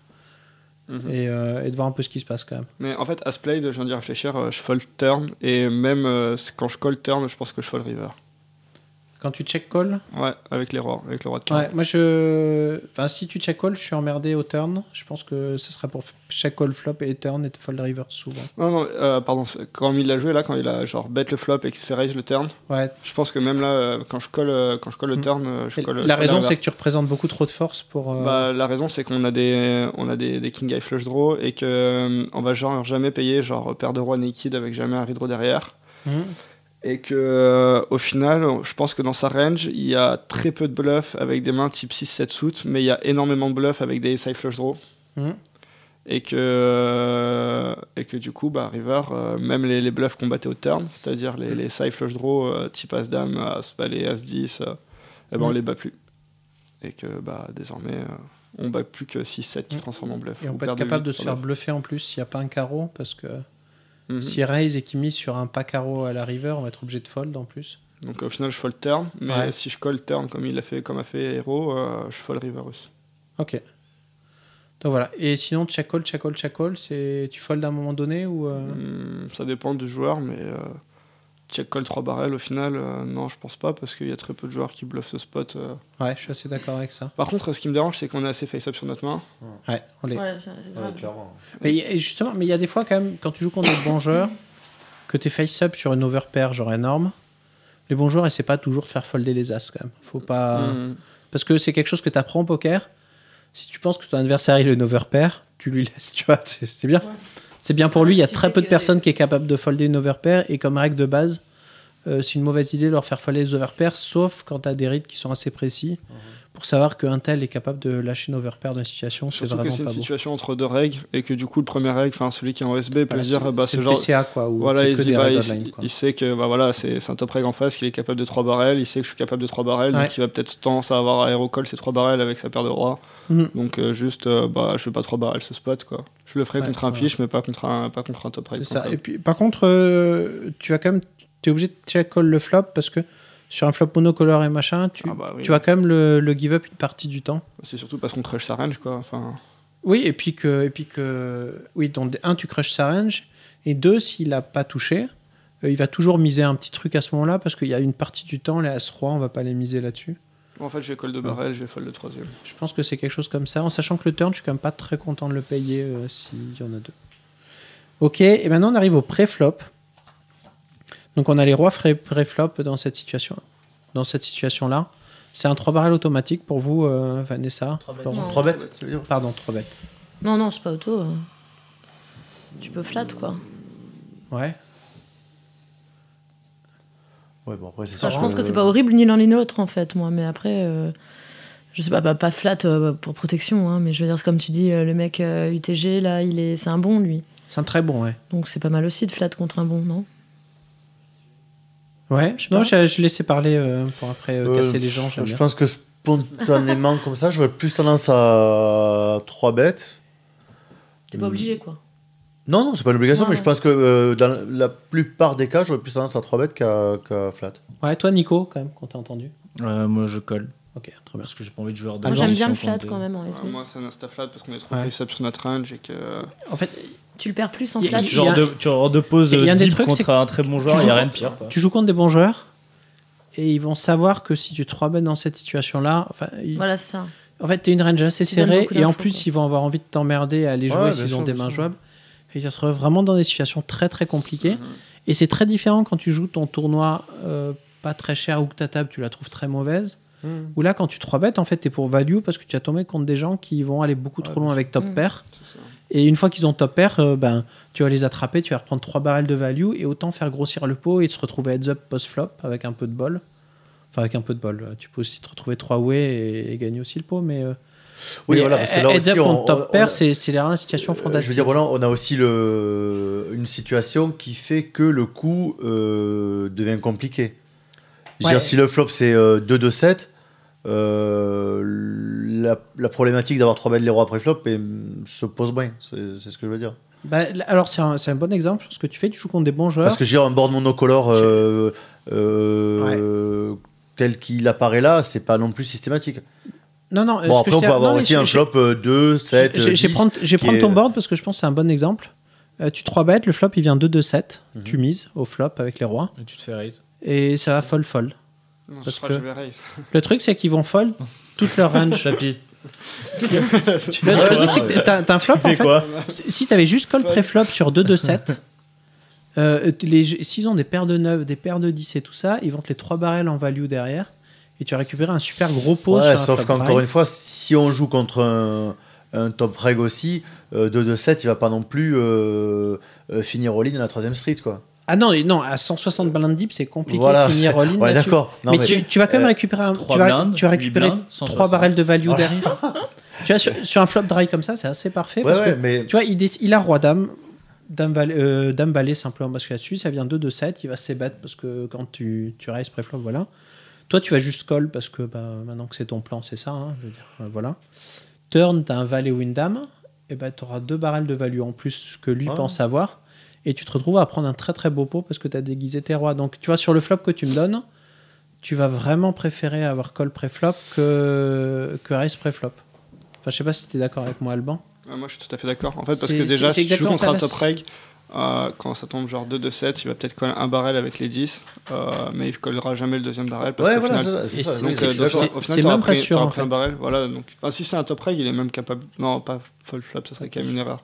[SPEAKER 7] Mhm.
[SPEAKER 4] Et, euh, et de voir un peu ce qui se passe quand même.
[SPEAKER 7] Mais en fait, as played, je viens d'y réfléchir, euh, je fold turn, et même euh, c- quand je call turn, je pense que je fold river.
[SPEAKER 4] Quand tu check call,
[SPEAKER 7] Ouais, avec les rois, avec le roi de turn.
[SPEAKER 4] Ouais, moi je. Enfin, si tu check call, je suis emmerdé au turn. Je pense que ce sera pour f- check call flop et turn et fold river souvent.
[SPEAKER 7] Non, non, euh, pardon, c'est- quand il l'a joué là, quand il a genre bet le flop et qu'il se fait raise le turn,
[SPEAKER 4] Ouais.
[SPEAKER 7] je pense que même là, euh, quand je colle, euh, quand je colle le
[SPEAKER 4] Mm.
[SPEAKER 7] turn, euh, je
[SPEAKER 4] Et
[SPEAKER 7] colle je
[SPEAKER 4] la
[SPEAKER 7] colle
[SPEAKER 4] raison,
[SPEAKER 7] river.
[SPEAKER 4] c'est que tu représentes beaucoup trop de force pour. euh,
[SPEAKER 7] Bah, la raison, c'est qu'on a des, on a des, des king high flush draw et que euh, on va genre jamais payer genre paire de rois naked avec jamais un redraw derrière.
[SPEAKER 4] Mhm.
[SPEAKER 7] Et que euh, au final, je pense que dans sa range, il y a très peu de bluffs avec des mains type 6-7 suit, mais il y a énormément de bluffs avec des side flush draw.
[SPEAKER 4] Mhm.
[SPEAKER 7] Et que, et que du coup, bah, River, euh, même les, les bluffs qu'on battait au turn, c'est-à-dire les, les side flush draw euh, type As-Dame, As-Valet, As-10, euh, eh ben, on
[SPEAKER 4] Mhm.
[SPEAKER 7] les bat plus et que bah, désormais euh, on bat plus que 6-7 qui se transforment en bluff.
[SPEAKER 4] Mhm. Et on
[SPEAKER 7] Ou
[SPEAKER 4] peut
[SPEAKER 7] paire
[SPEAKER 4] être capable
[SPEAKER 7] huit
[SPEAKER 4] de se
[SPEAKER 7] sur
[SPEAKER 4] faire
[SPEAKER 7] bluff.
[SPEAKER 4] bluffer en plus s'il n'y a pas un carreau. Parce que
[SPEAKER 7] Mhm.
[SPEAKER 4] si raise et qu'il mise sur un pas carreau à la river, on va être obligé de fold en plus.
[SPEAKER 7] Donc au final je fold turn, mais
[SPEAKER 4] Ouais.
[SPEAKER 7] si je colle turn comme il a fait comme a fait Hero, euh, je fold river aussi.
[SPEAKER 4] Ok. Donc voilà. Et sinon, check call, check call, check call, c'est. Tu fold à un moment donné ou. euh,
[SPEAKER 7] Hmm, ça dépend du joueur, mais euh, check call 3 barrels au final, euh, non je pense pas parce qu'il y a très peu de joueurs qui bluffent ce spot. euh.
[SPEAKER 4] Ouais, je suis assez d'accord avec ça.
[SPEAKER 7] Par contre, ce qui me dérange c'est qu'on est assez face-up sur notre main.
[SPEAKER 4] Ouais, on l'est.
[SPEAKER 10] Ouais, c'est c'est grave.
[SPEAKER 9] clairement.
[SPEAKER 4] Mais y- et justement, mais il y a des fois quand même, quand tu joues contre des bons joueurs, que t'es face-up sur une overpair genre énorme, les bons joueurs essaient pas toujours de faire folder les as quand même. Faut pas...
[SPEAKER 7] Hmm.
[SPEAKER 4] Parce que c'est quelque chose que t'apprends au poker. Si tu penses que ton adversaire il est une overpair, tu lui laisses, tu vois, c'est c'est bien. C'est bien pour lui, il y a
[SPEAKER 10] Ah, Si tu
[SPEAKER 4] très
[SPEAKER 10] sais
[SPEAKER 4] peu de
[SPEAKER 10] que-
[SPEAKER 4] personnes qui est capable de folder une overpair, et comme règle de base, euh, c'est une mauvaise idée de leur faire folder les overpairs, sauf quand t'as des rides qui sont assez précis,
[SPEAKER 7] Mhm.
[SPEAKER 4] pour savoir qu'un tel est capable de lâcher une overpair dans une situation, c'est
[SPEAKER 7] Surtout que
[SPEAKER 4] vraiment
[SPEAKER 7] c'est une
[SPEAKER 4] pas beau.
[SPEAKER 7] situation entre deux règles et que du coup le premier règle, enfin celui qui est en SB peut
[SPEAKER 4] Voilà,
[SPEAKER 7] se dire
[SPEAKER 4] c'est-
[SPEAKER 7] bah,
[SPEAKER 4] c'est
[SPEAKER 7] ce
[SPEAKER 4] le
[SPEAKER 7] genre,
[SPEAKER 4] PCA quoi, où
[SPEAKER 7] Voilà,
[SPEAKER 4] c'est
[SPEAKER 7] il,
[SPEAKER 4] que
[SPEAKER 7] se
[SPEAKER 4] des
[SPEAKER 7] dit, bah,
[SPEAKER 4] red
[SPEAKER 7] il,
[SPEAKER 4] outline, quoi.
[SPEAKER 7] il sait que bah, voilà, c'est c'est un top reg en face, qu'il est capable de 3 barrels, il sait que je suis capable de 3 barrels,
[SPEAKER 4] Ouais.
[SPEAKER 7] donc il va peut-être tendance à avoir aérocall ses 3 barrels avec sa paire de rois.
[SPEAKER 4] Mhm.
[SPEAKER 7] Donc euh, juste, euh, bah, je fais pas 3 barrels ce spot, quoi. Je le ferai
[SPEAKER 4] Ouais,
[SPEAKER 7] contre un
[SPEAKER 4] voilà.
[SPEAKER 7] fiche, mais pas contre un, pas contre un top reg.
[SPEAKER 4] C'est ça.
[SPEAKER 7] Donc,
[SPEAKER 4] Et puis, par contre, euh, tu vas quand même Tu es obligé de check call le flop parce que sur un flop monocolore et machin, tu,
[SPEAKER 7] Ah bah oui.
[SPEAKER 4] tu vas quand même le, le give up une partie du temps.
[SPEAKER 7] C'est surtout parce qu'on crush sa range, quoi. Enfin,
[SPEAKER 4] Oui, et puis que. Et puis que oui, donc un, tu crushes sa range. Et deux, s'il a pas touché, euh, il va toujours miser un petit truc à ce moment-là parce qu'il y a une partie du temps, les As-3, on va pas les miser là-dessus.
[SPEAKER 7] en fait, j'ai call de barrel, j'ai fold de troisième.
[SPEAKER 4] Je pense que c'est quelque chose comme ça. En sachant que le turn, je suis quand même pas très content de le payer euh, s'il y en a deux. Ok, et maintenant on arrive au pré-flop. Donc on a les rois fré- pré-flop dans cette situation. Dans cette situation-là, c'est un 3 barrel automatique pour vous, euh, Vanessa. Laurent
[SPEAKER 6] 3 bêtes, tu veux dire
[SPEAKER 4] Pardon, 3 bêtes.
[SPEAKER 5] Non, non, c'est pas auto. euh. Tu peux flat, quoi.
[SPEAKER 4] Ouais.
[SPEAKER 6] Ouais, bon, après, c'est
[SPEAKER 5] Enfin, je
[SPEAKER 6] sûr
[SPEAKER 5] pense
[SPEAKER 3] euh,
[SPEAKER 5] que c'est pas horrible ni l'un ni l'autre, en fait, moi. Mais après, euh, je sais pas, bah, pas flat euh, pour protection, hein, mais je veux dire, c'est comme tu dis, euh, le mec euh, UTG, là, il est, c'est un bon, lui.
[SPEAKER 4] C'est un très bon, ouais.
[SPEAKER 5] Donc c'est pas mal aussi de flat contre un bon, non
[SPEAKER 4] Ouais,
[SPEAKER 5] Je sais
[SPEAKER 4] non,
[SPEAKER 5] pas.
[SPEAKER 4] je, je laissais parler euh, pour après euh,
[SPEAKER 6] Euh,
[SPEAKER 4] casser les gens. j'aime
[SPEAKER 6] Je
[SPEAKER 4] bien.
[SPEAKER 6] pense que spontanément, comme ça, j'aurais plus tendance à 3 bêtes.
[SPEAKER 5] T'es pas obligé, quoi.
[SPEAKER 6] Non, non, c'est pas une obligation,
[SPEAKER 5] Ouais,
[SPEAKER 6] mais je
[SPEAKER 5] ouais.
[SPEAKER 6] pense que euh, dans la plupart des cas, j'aurais plus tendance à 3 bêtes qu'à qu'à flat.
[SPEAKER 4] Ouais, toi, Nico, quand même, quand t'as entendu.
[SPEAKER 3] Euh, moi, je colle.
[SPEAKER 4] Ok, très bien.
[SPEAKER 3] Parce que j'ai pas envie de jouer hors de
[SPEAKER 5] Moi,
[SPEAKER 3] range
[SPEAKER 5] j'aime
[SPEAKER 3] si
[SPEAKER 5] bien
[SPEAKER 3] on
[SPEAKER 5] le flat
[SPEAKER 3] tente de-
[SPEAKER 5] quand même en
[SPEAKER 7] Ouais,
[SPEAKER 5] SB.
[SPEAKER 7] moi, ça n'insta flat parce qu'on est trop
[SPEAKER 4] Ouais.
[SPEAKER 7] face sur notre range et que.
[SPEAKER 4] En fait,
[SPEAKER 5] Tu le perds plus en
[SPEAKER 4] Il y a-
[SPEAKER 5] flat.
[SPEAKER 4] il y
[SPEAKER 3] Genre,
[SPEAKER 4] a-
[SPEAKER 3] de, tu hors de pause
[SPEAKER 4] Et il y a un des
[SPEAKER 3] deep
[SPEAKER 4] trucs, c'est
[SPEAKER 3] contre un très bon joueur, il n'y a rien de pire. Quoi.
[SPEAKER 4] tu joues contre des bons joueurs et ils vont savoir que si tu 3 bêtes dans cette situation-là, enfin, ils-
[SPEAKER 5] Voilà, c'est ça.
[SPEAKER 4] en fait, t'es une range assez
[SPEAKER 5] Tu donnes
[SPEAKER 4] serrée
[SPEAKER 5] beaucoup
[SPEAKER 4] et en
[SPEAKER 5] d'infos,
[SPEAKER 4] plus,
[SPEAKER 5] quoi.
[SPEAKER 4] ils vont avoir envie de t'emmerder à aller
[SPEAKER 6] Ouais,
[SPEAKER 4] jouer
[SPEAKER 6] bien
[SPEAKER 4] s'ils
[SPEAKER 6] sûr,
[SPEAKER 4] ont des
[SPEAKER 6] bien
[SPEAKER 4] mains
[SPEAKER 6] sûr.
[SPEAKER 4] jouables. Et ils se retrouvent vraiment dans des situations très très compliquées.
[SPEAKER 7] Mhm.
[SPEAKER 4] Et c'est très différent quand tu joues ton tournoi euh, pas très cher ou que ta table, tu la trouves très mauvaise. Ou là, quand tu 3 bêtes, en fait, t'es pour value parce que tu as tombé contre des gens qui vont aller beaucoup trop loin avec top
[SPEAKER 5] Mhm.
[SPEAKER 4] pair.
[SPEAKER 7] C'est ça.
[SPEAKER 4] Et une fois qu'ils ont top pair, euh, ben, tu vas les attraper, tu vas reprendre trois barrels de value et autant faire grossir le pot et se retrouver heads up post-flop avec un peu de bol. Enfin, avec un peu de bol. euh, Tu peux aussi te retrouver trois way et, et gagner aussi le pot. Mais, euh,
[SPEAKER 6] Oui,
[SPEAKER 4] mais,
[SPEAKER 6] voilà, parce que
[SPEAKER 4] euh,
[SPEAKER 6] là
[SPEAKER 4] heads
[SPEAKER 6] aussi,
[SPEAKER 4] up
[SPEAKER 6] on-
[SPEAKER 4] contre
[SPEAKER 6] on-
[SPEAKER 4] top
[SPEAKER 6] on
[SPEAKER 4] pair,
[SPEAKER 6] a-
[SPEAKER 4] c'est c'est la situation
[SPEAKER 6] Euh,
[SPEAKER 4] fantastique.
[SPEAKER 6] Je veux dire, voilà, on a aussi le, une situation qui fait que le coup euh, devient compliqué. Je veux
[SPEAKER 4] Ouais.
[SPEAKER 6] dire, si le flop c'est euh, 2-2-7, euh, la, la problématique d'avoir 3 bêtes les rois après flop et, mm, se pose bien. C'est c'est ce que je veux dire.
[SPEAKER 4] Bah, là, alors, c'est un, c'est un bon exemple sur ce que tu fais. Tu joues contre des bons joueurs.
[SPEAKER 6] Parce que je veux dire, un board monocolore euh, euh, tel qu'il apparaît là, c'est pas non plus systématique.
[SPEAKER 4] Non, non, euh,
[SPEAKER 6] Bon,
[SPEAKER 4] ce que
[SPEAKER 6] après,
[SPEAKER 4] je
[SPEAKER 6] on
[SPEAKER 4] t'ai-
[SPEAKER 6] peut
[SPEAKER 4] non,
[SPEAKER 6] avoir
[SPEAKER 4] mais
[SPEAKER 6] aussi
[SPEAKER 4] je-
[SPEAKER 6] un
[SPEAKER 4] je-
[SPEAKER 6] flop euh, 2, 7,
[SPEAKER 4] J'ai- J'ai
[SPEAKER 6] 10.
[SPEAKER 4] prendre, j'ai
[SPEAKER 6] qui
[SPEAKER 4] prendre
[SPEAKER 6] est-
[SPEAKER 4] ton board parce que je pense que c'est un bon exemple. Euh, tu 3 bêtes, le flop il vient 2-2-7.
[SPEAKER 6] Mhm.
[SPEAKER 4] Tu mises au flop avec les rois
[SPEAKER 3] Et tu te fais raise.
[SPEAKER 4] et ça va fold-fold.
[SPEAKER 7] Non,
[SPEAKER 4] Parce
[SPEAKER 7] ce sera
[SPEAKER 4] que-
[SPEAKER 7] jamais raise.
[SPEAKER 4] Le truc, c'est qu'ils vont fold toute leur
[SPEAKER 6] [LAUGHS]
[SPEAKER 4] range.
[SPEAKER 3] Tapis.
[SPEAKER 4] Le truc, c'est que t'as t'as un flop, en
[SPEAKER 3] Tu fais
[SPEAKER 4] fait.
[SPEAKER 3] quoi
[SPEAKER 4] Si si t'avais juste call pré-flop sur 2-2-7,
[SPEAKER 6] [LAUGHS]
[SPEAKER 4] euh, les- s'ils ont des paires de 9, des paires de 10 et tout ça, ils vont te les 3 barrels en value derrière. Et tu vas récupérer un super gros pot
[SPEAKER 6] Ouais,
[SPEAKER 4] sur un
[SPEAKER 6] sauf
[SPEAKER 4] flop
[SPEAKER 6] qu'encore
[SPEAKER 4] drive.
[SPEAKER 6] une fois, si on joue contre un, un top reg aussi, euh, 2-2-7, il va pas non plus euh, euh, finir all-in à la troisième street. Quoi.
[SPEAKER 4] Ah non, et non, à 160 blindes deep, c'est compliqué
[SPEAKER 6] Voilà,
[SPEAKER 4] de finir
[SPEAKER 6] c'est-
[SPEAKER 4] all-in
[SPEAKER 6] On est
[SPEAKER 4] là-dessus.
[SPEAKER 6] d'accord. Non,
[SPEAKER 4] mais,
[SPEAKER 6] mais-
[SPEAKER 4] tu, tu vas quand même
[SPEAKER 6] euh,
[SPEAKER 4] récupérer un,
[SPEAKER 3] trois
[SPEAKER 4] tu vas,
[SPEAKER 3] blindes,
[SPEAKER 4] tu vas
[SPEAKER 3] huit
[SPEAKER 4] récupérer
[SPEAKER 3] blindes,
[SPEAKER 4] 3
[SPEAKER 3] 160.
[SPEAKER 4] barrels de value
[SPEAKER 6] Voilà.
[SPEAKER 4] derrière. [LAUGHS] tu vois, sur, sur un flop dry comme ça, c'est assez parfait.
[SPEAKER 6] Ouais,
[SPEAKER 4] parce
[SPEAKER 6] ouais,
[SPEAKER 4] que,
[SPEAKER 6] mais
[SPEAKER 4] Tu vois, il, déc- il a roi dame, dame valet, euh, dame valet simplement parce que là-dessus, ça vient 2 de 7, il va s'ébattre parce que quand tu, tu raises préflop, voilà. Toi, tu vas juste call parce que bah, maintenant que c'est ton plan, c'est ça, hein, je veux dire, euh, voilà. Turn, t'as un valet ou une dame, et bah t'auras deux barrels de value en plus que lui
[SPEAKER 6] Ouais.
[SPEAKER 4] pense avoir, et tu te retrouves à prendre un très très beau pot parce que t'as déguisé tes rois. Donc, tu vois, sur le flop que tu me donnes, tu vas vraiment préférer avoir call préflop que, que raise préflop. Enfin, je sais pas si t'es d'accord avec moi, Alban.
[SPEAKER 7] Ah, moi, je suis tout à fait d'accord. En fait, parce
[SPEAKER 4] C'est-
[SPEAKER 7] que déjà,
[SPEAKER 4] c'est- c'est
[SPEAKER 7] si tu joues
[SPEAKER 4] exactement
[SPEAKER 7] contre
[SPEAKER 4] ça,
[SPEAKER 7] un
[SPEAKER 4] là,
[SPEAKER 7] top
[SPEAKER 4] c'est-
[SPEAKER 7] reg, euh, quand ça tombe genre 2-2-7, il va peut-être coller un barrel avec les 10, euh, mais il collera jamais le deuxième barrel. Parce
[SPEAKER 6] Ouais,
[SPEAKER 7] qu'au
[SPEAKER 6] voilà,
[SPEAKER 7] final,
[SPEAKER 6] c'est ça, c'est
[SPEAKER 4] et
[SPEAKER 6] ça,
[SPEAKER 4] c'est-
[SPEAKER 6] oui,
[SPEAKER 7] donc,
[SPEAKER 6] je
[SPEAKER 7] euh,
[SPEAKER 6] suis
[SPEAKER 7] donc,
[SPEAKER 6] d'accord.
[SPEAKER 4] c'est-
[SPEAKER 7] au final,
[SPEAKER 4] c'est
[SPEAKER 7] t'auras
[SPEAKER 4] même pas
[SPEAKER 7] pris-
[SPEAKER 4] sûr,
[SPEAKER 7] t'auras
[SPEAKER 4] en
[SPEAKER 7] pris un
[SPEAKER 4] fait.
[SPEAKER 7] barrel. Voilà, donc, enfin, si c'est un top reg, il est même capable. Non, pas full flop, ça serait quand même une erreur.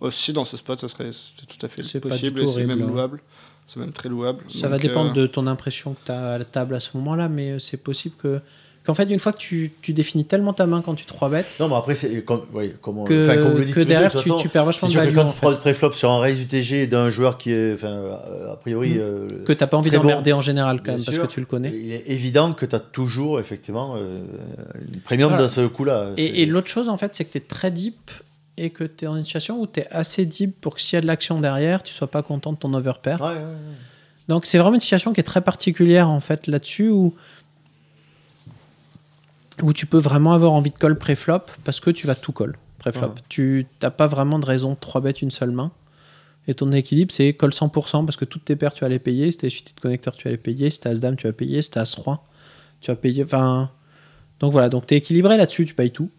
[SPEAKER 7] Aussi, dans ce spot, ça serait c'est tout à fait
[SPEAKER 4] C'est pas du
[SPEAKER 7] possible
[SPEAKER 4] tout
[SPEAKER 7] et c'est
[SPEAKER 4] horrible,
[SPEAKER 7] même
[SPEAKER 4] hein.
[SPEAKER 7] louable. C'est même très louable.
[SPEAKER 4] Ça
[SPEAKER 7] Donc,
[SPEAKER 4] va dépendre
[SPEAKER 7] euh,
[SPEAKER 4] de ton impression que tu as à la table à ce moment-là, mais euh, c'est possible que. Qu'en fait, une fois que tu, tu définis tellement ta main quand tu 3 bêtes,
[SPEAKER 6] non, mais après, c'est comme, ouais, comme on-
[SPEAKER 4] que,
[SPEAKER 6] enfin, comme vous le dites
[SPEAKER 4] que
[SPEAKER 6] tous les deux,
[SPEAKER 4] derrière,
[SPEAKER 6] de toute
[SPEAKER 4] tu,
[SPEAKER 6] façon,
[SPEAKER 4] tu perds
[SPEAKER 6] c'est
[SPEAKER 4] vachement de
[SPEAKER 6] sûr que
[SPEAKER 4] value.
[SPEAKER 6] quand
[SPEAKER 4] en
[SPEAKER 6] tu prends
[SPEAKER 4] fait.
[SPEAKER 6] le préflop sur un raise UTG d'un joueur qui est, enfin, euh, a priori,
[SPEAKER 4] Mm.
[SPEAKER 6] euh,
[SPEAKER 4] Que t'as pas envie
[SPEAKER 6] Très bon.
[SPEAKER 4] d'emmerder en général, quand
[SPEAKER 6] Bien
[SPEAKER 4] même, parce
[SPEAKER 6] sûr.
[SPEAKER 4] que tu le connais.
[SPEAKER 6] il est évident que tu as toujours, effectivement, euh, une premium
[SPEAKER 4] Voilà.
[SPEAKER 6] dans ce coup-là.
[SPEAKER 4] Et,
[SPEAKER 6] C'est-
[SPEAKER 4] et l'autre chose, en fait, c'est que tu es très deep et que tu es dans une situation où tu es assez deep pour que s'il y a de l'action derrière, tu sois pas content de ton overpair.
[SPEAKER 6] Ouais, ouais, ouais.
[SPEAKER 4] Donc, c'est vraiment une situation qui est très particulière, en fait, là-dessus, où, où tu peux vraiment avoir envie de call pré-flop parce que tu vas tout call pré-flop.
[SPEAKER 6] Ouais.
[SPEAKER 4] Tu n'as pas vraiment de raison de 3 bêtes une seule main. Et ton équilibre, c'est call 100% parce que toutes tes paires, tu vas les payer. Si t'as suites de connecteur, tu vas les payer. Si t'as As-Dame, tu vas payer. Si t'as As-3, tu vas payer. Enfin. Donc voilà, donc t'es équilibré là-dessus, tu payes tout.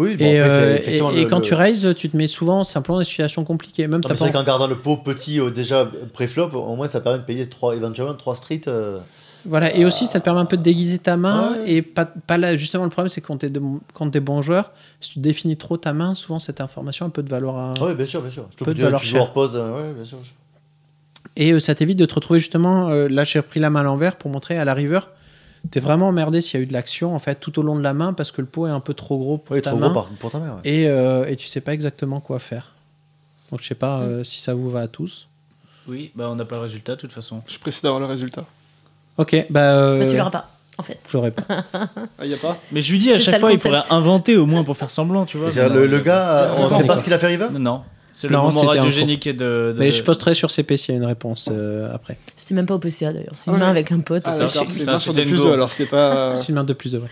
[SPEAKER 6] Oui, bon,
[SPEAKER 4] et,
[SPEAKER 6] après, c'est
[SPEAKER 4] euh,
[SPEAKER 6] effectivement
[SPEAKER 4] et- et
[SPEAKER 6] le-
[SPEAKER 4] quand
[SPEAKER 6] le-
[SPEAKER 4] tu raises, tu te mets souvent simplement dans des situations compliquées. Même
[SPEAKER 6] Non,
[SPEAKER 4] t'as
[SPEAKER 6] mais c'est vrai
[SPEAKER 4] pas-
[SPEAKER 6] qu'en gardant le pot petit euh, déjà pré-flop, au moins ça permet de payer trois, éventuellement 3 streets. euh,
[SPEAKER 4] Voilà, et aussi ça te permet un peu de déguiser ta main.
[SPEAKER 6] Ah Ouais.
[SPEAKER 4] Et pas, pas là, justement, le problème c'est que quand t'es de- quand t'es bon joueur, si tu définis trop ta main, souvent cette information a peu de valeur à,
[SPEAKER 6] Oui, Ah bien sûr, bien sûr.
[SPEAKER 4] Peu
[SPEAKER 6] Surtout que
[SPEAKER 4] de
[SPEAKER 6] tu,
[SPEAKER 4] valeur
[SPEAKER 6] tu joues
[SPEAKER 4] chère.
[SPEAKER 6] hors pause. euh, ouais, bien sûr, bien sûr.
[SPEAKER 4] Et euh, ça t'évite de te retrouver justement. euh, là, j'ai repris la main à l'envers pour montrer à la river. T'es vraiment emmerdé s'il y a eu de l'action en fait tout au long de la main parce que le pot est un peu trop gros pour
[SPEAKER 6] Oui,
[SPEAKER 4] ta
[SPEAKER 6] trop
[SPEAKER 4] main
[SPEAKER 6] gros par- pour ta mère. ouais.
[SPEAKER 4] et, euh, et tu sais pas exactement quoi faire. Donc je sais pas euh, si ça vous va à tous.
[SPEAKER 3] Oui, bah on n'a pas le résultat de toute façon.
[SPEAKER 7] Je suis pressé d'avoir le résultat.
[SPEAKER 4] Ok, bah, euh,
[SPEAKER 5] Bah, tu l'auras pas, en fait.
[SPEAKER 4] je l'aurai
[SPEAKER 6] [LAUGHS]
[SPEAKER 4] pas.
[SPEAKER 7] Ah, y a pas
[SPEAKER 3] Mais je lui dis à
[SPEAKER 5] C'est
[SPEAKER 3] chaque
[SPEAKER 5] ça,
[SPEAKER 3] fois,
[SPEAKER 5] le
[SPEAKER 3] il pourrait
[SPEAKER 5] concept.
[SPEAKER 3] inventer au moins pour faire semblant, tu vois.
[SPEAKER 6] C'est-à-dire,
[SPEAKER 3] Mais
[SPEAKER 6] le,
[SPEAKER 3] non,
[SPEAKER 6] le gars,
[SPEAKER 4] C'est
[SPEAKER 6] on
[SPEAKER 4] pas
[SPEAKER 6] ne sait
[SPEAKER 4] encore.
[SPEAKER 6] pas ce qu'il a fait River
[SPEAKER 3] Non, c'est le
[SPEAKER 4] Non,
[SPEAKER 3] moment
[SPEAKER 4] c'était un
[SPEAKER 3] radiogénique de, de.
[SPEAKER 4] Mais
[SPEAKER 6] Euh,
[SPEAKER 4] je posterai sur CP s'il y a une réponse euh, après.
[SPEAKER 5] C'était même pas au PCA d'ailleurs. C'est une
[SPEAKER 7] Ah
[SPEAKER 5] main
[SPEAKER 7] oui.
[SPEAKER 5] avec un pote.
[SPEAKER 7] Ah,
[SPEAKER 5] c'est-
[SPEAKER 3] d'accord.
[SPEAKER 7] d'accord. C'est
[SPEAKER 3] Ça,
[SPEAKER 7] bien sur des
[SPEAKER 3] c'était
[SPEAKER 7] plus
[SPEAKER 3] une
[SPEAKER 7] deux,
[SPEAKER 3] go.
[SPEAKER 7] alors c'était
[SPEAKER 6] Ah.
[SPEAKER 7] pas. euh,
[SPEAKER 4] C'est une main de plus de vrai.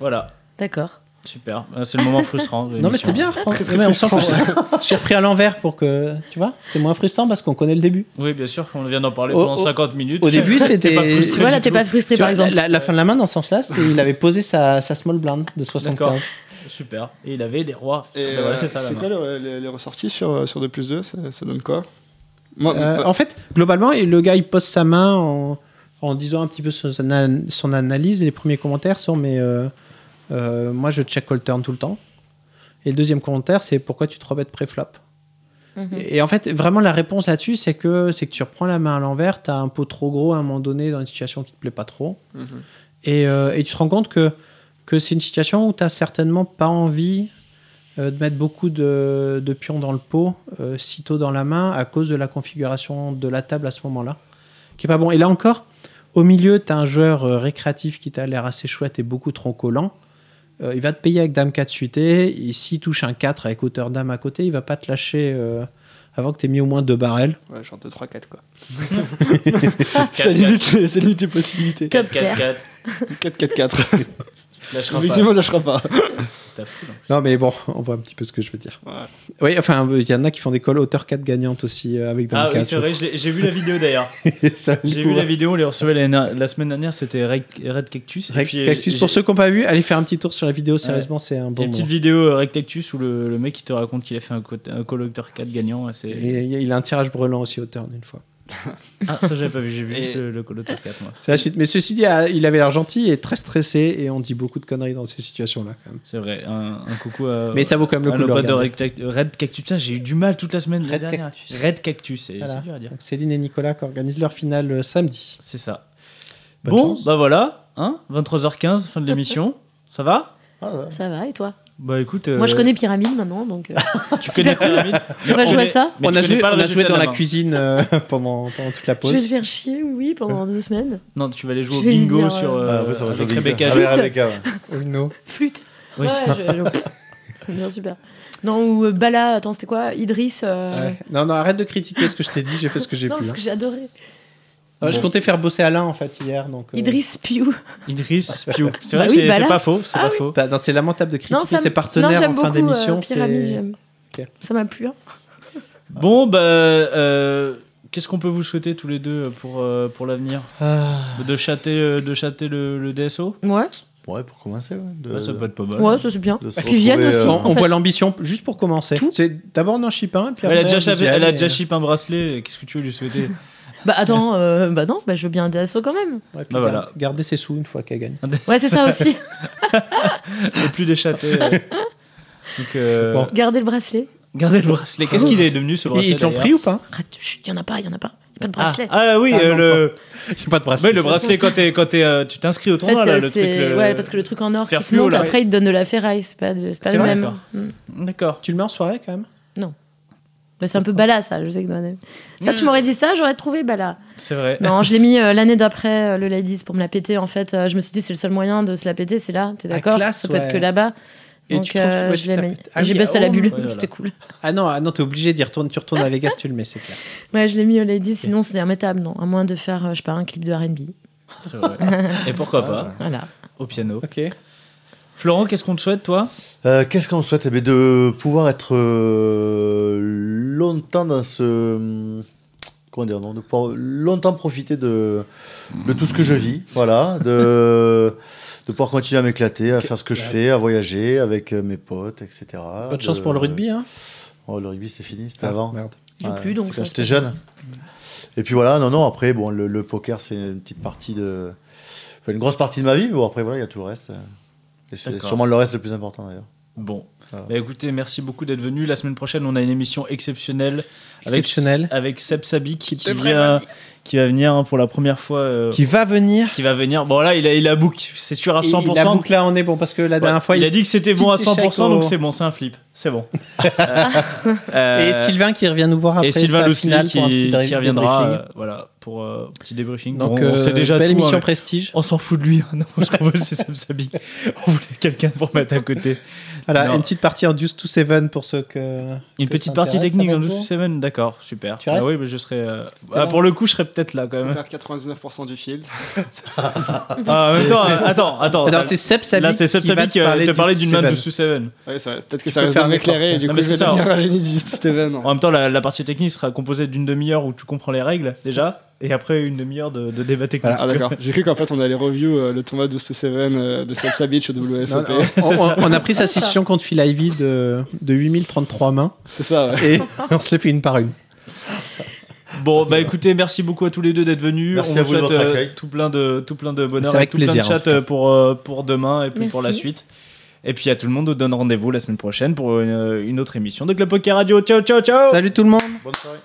[SPEAKER 3] Voilà,
[SPEAKER 5] D'accord.
[SPEAKER 3] super. Euh, C'est le moment frustrant. de
[SPEAKER 4] [LAUGHS] Non mais
[SPEAKER 3] l'émission.
[SPEAKER 4] c'était bien. à reprendre. Non, mais on s'en fout. [LAUGHS] J'ai repris à l'envers pour que tu vois. C'était moins frustrant parce qu'on connaît le début.
[SPEAKER 3] Oui, bien sûr, on vient d'en parler
[SPEAKER 4] Au-
[SPEAKER 3] pendant
[SPEAKER 4] au-
[SPEAKER 3] 50 minutes.
[SPEAKER 4] Au
[SPEAKER 3] [LAUGHS] T'es
[SPEAKER 4] début
[SPEAKER 3] pas
[SPEAKER 4] c'était.
[SPEAKER 3] frustré.
[SPEAKER 5] Tu vois, là, t'es pas frustré
[SPEAKER 4] Tu
[SPEAKER 5] par
[SPEAKER 4] vois,
[SPEAKER 5] exemple.
[SPEAKER 4] La, la fin de la main dans ce sens-là, c'était il avait posé sa, sa small blind de 75.
[SPEAKER 3] [LAUGHS] Super. Et il avait des rois.
[SPEAKER 7] Et,
[SPEAKER 3] Ah, bah voilà,
[SPEAKER 7] euh,
[SPEAKER 3] c'est ça, la
[SPEAKER 7] c'est
[SPEAKER 3] main.
[SPEAKER 7] quoi le- les, les ressorties sur, euh, sur 2 plus 2 ça, ça donne quoi Moi,
[SPEAKER 4] Euh,
[SPEAKER 7] euh,
[SPEAKER 4] en fait, globalement, et le gars il pose sa main en, en disant un petit peu son, son an- son analyse. Et les premiers commentaires sont Mais euh, euh, moi je check all turn tout le temps. Et le deuxième commentaire, c'est Pourquoi tu te rebêtes pré-flop
[SPEAKER 5] Mhm.
[SPEAKER 4] Et en fait, vraiment, la réponse là-dessus, c'est que, c'est que tu reprends la main à l'envers, t'as un pot trop gros à un moment donné dans une situation qui te plaît pas trop.
[SPEAKER 7] mhm.
[SPEAKER 4] Et, euh, et tu te rends compte que, que c'est une situation où tu certainement pas envie euh, de mettre beaucoup de, de pions dans le pot euh, si tôt dans la main à cause de la configuration de la table à ce moment-là, qui est pas bon. Et là encore, au milieu, tu as un joueur euh, récréatif qui t'a l'air assez chouette et beaucoup trop collant. Euh, il va te payer avec Dame 4 suité. Et s'il touche un 4 avec hauteur Dame à côté, il va pas te lâcher euh, avant que tu aies mis au moins deux barrels.
[SPEAKER 7] ouais, genre 2, 3, 4 quoi.
[SPEAKER 3] Quatre,
[SPEAKER 7] Ça limite, ça limite les possibilités.
[SPEAKER 5] Top
[SPEAKER 3] 4,
[SPEAKER 5] pair.
[SPEAKER 3] 4,
[SPEAKER 7] 4, 4,
[SPEAKER 3] [LAUGHS]
[SPEAKER 7] 4.
[SPEAKER 3] Tu lâcheras pas.
[SPEAKER 7] Effectivement, on lâchera pas.
[SPEAKER 3] T'as fou, là.
[SPEAKER 4] Non, mais bon, [LAUGHS] on voit un petit peu ce que je veux dire.
[SPEAKER 7] Ouais.
[SPEAKER 4] Oui, enfin, euh, il y en a qui font des calls hauteur 4 gagnante aussi euh, avec
[SPEAKER 3] Ah
[SPEAKER 4] Dame 4.
[SPEAKER 3] oui, c'est vrai, je l'ai- j'ai vu la vidéo d'ailleurs.
[SPEAKER 4] [LAUGHS] Ça
[SPEAKER 3] J'ai
[SPEAKER 4] joue,
[SPEAKER 3] vu la
[SPEAKER 4] hein.
[SPEAKER 3] vidéo, on les recevait la, la semaine dernière, c'était Red, Red Cactus. et
[SPEAKER 4] Rect
[SPEAKER 3] puis, euh,
[SPEAKER 4] Cactus.
[SPEAKER 3] j'ai-
[SPEAKER 4] Pour ceux qui n'ont pas vu, allez faire un petit tour sur la vidéo, sérieusement, c'est un
[SPEAKER 3] Il y a
[SPEAKER 4] bon
[SPEAKER 3] une petite
[SPEAKER 4] moment.
[SPEAKER 3] vidéo euh, Red Cactus où le, le mec il te raconte qu'il a fait un, co- un collector 4 gagnant. et c'est-
[SPEAKER 4] Et il a un tirage brelant aussi au turn une fois.
[SPEAKER 3] Ah, ça j'avais pas vu, j'ai vu
[SPEAKER 7] Et-
[SPEAKER 3] juste le, le collector 4 moi.
[SPEAKER 4] C'est la suite. Mais ceci dit, ah, il avait l'air gentil et très stressé et on dit beaucoup de conneries dans ces situations-là quand même.
[SPEAKER 3] C'est vrai, un, un coucou à.
[SPEAKER 4] Mais ça vaut quand même le
[SPEAKER 3] à
[SPEAKER 4] coup
[SPEAKER 3] nos
[SPEAKER 4] de le
[SPEAKER 3] potes Ah, de
[SPEAKER 4] regarder.
[SPEAKER 3] Red, Cact- Red Cactus. Putain, j'ai eu du mal toute la semaine
[SPEAKER 4] Red
[SPEAKER 3] dernière.
[SPEAKER 4] Cactus.
[SPEAKER 3] Red Cactus, c'est
[SPEAKER 4] Voilà.
[SPEAKER 3] c'est dur à dire.
[SPEAKER 4] Donc, Céline et Nicolas qui organisent leur finale euh, samedi.
[SPEAKER 3] C'est ça.
[SPEAKER 4] Bonne
[SPEAKER 3] bon,
[SPEAKER 4] chance.
[SPEAKER 3] bah voilà, hein, 23h15, fin de l'émission. [LAUGHS] ça va
[SPEAKER 6] Ah, ouais.
[SPEAKER 5] Ça va, et toi
[SPEAKER 3] Bah écoute.
[SPEAKER 5] Moi, je
[SPEAKER 3] euh,
[SPEAKER 5] connais Pyramide maintenant, donc euh,
[SPEAKER 3] Tu connais
[SPEAKER 5] [LAUGHS]
[SPEAKER 3] Pyramide
[SPEAKER 5] on va jouer à ça.
[SPEAKER 3] Mais
[SPEAKER 4] on
[SPEAKER 3] tu
[SPEAKER 4] a
[SPEAKER 3] connais
[SPEAKER 4] joué,
[SPEAKER 3] pas le
[SPEAKER 4] on a joué
[SPEAKER 3] résultat
[SPEAKER 4] dans
[SPEAKER 3] de
[SPEAKER 4] la
[SPEAKER 3] main.
[SPEAKER 4] cuisine euh, [LAUGHS] pendant, pendant toute la
[SPEAKER 5] Je
[SPEAKER 4] pause.
[SPEAKER 5] vais te faire chier, oui, pendant deux semaines.
[SPEAKER 3] Non, tu vas aller jouer au
[SPEAKER 5] Je vais lui
[SPEAKER 3] bingo
[SPEAKER 5] dire,
[SPEAKER 3] sur.
[SPEAKER 6] Ah,
[SPEAKER 3] euh,
[SPEAKER 6] ouais, ça va
[SPEAKER 3] avec
[SPEAKER 6] jouer au bingo.
[SPEAKER 3] Rebecca.
[SPEAKER 6] hein.
[SPEAKER 5] Flûte.
[SPEAKER 6] Avec Rebecca, ouais.
[SPEAKER 4] Oh, no.
[SPEAKER 5] Flûte.
[SPEAKER 3] Oui,
[SPEAKER 5] ouais, je- je- Bien super. Non, ou euh, Bala, attends, c'était quoi Idriss. euh,
[SPEAKER 4] Ouais. Non, non, arrête de critiquer ce que je t'ai dit, j'ai fait ce que j'ai
[SPEAKER 5] Non,
[SPEAKER 4] pu.
[SPEAKER 5] parce
[SPEAKER 4] hein.
[SPEAKER 5] que j'ai adoré.
[SPEAKER 4] Ah, Je comptais faire bosser Alain en fait hier. Donc, euh,
[SPEAKER 5] Idriss Piou.
[SPEAKER 4] [LAUGHS]
[SPEAKER 3] Idriss Piou. C'est vrai
[SPEAKER 5] Bah
[SPEAKER 3] que
[SPEAKER 5] oui,
[SPEAKER 3] c'est
[SPEAKER 5] bah
[SPEAKER 3] c'est
[SPEAKER 5] là.
[SPEAKER 3] pas faux, c'est
[SPEAKER 5] Ah
[SPEAKER 3] pas
[SPEAKER 5] oui.
[SPEAKER 3] ft'as
[SPEAKER 4] t'as- bah, non, c'est lamentable de critiquer
[SPEAKER 5] ça
[SPEAKER 4] ses
[SPEAKER 5] me-
[SPEAKER 4] partenaires
[SPEAKER 5] j'aime
[SPEAKER 4] en fin
[SPEAKER 5] beaucoup, euh,
[SPEAKER 4] d'émission. c'est-
[SPEAKER 5] Pyramide, j'aime.
[SPEAKER 4] Ok.
[SPEAKER 5] Ça m'a plu. hein.
[SPEAKER 3] Bon, bah. euh, Qu'est-ce qu'on peut vous souhaiter tous les deux pour, euh, pour l'avenir
[SPEAKER 6] Ah,
[SPEAKER 3] De chater, euh, de chater le, le DSO
[SPEAKER 5] Ouais,
[SPEAKER 6] ouais, pour commencer. Ouais, de-
[SPEAKER 4] Euh,
[SPEAKER 3] Bah, Ça peut être pas mal.
[SPEAKER 5] ouais, ça c'est bien.
[SPEAKER 6] de se
[SPEAKER 5] Puis Vienne
[SPEAKER 6] retrouver,
[SPEAKER 5] aussi.
[SPEAKER 6] euh,
[SPEAKER 4] on
[SPEAKER 5] en
[SPEAKER 4] on
[SPEAKER 5] fait.
[SPEAKER 4] voit l'ambition juste pour commencer.
[SPEAKER 5] Tout.
[SPEAKER 4] C'est d'abord non chipin, puis
[SPEAKER 3] elle
[SPEAKER 4] après
[SPEAKER 3] a déjà,
[SPEAKER 4] on
[SPEAKER 3] chapé-
[SPEAKER 4] dit,
[SPEAKER 3] elle a
[SPEAKER 4] allez,
[SPEAKER 3] déjà
[SPEAKER 4] euh,
[SPEAKER 3] chip un bracelet, qu'est-ce que tu veux lui
[SPEAKER 5] [LAUGHS]
[SPEAKER 3] souhaiter
[SPEAKER 5] Bah attends, euh, bah non, bah je veux bien un DSO quand même.
[SPEAKER 4] ouais, puis
[SPEAKER 3] Bah,
[SPEAKER 4] gar-
[SPEAKER 3] voilà.
[SPEAKER 4] Garder ses sous une fois qu'elle gagne.
[SPEAKER 5] Ouais, c'est ça aussi.
[SPEAKER 3] Et plus des châtés.
[SPEAKER 5] [LAUGHS]
[SPEAKER 3] euh. Donc, euh,
[SPEAKER 4] Bon. Ah,
[SPEAKER 5] Garder le bracelet.
[SPEAKER 3] gardez le bracelet. Qu'est-ce qu'il est devenu ce bracelet
[SPEAKER 4] Ils te l'ont
[SPEAKER 3] d'ailleurs
[SPEAKER 4] pris ou pas
[SPEAKER 5] Arrête, chut, y en a pas, y en a pas. Y a pas de
[SPEAKER 3] ah,
[SPEAKER 5] bracelet.
[SPEAKER 3] ah oui,
[SPEAKER 4] Ah,
[SPEAKER 3] euh,
[SPEAKER 4] non,
[SPEAKER 3] le,
[SPEAKER 4] J'ai pas de bracelet.
[SPEAKER 3] ouais, le bracelet quand, t'es- quand t'es, euh, tu t'inscris au
[SPEAKER 5] En fait,
[SPEAKER 3] tournoi là,
[SPEAKER 5] c'est-
[SPEAKER 3] le truc.
[SPEAKER 5] c'est-
[SPEAKER 3] le-
[SPEAKER 5] ouais, parce que le truc en or qui
[SPEAKER 3] fer
[SPEAKER 5] te
[SPEAKER 3] fluo,
[SPEAKER 5] monte,
[SPEAKER 3] là.
[SPEAKER 5] après il te donne de la ferraille, c'est pas, c'est pas
[SPEAKER 3] C'est
[SPEAKER 5] le
[SPEAKER 3] vrai,
[SPEAKER 5] même.
[SPEAKER 3] d'accord.
[SPEAKER 5] Mm.
[SPEAKER 3] D'accord.
[SPEAKER 4] Tu le mets en soirée quand même
[SPEAKER 5] Mais Bah, c'est un peu bala ça, je sais que Là,
[SPEAKER 4] Hmm.
[SPEAKER 5] tu
[SPEAKER 3] Mm.
[SPEAKER 5] m'aurais dit ça, j'aurais trouvé bala.
[SPEAKER 3] C'est vrai.
[SPEAKER 5] Non, je l'ai mis euh, l'année d'après euh, le Ladies pour me la péter. En fait, Euh, je me suis dit c'est le seul moyen de se la péter, c'est là, t'es
[SPEAKER 4] Ah,
[SPEAKER 5] d'accord
[SPEAKER 4] classe,
[SPEAKER 5] Ça peut être
[SPEAKER 4] ouais.
[SPEAKER 5] que là-bas.
[SPEAKER 4] Et
[SPEAKER 5] Donc
[SPEAKER 4] tu trouves que-
[SPEAKER 5] euh,
[SPEAKER 4] ouais, tu
[SPEAKER 5] je l'ai
[SPEAKER 4] l'as
[SPEAKER 5] mis.
[SPEAKER 4] pété. Ah
[SPEAKER 5] J'ai
[SPEAKER 4] oui,
[SPEAKER 5] busté
[SPEAKER 4] oh,
[SPEAKER 5] la bulle,
[SPEAKER 3] ouais, voilà.
[SPEAKER 5] c'était cool.
[SPEAKER 4] Ah non, ah non t'es obligé d'y retourner. Tu retournes à Vegas, tu le mets, c'est clair.
[SPEAKER 5] Ouais, je l'ai mis au Ladies, sinon c'est immettable, non À moins de faire, euh, je sais pas, un clip de RB.
[SPEAKER 4] [LAUGHS] Ah.
[SPEAKER 3] C'est vrai. Et pourquoi pas
[SPEAKER 5] Voilà.
[SPEAKER 3] Au piano.
[SPEAKER 4] Ok.
[SPEAKER 3] Florent, qu'est-ce qu'on te souhaite, toi
[SPEAKER 6] Euh, Qu'est-ce qu'on souhaite eh bien, De pouvoir être euh, longtemps dans ce. Comment dire non, De pouvoir longtemps profiter de, de tout ce que je vis. Voilà.
[SPEAKER 4] [LAUGHS]
[SPEAKER 6] De, de pouvoir continuer à m'éclater, à faire ce que je fais, à voyager avec euh, mes potes, etc.
[SPEAKER 4] bah, Bonne chance
[SPEAKER 6] De-
[SPEAKER 4] pour le rugby. Ah, bah, Hein.
[SPEAKER 6] Oh, le rugby, c'est fini, c'était avant.
[SPEAKER 4] Merde.
[SPEAKER 5] J'ai
[SPEAKER 6] Ouais,
[SPEAKER 5] plus, donc ça,
[SPEAKER 6] c'est
[SPEAKER 5] Mm.
[SPEAKER 6] quand j'étais
[SPEAKER 5] c'est-
[SPEAKER 6] jeune. Et puis voilà, non, non, après, bon, le, le poker, c'est une petite partie de. enfin, une grosse partie de ma vie, mais bon, après, voilà, il y a tout le reste. Et c'est
[SPEAKER 3] D'accord.
[SPEAKER 6] sûrement le reste le plus important, d'ailleurs.
[SPEAKER 3] Bon.
[SPEAKER 6] Voilà.
[SPEAKER 3] Bah, écoutez, merci beaucoup d'être venu. La semaine prochaine, on a une émission exceptionnelle avec,
[SPEAKER 4] Exceptionnelle.
[SPEAKER 3] avec Seb Sabi qui, qui vient, qui va venir hein, pour la première fois. euh, qui...
[SPEAKER 4] Qui va venir.
[SPEAKER 3] va venir. Bon, là, il a, il a book, c'est sûr à
[SPEAKER 4] Et
[SPEAKER 3] 100%.
[SPEAKER 4] la boucle là, on est bon parce que la
[SPEAKER 3] Ouais,
[SPEAKER 4] dernière fois,
[SPEAKER 3] il
[SPEAKER 4] il-
[SPEAKER 3] a dit que c'était bon à
[SPEAKER 4] petit échec
[SPEAKER 3] 100%,
[SPEAKER 4] au-
[SPEAKER 3] donc c'est bon, c'est un flip. C'est
[SPEAKER 4] [LAUGHS]
[SPEAKER 3] bon. Euh, euh,
[SPEAKER 4] Et Sylvain qui revient nous voir après
[SPEAKER 3] et Sylvain
[SPEAKER 4] sa
[SPEAKER 3] Lousli
[SPEAKER 4] finale
[SPEAKER 3] qui,
[SPEAKER 4] pour un petit dé-
[SPEAKER 3] qui reviendra
[SPEAKER 4] débriefing.
[SPEAKER 3] euh, voilà, pour euh, petit débriefing.
[SPEAKER 4] Donc,
[SPEAKER 3] Bon, on sait
[SPEAKER 4] euh,
[SPEAKER 3] déjà
[SPEAKER 4] belle
[SPEAKER 3] tout, hein,
[SPEAKER 4] émission
[SPEAKER 3] mais
[SPEAKER 4] prestige.
[SPEAKER 3] on s'en fout de lui. hein. [LAUGHS] Non, ce qu'on veut, c'est Seb Sabi. On voulait quelqu'un pour mettre à côté.
[SPEAKER 4] Voilà,
[SPEAKER 3] Non. Oh,
[SPEAKER 4] une petite partie en Deuce to Seven pour ceux que.
[SPEAKER 3] Une
[SPEAKER 4] que
[SPEAKER 3] petite
[SPEAKER 4] ça
[SPEAKER 3] partie
[SPEAKER 4] intéresse,
[SPEAKER 3] technique
[SPEAKER 4] ça
[SPEAKER 3] dans
[SPEAKER 4] va
[SPEAKER 3] le
[SPEAKER 4] pour
[SPEAKER 3] 7 d'accord, super.
[SPEAKER 4] Tu
[SPEAKER 3] ah
[SPEAKER 4] restes
[SPEAKER 3] oui, mais je serais. euh,
[SPEAKER 4] T'es
[SPEAKER 3] ah,
[SPEAKER 4] bon.
[SPEAKER 3] pour le coup, je serais peut-être là quand
[SPEAKER 7] On
[SPEAKER 3] même.
[SPEAKER 7] perd 99% du field.
[SPEAKER 3] Ah, en même temps, euh, attends, attends.
[SPEAKER 4] Ah Non,
[SPEAKER 3] là,
[SPEAKER 4] c'est Seb Sabi.
[SPEAKER 3] là, c'est Seb
[SPEAKER 4] qui va
[SPEAKER 3] Sabi qui euh, te parlait d'une map de sous 7
[SPEAKER 7] Ouais, c'est vrai. Peut-être que ça
[SPEAKER 4] peux
[SPEAKER 7] reste
[SPEAKER 4] faire un
[SPEAKER 7] de
[SPEAKER 4] effort.
[SPEAKER 7] m'éclairer et du
[SPEAKER 3] Non,
[SPEAKER 7] coup,
[SPEAKER 3] mais
[SPEAKER 7] je
[SPEAKER 3] c'est
[SPEAKER 7] vais
[SPEAKER 3] ça.
[SPEAKER 7] devenir un génie du Steven.
[SPEAKER 3] En même temps, la, la partie technique sera composée d'une demi-heure où tu comprends les règles déjà, et après une demi-heure de, de débat technique.
[SPEAKER 7] Ah, d'accord. J'ai cru qu'en fait, on allait review euh, le tournoi de Steven euh, de Sapsa Beach au WSOP.
[SPEAKER 4] on, on- on a pris sa session contre Phil Ivy de, de 8033 mains
[SPEAKER 7] [LAUGHS] C'est ça, ouais.
[SPEAKER 4] et on se les fait une par une.
[SPEAKER 3] Bon, bah écoutez, merci beaucoup à tous les deux d'être venus.
[SPEAKER 6] Merci
[SPEAKER 3] On
[SPEAKER 6] à vous de
[SPEAKER 3] souhaite
[SPEAKER 6] votre
[SPEAKER 3] euh,
[SPEAKER 6] accueil.
[SPEAKER 3] tout plein de tout plein de bonheur
[SPEAKER 4] C'est
[SPEAKER 3] et
[SPEAKER 4] avec
[SPEAKER 3] tout
[SPEAKER 4] plaisir,
[SPEAKER 3] plein
[SPEAKER 4] en
[SPEAKER 3] de
[SPEAKER 4] tout
[SPEAKER 3] chat euh, pour euh, pour demain et puis pour la
[SPEAKER 11] Merci.
[SPEAKER 3] suite. Et puis à tout le monde, on donne rendez-vous la semaine prochaine pour euh, une, une autre émission de Club Poker Radio. Ciao, ciao, ciao.
[SPEAKER 4] Salut tout le monde!
[SPEAKER 6] Bonne soirée.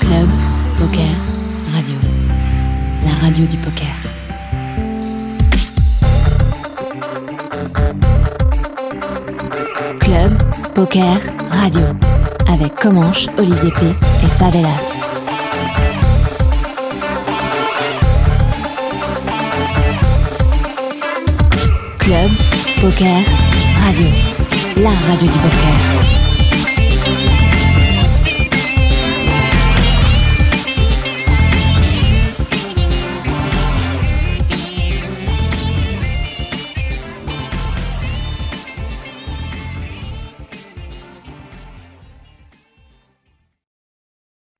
[SPEAKER 2] Club Poker Radio. La radio du poker. Club Poker Radio. Avec Comanche, Olivier P. et Favelas. Club Poker Radio. La radio du poker.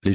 [SPEAKER 12] Les